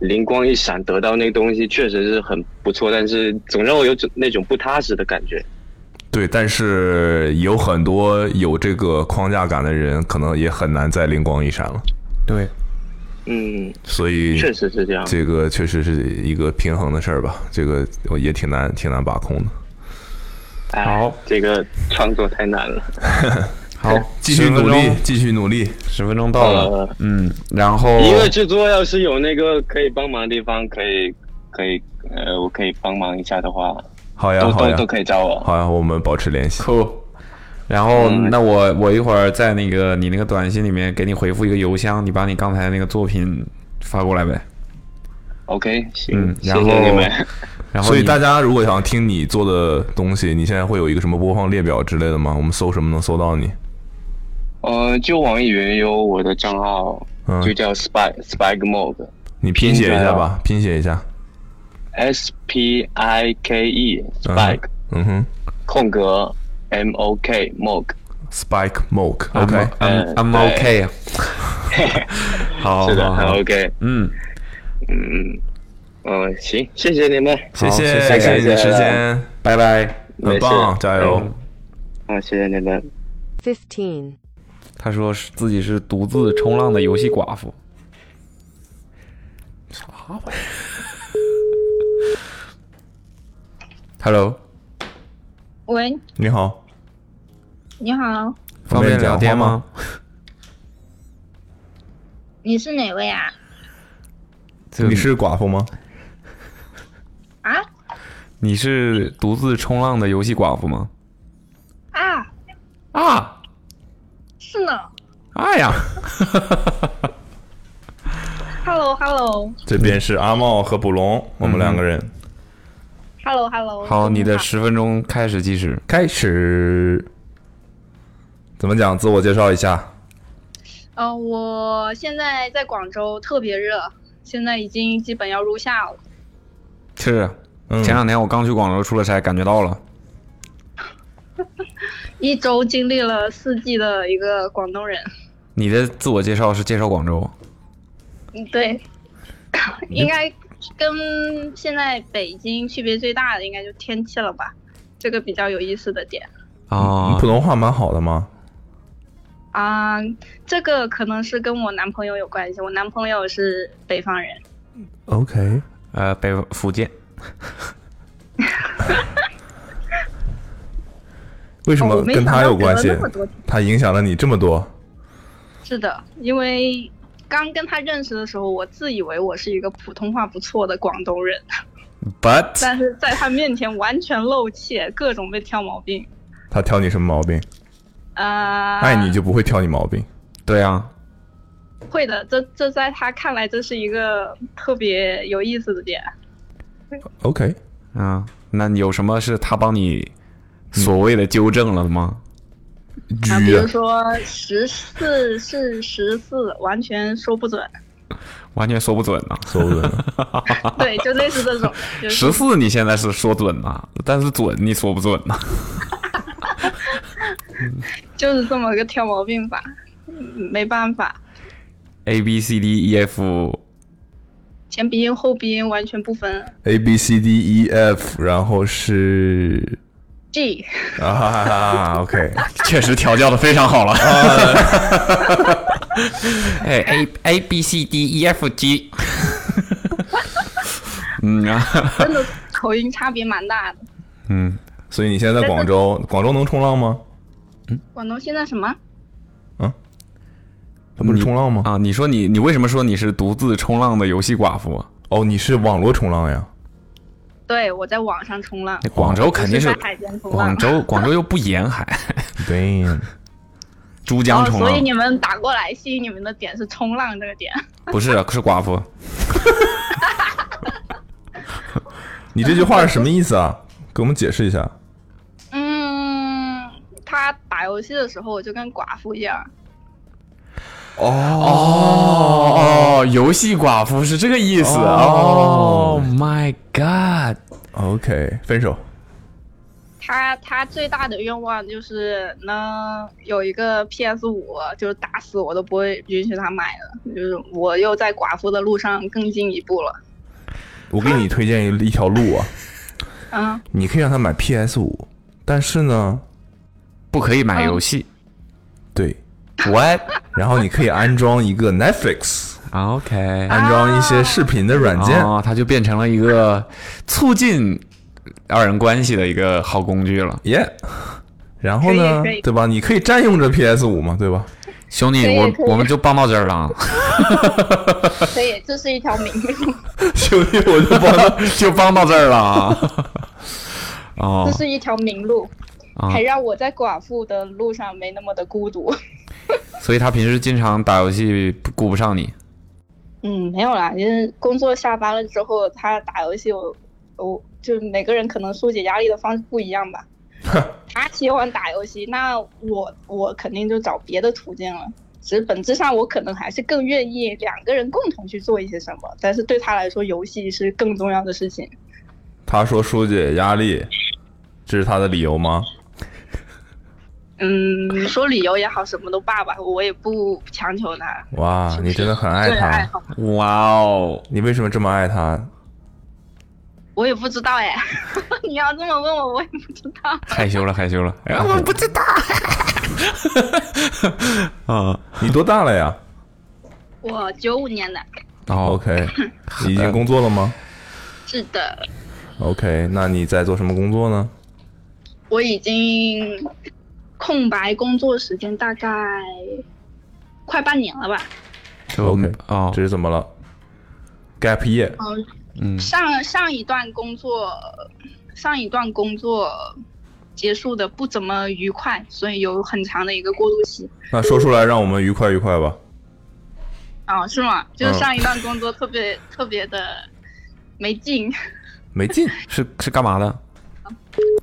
灵光一闪得到那个东西，确实是很不错，但是总让我有种那种不踏实的感觉。对，但是有很多有这个框架感的人，可能也很难再灵光一闪了。对，嗯，所以确实是这样这个确实是一个平衡的事儿吧，这个我也挺难挺难把控的。 好，哎这个创作太难了。好继续努力，继续努力。十分钟到了，呃嗯， 然后音乐制作要是有那个可以帮忙的地方，可以可以呃，我可以帮忙一下的话，好呀，都好都呀，都可以找我。好呀，我们保持联系。然后，嗯那我我一会儿在那个你那个短信里面给你回复一个邮箱，你把你刚才那个作品发过来呗。 OK，行，嗯，谢然谢后你 们。 然后所以你大家如果想听你做的东西，你现在会有一个什么播放列表之类的吗？我们搜什么能搜到你？呃，就网易云有我的账号，嗯就叫 Spike Spike Mog，你拼写啊一下吧，拼写一下。 S P I K E 嗯 Spike 嗯哼空格 M O K Mog。 ，Spike I'm Moke，OK， I'm I'm OK 啊。好，是的，好很好 OK。嗯嗯嗯嗯，行，谢谢你们，谢好谢太谢感你的时了间，拜拜，很棒，加油。！嗯，谢谢你们。 15, 他说是自己是独自冲浪的游戏寡妇。啥玩意？Hello，喂，你好，你好，方便聊天吗？你是哪位啊？你是寡妇吗？啊你是独自冲浪的游戏寡妇吗？啊，啊，是呢。哎呀， Hello，Hello，Hello，Hello 这边是阿茂和捕龙，我们两个人。 hello, hello, 嗯好，你的十分钟开始计时，开始。怎么讲？自我介绍一下。呃，我现在在广州，特别热，现在已经基本要入夏了。是。啊前两天我刚去广州出了差，感觉到了。一周经历了四季的一个广东人，你的自我介绍是介绍广州，嗯， 对，应该跟现在北京区别最大的应该就天气了吧，这个比较有意思的点啊，嗯你普通话蛮好的吗？啊、这个可能是跟我男朋友有关系，我男朋友是北方人， OK，呃，北福建。为什哦么我没跟想他到有隔关了系哦那么多天？他影响了你这么多？是的，因为刚跟他认识的时候，我自以为我是一个普通话不错的广东人， But 但是在他面前完全露怯，各种被挑毛病。他挑你什么毛病？啊、爱哎你就不会挑你毛病。对啊，会的，这这在他看来这是一个特别有意思的点。 OK，啊，那你有什么是他帮你所谓的纠正了吗？啊，比如说十四是十四，完全说不准。完全说不准呐、说不准、啊 对，就类似这种。就是、十四你现在是说准呐、但是准你说不准呐、就是这么个挑毛病法，嗯没办法， A B C D E F 前鼻音后鼻音完全不分。 A B C D E F，然后 是 G 啊，OK，啊确实调教的非常好了。 哎 A A B C D E F G，嗯啊，真的口音差别蛮大的。嗯，所以你现在在广州，广州能冲浪吗？广东现在什么？他不是冲浪吗？啊，你说你你为什么说你是独自冲浪的游戏寡妇？哦，你是网络冲浪呀？对，我在网上冲浪。广州肯定我是在海边冲广。浪州，广州又不沿海， 对，珠江哦，冲所以浪你们打过来吸引你们的点是冲浪这个 点。不是是寡妇，你这句话是什么意思啊？给我们解释一下。嗯，他打游戏的时候我就跟寡妇一样，哦哦哦，游戏寡妇是这个意思哦。My God，OK，分手。他他最大的愿望就是能有一个 PS 五，就是打死我都不会允许他买的，就是我又在寡妇的路上更进一步了。我给你推荐一一条路啊， 嗯，你可以让他买 PS 五，但是呢，嗯不可以买游戏。对，What？然哎后你可以安装一个 Netflix，啊 OK，安装一些视频的软件。哦，它就变成了一个促进二人关系的一个好工具了。耶！然后呢可以可以，对吧？你可以占用这 PS 五嘛，对吧？兄弟可以我可以我们就帮到这儿 了啊！所以这是一条明路，兄弟，我就帮到 就帮到这儿了 啊！这哦，是一条明路，啊还让我在寡妇的路上没那么的孤独。所以他平时经常打游戏，不顾不上你。嗯，没有啦，就是工作下班了之后，他打游戏我，我就每个人可能疏解压力的方式不一样 吧。他喜欢打游戏，那我我肯定就找别的途径了。只是本质上，我可能还是更愿意两个人共同去做一些什么，但是对他来说，游戏是更重要的事情。他说疏解压力，这是他的理由吗？嗯，说理由也好，什么都罢吧，我也不强求他。哇，你真的很爱个人爱他啊好。哇哦，你为什么这么爱他？我也不知道哎， 你要这么问我，我也不知道。害羞了，害羞了。哎呀，不知道。啊，你多大了呀？我九五年的， 哦 ，OK，你已经工作了吗是的， ？OK，那你在做什么工作呢？我已经空白工作时间大概快半年了吧。 OK，哦，这是怎么了？gap year，嗯，嗯上上一段工作，上一段工作结束的不怎么愉快，所以有很长的一个过渡期。那说出来让我们愉快愉快吧。啊，是吗？就是嗯上一段工作特别、特别的没劲。 没劲，是是干嘛的？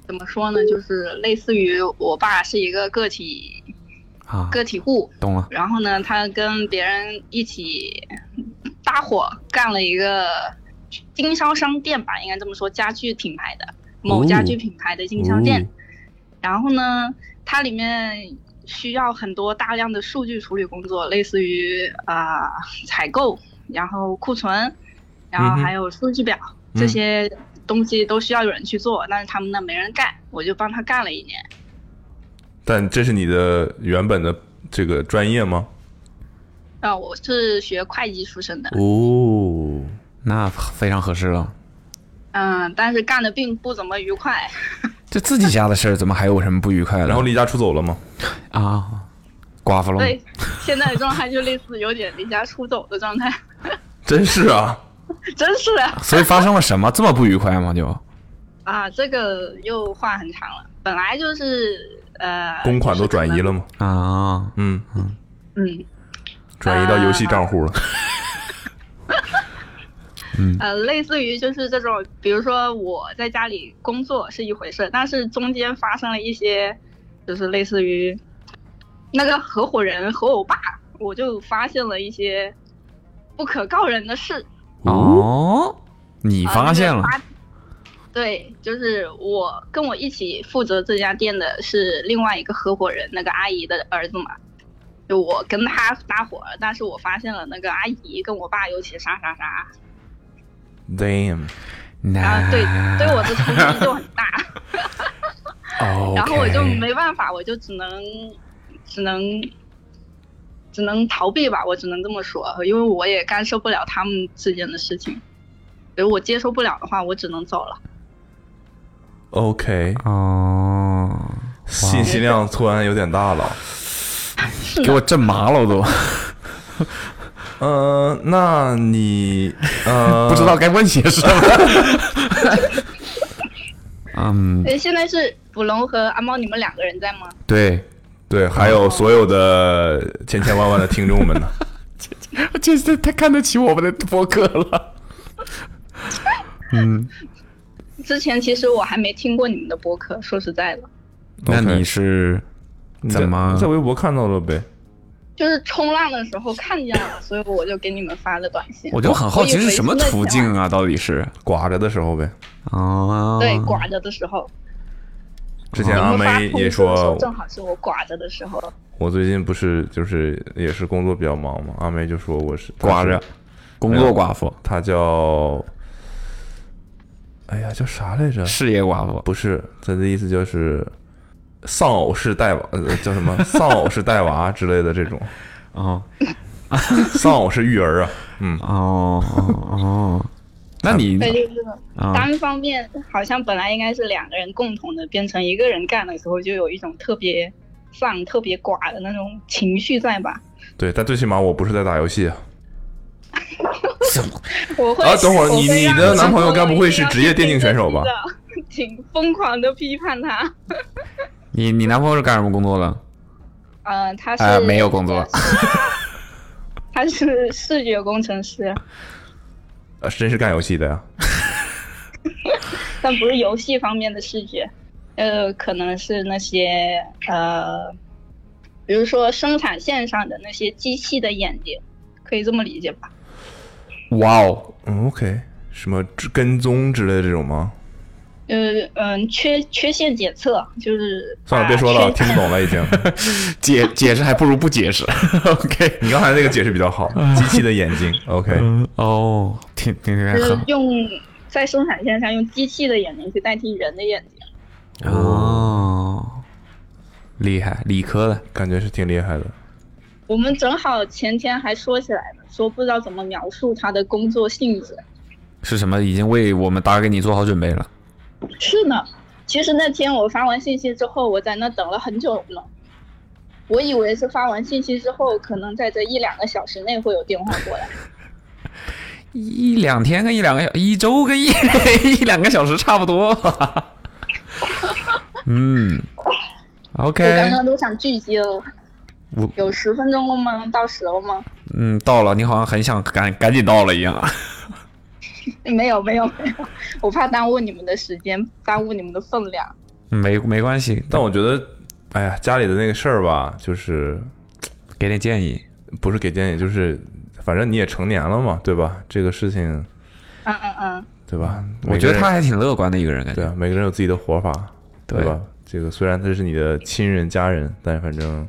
怎么说呢？就是类似于我爸是一个个体啊，个体户，懂了。然后呢，他跟别人一起搭伙干了一个经销商店吧，应该这么说，家具品牌的某哦家具品牌的经销店。然后呢，它里面需要很多大量的数据处理工作，类似于啊、采购，然后库存，然嗯后哼还有数据表、嗯这些东西都需要有人去做，但是他们呢没人干，我就帮他干了一年。但这是你的原本的这个专业吗？啊，我是学会计出身的，哦，那非常合适了。嗯，但是干的并不怎么愉快。这自己家的事儿，怎么还有什么不愉快的？然后离家出走了吗？啊，寡妇了吗。对，现在的状态就类似有点离家出走的状态，真是啊！真是啊。所以发生了什么？这么不愉快吗？就啊，这个又话很长了。本来就是呃，公款都转移了吗？啊，嗯嗯，嗯转移到游戏账户了。啊嗯呃，类似于就是这种，比如说我在家里工作是一回事，但是中间发生了一些，就是类似于那个合伙人和我爸，我就发现了一些不可告人的事。哦，你啊发现了，那个对，就是我跟我一起负责这家店的是另外一个合伙人，那个阿姨的儿子嘛。就我跟他搭伙了，但是我发现了那个阿姨跟我爸有起啥啥啥， Damn，那啊对，对我的冲击就很大。 哦，然后我就没办法，我就只能只能只能逃避吧，我只能这么说，因为我也干涉不了他们之间的事情，所以我接受不了的话，我只能走了。 OK，哦，信息量突然有点大了，给我震麻了都。呃，那你呃，不知道该问些 什么。嗯，哎，现在是捕龙和阿猫，你们两个人在吗？对对，还有所有的千千万万的听众们呢， 这是太看得起我们的播客了。嗯，之前其实我还没听过你们的播客，说实在的， 那你是怎么你在微博看到了呗？就是冲浪的时候看见了，所以我就给你们发了短信。我就很好奇是什么途我以为是径啊？到底是刮着的时候呗？哦那条？对，刮着的时候，之前你阿们发梅通知也的哦时说候，正好是我刮着的时候。我最近不是就是也是工作比较忙嘛，阿梅就说我是寡人工作寡妇，她叫，哎呀叫啥来着？事业寡妇不是，她的意思就是丧偶式带娃，呃叫什 么丧偶式带娃之类的这种 哦，丧偶式育儿啊，嗯哦哦，那你对，就是啊单方面，好像本来应该是两个人共同的，变成一个人干的时候，就有一种特别丧、特别寡的那种情绪在吧？对，但最起码我不是在打游戏 啊。我会啊，等会儿我你你让的我男朋友男该不会是职业电竞选手朋友吧？的，请疯狂的批判他。你你男朋友是干什么工作的？呃，他是、呃，没有工作。他是视觉工程师，啊，真是干游戏的呀？但不是游戏方面的视觉，呃，可能是那些呃，比如说生产线上的那些机器的眼睛，可以这么理解吧？哇哦嗯，OK，什么追跟踪之类的这种吗？呃嗯，缺缺陷检测就是算了，别说了，听不懂了已经。哎 解解释还不如不解释。OK， 哎你刚才那个解释比较好，机器的眼睛。OK，哦，挺挺挺就是好用在生产线上用机器的眼睛去代替人的眼睛。 哦，厉害，理科的感觉是挺厉害的。我们正好前天还说起来了，说不知道怎么描述他的工作性质。是什么？已经为我们打给你做好准备了。是呢，其实那天我发完信息之后，我在那等了很久呢。我以为是发完信息之后，可能在这一两个小时内会有电话过来。一两天跟一两个小一周跟一 一两个小时差不多。嗯我刚，OK，刚都想拒接了。我有十分钟了吗？到十了吗？ 嗯到了，你好像很想赶赶紧到了一样。 没有，没有，没有。我怕耽误你们的时间，耽误你们的分量。没没关系，但我觉得，哎呀，家里的那个事儿吧，就是给点建议，不是给建议，就是反正你也成年了嘛，对吧？这个事情，嗯嗯嗯，对吧？我觉得他还挺乐观的一个人，感觉。对啊，每个人有自己的活法，对对吧？这个虽然他是你的亲人家人，但反正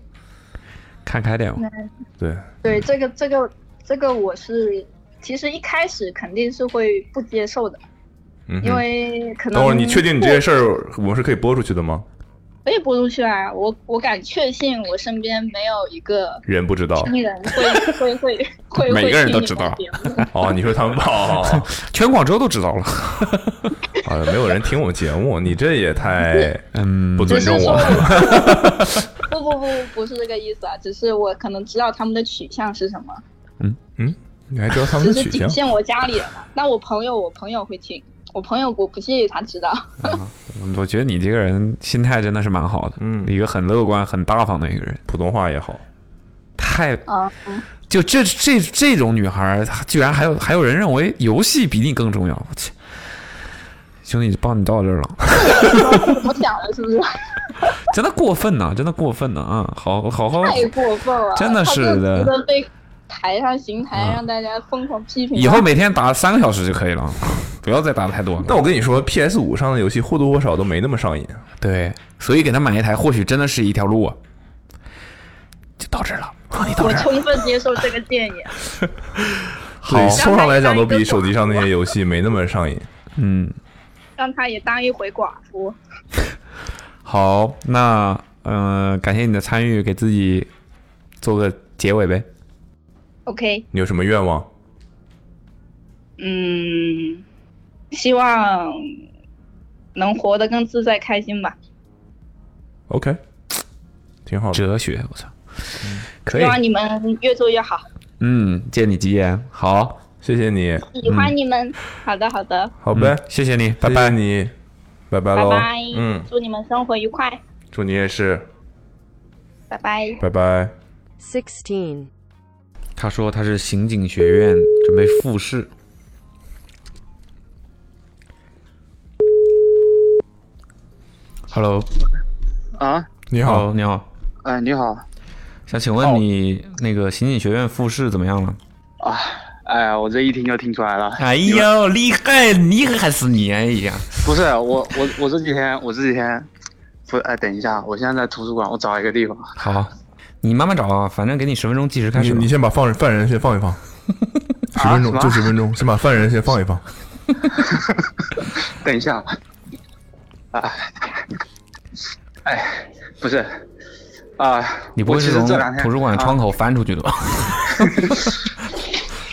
看开哦点那对，对这个这个这个我是，其实一开始肯定是会不接受的，嗯哼因为可能等会儿你确定你这件事儿我们是可以播出去的吗？我也播出去啊，我我敢确信我身边没有一个人不知道，亲人会会会 会每个人都知会听你们的道节目。哦 哦，你说他们哦，全广州都知道了。好哎像没有人听我节目，你这也太嗯不尊重我只是了。 不不不，不是这个意思啊，只是我可能知道他们的取向是什么，嗯嗯，你还知道他们只的是取仅限向？我家里人嘛。那我朋友，我朋友会听，我朋友我不介意他知道。我觉得你这个人心态真的是蛮好的，嗯，一个很乐观、很大方的一个人，普通话也好，太哦啊，嗯就这这这种女孩儿，她居然还有还有人认为游戏比你更重要，我去，兄弟，帮你到这儿了， 我想的是不是真的过分呐、真的过分呐啊！好好好，太过分了？真的是的他就值得被抬上刑台，让大家疯狂批评他。以后每天打三个小时就可以了， 不要再打太多了。但我跟你说，PS 五上的游戏或多或少都没那么上瘾。对，所以给他买一台，或许真的是一条路啊。就到这儿了，我充分接受这个建议。对，通常来讲都比手机上那些游戏没那么上瘾。嗯，让他也当一回寡妇。好，那嗯、呃感谢你的参与，给自己做个结尾呗。 OK，你有什么愿望？嗯，希望能活得更自在、开心吧。 OK，挺好的。嗯哲学，我操，可以希，望你们越做越好，嗯，借你吉言，好，谢谢你，喜欢你们。好的，好的，好呗，嗯谢谢你，拜拜你，拜拜拜喽拜。。嗯，祝你们生活愉快，祝你也是，拜拜。嗯拜拜。 16. 他说他是刑警学院准备复试，Hello，啊，你好，你好，哎，你好，想请问你那个刑警学院复试怎么样了？哎呀，我这一听就听出来了。哎你们，呦，厉害，厉害死你！啊哎呀，不是我，我我这几天，我这几天，不，哎，等一下，我现在在图书馆，我找一个地方。好，你慢慢找啊，反正给你十分钟计时开始啊你你先把犯人犯人先放一 放，十分钟什么就十分钟，先把犯人先放一放。等一下，哎，哎，不是，啊、你不会是我其从实这两天啊图书馆窗口翻出去的吧？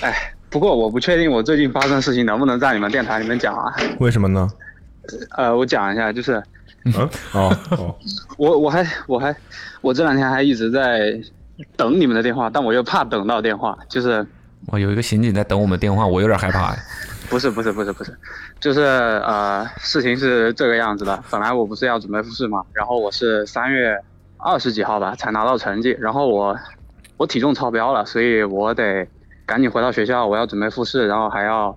哎，不过我不确定我最近发生的事情能不能在你们电台里面讲啊。为什么呢？呃，我讲一下，就是嗯， 哦哦，我我还我还我这两天还一直在等你们的电话，但我又怕等到电话，就是我有一个刑警在等我们电话，我有点害怕。哎不是不是不是不是，就是呃，事情是这个样子的。本来我不是要准备复试嘛，然后我是三月二十几号吧才拿到成绩，然后我我体重超标了，所以我得赶紧回到学校，我要准备复试，然后还要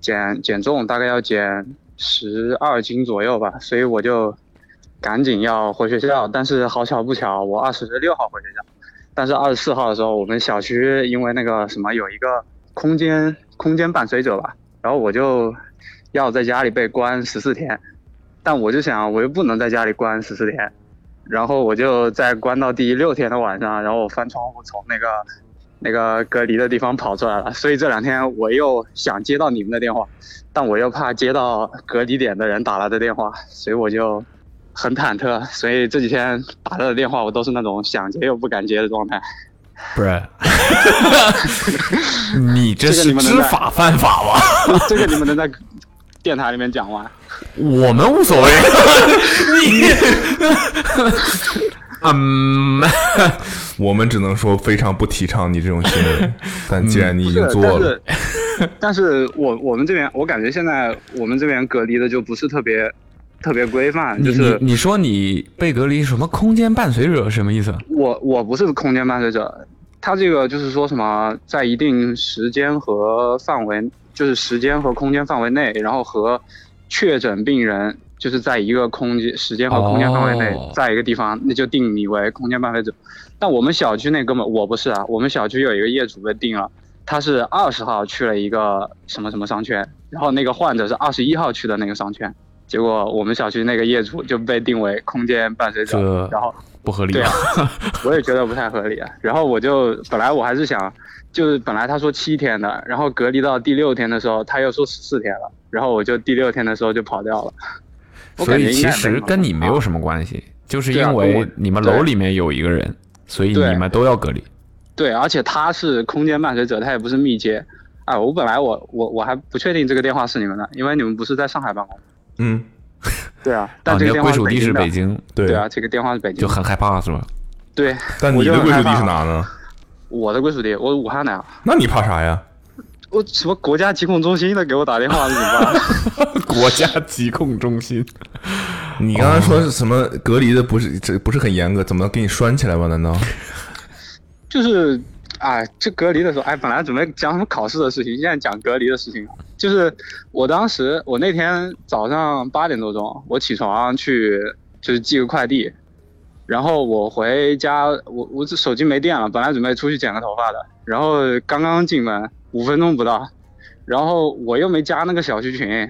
减减重，大概要减十二斤左右吧，所以我就赶紧要回学校。但是好巧不巧，我二十六号回学校，但是二十四号的时候，我们小区因为那个什么有一个空间空间伴随者吧，然后我就要在家里被关十四天，但我就想我又不能在家里关十四天，然后我就在关到第六天的晚上，然后我翻窗户从那个那个隔离的地方跑出来了，所以这两天我又想接到你们的电话，但我又怕接到隔离点的人打来的电话，所以我就很忐忑，所以这几天打来的电话我都是那种想接又不敢接的状态。不是，你这个你是们能知在法犯法吧？这个你们能在电台里面讲吗？我们无 所谓。你，嗯，我们只能说非常不提倡你这种行为。但既然你已经做了，但是，但是我我们这边，我感觉现在我们这边隔离的就不是特别特别规范，你啊就你是你说你被隔离什么空间伴随者什么意思？我我不是空间伴随者，他这个就是说什么在一定时间和范围，就是时间和空间范围内，然后和确诊病人就是在一个空间、时间和空间范围内，哦在一个地方，那就定你为空间伴随者。但我们小区那哥们我不是啊，我们小区有一个业主被定了，他是二十号去了一个什么什么商圈，然后那个患者是二十一号去的那个商圈。结果我们小区那个业主就被定为空间伴随者，这然后不合理对啊啊！我也觉得不太合理。啊 然后我就本来我还是想，就是本来他说七天的，然后隔离到第六天的时候，他又说十四天了，然后我就第六天的时候就跑掉了。我所感觉以应其该实跟你没有什么关系，就是啊对啊因跟为我你们对楼里面有一个人，所以对你们都要隔离。对，而且他是空间伴随者，他也不啊是密接。哎，我本来我我我还不确定这个电话是你们的，因为你们不是在上海办公。嗯，对啊，但啊这个你的电话归属地是北京的，对啊，这个电话是北京的，就很害怕是吧？对，但我你就的很归属害地怕是？哪呢？我的归属地，我武汉的呀。那你怕啥呀？我什么国家疾控中心的给我打电话，怎么办？国家疾控中心。你刚才说是什么隔离的不是这不是很严格，怎么给你拴起来吗？难道？就是啊，这隔离的时候，哎，本来准备讲什么考试的事情，现在讲隔离的事情了。就是我当时，我那天早上八点多钟，我起床去就是寄个快递，然后我回家，我我这手机没电了，本来准备出去剪个头发的，然后刚刚进门五分钟不到，然后我又没加那个小区群。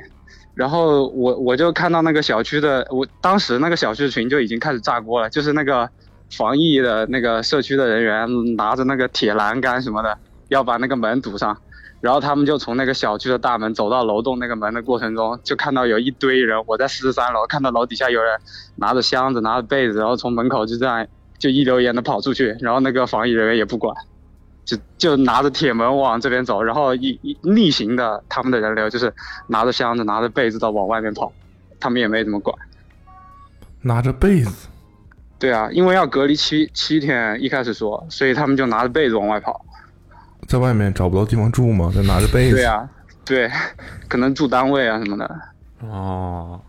然后我我就看到那个小区的，我当时那个小区群就已经开始炸锅了，就是那个防疫的那个社区的人员拿着那个铁栏杆什么的，要把那个门堵上。然后他们就从那个小区的大门走到楼栋那个门的过程中，就看到有一堆人，我在四十三楼看到楼底下有人拿着箱子、拿着被子，然后从门口就这样就一溜烟的跑出去，然后那个防疫人员也不管，就就拿着铁门往这边走，然后一一逆行的他们的人流就是拿着箱子、拿着被子的往外面跑，他们也没怎么管。拿着被子，对啊，因为要隔离七七天，一开始说，所以他们就拿着被子往外跑。在外面找不到地方住吗？再拿着被子。对啊，对，可能住单位啊什么的。哦，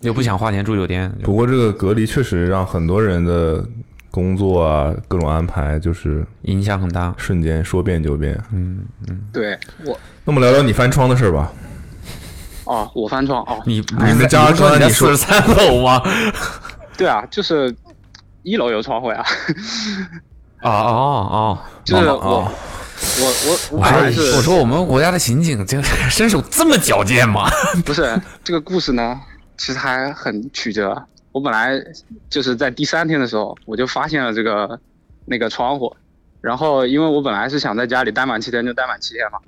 又不想花钱住酒店，不过这个隔离确实让很多人的工作啊，各种安排就是影响很大，瞬间说变就变。嗯嗯。对我那么聊聊你翻窗的事儿吧。哦，我翻窗哦，你你们家刚才你说 四十三楼吗？对啊，就是一楼有窗户呀、 啊哦哦哦，就是哦我、哦我我我本还来是我说我们国家的刑警竟然 身手这么矫 健吗？ 不是这个故事呢，其实还很曲折。我本来就是在第三天的时候，我就发现了这个那个窗户，然后因为我本来是想在家里待满七天就待满七天嘛，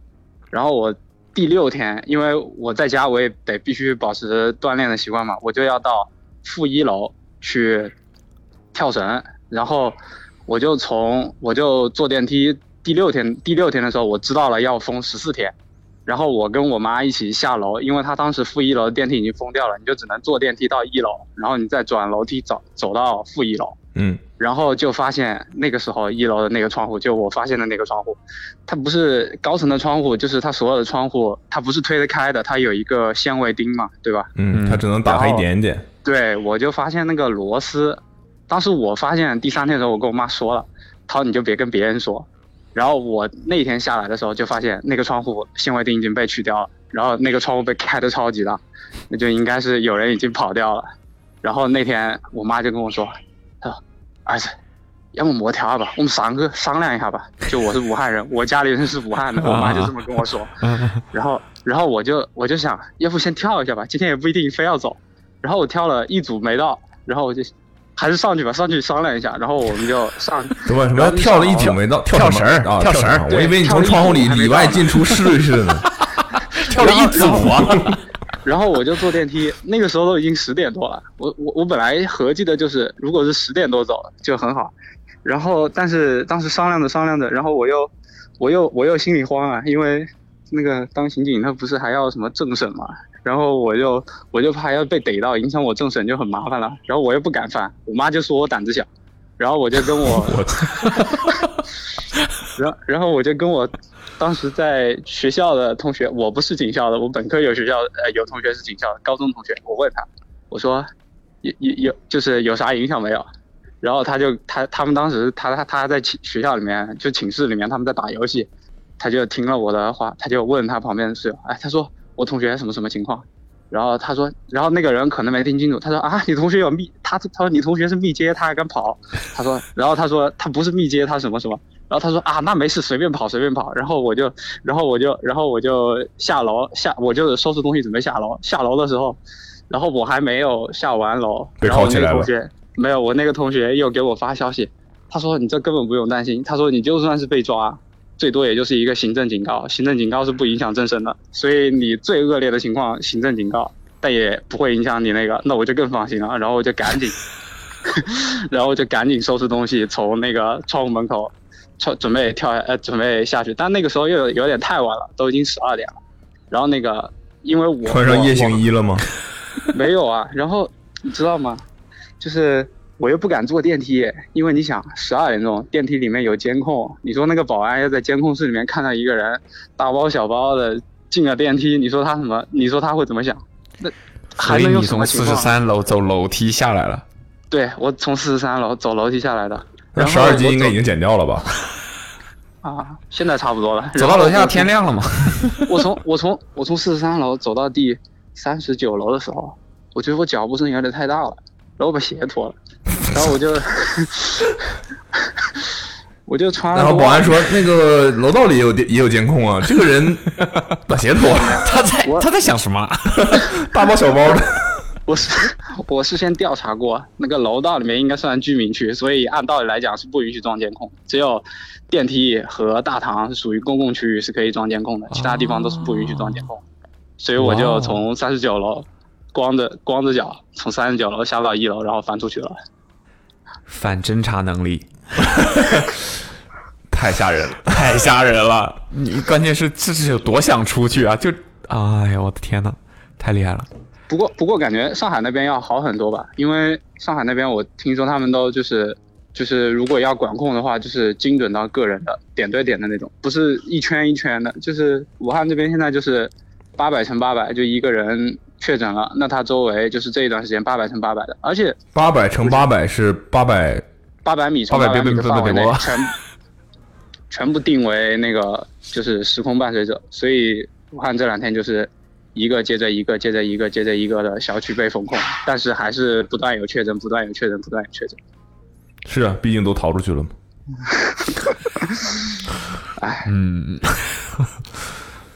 然后我第六天，因为我在家我也得必须保持锻炼的习惯嘛，我就要到负一楼去跳绳，然后我就从我就坐电梯，第六天第六天的时候我知道了要封十四天，然后我跟我妈一起下楼，因为她当时负一楼的电梯已经封掉了，你就只能坐电梯到一楼，然后你再转楼梯走走到负一楼。嗯，然后就发现那个时候一楼的那个窗户，就我发现的那个窗户，它不是高层的窗户，就是它所有的窗户，它不是推得开的，它有一个限位钉嘛，对吧？嗯，它只能打开一点 点。对，我就发现那个螺丝，当时我发现第三天的时候，我跟我妈说了，她说你就别跟别人说。然后我那天下来的时候，就发现那个窗户限位钉已经被取掉了，然后那个窗户被开的超级大，那就应该是有人已经跑掉了。然后那天我妈就跟我说，她说儿子，要么磨条吧，我们三个商量一下吧。就我是武汉人，我家里人是武汉的，我妈就这么跟我说。然后，然后我就我就想，要不先跳一下吧，今天也不一定非要走。然后我跳了一组没到，然后我就还是上去吧，上去商量一下。然后我们就上，等会儿什么跳了一组没到，啊跳绳儿啊，跳绳儿。我以为你从窗户里里外进出试一试呢。跳了一组啊。 然后我就坐电梯，那个时候都已经十点多了。我我我本来合计的就是，如果是十点多走就很好。然后但是当时商量着商量着，然后我又我又我又心里慌啊，因为那个当刑警他不是还要什么政审嘛，然后我就我就怕要被逮到，影响我政审就很麻烦了。然后我又不敢犯，我妈就说我胆子小。然后我就跟 我，然后然后我就跟我当时在学校的同学，我不是警校的，我本科有学校呃有同学是警校的，高中同学，我问他，我说有有有就是有啥影响没有？然后他就他他们当时他他他在寝学校里面就寝室里面他们在打游戏，他就听了我的话，他就问他旁边的室友，哎，他说我同学什么什么情况？然后他说，然后那个人可能没听清楚，他说啊，你同学有密，他他说你同学是密接，他还敢跑，他说，然后他说他不是密接，他什么什么，然后他说啊，那没事，随便跑随便跑，然后我就，然后我就，然后我就下楼下，我就收拾东西准备下楼，下楼的时候，然后我还没有下完楼，被然后铐起那个来了同学没有，我那个同学又给我发消息，他说你这根本不用担心，他说你就算是被抓，最多也就是一个行政警告，行政警告是不影响政审的，所以你最恶劣的情况行政警告，但也不会影响你那个，那我就更放心了，然后我就赶紧， 然后我就赶紧收拾东西从那个窗户门口，窗准备跳下呃准备下去，但那个时候又有有点太晚了，都已经十二点了，然后那个因为我穿上夜行衣。衣了吗？ 没有啊，然后你知道吗？就是我又不敢坐电梯，因为你想十二点钟电梯里面有监控，你说那个保安要在监控室里面看到一个人大包小包的进了电梯，你说他什么？你说他会怎么想？那还 所以能有你什从么情四十况？三楼走楼梯下来了，对我从四十三楼走楼梯下来的。那然十后二我级应该已经减掉了吧？啊，现在差不多了。走到楼下天亮了嘛。嘛。我从我从我从四十三楼走到第三十九楼的时候，我觉得我脚步声有点太大了，然后我把鞋脱了，然后我就 我就穿了然个袜后子。保安说那个楼道里也有电也有监控啊，这个 人把鞋脱了，他在他在想什么？啊 大包小包的。 我是我事先调查过，那个楼道里面应该算居民区，所以按道理来讲是不允许装监控，只有电梯和大堂是属于公共区域是可以装监哦控的，其他地方都是不允许装监控。所以我哇就哦从三十九楼光着光着脚从三十九楼下到一楼，然后翻出去了。 反侦查 能力，太吓人了， 太吓人了！ 你关键是这是有多想出去啊？就哎呀，我的天呐，太厉害了！不过不过感觉上海那边要好很多吧，因为上海那边我听说他们都就是就是如果要管控的话，就是精准到个人的点对点的那种，不是一圈一圈的。就是武汉这边现在就是八百乘八百，就一个人确诊了，那他周围就是这一段时间八百乘八百的，而且八百乘八百是八百，八百米乘800八百米的别别别范围内别别全全部定为那个就是时空伴随者，所以武汉这两天就是一个接着一个接着一个接着一个的小区被封控，但是还是不断有确诊，不断有确诊，不断有确诊。是啊，毕竟都逃出 去了嘛。哎，嗯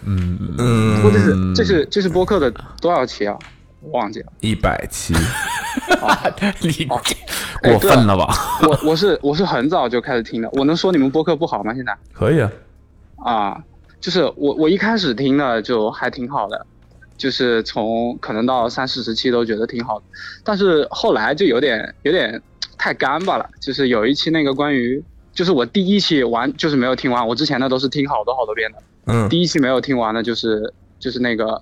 嗯不过这是这是这是播客的多少期啊？我忘记了。一百期，你哎过分了吧？对了我我是我是很早就开始听的，我能说你们播客不好吗？现在？ 可以啊，啊，就是我我一开始听的就还挺好的，就是从可能到三四十期都觉得挺好的，但是后来就有点有点太干巴了，就是有一期那个关于，就是我第一期完就是没有听完，我之前的都是听好多好多遍的，嗯第一期没有听完的就是就是那个。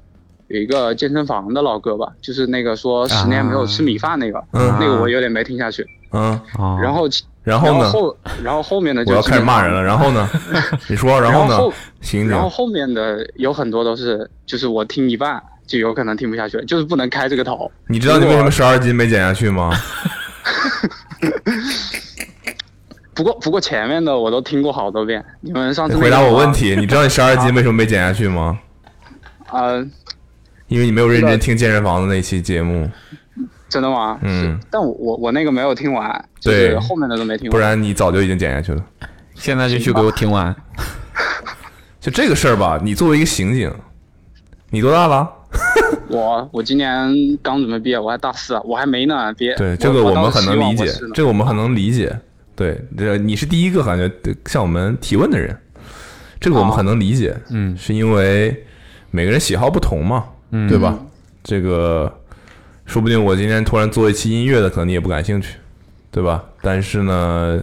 有一个健身房的老哥吧，就是那个说十年没有吃米饭那个，嗯那个我有点没听下去。嗯，然后其然后呢？后然后后面的就我要基开本始骂上人了。然 后呢？你说，然后呢后？行然后行，后面的有很多都是，就是我听一半就有可能听不下去了，就是不能开这个头。你知道你为什啊么十二斤没减下去吗？不过不过前面的我都听过好多遍，你们上次那回答个啊我吗问题，你知 道你十二斤为什么没减下去吗？呃，因为你没有认真听健身房的那期节目。真的吗？嗯，但我我我那个没有听完，就是对，后面的都没听完。不然你早就已经减下去了。 现在就去给我听完。 就这个事儿吧，你作为一个刑警，你多大了？我我今年刚准备毕业，我还大四啊，我还没呢，别对，这个我我们倒是很希能望理我解是，呢这个我们很能理解。对，这你是第一个感觉向我们提问的人，这个我们哦很能理解。嗯，是因为每个人喜好不同嘛，嗯对吧？这个说不定我今天突然做一期音乐的，可能你也不感兴趣，对吧？但是呢，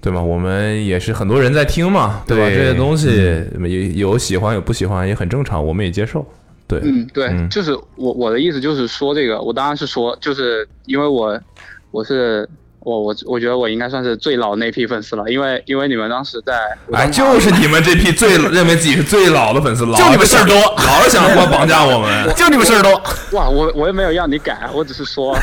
对吧？我们也是很多人在听嘛，对吧？对嗯这些东西也有喜欢有不喜欢，也很正常，我们也接受。对，嗯，对，嗯就是我我的意思就是说这个，我当然是说，就是因为我我是我我我觉得我应该算是最老那批粉丝了，因为因为你们当时在，哎，就是你们这批最认为自己是最老的粉丝，老就你们是事儿多老是想过绑架 我们，多。哇，我我也没有让你改，我只是说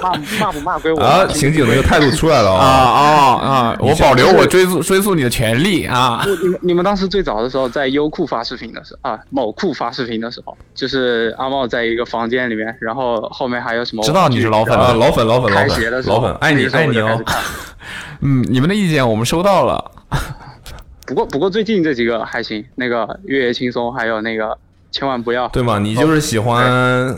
骂骂不骂归我啊！刑警那个态度出来了哦啊啊啊！我保留我追溯追溯你的权利啊！我你们你们当时最早的时候，在优酷发视频的时候啊，某酷发视频的时候，就是阿茂在一个房间里面，然后后面还有什么知道你是老粉了，了，老粉老粉老开学的粉时候老粉，爱那你个时候爱我你就开哦始看。嗯，你们的意见我们收到了。不过不过最近这几个还行，那个越野轻松，还有那个千万 不要，对嘛？你就是喜欢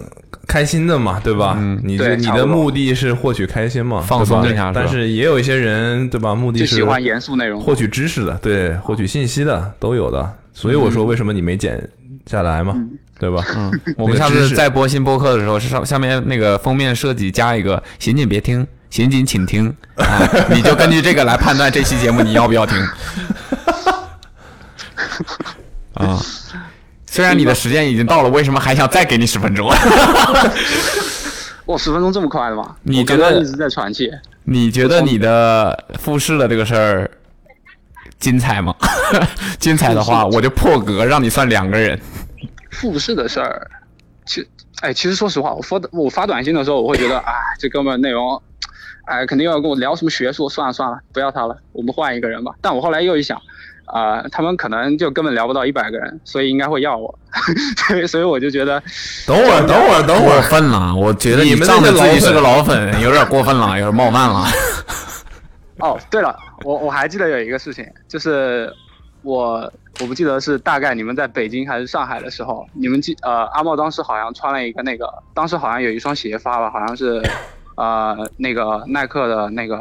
开心的嘛，对吧？你嗯对这你差不的多目的是获取开心嘛，放松对吧一下是吧但是也有一些人，对吧？目的就是喜欢严肃内容获取知识的，对，获取信息的都有的。所以我嗯说，为什么你没减下来嘛？对吧？嗯， 我们下次再播新播客的时候，是上下面那个封面设计加一个“刑警别听，刑警请 听”，啊，你就根据这个来判断这 期节目你要不要听。啊，虽然你的时间已经到了，为什么还想再给你十分钟？ 哇，十分钟这么快的吗？你我觉刚得刚一直在喘气，你觉得你的复试的这个事儿精彩吗？ 精彩的话，我就破格让你算两个人。复试的事儿，其哎，其实说实话，我发我发短信的时候，我会 觉得，哎，这哥们儿内容，哎，肯定要跟我聊什么学术，算了算了，不要他了，我们换一个人吧。但我后来又一想，啊、他们可能就根本聊不到一百个人，所以应该会要我， 所以所以我就觉得，等会儿，等会儿，等会儿，过分了，我觉得你仗仗着着自自己己是是个个老老粉，有点过分了，有点冒犯了。哦，对了，我我还记得有一个事情，就是我我不记得是大概你们在北京还是上海的时候，你们记呃阿茂当时好像穿了一个那个，当时好像有一双鞋发了，好像是呃那个耐克的那个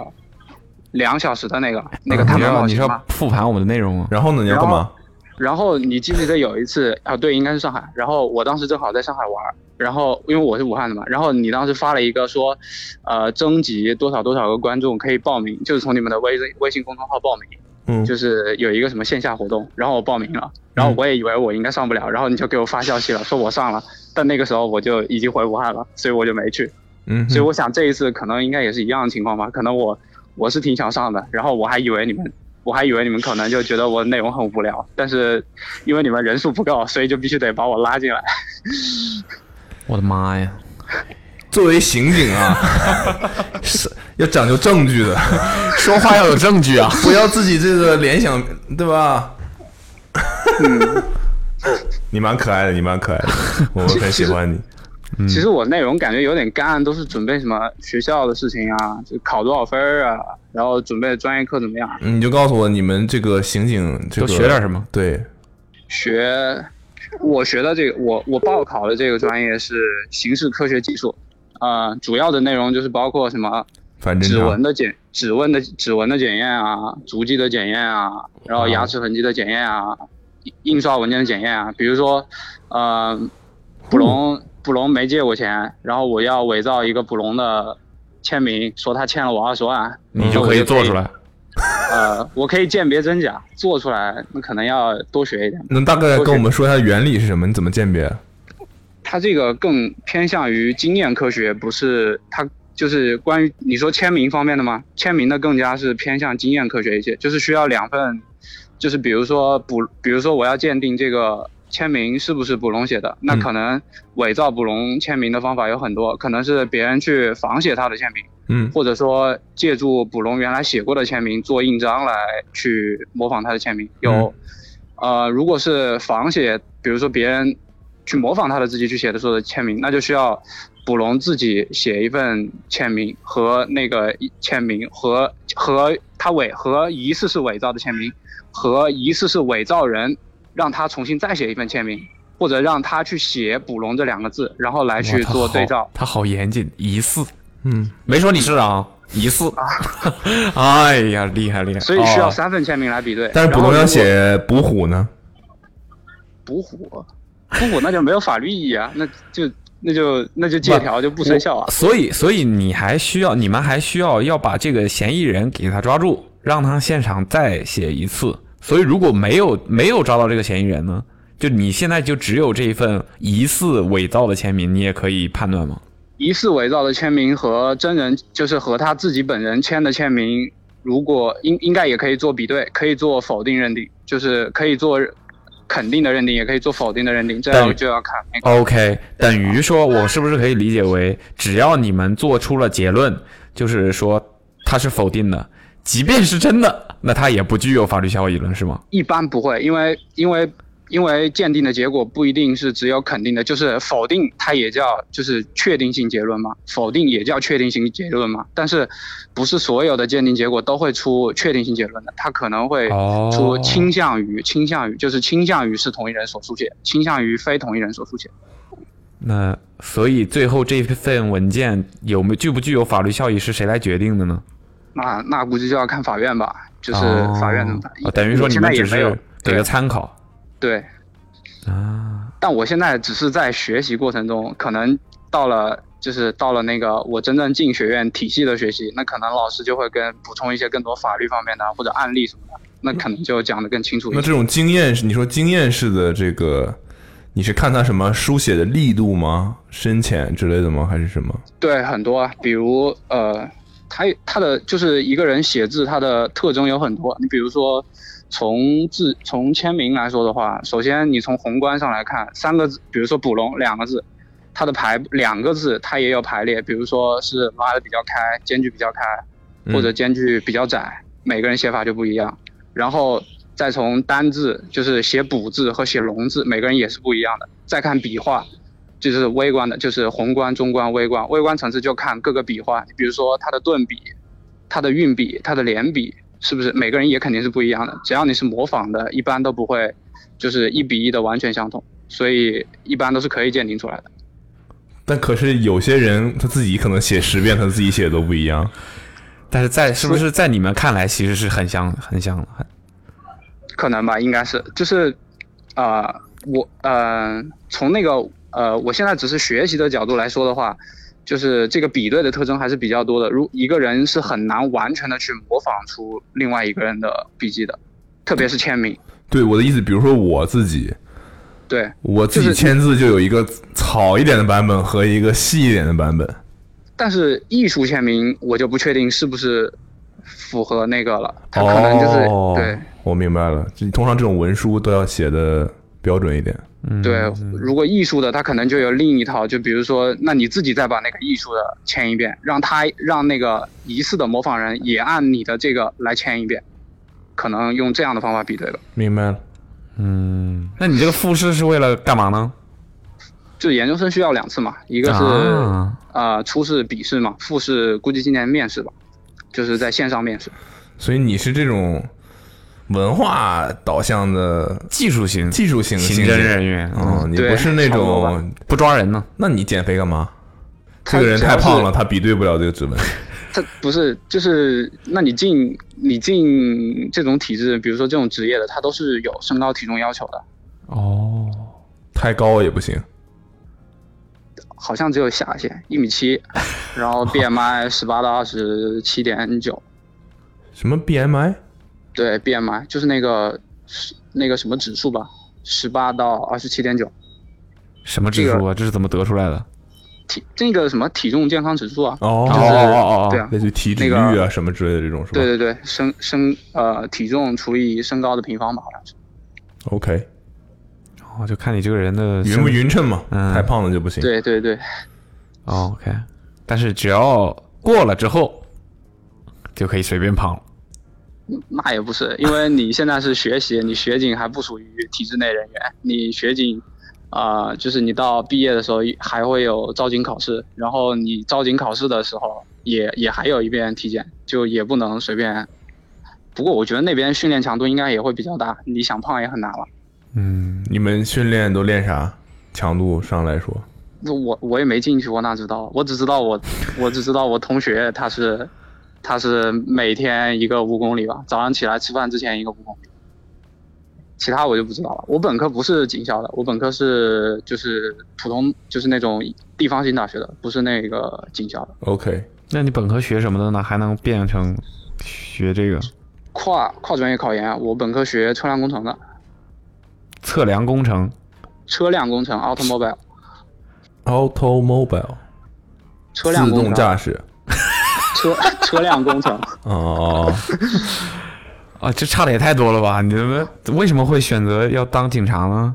两小时的那个那个碳嗯你板要跑你鞋是要吗？复盘我们的内容吗？然后呢，你要干嘛？然后你记不记得有一次啊？对，应该是上海。然后我当时正好在上海玩儿，然后因为我是武汉的嘛，然后你当时发了一个说，呃，征集多少多少个观众可以报名，就是从你们的微微信公众号报名，嗯就是有一个什么线下活动，然后我报名了，然后我也以为我应该上不了，然后你就给我发消息了，说我上了，但那个时候我就已经回武汉了，所以我就没去。嗯哼所以我想这一次可能应该也是一样的情况吧，可能我我是挺想上的，然后我还以为你们，我还以为你们可能就觉得我内容很无聊，但是因为你们人数不够，所以就必须得把我拉进来。我的妈呀！作为刑警 啊，是要讲究证据的，说话要有证据啊， 不要自己这个联想，对吧？ 你蛮可爱的，你蛮可爱 的，我们很喜欢你。嗯 其实我内容感觉有点干，都是准备什么学校的事情啊，就考多少分儿啊，然后准备专业课怎么样，你就告诉我你们这个刑警这个都学点什么？对，学我学的这个，我我报考的这个专业是刑事科学技术，呃，主要的内容就是包括什么反正啊指纹的检、指纹的指纹的检验啊，足迹的检验啊，然后牙齿痕迹的检验啊，印印刷文件的检验啊，比如说，呃，捕嗯龙捕龙没借我钱，然后我要伪造一个捕龙的签名，说他欠了我二十万，你就可以做出来。呃，我可以鉴别真假，做出来那可能要多学一点。能大概跟我们说一下原理是什么？你怎么鉴别？它这个更偏向于经验科学，不是它就是关于你说签名方面的吗？签名的更加是偏向经验科学一些，就是需要两份，就是比如说捕，比如说我要鉴定这个签名是不是捕龙写的，那可能伪造捕龙签名的方法有很多，可能是别人去仿写他的签名，嗯或者说借助捕龙原来写过的签名做印章来去模仿他的签名，有。嗯呃，如果是仿写，比如说别人去模仿他的字迹去写的时候的签名，那就需要捕龙自己写一份签名和那个一签名和和他伪和疑似是伪造的签名和疑似是伪造人，让他重新再写一份签名，或者让他去写“捕龙”这两个字，然后来去哇做对照。。他好他好严谨，疑似，嗯，没说你是啊，疑似。 哎呀，厉害厉害！啊所以需要哦三份签名来比对。但是捕然后龙要如果写捕虎呢？捕虎，捕虎那就没有法律意义啊，那就那就那就借条就不生效啊我。所以，所以你还需要，你们还需要要把这个嫌疑人给他抓住，让他现场再写一次。所以，如果没有没有抓到这个嫌疑人呢，就你现在就只有这一份疑似伪造的签名，你也可以判断吗？疑似伪造的签名和真人，就是和他自己本人签的签名，如果应应该也可以做比对，可以做否定认定，就是可以做肯定的认定，也可以做否定的认定，这但样就要看那个。 OK，等于说我是不是可以理解为，只要你们做出了结论，就是说他是否定的，即便是真的，那他也不具有法律效益了，是吗？一般不会，因为因为因为鉴定的结果不一定是只有肯定的，就是否定它也叫就是确定性结论嘛，否定也叫确定性结论嘛。但是不是所有的鉴定结果都会出确定性结论的，它可能会出哦倾向于、倾向于，就是倾向于是同一人所书写，倾向于非同一人所书写。那所以最后这份文件有没有具不具有法律效益是谁来决定的呢？那那估计就要看法院吧，就是哦法院怎么办。哦等于说我你现们在也只没有是给个参考。对啊，但我现在只是在学习过程中，可能到了就是到了那个我真正进学院体系的学习，那可能老师就会跟补充一些更多法律方面的啊或者案例什么的，那可能就讲得更清楚一那些。这种经验是你说经验式的这个你是看它什么书写的力度吗？深浅之类的吗？还是什么？对，很多啊，比如呃，他他的就是一个人写字，他的特征有很多。你比如说，从字从签名来说的话，首先你从宏观上来看，三个字，比如说“捕龙”两个字，它的排两个字它也有排列，比如说是拉的比较开，间距比较开，或者间距比较窄，每个人写法就不一样。然后再从单字，就是写“补”字和写“龙”字，每个人也是不一样的。再看笔画，就是微观的，就是宏观、中观、微观。微观层次就看各个笔画，比如说它的顿笔、它的运笔、它的连笔，是不是每个人也肯定是不一样的？只要你是模仿的，一般都不会就是一比一的完全相同，所以一般都是可以鉴定出来的。但可是有些人他自己可能写十遍，他自己写的都不一样。但是在是不是在你们看来，其实是很像很像的，很可能吧，应该是就是，啊、我呃，从那个呃，我现在只是学习的角度来说的话，就是这个比对的特征还是比较多的。如一个人是很难完全的去模仿出另外一个人的笔迹的，特别是签名。对我的意思，比如说我自己，对，我自己签字就有一个草一点的版本和一个细一点的版本。但是艺术签名我就不确定是不是符合那个了，他啊可能就是、哦、对。，我明白了。就通常这种文书都要写的标准一点。嗯对，如果艺术的，他可能就有另一套，就比如说，那你自己再把那个艺术的签一遍，让他让那个疑似的模仿人也按你的这个来签一遍，可能用这样的方法比对吧。明白了。嗯，那你这个复试是为了干嘛呢？就研究生需要两次嘛，一个是、啊呃初试笔试嘛，复试估计今年面试吧，就是在线上面试。所以你是这种文化导向的技术型、技术型的行性质政人员嗯，嗯你对不是那差不多吧种不抓人呢？那你减肥干嘛？他这个人太胖主要了，是他比对不了这个指纹。他不是，就是那你进你进这种体制，比如说这种职业的，他都是有身高体重要求的，哦，太高也不行。好像只有下限一米 七，然后 BMI 十八到二十七点九，什么 BMI？对 BMI 就是那个是那个什么指数吧，十八到二十七点九，什么指数啊？这是怎么得出来的？体那个什么体重健康指数啊，哦就是对啊，类似于体脂率那啊、个什么之类的这种是吧？对对对，身身呃体重除以身高的平方吧，好像是。 OK，哦，就看你这个人的匀不匀称嘛嗯，太胖了就不行。对对对，哦 OK，但是只要过了之后，就可以随便胖了。那也不是，因为你现在是学习，你学警还不属于体制内人员，你学警，啊、就是你到毕业的时候还会有招警考试，然后你招警考试的时候也也还有一遍体检，就也不能随便。不过我觉得那边训练强度应该也会比较大，你想胖也很难了。嗯，你们训练都练啥？强度上来说，那我我也没进去过，那知道，我只知道我我只知道我同学他是他是每天一个五公里吧，早上起来吃饭之前一个五公里，其他我就不知道了。我本科不是警校的，我本科是就是普通就是那种地方性大学的，不是那个警校的。 OK，那你本科学什么的呢？还能变成学这个跨跨专业考研啊，我本科学车辆工程的，测量工程？车辆工程 automobile automobile 车辆自工程动驾驶车车 辆工程。哦 啊，这差的也太多了吧？你们为什么会选择要当警察呢？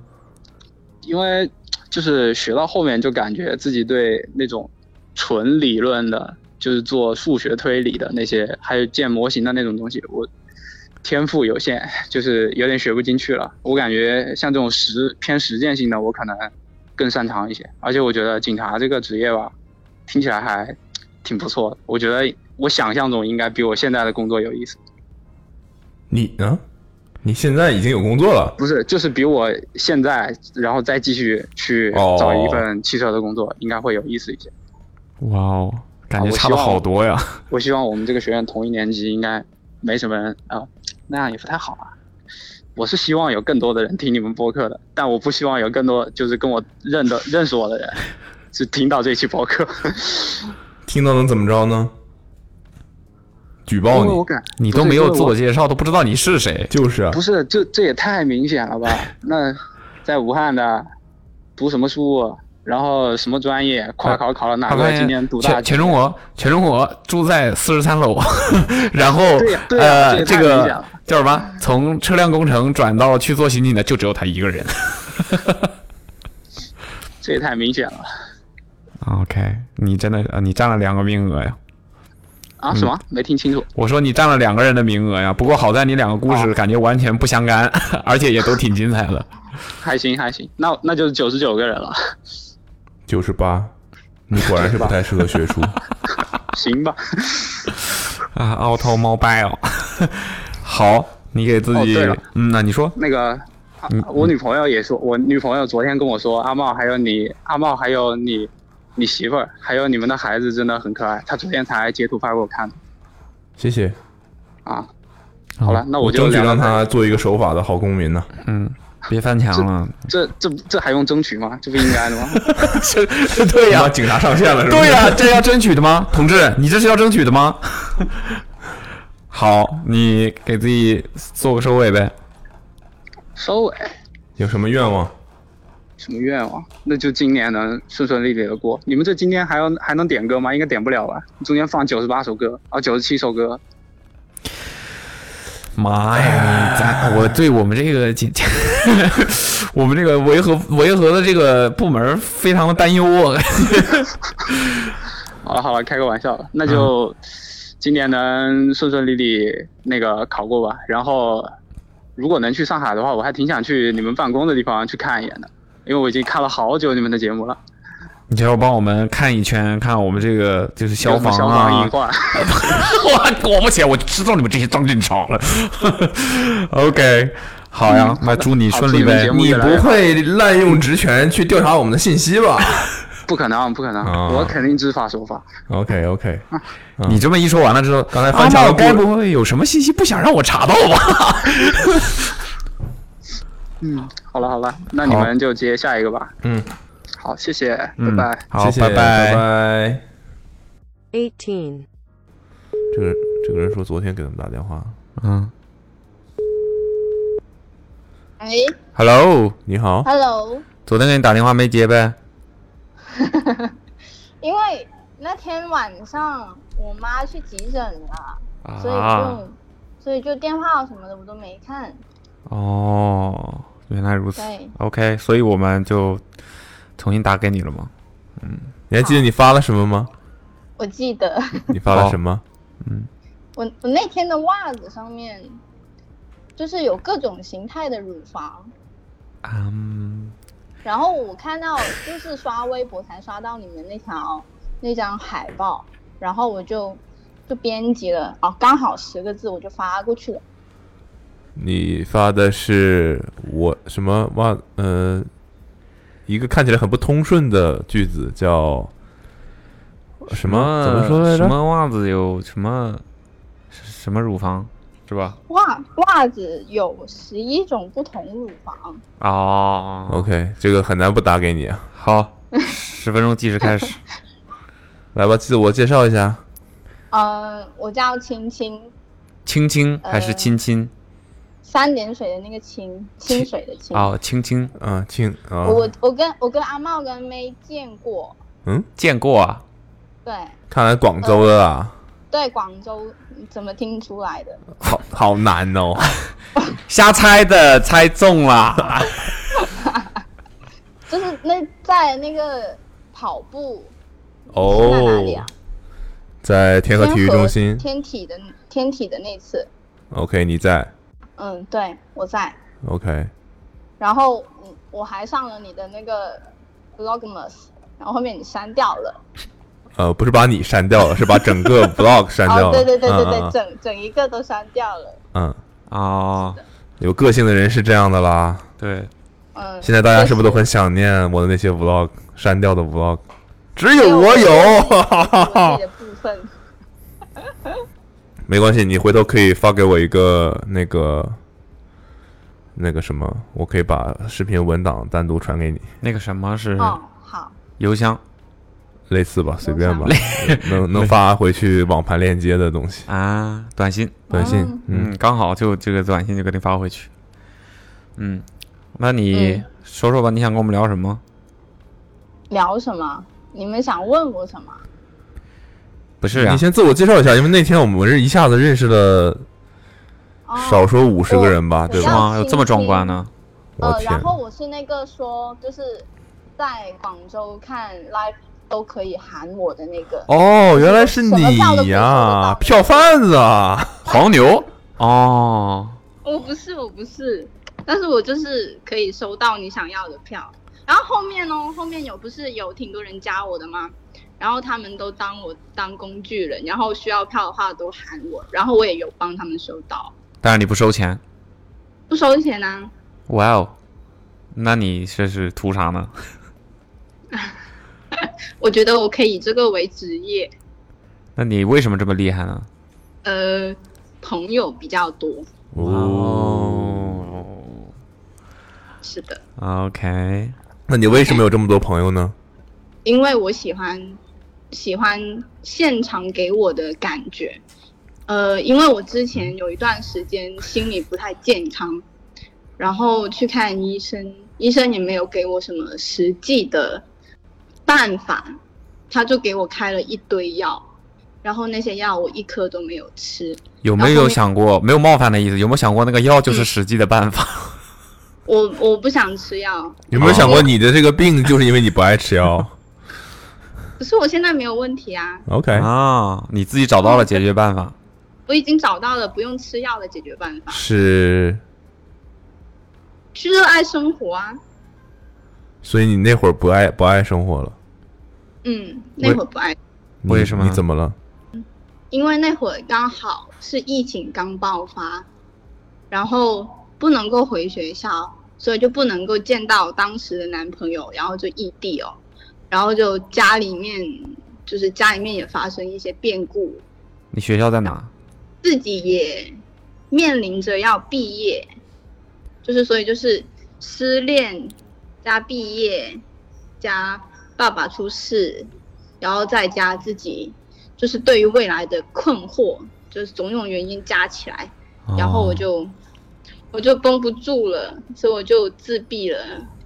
因为就是学到后面就感觉自己对那种纯理论的，就是做数学推理的那些，还有建模型的那种东西，我天赋有限，就是有点学不进去了。我感觉像这种实偏实践性的，我可能更擅长一些。而且我觉得警察这个职业吧，听起来还挺不错的。我觉得我想象中应该比我现在的工作有意思。你呢？你现在已经有工作了？不是，就是比我现在，然后再继续去哦找一份汽车的工作，应该会有意思一些。哇哦，感觉啊我差希的望好多呀！我希望我们这个学院同一年级应该没什么人啊，那样也不太好啊。我是希望有更多的人听你们播客的，但我不希望有更多就是跟我认的认识我的人，只听到这期播 客。听到能怎么着呢？举报因你为我感，你不是都没因有为自我我介绍，都不知道你是谁。就是啊不是，这这也太明显了吧？那在武汉的读什么书，然后什么专业，跨考呃考了哪他发个，现今年读大全全中国全中国住在四十三楼， 然后对呀对呀呃这这个太明显个了叫什么？从车辆工程转到去做刑警的就只有他一个人。这也太明显了啊 OK，你真的呃你占了两个名额呀。啊！什么嗯？没听清楚。我说你占了两个人的名额呀，不过好在你两个故事感觉完全不相干， 而且也都挺精彩的。还行还行，那那就是九十九个人了，九 十八，你果然是不太适合学术。行吧？ 啊，Auto Mobile，好，你给自己，哦对了嗯，那你说，那个啊嗯我女朋友也说，我女朋友昨天跟我说，阿茂还有你，阿茂还有你，你媳妇儿，还有你们的孩子真的很可爱。她昨天才截图发给我看的谢谢。啊。好了，那我就争取聊到让这他做一个守法的好公民呢。嗯，别翻墙了。这这这还用争取吗？这不应该的 吗？对呀、他妈警察上线了是吧？对 呀、这要争取的吗？同志，你这是要争取的 吗？好，你给自己做个收尾呗。 收尾有什么愿望？什么愿望？那就今年能顺顺利利的过。你们这今天还要还能点歌吗？应该点不了吧？中间放九十八首歌啊，九十七首歌，妈哎呀，你咱我对我们这个姐姐， 我们这个维和维和的这个部门非常的担忧 啊。好了好了，开个玩笑了，那就今年能顺顺利利那个考过吧。然后如果能去上海的话，我还挺想去你们办公的地方去看一眼的，因为我已经看了好久你们的节目了。你就要帮我们看一圈，看我们这个就是消防有什么消啊，防隐患。 我果不其然，我知道你们这些脏人场了。OK，好嗯呀，那祝你顺利呗。你不会滥用职权去调查我们的信息 吧不可能，不可能，啊我肯定知法守法。 ？OK OK，你这么一说完了之后，嗯刚才翻墙的故该不会有什么信息不想让我查到吧？嗯，好了好了，那你好们就接下一个吧。嗯，好，谢谢，嗯拜拜。好谢谢拜拜拜拜。 18, 这个人这个人说昨天给他们打电话。嗯喂，Hello，你好，Hello，昨天给你打电话没接呗？因为那天晚上我妈去急诊了，所以啊就所以就电话什么的我都没看。哦，原来如此对。 OK，所以我们就重新打给你了吗？嗯，你还记得你发了什么吗？我记得 你发了什么？我我那天的袜子上面就是有各种形态的乳房，嗯，然后我看到就是刷微博才刷到你们那条那张海报，然后我就就编辑了哦，刚好十个字我就发过去了。你发的是我什么哇？呃，一个看起来很不通顺的句子叫什么？怎么说来着？什么袜子有什么什么乳房是吧？袜袜子有十一种不同乳房，哦，OK，这个很难不打给你啊。好，十分钟计时开始， 来吧，自我介绍一下。呃，我叫青青，亲亲呃还是亲亲？三点水的那个清，清水的清。哦，亲亲，嗯，亲啊我我跟我跟阿茂跟妹见过，嗯，见过啊，对看来广州的啊，对，广州怎么听出来的？好好难 哦。瞎猜的，猜中了。 就是那在那个跑步是在哪里哦啊，在天河体育中心。天体的天体的那次， OK，你在嗯，对我在， OK，然后嗯我还上了你的那个 Logmas，然后后面你删掉了。呃，不是把你删掉了，是把整个 blog 删掉了。哦，对对对对对，嗯嗯嗯整整一个都删掉了。嗯，哦，有个性的人是这样的啦。对，呃嗯，现在大家是不是都很想念我的那些 vlog 删掉的 vlog？只有我哎有，有，的部分。没关系，你回头可以发给我一个那个那个什么，我可以把视频文档单独传给你。那个什么是哦，好，邮箱？类似吧，随便吧，能能发 回去网盘链接的东西啊，短信，短信嗯嗯，刚好就这个短信就给你发回去。嗯，那你嗯说说吧，你想跟我们聊什么？聊什么？你们想问我什么？不是、你先自我介绍一下，因为那天我们是一下子认识了少说五十个人吧，对吧？哦我要有这么壮观呢？我呃，天然！后我是那个说，就是在广州看 live 都可以喊我的那个。哦，原来是什么票都可你以哎呀、票贩子啊，黄 牛哦，我不是，我不是，但是我就是可以收到你想要的票。然后后面哦，后面有不是有挺多人加我的吗？然后他们都当我当工具人，然后需要票的话都喊我，然后我也有帮他们收到，但是你不收钱，不收钱啊。 哇哦，那你这是图啥呢？ 我觉得我可以以这个为职业，那你为什么这么厉害呢？呃，朋友比较多，哦是的， ，OK，那你为什么有这么多朋友呢？因为我喜欢喜欢现场给我的感觉，呃，因为我之前有一段时间心理不太健康，然后去看医生，医生也没有给我什么实际的办法，他就给我开了一堆药，然后那些药我一颗都没有吃，有没有想过没有冒犯的意思？有没有想过那个药就是实际的办法？我我不想吃药，哦有没有想过你的这个病就是因为你不爱吃药可是我现在没有问题啊， ？OK 啊，你自己找到了解决办法，我已经找到了不用吃药的解决办法，是，去热爱生活啊。所以你那会儿不爱不爱生活了？嗯，那会儿不爱，为什么？你怎么了？因为那会儿刚好是疫情刚爆发，然后不能够回学校，所以就不能够见到当时的男朋友，然后就异地哦，然后就家里面就是家里面也发生一些变故，你学校在哪？自己也面临着要毕业，就是所以就是失恋加毕业加爸爸出事，然后再加自己就是对于未来的困惑，就是种种原因加起来，然后我就、哦我就绷不住了，所以我就自闭了，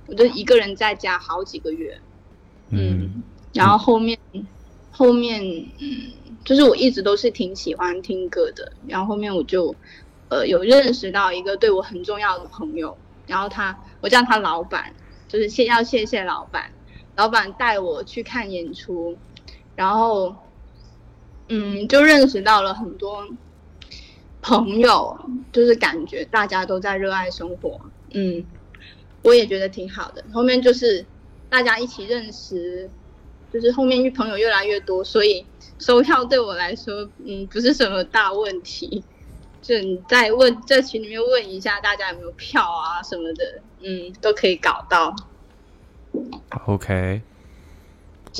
我就一个人在家好几个月，嗯，然后后面、后面嗯，就是我一直都是挺喜欢听歌的，然后后面我就呃有认识到一个对我很重要的朋友，然后他我叫他老板，就是谢要谢谢老板，老板带我去看演出，然后嗯就认识到了很多朋友，就是感觉大家都在热爱生活，嗯，我也觉得挺好的。后面就是大家一起认识，就是后面朋友越来越多，所以收票对我来说，嗯，不是什么大问题。就你在问在群里面问一下大家有没有票啊什么的，嗯，都可以搞到。 OK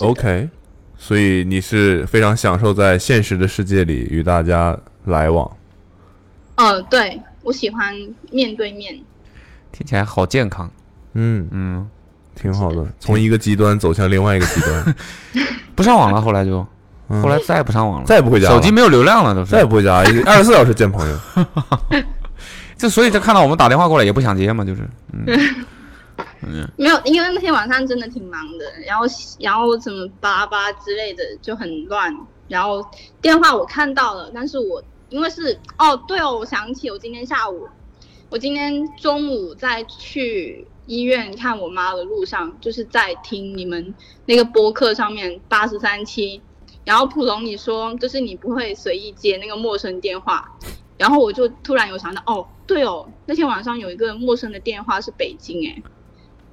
OK，所以你是非常享受在现实的世界里与大家来往。哦，对，我喜欢面对面。听起来好健康。嗯嗯，挺好的，从一个极端走向另外一个极端。 嗯不上网了，后来就，后来再也不上网了，再也不回家了手机没有流量了，都是再也不回 家，二十四小时见朋友。就所以就看到我们打电话过来也不想接嘛，就是， 嗯，没有，因为那天晚上真的挺忙的，然后然后什么巴拉巴拉之类的就很乱，然后电话我看到了，但是我因为是哦对哦，我想起我今天下午，我今天中午在去医院看我妈的路上，就是在听你们那个播客上面八十三期，然后普龙你说就是你不会随意接那个陌生电话，然后我就突然有想到哦对哦，那天晚上有一个陌生的电话是北京哎诶。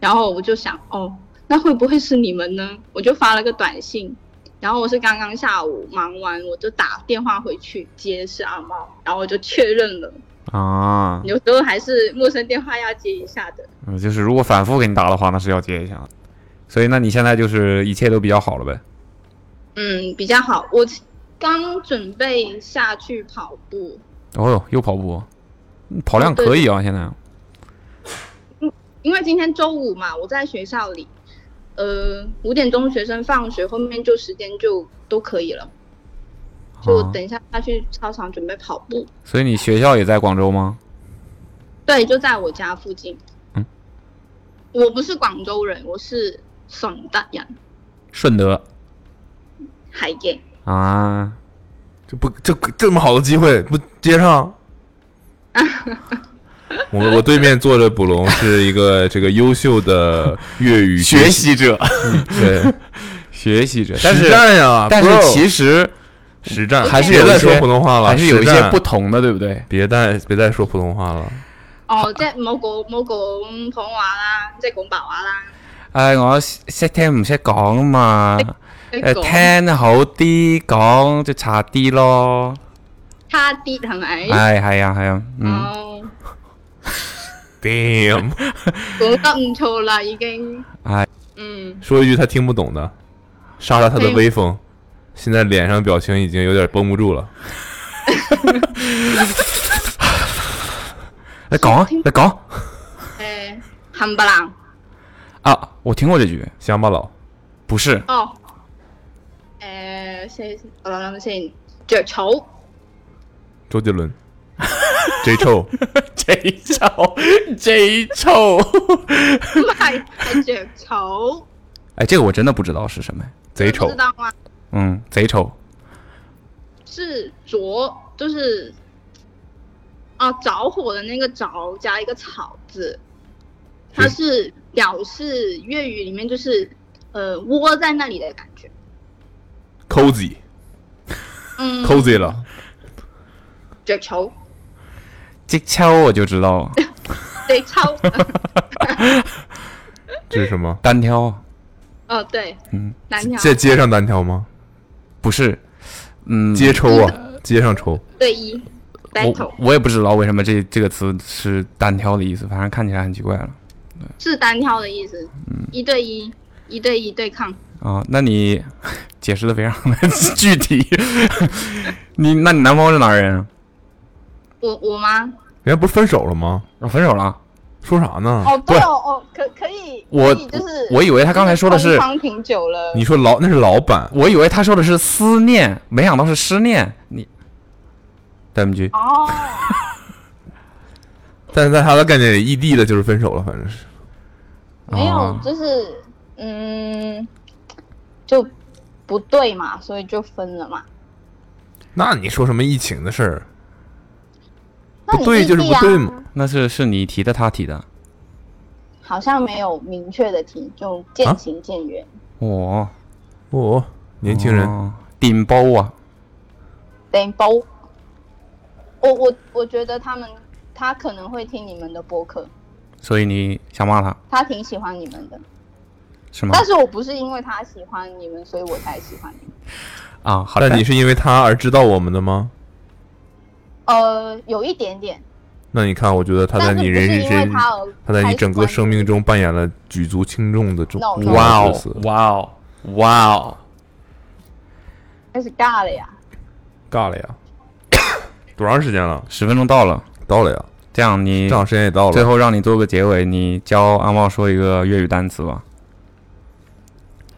然后我就想，哦，那会不会是你们呢？我就发了个短信，然后我是刚刚下午忙完，我就打电话回去接是阿猫，然后我就确认了，啊，有时候还是陌生电话要接一下的。嗯就是如果反复给你打的话，那是要接一下的。所以那你现在就是一切都比较好了呗？嗯，比较好。我刚准备下去跑步，哦哟，又跑步，嗯跑量可以啊，现在。因为今天周五嘛，我在学校里，呃，五点钟学生放学，后面就时间就都可以了，就啊等一下下去操场准备跑步。所以你学校也在广州吗？对，就在我家附近。嗯我不是广州人，我是省大人。顺德海淀，啊，就不这这么好的机会不 接上？我我对面坐着卜龙是一个这个优秀的粤语学习 者嗯对，学习者，但实是战呀，但是 bro 其实实战还是别有再一说些普通话了，还是有一实些战不同的，对不对？别再别再说普通话了。哦，即係冇講冇講普通話啦，即係講白話啦。唉，我識識聽唔識講啊嘛，你誒講聽好啲，講就差啲咯。差啲係咪？係係啊係啊，嗯哦， Damn，講得唔錯啦，已經。哎，嗯，说一句他听不懂的，杀杀他的威风。现在脸上表情已经有点绷不住了。你講啊，你講誒，冚唪唥。啊，我聽過這句。鄉巴佬，不是哦。誒，先我諗諗先，着草。周杰伦 ，J 臭 J 臭，J 臭。唔係，係着草。哎，这个我真的不知道是什么，贼不知道吗？嗯，贼丑，是着，就是啊，着火的那个着加一个草字，它是表示粤语里面就是呃窝在那里的感觉。 ，cozy 嗯 cozy 了。 着草，即秋我就 知道，对，超，这是什么？单挑。哦，对，嗯，单挑，啊在街上单挑吗？不是，嗯，街抽啊，街上抽。对一我 battle 我嗯也不知道为什么这这个词是单挑的意思，反正看起来很奇怪了。是单挑的意思，嗯一对一，一对一对抗。啊、那你 解释的非常的具体。 你那你男朋友是哪儿人啊？我我吗？人家不是分手了吗？啊，分手了。说啥呢？哦，对哦，哦，可可以，嗯我可以就是我以为他刚才说的是同窗挺久了，你说老那是老板，我以为他说的是思念，没想到是失恋。你，对不起，哦，但是在他的概念里，异地的就是分手了，反正是。哦没有，就是嗯，就不对嘛，所以就分了嘛。那你说什么疫情的事儿？那你异地啊，嘛。那是是你提的，他提的。好像没有明确的提，就渐行渐远。哦，哦，年轻人顶哦包啊！等包，我我我觉得他们他可能会听你们的播客，所以你想骂他他挺喜欢你们的。是吗？但是我不是因为他喜欢你们，所以我才喜欢你们。啊，好但你是因为他而知道我们的吗？呃，有一点点，那你看，我觉得他在但是你不人生是因为中他而，他在你整个生命中扮演了举足轻重的重 No, 重 no. 要角色。哇哦，哇哦，开始尬了呀。尬了 呀！多长时间了？十分钟到了，到了呀。这样你正好时间也到了最后让你做个结尾，你教阿茂说一个粤语单词吧。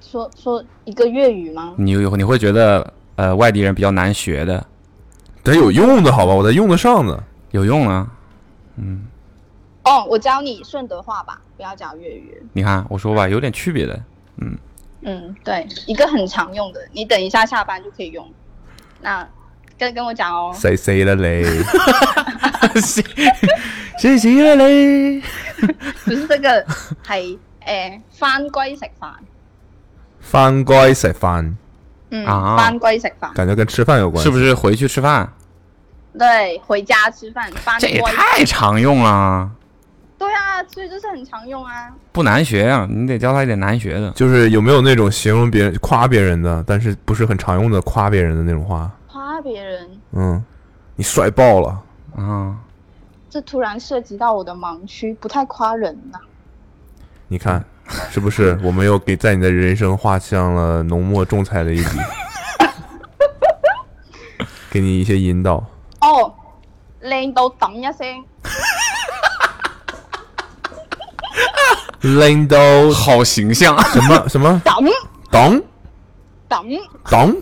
说说一个粤语吗？你有你会觉得呃外地人比较难学的，得有用的好吧？我得用得上的，有用啊！哦，我教你顺德话吧，不要讲粤语。你看我说吧，有点区别的。嗯，对，一个很常用的，你等一下下班就可以用。那跟跟我讲哦， 谁谁了嘞？ 谁谁了嘞？只是这个系诶翻歸食飯，翻该食饭，嗯，啊翻歸食飯，感觉跟吃饭有关系，是不是回去吃饭？对，回家吃飯翻这也歸，太常用了，对啊，所以就是很常用啊。不难学啊，你得教他一点难学的。就是有没有那种形容别人、夸别人的，但是不是很常用的夸别人的那种话？夸别人，嗯，你帅爆了啊！这突然涉及到我的盲区，不太夸人啊呐、你看，是不是我们又给在你的人生画上了浓墨重彩的一 笔，给你一些引导。哦，靚到揼一聲，拎到好形象，什么什 么揼咚揼，咚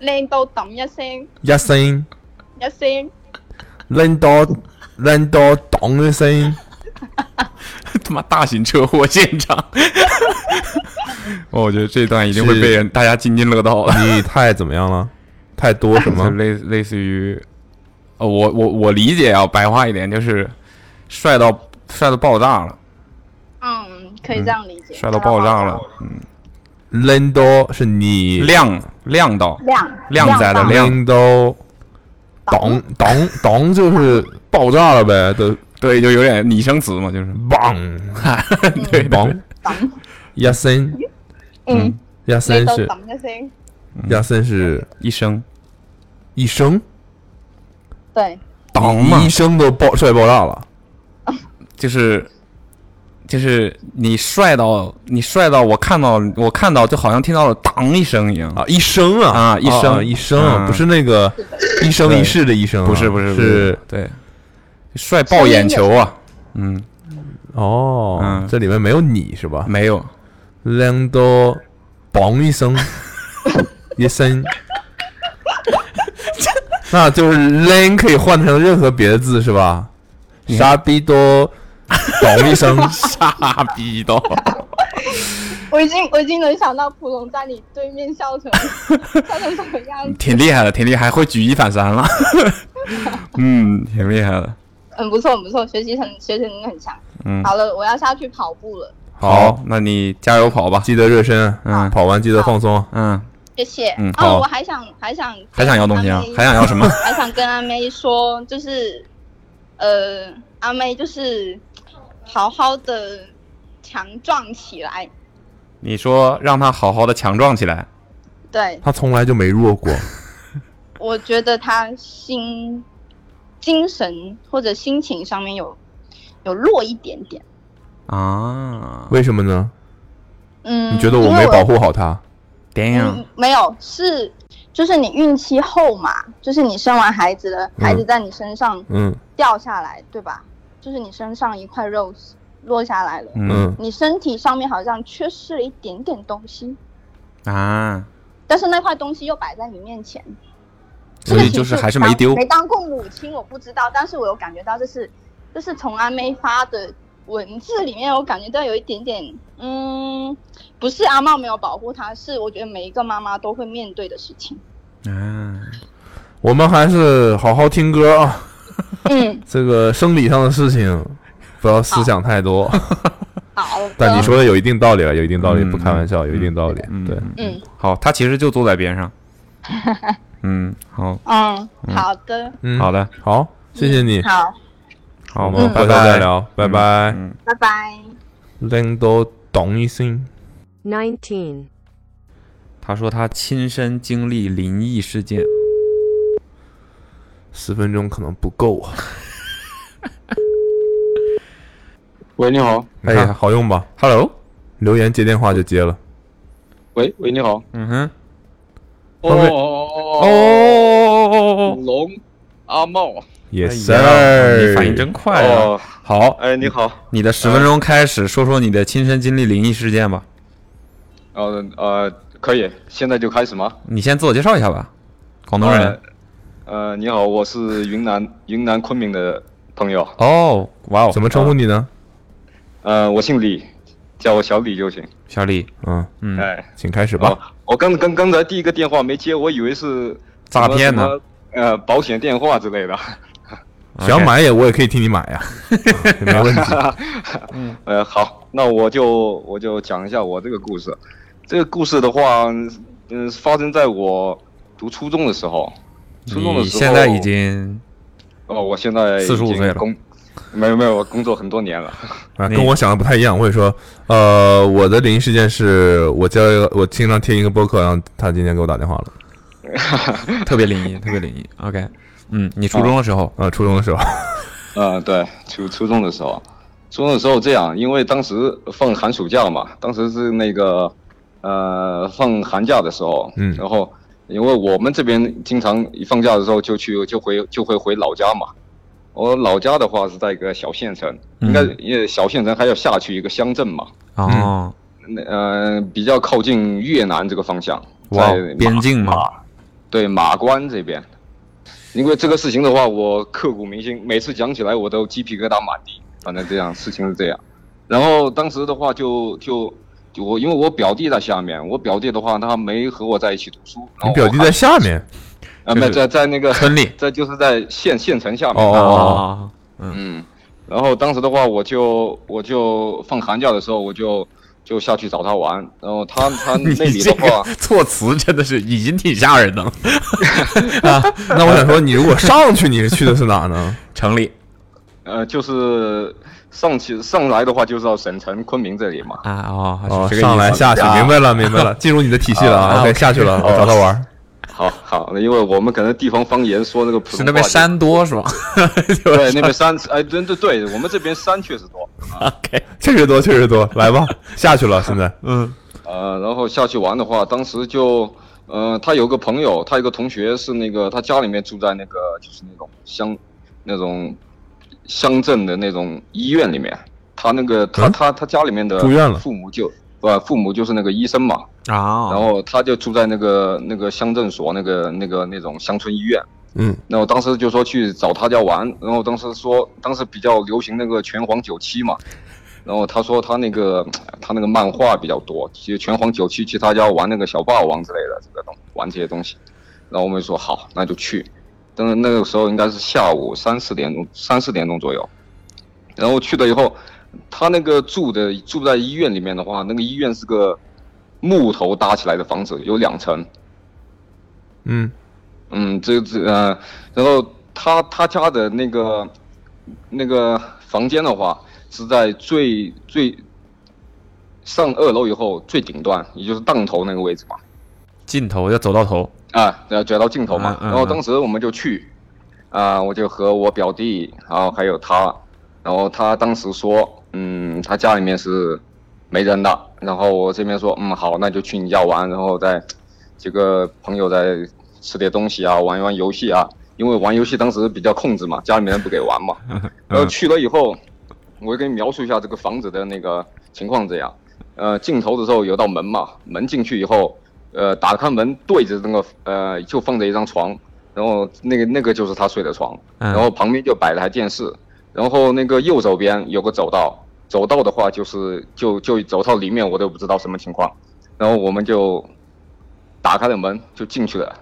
靚到揼一聲一声，一聲，拎到拎到咚一声， 他妈大型车祸现场，哦我觉得这段一定会被人大家津津乐道。你太怎么样了？太多什么 就？类类似于，呃，我我我理解啊，白话一点就是帅到帅到爆炸了，嗯，可以这样理解。帅到爆炸了，嗯，扔多是你亮亮到亮靓仔的亮扔刀，咚咚咚就是爆炸了呗，对对，就有点拟声词嘛，就是梆， 对梆一声，嗯，一声是懂的声，一声是嗯一声，一声对，咚嘛一，声都爆帅爆炸了， 就是就是你帅到你帅到我看到我看到就好像听到了当一声一样啊，一声啊啊一声啊一声啊，不是那个一生一世的一生啊，不是不是不是对，帅爆眼球啊，嗯，哦，这里面没有你是吧？没有，扔多嘣一 声，一声，那就是扔可以换成任何别的字是吧？嗯傻逼多嘣一声，傻逼多， 我已经我已经能想到蒲龙在你对面笑 成笑成什么样子， 挺厉害的，挺厉害，会举一反 三了，嗯，挺厉害的，很不错很不错，学习很学习能力很强。嗯，好了，我要下去跑步了，好，那你加油跑吧，记得热身，啊嗯，跑完记得放松，啊嗯，谢谢。嗯好哦，我还想还想还想要东西啊阿妹还想要什么 还想跟阿妹说，就是呃，阿妹就是好好的强壮起来，你说让他好好的强壮起来，对，他从来就没弱过，我觉得他心、精神或者心情上面有有弱一点点。 啊？为什么呢？嗯，你觉得我因没为保护好他？点呀，没有，是就是你孕期后嘛，就是你生完孩子了，嗯孩子在你身上嗯掉下来，对吧？就是你身上一块肉落下来了，嗯你身体上面好像缺失了一点点东西，啊，但是那块东西又摆在你面前，所以就是还是没丢没当过母亲，我不知道，但是我有感觉到，就是就是从阿妹发的文字里面，我感觉到有一点点，嗯，不是阿茂没有保护她，是我觉得每一个妈妈都会面对的事情。嗯，我们还是好好听歌啊。嗯，这个生理上的事情，不要思想太多。好， 但你说的有一定道理了，有一定道理，不开玩笑，有一定道理。对，嗯好，他其实就坐在边上，嗯，好，嗯，嗯好的，嗯，好的，好，谢谢你。好，我好，我们们嗯回头拜再拜嗯聊，拜拜。拜拜。拎多懂一心， 19, 他说他亲身经历灵异事件，十分钟可能不够 啊。喂，你好。哎，好用吧？Hello，留言接电话就接了。喂喂，你好。嗯哼。哦喂哦哦！龙阿茂。 Yes 哎呀 sir，你反应真快啊哦！好，哎你好你的十分钟开始，说说你的亲身经历灵异事件吧。呃呃，可以，现在就开始吗？你先自我介绍一下吧，广东人。呃，你好，我是云南云南昆明的朋友。哦，哇哦，怎么称呼你呢？呃，我姓李，叫我小李就行。小李，嗯嗯，哎，请开始哦吧。我刚刚刚才第一个电话没接，我以为是诈骗呢呢。呃，保险电话之类的。 想要买也，我也可以替你买 呀，啊没问题。 嗯，呃，好，那我就我就讲一下我这个故事。这个故事的话，嗯、发生在我读初中的时候。初中的你时候，现在 已经哦，我现在已45经岁了工，没有没有，我工作很多年了。啊，跟我想的不太一样。我会说，呃，我的灵异事件是我教一个，我经常听一个播客，然后他今天给我打电话了。特别灵异，特别灵异。OK，嗯，你初中的时候，啊，初中的时候，嗯，对，初初中的时候，初中的时候这样，因为当时放寒暑假嘛，当时是那个呃放寒假的时候，嗯然后因为我们这边经常一放假的时候就去就回就会回老家嘛，我老家的话是在一个小县城，应该也小县城还要下去一个乡镇嘛，嗯哦，那呃比较靠近越南这个方向，哇哦在，边境嘛，对马关这边。因为这个事情的话，我刻骨铭心，每次讲起来我都鸡皮疙瘩满地。反正这样，事情是这样。然后当时的话就就我因为我表弟在下面，我表弟的话他没和我在一起读书，然你后表弟在下面，啊，就没是在在那个村里， 在就是在县县城下哦面。哦啊哦，嗯，然后当时的话，我就我就放寒假的时候，我就就下去找他玩。然 后他他你那里这的话个， 措辞真的是已经挺吓人 的了啊，那我想说，你如果上去，你是去的是哪呢？城里呃，就是上去上来的话，就是到省城昆明这里嘛。啊哦哦，是这个意思上来下去，啊明白了，明白了，进入你的体系了啊啊。OK， ，OK 下去了，哦找他 玩。好好，因为我们可能地方方言说那个普通话是那边就山多是吧？对，那边山，哎，对对对，我们这边山确实多。 OK，确实多，确实多，来吧，下去了，现在，嗯，呃，然后下去玩的话，当时就，呃，他有个朋友，他有个同学是那个，他家里面住在那个就是那种乡，那种乡镇的那种医院里面，他那个嗯他、他他家里面的住院了父母就，呃，父母就是那个医生嘛，啊，然后他就住在那个那个乡镇所那个那个那种乡村医院，嗯，那我当时就说去找他家玩，然后当时说当时比较流行那个拳皇九七嘛，然后他说他那个他那个漫画比较多，其实拳皇九七去他家玩那个小霸王之类的这个东玩这些东西，然后我们就说好那就去，但是那个时候应该是下午三四点钟三四点钟左右，然后去了以后，他那个住的住在医院里面的话，那个医院是个木头搭起来的房子，有两层，嗯，嗯，这这呃，然后他他家的那个那个房间的话，是在最最上二楼以后最顶端，也就是档头那个位置嘛。尽头要走到头，啊，然后转到尽头嘛。嗯嗯然后嗯当时我们就去，啊，我就和我表弟，然后还有他，然后他当时说，嗯，他家里面是没人的，然后我这边说，嗯，好，那就去你家玩，然后再这个朋友再吃点东西啊，玩一玩游戏啊，因为玩游戏当时比较控制嘛，家里面人不给玩嘛。然后去了以后，我给你描述一下这个房子的那个情况这样。呃，镜头的时候有道门嘛，门进去以后，呃，打开门对着那个呃，就放着一张床，然后那个那个就是他睡的床，嗯然后旁边就摆了台电视，然后那个右手边有个走道，走道的话就是就就走到里面我都不知道什么情况，然后我们就打开了门就进去了，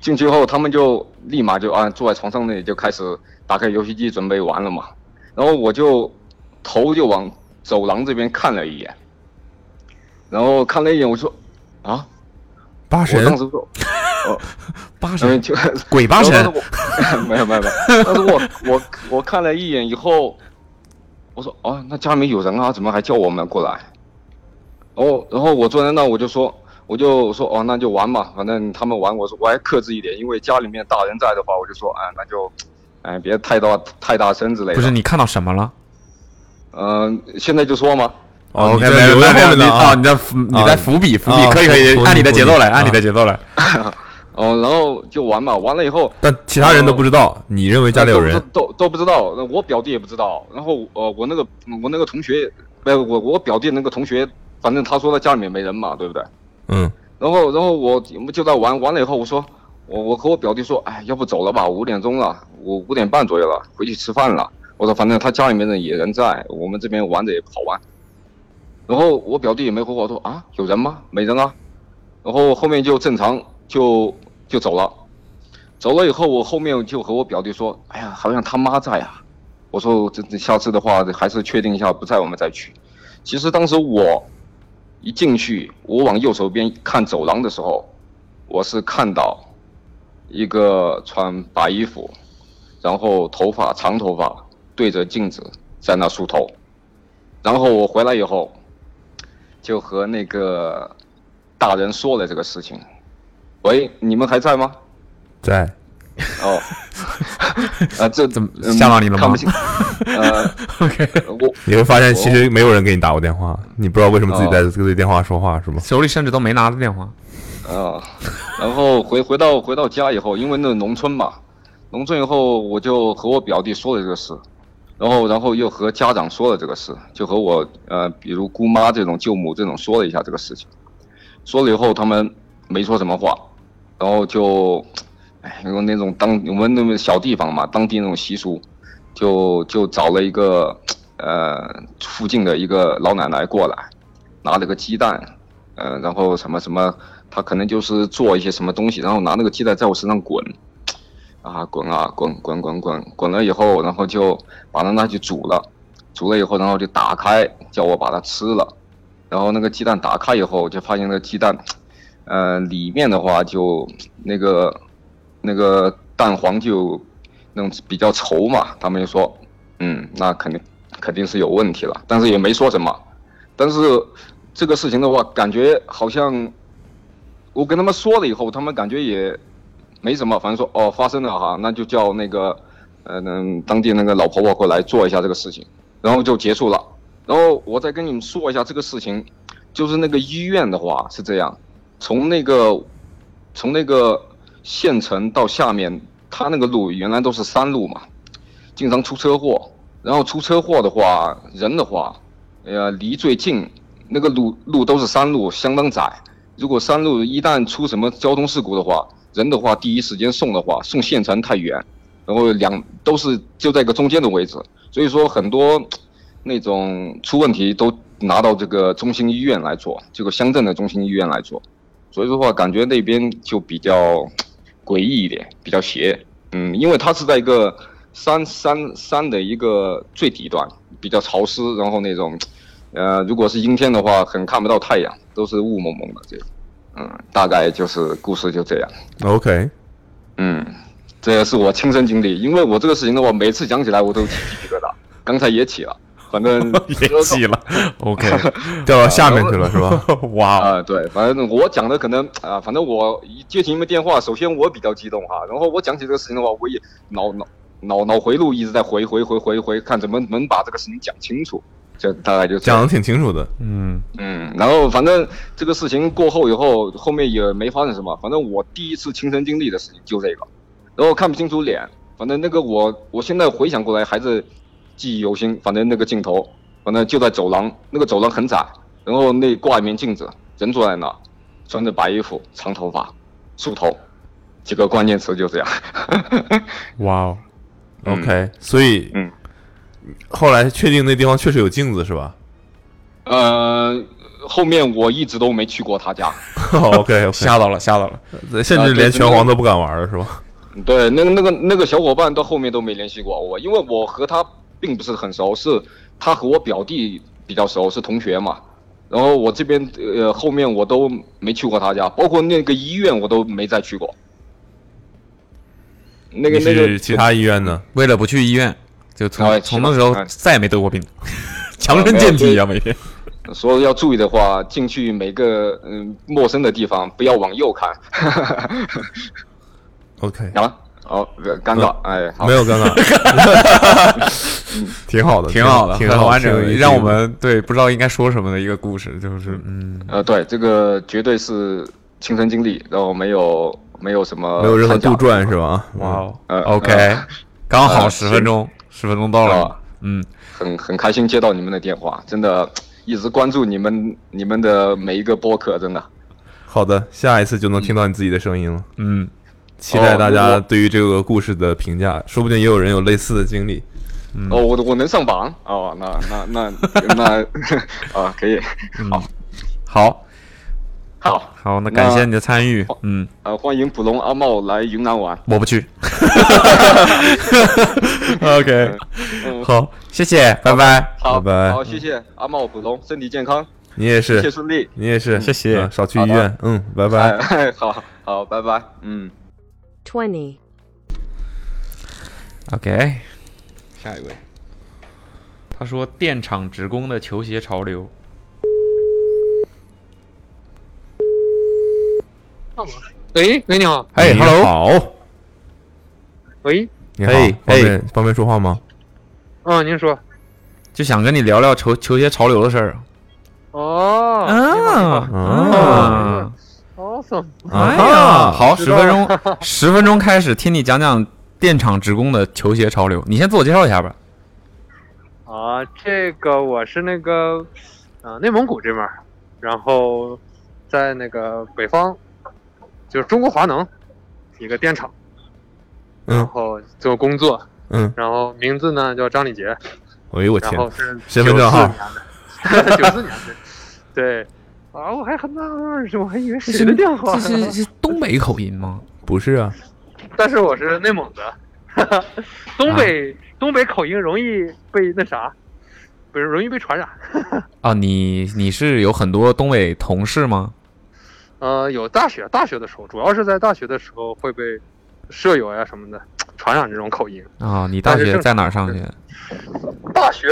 进去后他们就立马就啊坐在床上那里就开始打开游戏机准备玩了嘛，然后我就头就往走廊这边看了一眼，然后看了一眼我说啊，八神，我当时说，哦，八神就呃 鬼八神然后当时我 没有没有没有，当时我 我我看了一眼以后，我说哦，那家里面有人啊，怎么还叫我们过来？哦，然后我坐在那我就说。我就说哦，那就玩吧，反正他们玩，我说我还克制一点，因为家里面大人在的话，我就说啊，那就，哎，别太大太大声之类的。不是你看到什么了？嗯，现在就说吗？你哦，OK，在没有留没在有没后有，面的你啊哦，你在伏你在伏笔伏笔啊，可以可以，伏笔按你的节奏来，伏笔按你的节奏来。 哦，然后就玩嘛，玩了以后，呃但其他人都不知道，你认为家里有人，都都不知道，那我表弟也不知道，然后呃，我那个我那个同学，呃，我我表弟那个同学，反正他说他家里面没人嘛，对不对？ 嗯。然后然后我我们就在玩，玩了以后我说，我我和我表弟说，哎，要不走了吧，五点钟了，我五点半左右了，回去吃饭了。我说反正他家里面的也人在，我们这边玩着也不好玩。然后我表弟也没回我说啊，有人吗？没人啊。然后后面就正常就就走了。走了以后，我后面就和我表弟说：“哎呀，好像他妈在啊。”我说：“这这下次的话，还是确定一下不在，我们再去。”其实当时我一进去，我往右手边看走廊的时候，我是看到一个穿白衣服，然后头发长头发，对着镜子在那梳头。然后我回来以后，就和那个大人说了这个事情。喂，你们还在吗？ 在 哦，啊，这怎么吓到你了吗看不清。呃，OK，我 你会发现其实没有人给你打过电话，你不知道为什么自己在哦对电话说话是吗？手里甚至都没拿着电话。啊，然后回回到回到家以后，因为那农村嘛，农村以后我就和我表弟说了这个事，然后然后又和家长说了这个事，就和我呃，比如姑妈这种舅母这种说了一下这个事情，说了以后他们没说什么话，然后就，哎，因为那种当我们那种小地方嘛，当地那种习俗，就就找了一个呃附近的一个老奶奶过来，拿了个鸡蛋，呃，然后什么什么，他可能就是做一些什么东西，然后拿那个鸡蛋在我身上滚，啊滚啊滚滚滚滚滚了以后，然后就把它拿去煮了，煮了以后，然后就打开叫我把它吃了，然后那个鸡蛋打开以后，我就发现那个鸡蛋，呃，里面的话就那个那个蛋黄就那种比较稠嘛，他们就说，嗯，那肯定肯定是有问题了，但是也没说什么。但是这个事情的话，感觉好像我跟他们说了以后，他们感觉也没什么，反正说哦发生了哈，那就叫那个呃嗯当地那个老婆婆过来做一下这个事情，然后就结束了。然后我再跟你们说一下这个事情，就是那个医院的话是这样，从那个从那个县城到下面，它那个路原来都是山路嘛，经常出车祸。然后出车祸的话，人的话，呃，离最近那个路路都是山路，相当窄。如果山路一旦出什么交通事故的话，人的话第一时间送的话，送县城太远，然后两都是就在一个中间的位置，所以说很多那种出问题都拿到这个中心医院来做，这个乡镇的中心医院来做，所以说话感觉那边就比较诡异一点，比较邪，嗯，因为它是在一个山山山的一个最底端，比较潮湿，然后那种，呃，如果是阴天的话，很看不到太阳，都是雾蒙蒙的这种，嗯，大概就是故事就这样。 OK，嗯，这也是我亲身经历，因为我这个事情的话，每次讲起来我都起鸡皮疙瘩，刚才也起了，反正 也起了，OK，掉 到下面去 了是吧？ 哇哦啊、对，反正我讲的可能啊、反正我一接起你们电话，首先我比较激动哈，然后我讲起这个事情的话，我也脑脑脑脑回路一直在回回回回回，看怎么能把这个事情讲清楚，就大概就这讲样的挺清楚的，嗯嗯，然后反正这个事情过后以后，后面也没发生什么。反正我第一次亲身经历的事情就这个，然后看不清楚脸，反正那个我我现在回想过来还是记忆犹新。反正那个镜头，反正就在走廊，那个走廊很窄，然后那挂一面镜子，人坐在那，穿着白衣服，长头发，梳头，几个关键词就这样。 哇哦，OK，所以嗯，后来确定那地方确实有镜子是 吧呃，后面我一直都没去过他家。 ？OK，吓到了，吓到了，呃啊甚至连拳皇都不敢 玩了是吧？对，那个那个那个小伙伴到后面都没联系过我，因为我和他并不是很熟，是他和我表弟比较熟，是同学嘛。然后我这边呃后面我都没去过他家，包括那个医院我都没再去过。那个啊你那是个其他医院呢？为了不去医院，就从从那时候再也没得过 病，强身身健体啊，每 天。所以要注意的话，进去每个嗯陌生的地方不要往右看。 OK，嗯好了，好，尴尬，哎，好没有尴 尬挺好的挺好的，挺很好完整挺有意，思让我们对不知道应该说什么的一个故事，就是嗯，呃，对，这个绝对是亲身经历，然后没有没有什么没有任何呃掺假杜撰是吧？哇哦嗯呃 OK，呃 刚好呃10分钟，十分钟到了，嗯，很很开心接到你们的电话，真的一直关注你们你们的每一个播客，真的。好的，下一次就能听到你自己的声音了。嗯，期待大哦如家果对于这个故事的评价，说不定也有人有类似的经历。嗯哦，我我能上榜哦，那那那那 啊，可以，好，嗯好，好，好，那那感谢你的参与，嗯，呃，欢迎普龙阿茂来云南玩。我不 去，OK，嗯好，谢谢，拜拜，好，拜好，谢谢阿茂普龙，身体健康，你也是，一切顺利，你也是，嗯谢谢嗯少去医院，嗯，拜拜。哎， 好好，拜拜，嗯。 20. OK，下一位。他说电厂职工的球鞋潮流。喂喂，你好，哎，Hello，好，喂，你好，哎方便方便说话吗？嗯，您说，就想跟你聊聊球球鞋潮流的事儿。哦，啊，awesome，啊！好，十分 钟， 十分钟开始，听你讲讲电厂职工的球鞋潮流。你先自我介绍一下吧。啊，这个我是那个，呃，内蒙古这边儿，然后在那个北方，就是中国华能一个电厂，然嗯后做工作，嗯，然后名字呢叫张礼杰，哎呦我天然后是，身份证号94年的，九四年的，对，啊，我还很纳闷，我还以为谁的电话这是是东北口音吗？不是啊，但是我是内蒙的，哈哈，啊东北、东北口音容易被那啥，不是容易被传染。啊，你你是有很多东北同事吗？呃，有大学大学的时候，主要是在大学的时候会被舍友呀什么的传染这种口音。啊，你大但是学正在哪儿上学？大学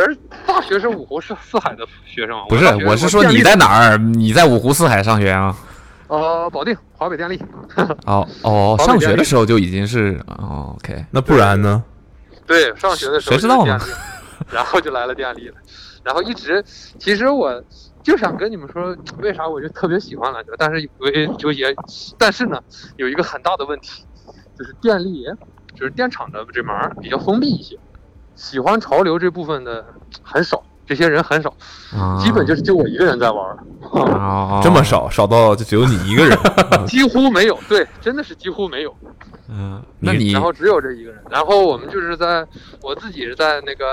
大学是五湖四四海的学生啊，不是大学，我是说电你力在哪儿？你在五湖四海上学啊？呃，保定华北电力。哦哦，华北上电学的力时候就已经是哦 OK，那不然呢？对，上学的时候谁知道呢呢？然后就来了电力了，然后一直，其实我就想跟你们说，为啥我就特别喜欢篮球，但是我也就也，但是呢，有一个很大的问题，就是电力，就是电厂的这门儿比较封闭一些，喜欢潮流这部分的很少，这些人很少，啊，基本就是就我一个人在玩儿，哦这么少，少到就只有你一 个人。几乎没有，对，真的是几乎没有。嗯，那你然后只有这一个人，然后我们就是在我自己是在那个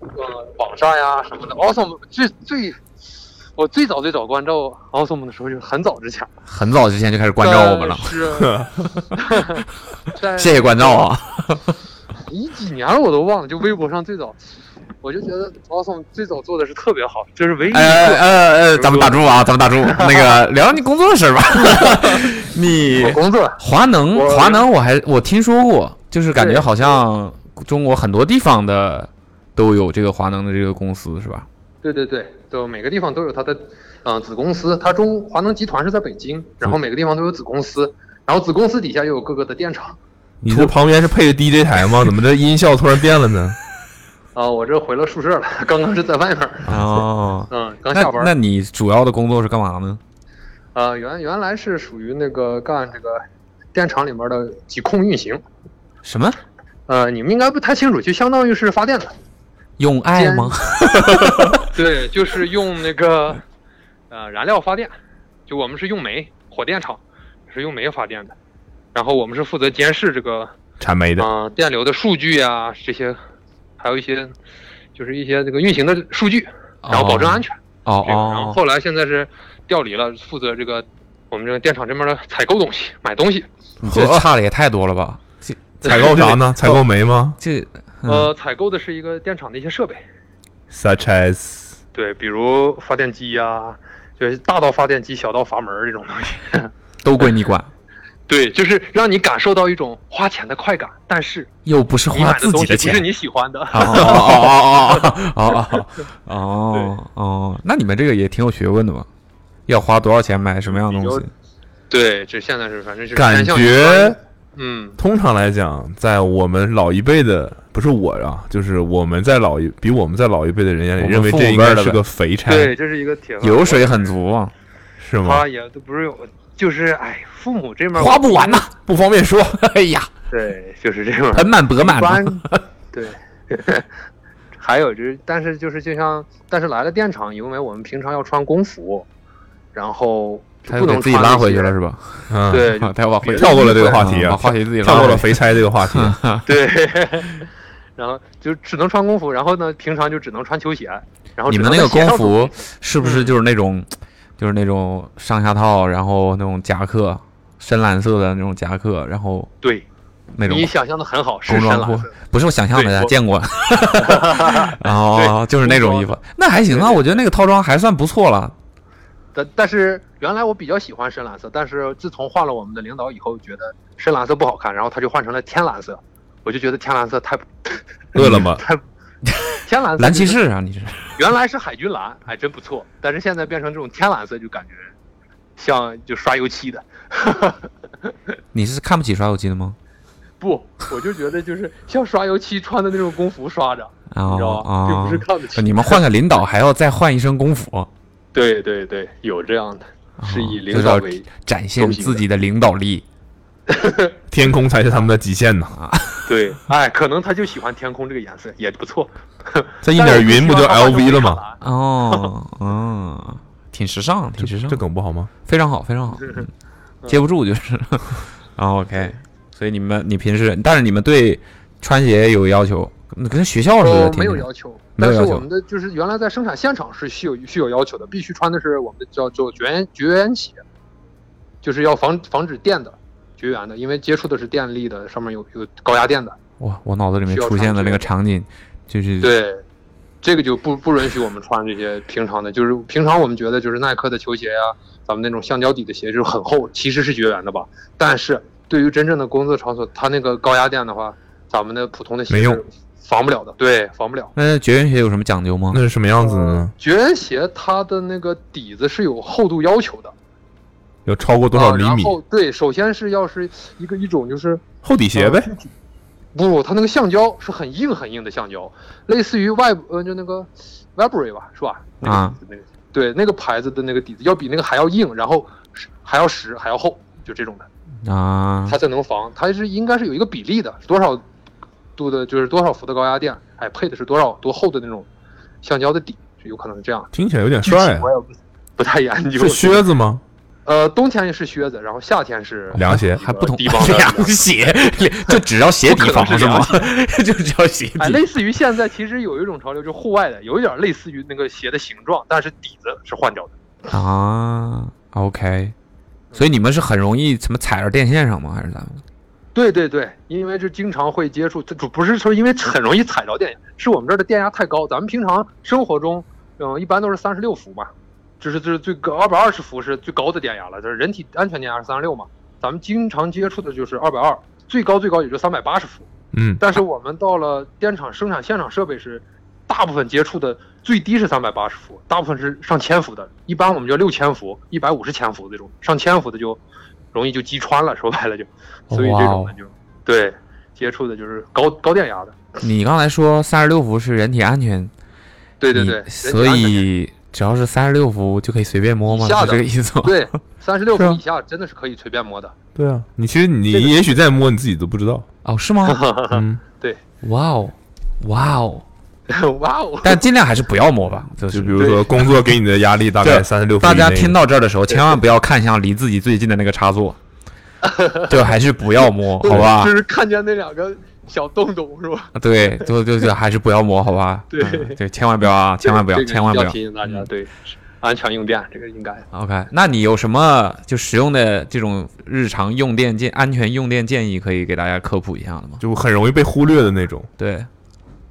呃网上呀什么的，awesome 最最我最早最早关照 awesome 的时候就是很早之前，很早之前就开始关照我们了但啊 是在谢谢关照 啊！一几年了我都忘了，就微博上最早，我就觉得 awesome 最早做的是特别好，就是唯一一个哎哎哎哎，咱们打住啊，咱们打住。那 个聊聊你工作的事儿吧。 你工作华能，华能，我还我听说过，就是感觉好像中国很多地方的都有这个华能的这个公司是吧？对对对，就每个地方都有它的嗯、呃子公司，它中华能集团是在北京，然后每个地方都有子公司，然后子公司底下又有各个的电厂。你这旁边是配着 DJ 台吗？怎么这音效突然变了呢？啊，我这回了宿舍了， 刚刚是在外面儿。哦，嗯刚下班那。那你主要的工作是干嘛呢？呃，原原来是属于那个干这个电厂里面的几控运行。什么？呃，你们应该不太 清楚，就相当于是发电的。用爱吗？对，就是用那个呃燃料发电，就我们是用煤，火电厂是用煤发电的，然后我们是负责监视这个产煤的，嗯、电流的数据呀、这些，还有一些就是一些这个运行的数据，然后保证安全。哦这个然后哦后来现在是调离了，负责这个我们这个电厂这边的采购东西、买东西。你这差的也太多了吧？这采购啥呢？采购煤吗这呃，采购的是一个电厂的一些设备， ？Such as 对，比如发电机呀、就是大到发电机，小到阀门儿这种东西。都归你管，对，就是让你感受到一种花钱的快感，但是又不是你花买自东己西的不钱是。你喜欢的。哦哦哦哦 哦哦哦哦！那你们这个也挺有学问的嘛？要花多少钱买什么样的东西？对，这现在是反正就是感偏向于觉，嗯，通常来讲，在我们老一辈的，不是我啊，就是我们在老一比我们在老一辈的人眼里，认为这应该是个肥差，对，这是一个铁饭油碗水很足啊，是吗花？也都不是有，就是哎，父母这面花不完呐，不方便说。哎呀，对，就是这种盆满钵满一般嘛。对，还有就是，但是就是就像，但是来了电厂，因为我们平常要穿工服，然后就他不又给能自己穿拉那回去些了是吧？嗯对 他要往回跳过了这个话题啊把话题 自己拉跳过回了去肥差这个话题 啊 对，然后就只能穿工服，然后呢，平常就只能穿球鞋，然后你只们那能在个鞋工上嗯走服是不是就是那种，就是那种上下套，然后那种夹克，深蓝色的那种夹克，然后对那种你想象的很好，是工深装蓝裤色，不是我想象的，见 过。然后就是那种衣服，那还行啊，我觉得那个套装还算不错 了。但但是原来我比较喜欢深蓝色，但是自从换了我们的领导以后，觉得深蓝色不好看，然后他就换成了天蓝色，我就觉得天蓝色太饿 了么，天蓝色蓝就骑是士啊，你这是原来是海军蓝，还真不错，但是现在变成这种天蓝色，就感觉像就刷油漆的。你是看不起刷油机的吗？不，我就觉得就是像刷油漆穿的那种工服刷着，啊你知道吧？就啊不是看不！起。你们换个领导还要再换一身工服，对对对，有这样的，是以就领是导要为展现中心自己的领导 力。啊天空才是他们的极限呢。对，哎，可能他就喜欢天空这个颜色，也不错。这一点云不就但是我希 LV 了望他换成吗？哦，嗯，挺时尚，挺时尚。这梗不好吗？非常好，非常好， 嗯接不住就是。 哦然后 OK，所以你们你平时，但是你们对穿鞋有要求，跟学校似的，呃，没有天天要求，没有但要是我求们。的就是原来在生产现场是需有是有要求的，必须穿的是我们的叫做绝缘绝缘鞋，就是要防防止电的绝缘的，因为接触的是电力的，上面有有高压电的，哇，我脑子里面出现的那个场景就是对，这个就不不允许我们穿这些平常的，就是平常我们觉得就是耐克的球鞋呀、咱们那种橡胶底的鞋就是很厚，其实是绝缘的吧，但是对于真正的工作场所，它那个高压电的话，咱们的普通的鞋没用是防不了的，对，防不了。那绝缘鞋有什么讲究吗？那是什么样子的呢？绝缘鞋它的那个底子是有厚度要求的，啊有超过多少厘然米？后对，首先是要是一个一种就是呃厚底鞋呗。不，它那个橡胶是很硬很硬的橡胶，类似于外呃就那个 Vibray 吧，是吧？啊，对，那个牌子的那个底子要比那个还要硬，然后是还要实还要厚，就这种的，啊，它才能防。它是应该是有一个比例的，多少度的，就是多少伏的高压电，哎，配的是多少多厚的那种橡胶的底，是有可能是这样。听起来有点帅啊具体我也不不太研究。是靴子吗？呃，冬天是靴子，然后夏 天是凉鞋这个还不同低 帮的凉鞋，就只要鞋底不可防能是是吗凉？ 就只要鞋哎，底类似于现在其实有一种潮流，就户外的，有一点类似于那个鞋的形状，但是底子是换掉的。啊？OK，所以你们是很容易什么踩着电线上吗？还是咋？对对对，因为这经常会接触，这主不是说因为很容易踩着电压，是我们这儿的电压太高。咱们平常生活中，嗯、一般都是三十六伏嘛，这是这是最高二百二十伏是最高的电压了，就是人体安全电压是三十六嘛。咱们经常接触的就是二百二，最高最高也就三百八十伏。嗯，但是我们到了电厂生产现场设备时，大部分接触的最低是三百八十伏，大部分是上千伏的，一般我们就六千伏、一百五十千伏这种，上千伏的就容易就击穿了，说白了就，所以这种哦哇的就对接触的就是高高电压的，你刚才说三十六伏是人体安全，对对你对，所以只要是三十六伏就可以随便摸吗？下是的这个意思吗？对，三十六是伏啊以下真的是可以随便摸的，对啊，你其实你也许在摸你自己都不知道哦，是 吗？嗯， 对，哇哦，哇哦，哇哦！ 但尽量还是不要摸吧，就是就比如说工作给你的压力大概三十六，大家听到这儿的时候，千万不要看向离自己最近的那个插座，就 还是不要摸，好吧就？是看见那两个小洞洞是吧？对，就就就还是不要摸，好吧？对嗯对，千万不要啊，千万不要，这个千万不要要嗯提。醒大家，对，安全用电这个应该 OK，那你有什么就实用的这种日常用电建安全用电建议可以给大家科普一下的吗？就很容易被忽略的那种。对，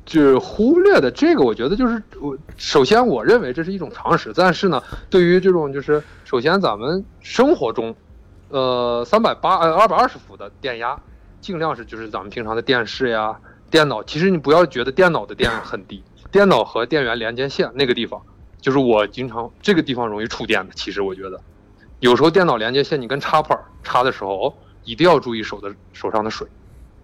就是忽略的这个，我觉得就是我首先我认为这是一种常识，但是呢，对于这种就是首先咱们生活中，呃，三百八呃二百二十伏的电压，尽量是就是咱们平常的电视呀、电脑，其实你不要觉得电脑的电压很低，电脑和电源连接线那个地方，就是我经常这个地方容易触电的，其实我觉得，有时候电脑连接线你跟插板儿插的时候，哦一定要注意手的手上的水，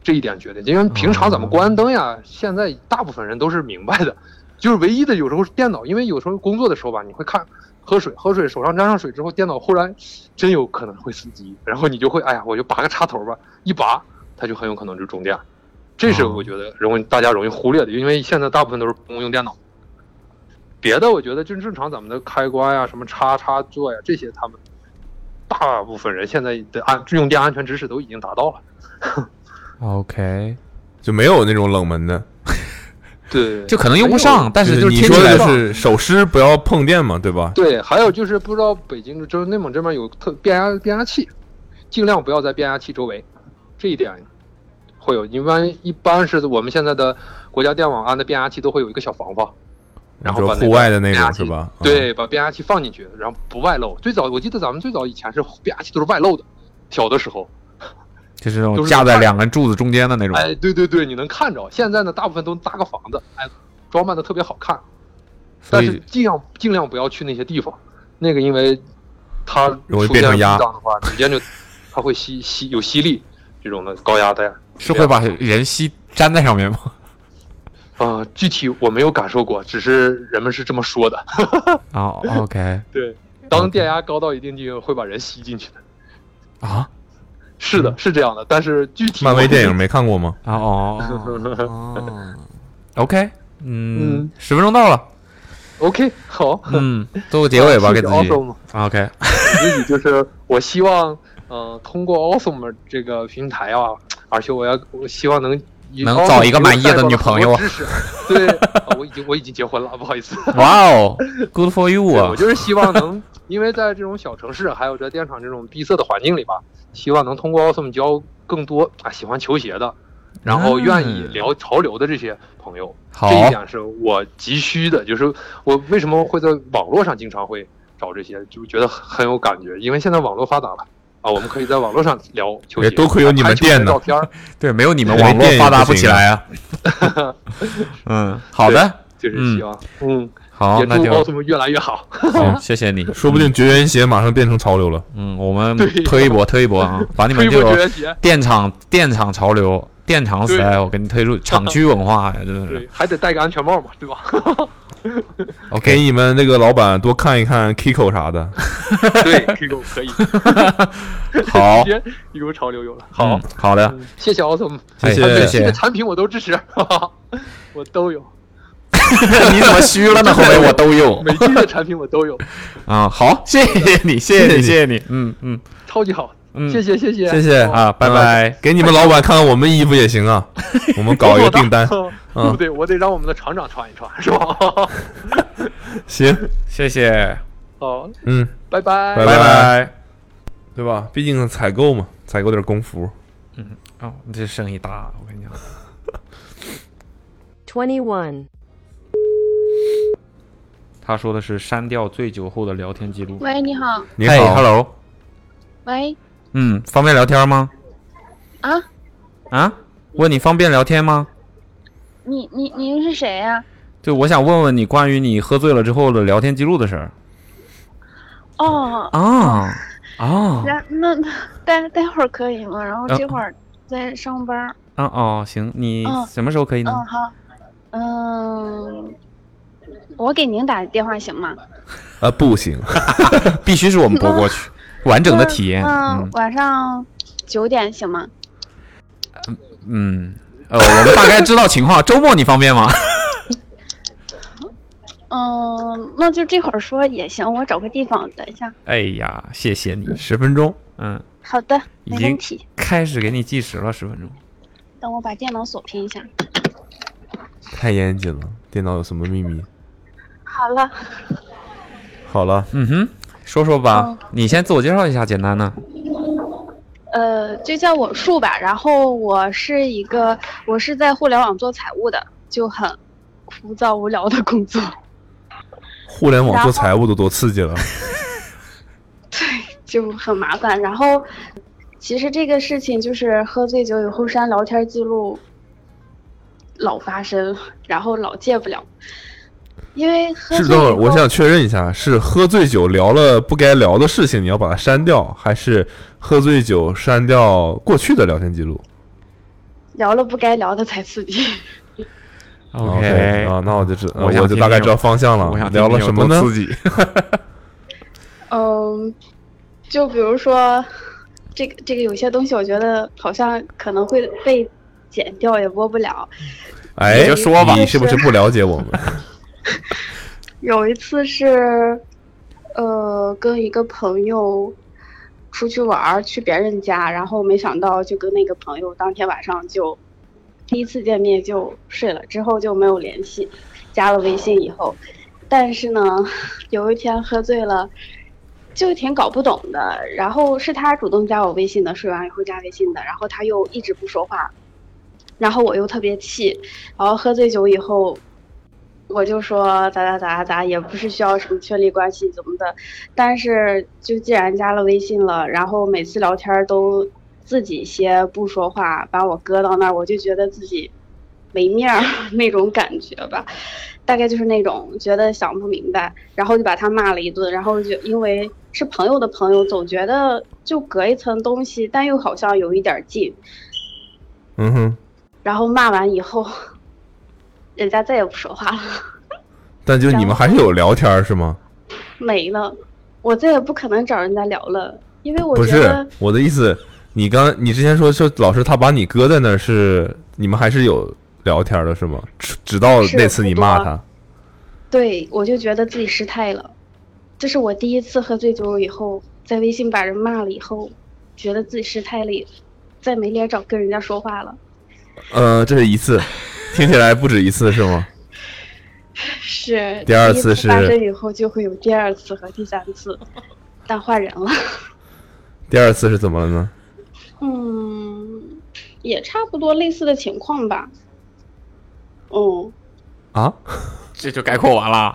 这一点决定。因为平常咱们关灯呀，现在大部分人都是明白的，就是唯一的有时候是电脑，因为有时候工作的时候吧，你会看喝水，喝水手上沾上水之后，电脑忽然真有可能会死机，然后你就会哎呀，我就拔个插头吧，一拔它就很有可能就中电。这是我觉得容易大家容易忽略的，因为现在大部分都是公用电脑。别的我觉得正正常咱们的开关呀、什么插插座呀这些，他们大部分人现在的安用电安全知识都已经达到了。 OK，就没有那种冷门 的，对，没有你说的就是手湿不要碰电嘛，对吧？对，还有就是不知道北京就是内蒙这边有特变压变压器，尽量不要在变压器周围，这一点会有。一般一般是我们现在的国家电网安的变压器都会有一个小房房，然后就把户外的那个变压种器是吧？啊对，把变压器放进去，然后不外露。最早我记得咱们最早以前是变压器都是外露的，小的时候，就是那种架在两根柱子中间的那种。哎，对对对，你能看着。现在呢，大部分都搭个房子，哎，装扮的特别好看，所但是以尽量尽量不要去那些地方，那个因为它容易出变现成压故障的话，直接就它会吸吸有吸力这种的高压带是会把人吸粘在上面吗？啊、具体我没有感受过，只是人们是这么说的。哦，OK，对，当电压高到一定地步，会把人吸进去的。啊，是的，是这样的，但是具 体漫威我电 影没哦看过吗？啊哦，OK，嗯，十分钟到 了， OK，好，嗯，做个结尾吧，啊给自谢己谢 awesome。 OK， 自己就是我希呃望，嗯、通过 Awesome 这个平台啊，而且我要我希望能能找一个满意的女朋友我带过了很多知识对，哦我已经我已经结婚了，不好意思。哇哦，Good for you 对啊！我就是希 望能，因为在这种小城市，还有在电厂这种闭塞的环境里吧，希望能通过 Awesome 交更多啊喜欢球鞋的，然 后愿意聊潮流的这些朋友。好这一点是我急需的，就是我为什么会在网络上经常会找这些，就觉得很有感觉，因为现在网络发达了。啊，我们可以在网络上聊球也鞋，多亏有你们拍球鞋店呢照片儿 对，没有你们网络发达不起来啊。嗯，好的，就是希望，嗯，好也那祝就奥特曼越来越好。 好，嗯谢谢你，说不定绝缘鞋马上变成潮流了。嗯，我们对推一波，推一波 啊！把你们这推一波绝个缘鞋电厂、电厂潮流、电厂 style，我给你推出厂区文化呀，真的是。对，还得戴个安全帽嘛，对吧？我给你们那个老板多看一看 Kiko 啥的。 对，Q 可以。好 嗯直接一股潮流有了。好好的，谢谢奥特曼，谢谢啊对谢谢这个产品我都支持， 哈哈，我都有。 你怎么虚了呢？后面我都有 每季的产品我都有，啊。好， 谢谢你，谢谢你，谢谢你，嗯嗯。超级好，嗯谢谢谢谢谢谢啊，。拜拜嗯给你们老板看看我们衣服也行啊，我们搞一个订单哦对不嗯， 对？我得让我们的厂长穿一穿，是吧？ 行，谢谢。好，嗯，拜拜拜拜拜，对吧？毕竟采购嘛，采购点工服。嗯，哦，你这生意大，我跟你讲。 21, 他说的是删掉醉酒后的聊天记录。喂，你好。你好，Hello，喂，嗯，方便聊天吗？啊，啊？问你方便聊天吗？你你您是谁啊呀、就我想问问你关于你喝醉了之后的聊天记录的事儿。哦，啊啊然那待待会儿可以吗？然后呃这会儿在上班儿。啊哦，行，你嗯，什么时候可以呢？嗯，好，嗯，我给您打电话行吗？啊，不 行，必须是我们拨过去，完整的体验。嗯，嗯晚上九点行吗？嗯，呃，我们大概知道情况。 周末你方便吗？嗯，那就这会儿说也行，我找个地方，等一下。哎呀，谢谢你，十分钟。嗯，好的，已没经问题。开始给你计时了，十分钟。等我把电脑锁屏一下。太严谨了，电脑有什么秘密？好了，好了，嗯哼，说说吧嗯，你先自我介绍一下，简单的。呃，就叫我树吧。然后我是一个，我是在互联网做财务的，就很枯燥无聊的工作。 互联网然做后财务都多刺激了。就很麻烦。然后，其实这个事情就是喝醉酒以后删聊天记录，老发生，然后老戒不了，因为喝是醉以等会后儿，我想确认一下，是喝醉酒聊了不该聊的事情，你要把它删掉，还是喝醉酒删掉过去的聊天记录聊了不该聊的才刺激。哦？OK 啊，那我就知，我想我就听大概听知道方向了。我想听聊了听有什么多呢？刺激 嗯，就比如说，这个这个有些东西，我觉得好像可能会被剪掉，也播不了。哎，你就说吧你是不是不了解我们？有一次是，呃，跟一个朋友出去玩儿，去别人家，然后没想到就跟那个朋友当天晚上就第一次见面就睡了，之后就没有联系，加了微信以后，但是呢， 有一天喝醉了。就挺搞不懂的，然后是他主动加我微信的，睡完以后加微信的，然后他又一直不说话，然后我又特别气，然后喝醉酒以后，我就说咋咋咋咋咋，也不是需要什么确立关系怎么的，但是就既然加了微信了，然后每次聊天都自己先不说话，把我搁到那儿，我就觉得自己没面儿那种感觉吧，大概就是那种觉得想不明白，然后就把他骂了一顿，然后就因为是朋友的朋友，总觉得就隔一层东西，但又好像有一点儿近， 嗯哼，然后骂完以后，人家再也不说话了。但就是你们还是有聊天儿是吗？没了，我再也不可能找人家聊了，因为我不觉是得，我的意思，你刚你之前说说老师他把你搁在那儿是你们还是有聊天儿的是吗？直直到是那次你不多骂他。对我就觉得自己失态了。这是我第一次喝醉酒以后，在微信把人骂了以后，觉得自己失态了，再没脸找跟人家说话了。呃，这是一次，听起来不止一次是吗？是第二一次是发生以后就会有第二次和第三次，但换人了。第二次是怎么了呢？嗯，也差不多类似的情况吧。哦，啊， 这就概括完了。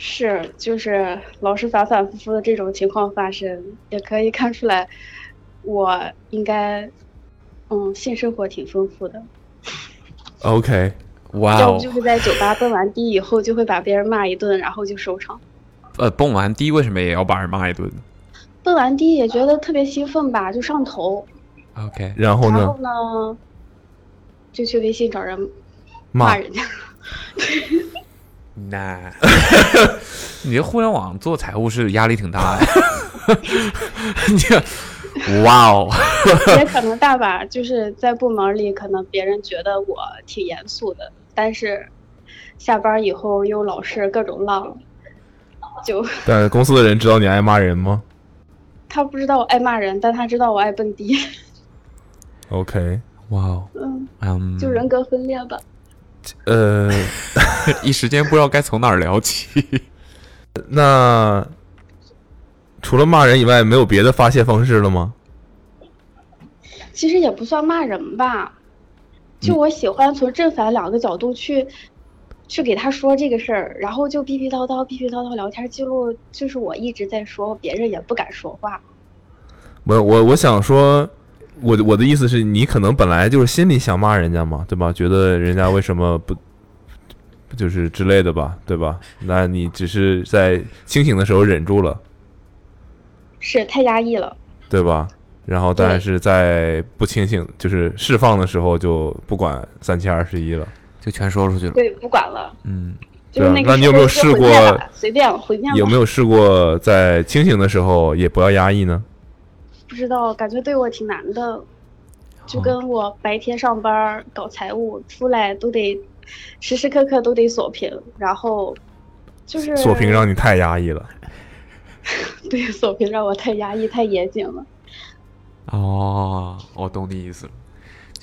是，就是老是反反复复的这种情况发生，也可以看出来，我应该，嗯，性生活挺丰富的。 OK，哇要不哦就，是在酒吧蹦完迪以后，就会把别人骂一顿，然后就收场。呃，蹦完迪为什么也要把人骂一顿蹦完迪也觉得特别兴奋吧，就上头。 ？OK，然后然呢后？呢，就去微信找人骂人家。那， 你这互联网做财务是压力挺大的。 你，哇哦，也可能大把，就是在部门里，可能别人觉得我挺严肃的，但是下班以后又老是各种浪，就 但公司的人知道你爱骂人吗他不知道我爱骂人，但他知道我爱蹦迪， ？OK，哇哦，嗯，嗯，就人格分裂吧。呃， 一时间不知道该从哪儿聊起。那除了骂人以外，没有别的发泄方式了吗？其实也不算骂人吧，就我喜欢从正反两个角度去、去给他说这个事儿，然后就逼逼叨叨、逼逼叨叨聊天记录，就是我一直在说，别人也不敢说话。我我我想说，我我的意思是你可能本来就是心里想骂人家嘛，对吧？觉得人家为什么不，就是之类的吧，对吧？那你只是在清醒的时候忍住了，是太压抑了，对吧？然后但是在不清醒，就是释放的时候就不管三七二十一了，就全说出去了。对，不管了，嗯，就是对个啊那你有没有社试会就过回避了随便了，回避了，有没有试过在清醒的时候也不要压抑呢？不知道，感觉对我挺难的，哦就跟我白天上班儿搞财务，出来都得时时刻刻都得锁屏，然后就是锁屏让你太压抑了。对锁屏让我太压抑、太严谨了。哦，我懂你意思了，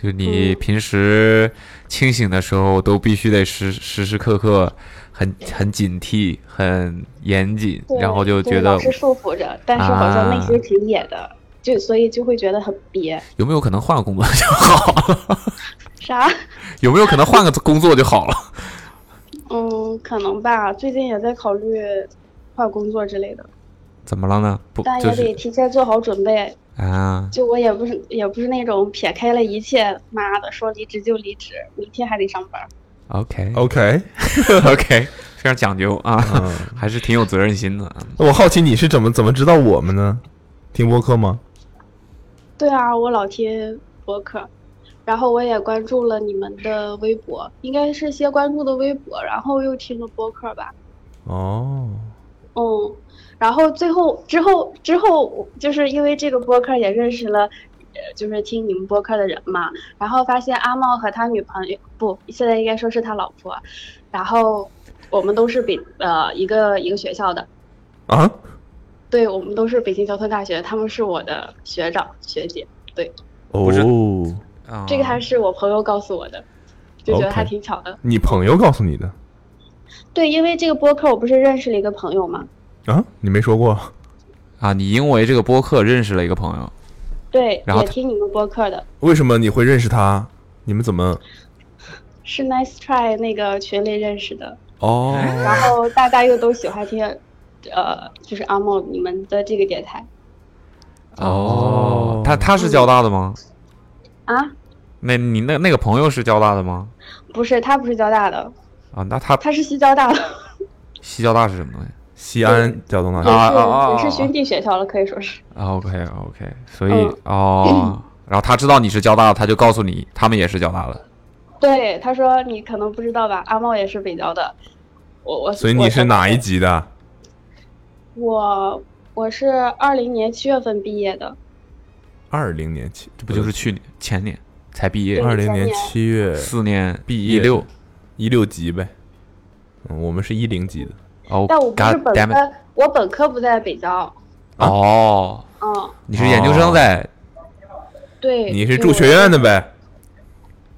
就嗯你平时清醒的时候都必须得时时时刻刻很很警惕、很严谨，对然后就对觉得老是束缚着，但是好像内啊心挺野的，就所以就会觉得很憋。有没有可能换个工作就好？啥？ 有没有可能换个工作就好了？ 嗯，可能吧。最近也在考虑换工作之类的，怎么了呢？不但就也得是提前做好准备。啊？就我也不是也不是那种撇开了一切，妈的，说离职就离职，明天还得上班。 OK OK OK，非常讲究啊，还是挺有责任心的。那我好奇你是怎么怎么知道我们呢？听播客吗？对啊，我老听博客，然后我也关注了你们的微博，应该是先关注的微博，然后又听的播客吧。哦，嗯，然后最后之后之后，就是因为这个播客也认识了，呃就是听你们播客的人嘛，然后发现阿茂和他女朋友不，现在应该说是他老婆，然后我们都是北呃一个一个学校的，啊，对我们都是北京交通大学，他们是我的学长学姐，对，哦，这个还是我朋友告诉我的，就觉得 OK 还挺巧的。你朋友告诉你的对，因为这个播客我不是认识了一个朋友嘛，啊？你没说过啊？你因为这个播客认识了一个朋友，对，然后也他听你们播客的，为什么你会认识他？你们怎么？是 Nice Try 那个群里认识的。哦，然后大家又都喜欢听，呃，就是阿茂你们的这个电台哦，他他是交大的吗？啊，那你那那个朋友是交大的吗？不是他不是交大的，啊，那他他是西交大的，西交大是什么东西？西安交通大啊啊哦啊也啊是兄弟学校了，可以说是。啊！OK OK，所以哦，然后他知道你是交大的，他就告诉你他们也是交大的。对，他说你可能不知道吧，阿茂也是北交的，我我所以你是哪一级的？我我是二零年七月份毕业的，二零年起，这不就是去年前年才毕对业？二零年七月，四年毕业16一六级呗。嗯，我们是一零级的。哦但我不是本科，我本科不在北交，啊哦，嗯，你是研究生在，对，你是就住学院的呗？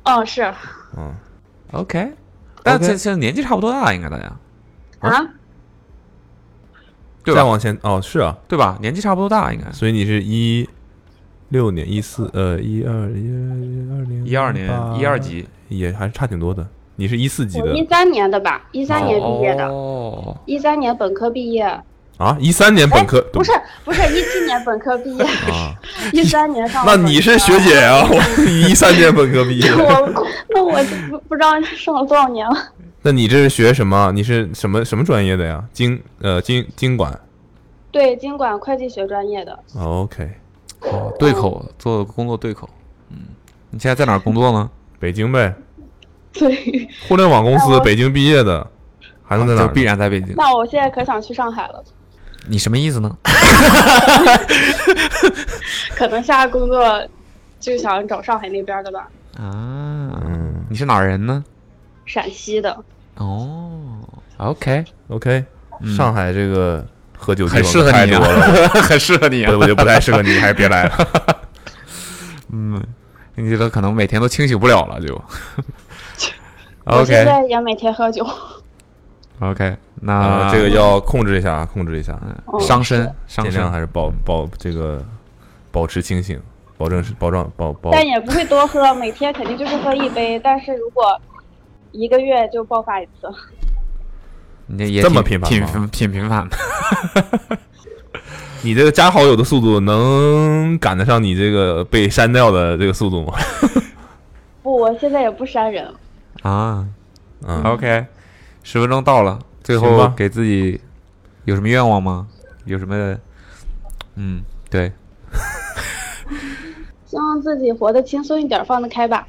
哦，是啊，嗯，OK，但这这年纪差不多大，应该大家啊对吧？再往前哦，是啊，对吧？年纪差不多大，应该。所以你是一六年、一四呃一二一二零12年12级，也还是差挺多的。你是一四级我的一三年的吧，一三年毕业的，哦一三年本科毕业，啊，一三年本科哎不是不是一七年本科 毕业，啊，一三年上的那本你科，是学姐啊，我一三年本科毕业 我那我就不不知道上了多少年了，那你这是学什么？你是什么什么专业的呀？经呃经经管对，经管会计学专业的，哦，OK，哦，对口做工作对口，嗯，你现在在哪儿工作呢？北京呗，对，互联网公那司呃我北京毕业的，还能在哪儿呢？必然在北京那我现在可想去上海了，你什么意思呢？可能下个工作就想找上海那边的吧，啊，你是哪儿人呢？陕西的，哦，OK 嗯 OK，上海这个喝酒地很方适合太你啊多了 很适合你啊我我就不太适合你，还是别来了。 嗯，你这都可能每天都清醒不了了，就。我现 OK 在也每天喝酒， OK，啊那嗯这个要控制一下，控制一下，哦伤身伤尽量身还是保保这个保持清醒，保证是保障保保。但也不会多喝，每天肯定就是喝一杯，但是如果一个月就爆发一次，你这也这么挺频繁挺吗频挺频繁的。 你这个加好友的速度能赶得上你这个被删掉的这个速度吗？不，我现在也不删人，啊，嗯，OK，十分钟到了，最行后吧给自己有什么愿望吗？有什么？嗯，对，希望自己活得轻松一点，放得开吧。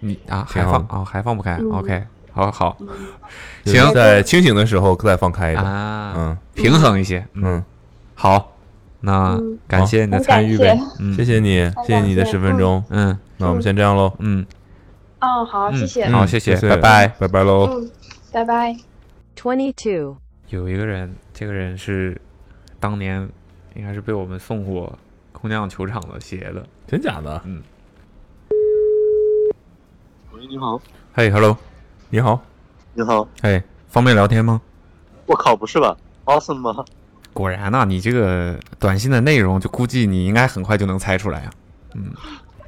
你啊，挺还好放啊，还放不开。嗯 OK，好好，就是行在清醒的时候再放开一点，啊嗯，平衡一些。嗯，好，那嗯感谢你的很参感与呗谢，嗯，谢谢你，谢谢你的十分钟，嗯，那我们先这样喽，嗯，嗯，好，谢谢。好谢谢拜拜拜拜喽。嗯，拜拜。 22, 有一个人，这个人是当年应该是被我们送过空降球场的鞋的，真假的？嗯，喂，你好，嘿，Hello，你好，你好，嘿，方便聊天吗？我靠，不是吧？Awesome 吗？果然呐、你这个短信的内容，就估计你应该很快就能猜出来啊。嗯，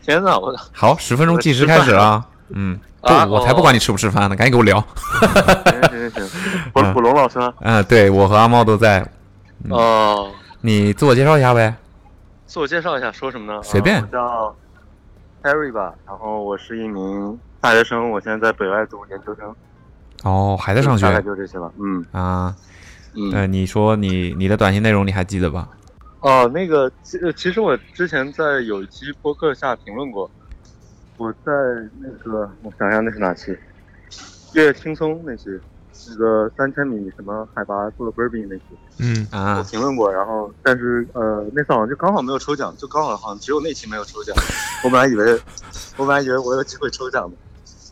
天哪，我好，十分钟计时开始了啊。嗯，不，啊我才不管你吃不吃饭呢，赶紧给我 聊。行行行，我是古龙老师吗？嗯，对我和阿茂都在，嗯哦，你自我介绍一下呗。自我介绍一下，说什么呢？随便呃我叫 Harry 吧，然后我是一名大学生，我现在在北外读研究生，哦，还在上学大概就这些吧。嗯啊。嗯呃，你说你你的短信内容你还记得吧？哦，那个，其呃其实我之前在有一期播客下评论过，我在那个，我想想那是哪期？越轻松那期，那个三千米什么海拔做的 b u r b y 那期，嗯啊，评论过，然后但是呃那次好像就刚好没有抽奖，就刚好好像只有那期没有抽奖，我本来以为我本来以为我有机会抽奖的，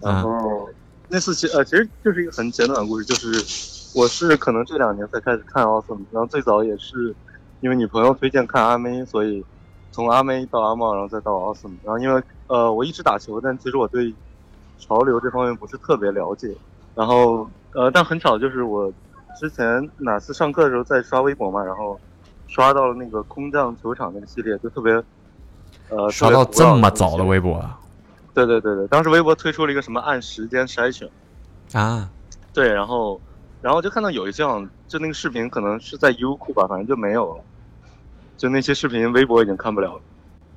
嗯然后那次其呃其实就是一个很简短的故事，就是我是可能这两年才开始看 Awesome，然后最早也是因为女朋友推荐看阿妹，所以从阿妹到阿茂，然后再到 Awesome，然后因为呃我一直打球，但其实我对潮流这方面不是特别了解，然后呃但很巧就是我之前哪次上课的时候在刷微博嘛，然后刷到了那个空降球场那个系列，就特别呃刷特别到古这老么早的微博啊对对对对，当时微博推出了一个什么按时间筛选，啊对，然后然后就看到有一项，就那个视频可能是在优酷吧，反正就没有了，就那些视频微博已经看不了了。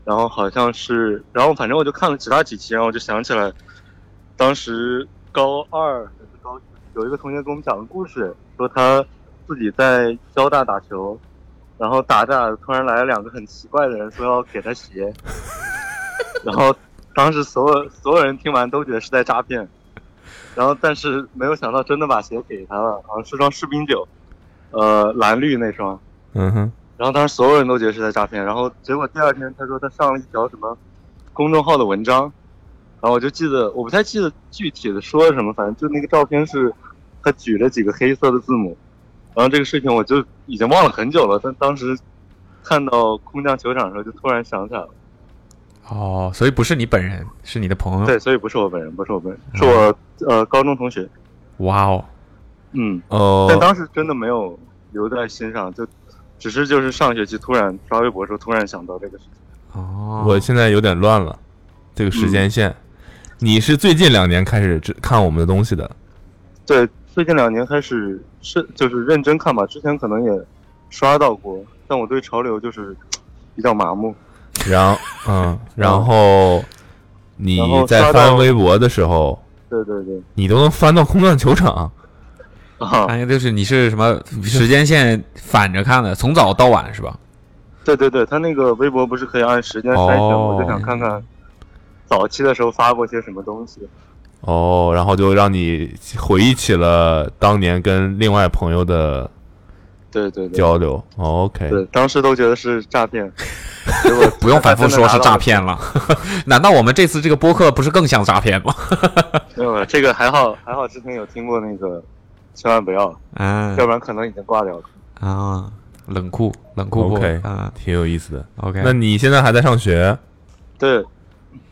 然后好像是，然后反正我就看了其他几期，然后我就想起来，当时高二还是高有一个同学给我们讲个故事，说他自己在交大打球，然后打着打着突然来了两个很奇怪的人，说要给他鞋， 然后当时所有所有人听完都觉得是在诈骗，然后但是没有想到真的把鞋给他了，好像是双士兵九，呃，蓝绿那双。嗯哼，然后当时所有人都觉得是在诈骗，然后结果第二天他说他上了一条什么公众号的文章，然后我就记得我不太记得具体的说什么，反正就那个照片是他举了几个黑色的字母，然后这个事情我就已经忘了很久了，但当时看到空降球场的时候就突然想起来了，哦，所以不是你本人，是你的朋友。对，所以不是我本人，不是我本人，是我呃高中同学。哇哦，嗯，哦但当时真的没有留在心上，就只是就是上学期突然刷微博的时候突然想到这个事情。嗯哦我现在有点乱了，这个时间线，你是最近两年开始只看我们的东西的，对，最近两年开始是就是认真看吧，之前可能也刷到过，但我对潮流就是比较麻木。然后 嗯，然后你然后在刷到翻微博的时候，对对对，你都能翻到空战球场，哎呀，就是你是什么时间线反着看的，从早到晚是吧？对对对，他那个微博不是可以按时间筛选，哦我就想看看早期的时候发过些什么东西。哦，然后就让你回忆起了当年跟另外朋友的对对对，交流。哦 OK，对，当时都觉得是 诈骗，结果不用反复说是诈 骗。骗了。难道我们这次这个播客不是更像诈骗吗？没有了，这个还好，还好之前有听过那个，千万不要，嗯要不然可能已经挂掉了。啊，冷酷冷酷播 OK，啊，挺有意思的。 OK 那你现在还在上学对，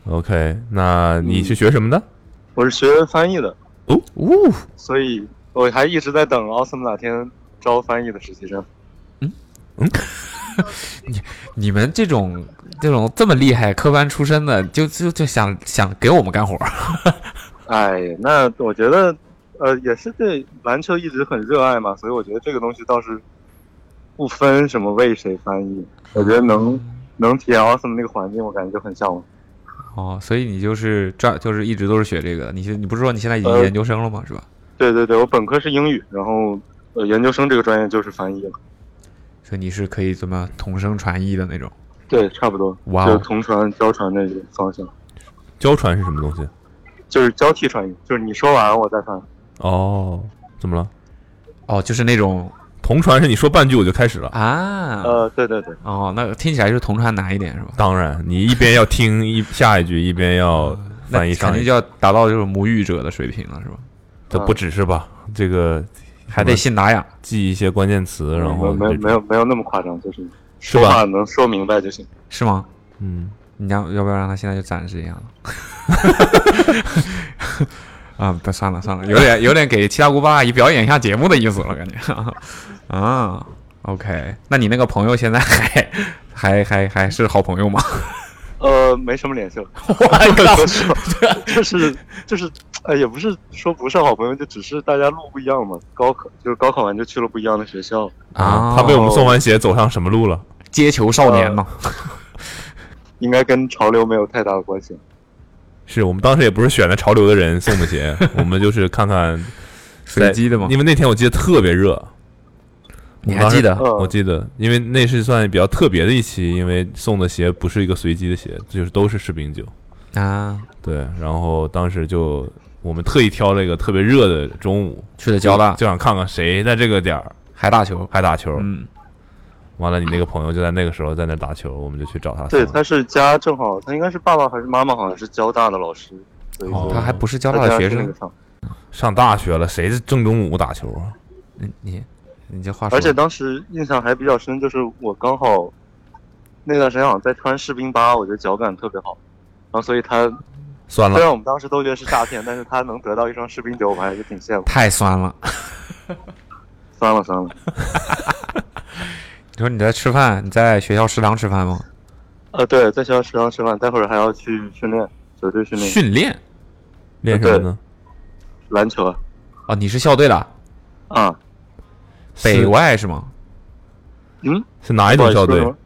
？OK，那你是学什么的？我是学翻译的，哦哦，所以我还一直在等奥斯姆哪天招翻译的实习生。你们这种这种这么厉害科班出身的，就就就想想给我们干活儿。 哎，那我觉得，呃，也是对篮球一直很热爱嘛，所以我觉得这个东西倒是不分什么为谁翻译，我觉得能能体验奥斯姆那个环境，我感觉就很向往。哦，所以你就是这就是一直都是学这个的。你现你不是说你现在已经呃研究生了吗？是吧？对对对，我本科是英语，然后呃研究生这个专业就是翻译了。所以你是可以怎么同声传译的那种。对，差不多，哇哦就是同传、交传那个方向，交传是什么东西？就是交替传译，就是你说完我再传。哦，怎么了？哦，就是那种同传是你说半句我就开始了啊？呃，对对对。哦，那听起来是同传难一点是吧？当然，你一边要听一下一句，一边要那翻译上肯一定句就，要达到就是母语者的水平了是吧？这不只是吧？这个 还得信达雅，记一些关键词，然后没有没有没有那么夸张，就是是说吧话能说明白就行。是吗？嗯，你要要不要让他现在就展示一 下呢？ 啊，不算了算了，有点有点给七大姑八大姨表演一下节目的意思了，感觉 啊。OK，那你那个朋友现在还 还还还是好朋友吗？呃，没什么联系了。靠说实话 就是就是，呃，也不是说不是好朋友，就只是大家路不一样嘛。高考就是高考完就去了不一样的学校。啊，他被哦我们送完鞋走上什么路了？街球少年嘛，应该跟潮流没有太大的关系。是我们当时也不是选了潮流的人送的 鞋，我们就是看看随机的嘛因为那天我记得特别热，你我还当时记得我记得，因为那是算比较特别的一期，因为送的鞋不是一个随机的鞋，就是都是士兵酒。啊，对，然后当时就我们特意挑了一个特别热的中午去的交大就，就想看看谁在这个点儿还打球，还打球。嗯，完了，你那个朋友就在那个时候在那打球，我们就去找他。对，他是家正好，他应该是爸爸还是妈妈，好像是交大的老师。所以哦就他还不是交大的家学是那生个厂上大学了，谁是正中午打球啊？你你你这话说而的，且当时印象还比较深，就是我刚好那段时间好像在穿士兵八，我觉得脚感特别好，然后所以他算虽然我了，们当时都觉得是诈骗，但是他能得到一双士兵九，我们还是挺羡慕。太酸了。 酸了酸了，你说你在吃饭，你在学校食堂吃饭吗？呃，对，在学校食堂吃饭，待会儿还要去训练，球队训练。训练练什么呢？篮球啊，啊，你是校队的，啊，北是外是吗？嗯，是哪一不好种校意思队说什么？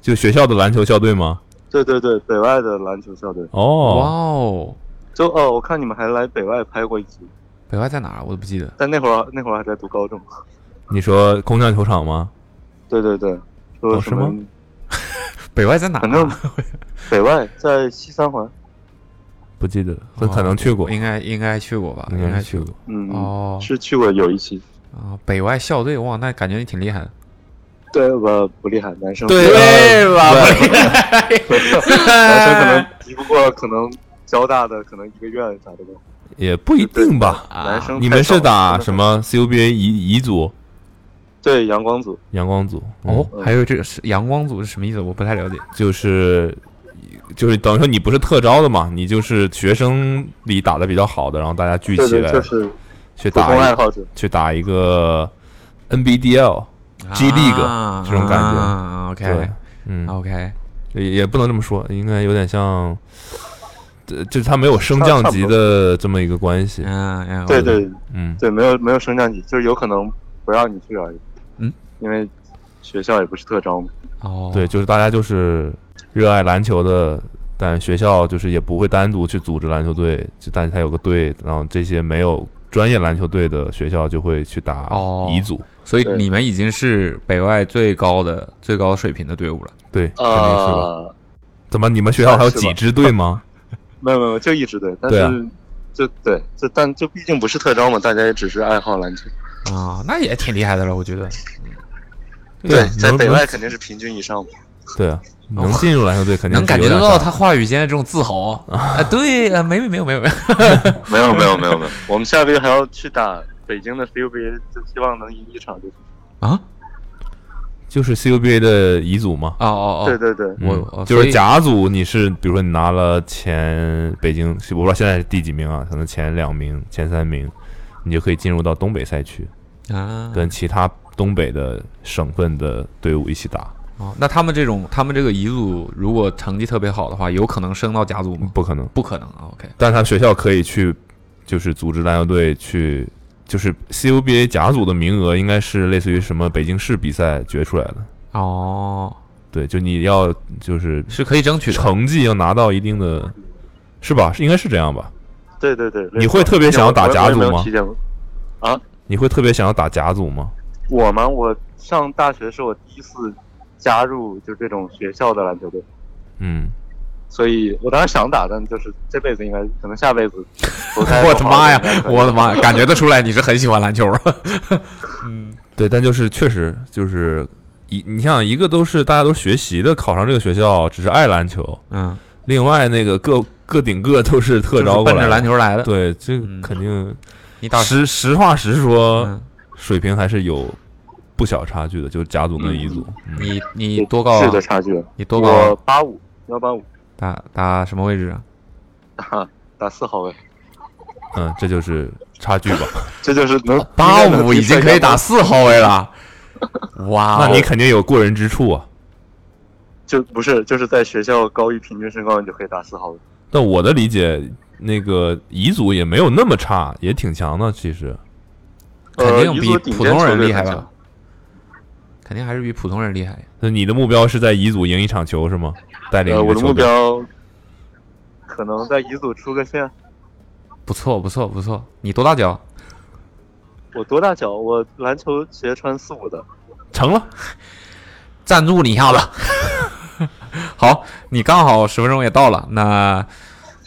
就学校的篮球校队吗？对对对，北外的篮球校队。哦，哇哦，就哦，我看你们还来北外拍过一集，北外在哪儿？我都不记得。但那会儿那会儿还在读高中。你说空降球场吗？对对对，说哦，什是么？吗？ 北外在哪？啊 反正北外在西三环。不记得，很可能去过，哦应该应该去过吧，应该应是该去过。嗯，哦，是去过有一期。啊，北外校队，哇，那感觉你挺厉害的。对，我不厉害，男生对吧不厉害男生可能敌不过可能交大的可能一个院啥的吧。也不一定吧。男生你太们是少了打什么 CUBA 乙乙组、对阳光组，阳光组？嗯哦，还有这个是阳光组是什么意思？我不太了解。就是就是等于说你不是特招的嘛，你就是学生里打的比较好的，然后大家聚起来，对对就是去普打通一爱好者去打一个 NBDL、G League、啊这种感觉。啊，OK 对嗯，OK，也也不能这么说，应该有点像，呃就是它没有升降级的这么一个关系。嗯对对，嗯，对，没有没有升降级，就是有可能不让你去而已。嗯，因为学校也不是特招嘛。哦对，就是大家就是热爱篮球的，但学校就是也不会单独去组织篮球队，就但是它有个队，然后这些没有专业篮球队的学校就会去打乙组，哦所以你们已经是北外最高的最高水平的队伍了。对，肯定是吧？呃，怎么你们学校还有几支队吗？没有没有，就一支队，但对啊是就对，就但就毕竟不是特招嘛，大家也只是爱好篮球。啊，那也挺厉害的了，我觉得。对啊在能北能外肯定是平均以上嘛。对啊，能进入篮球队肯定哦能是感觉有得点到啥他话语间的这种自 豪啊！对，啊，没有没有没有没有， 没有没有没有没有，我们下个月还要去打北京的 CUBA，就希望能赢一场就行。就是 CUBA 的乙组嘛。哦哦哦对对对我哦嗯就所是以甲组，你是比如说你拿了前北京，我不知道现在是第几名啊，可能前两名、前三名，你就可以进入到东北赛区啊跟其他东北的省份的队伍一起打。哦，那他们这种，他们这个乙组如果成绩特别好的话，有可能升到甲组吗？不可能，不可能啊！OK，但是他学校可以去，就是组织篮球队去，就是 CUBA 甲组的名额应该是类似于什么北京市比赛决出来的。哦，对，就你要就是是可以争取的成绩，要拿到一定的，是吧？是应该是这样吧？对对对，你会特别想要打甲组我也没吗有体检过啊，你会特别想要打甲组吗？我吗？我上大学是我第一次加入就这种学校的篮球队，嗯，所以我当时想打，但就是这辈子应该可能下辈子投 胎。我的妈呀，我的妈呀，感觉得出来你是很喜欢篮球啊！对，但就是确实就是一，你像一个都是大家都是学习的，考上这个学校只是爱篮球，嗯，另外那个各各顶各都是特招过就是奔着篮球来的嗯对，这个肯定，你打实实话实说，嗯水平还是有不小差距的，就是甲组跟乙组，嗯你你多高啊？质的差距你多高我啊？八五幺八五打打什么位置啊？打打四号位，嗯，这就是差距吧。 啊这就是能八五已经可以打四号位了， 哇哦！那你肯定有过人之处啊。就不是就是在学校高于平均身高，你就可以打四号位。但我的理解，那个乙组也没有那么差，也挺强的，其实。肯呃定一比座顶普尖通球人队厉很害吧强？肯定还是比普通人厉害。那你的目标是在乙组赢一场球是吗？带领呃，一我个的球目队。标可能在乙组出个线。不错，不错，不错。你多大脚？我多大脚？我篮球鞋穿四五的。嗯成了，赞助你 一下子。好，你刚好十分钟也到了，那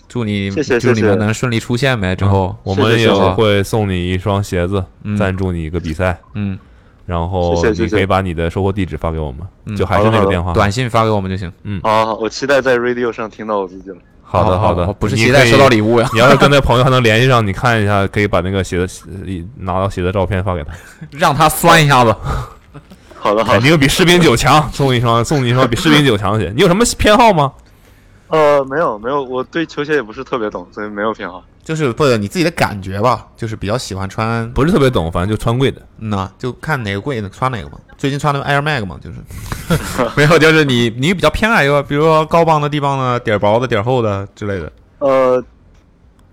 祝你谢谢祝你谢们谢能顺利出线呗。之后我们也有会送你一双鞋子嗯，赞助你一个比赛。嗯，然后谢谢谢你谢可以把你的收货地址发给我们，嗯就还是那个电话，短信发给我们就行。嗯，好好，我期待在 radio 上听到我自己了。好的，好好的，好不是你期待可以收到礼物呀你要是跟 那朋友还能联系上，你看一下，可以把那个鞋子呃拿到鞋的照片发给他。 让他酸一下子。好的， 肯定比士兵九强，送你一双，送你一双比士兵九强的鞋。你有什么偏好吗？ 呃，没有没有，我对球鞋也不是特别懂，所以没有偏好。就是不你自己的感觉吧，就是比较喜欢穿，不是特别懂，反正就穿贵的。那就看哪个贵的穿哪个嘛。最近穿的 Air Max 嘛，就是 没有，就是你你比较偏爱一个，比如说高帮的、低帮的、底儿薄的、底儿厚的之类的。呃，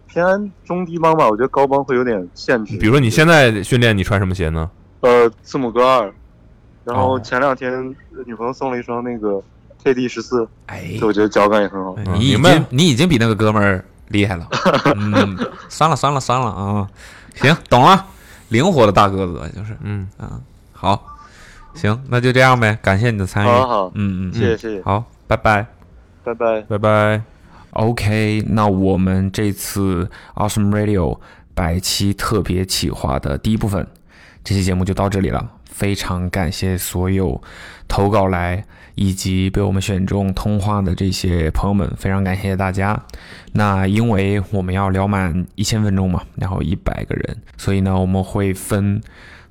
偏安中低帮吧，我觉得高帮会有点限制。比如说你现在训练，你穿什么鞋呢？呃，字母哥二，然后哦前两天女朋友送了一双那个 KD 十四，哎我觉得脚感也很好。嗯你已经你已经比那个哥们儿厉害了。嗯，算了算了算了啊，行，懂了，灵活的大个子就是，嗯啊，好，行，那就这样呗，感谢你的参与，好好嗯嗯，谢谢嗯谢谢好，拜拜。拜拜。拜拜。 OK，那我们这次 Awesome Radio 百期特别企划的第一部分，这期节目就到这里了。非常感谢所有投稿来以及被我们选中通话的这些朋友们，非常感谢大家。那因为我们要聊满一千分钟嘛，然后一百个人，所以呢，我们会分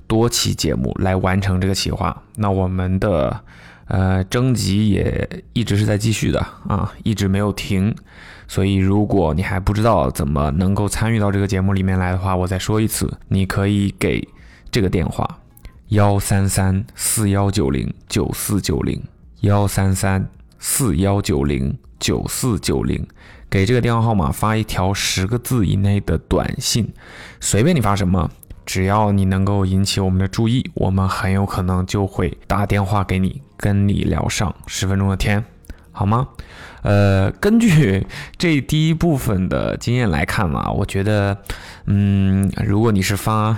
多期节目来完成这个企划。那我们的呃，征集也一直是在继续的啊，一直没有停。所以，如果你还不知道怎么能够参与到这个节目里面来的话，我再说一次，你可以给这个电话幺三三四幺九零九四九零幺三三四幺九零九四九零，给这个电话号码发一条十个字以内的短信，随便你发什么，只要你能够引起我们的注意，我们很有可能就会打电话给你，跟你聊上十分钟的天，好吗？呃，根据这第一部分的经验来看嘛，我觉得，嗯，如果你是发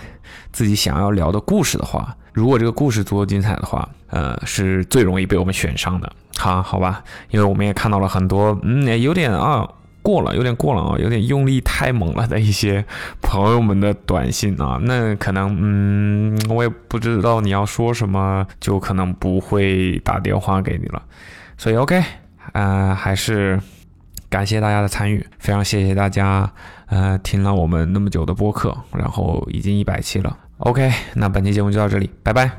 自己想要聊的故事的话，如果这个故事足够精彩的话，呃，是最容易被我们选上的。好，好吧，因为我们也看到了很多，嗯，也有点啊。过了，有点过了啊，有点用力太猛了的一些朋友们的短信啊，那可能嗯，我也不知道你要说什么，就可能不会打电话给你了，所以 OK，呃，还是感谢大家的参与，非常谢谢大家，呃，听了我们那么久的播客，然后已经一百期了。OK，那本期节目就到这里，拜拜。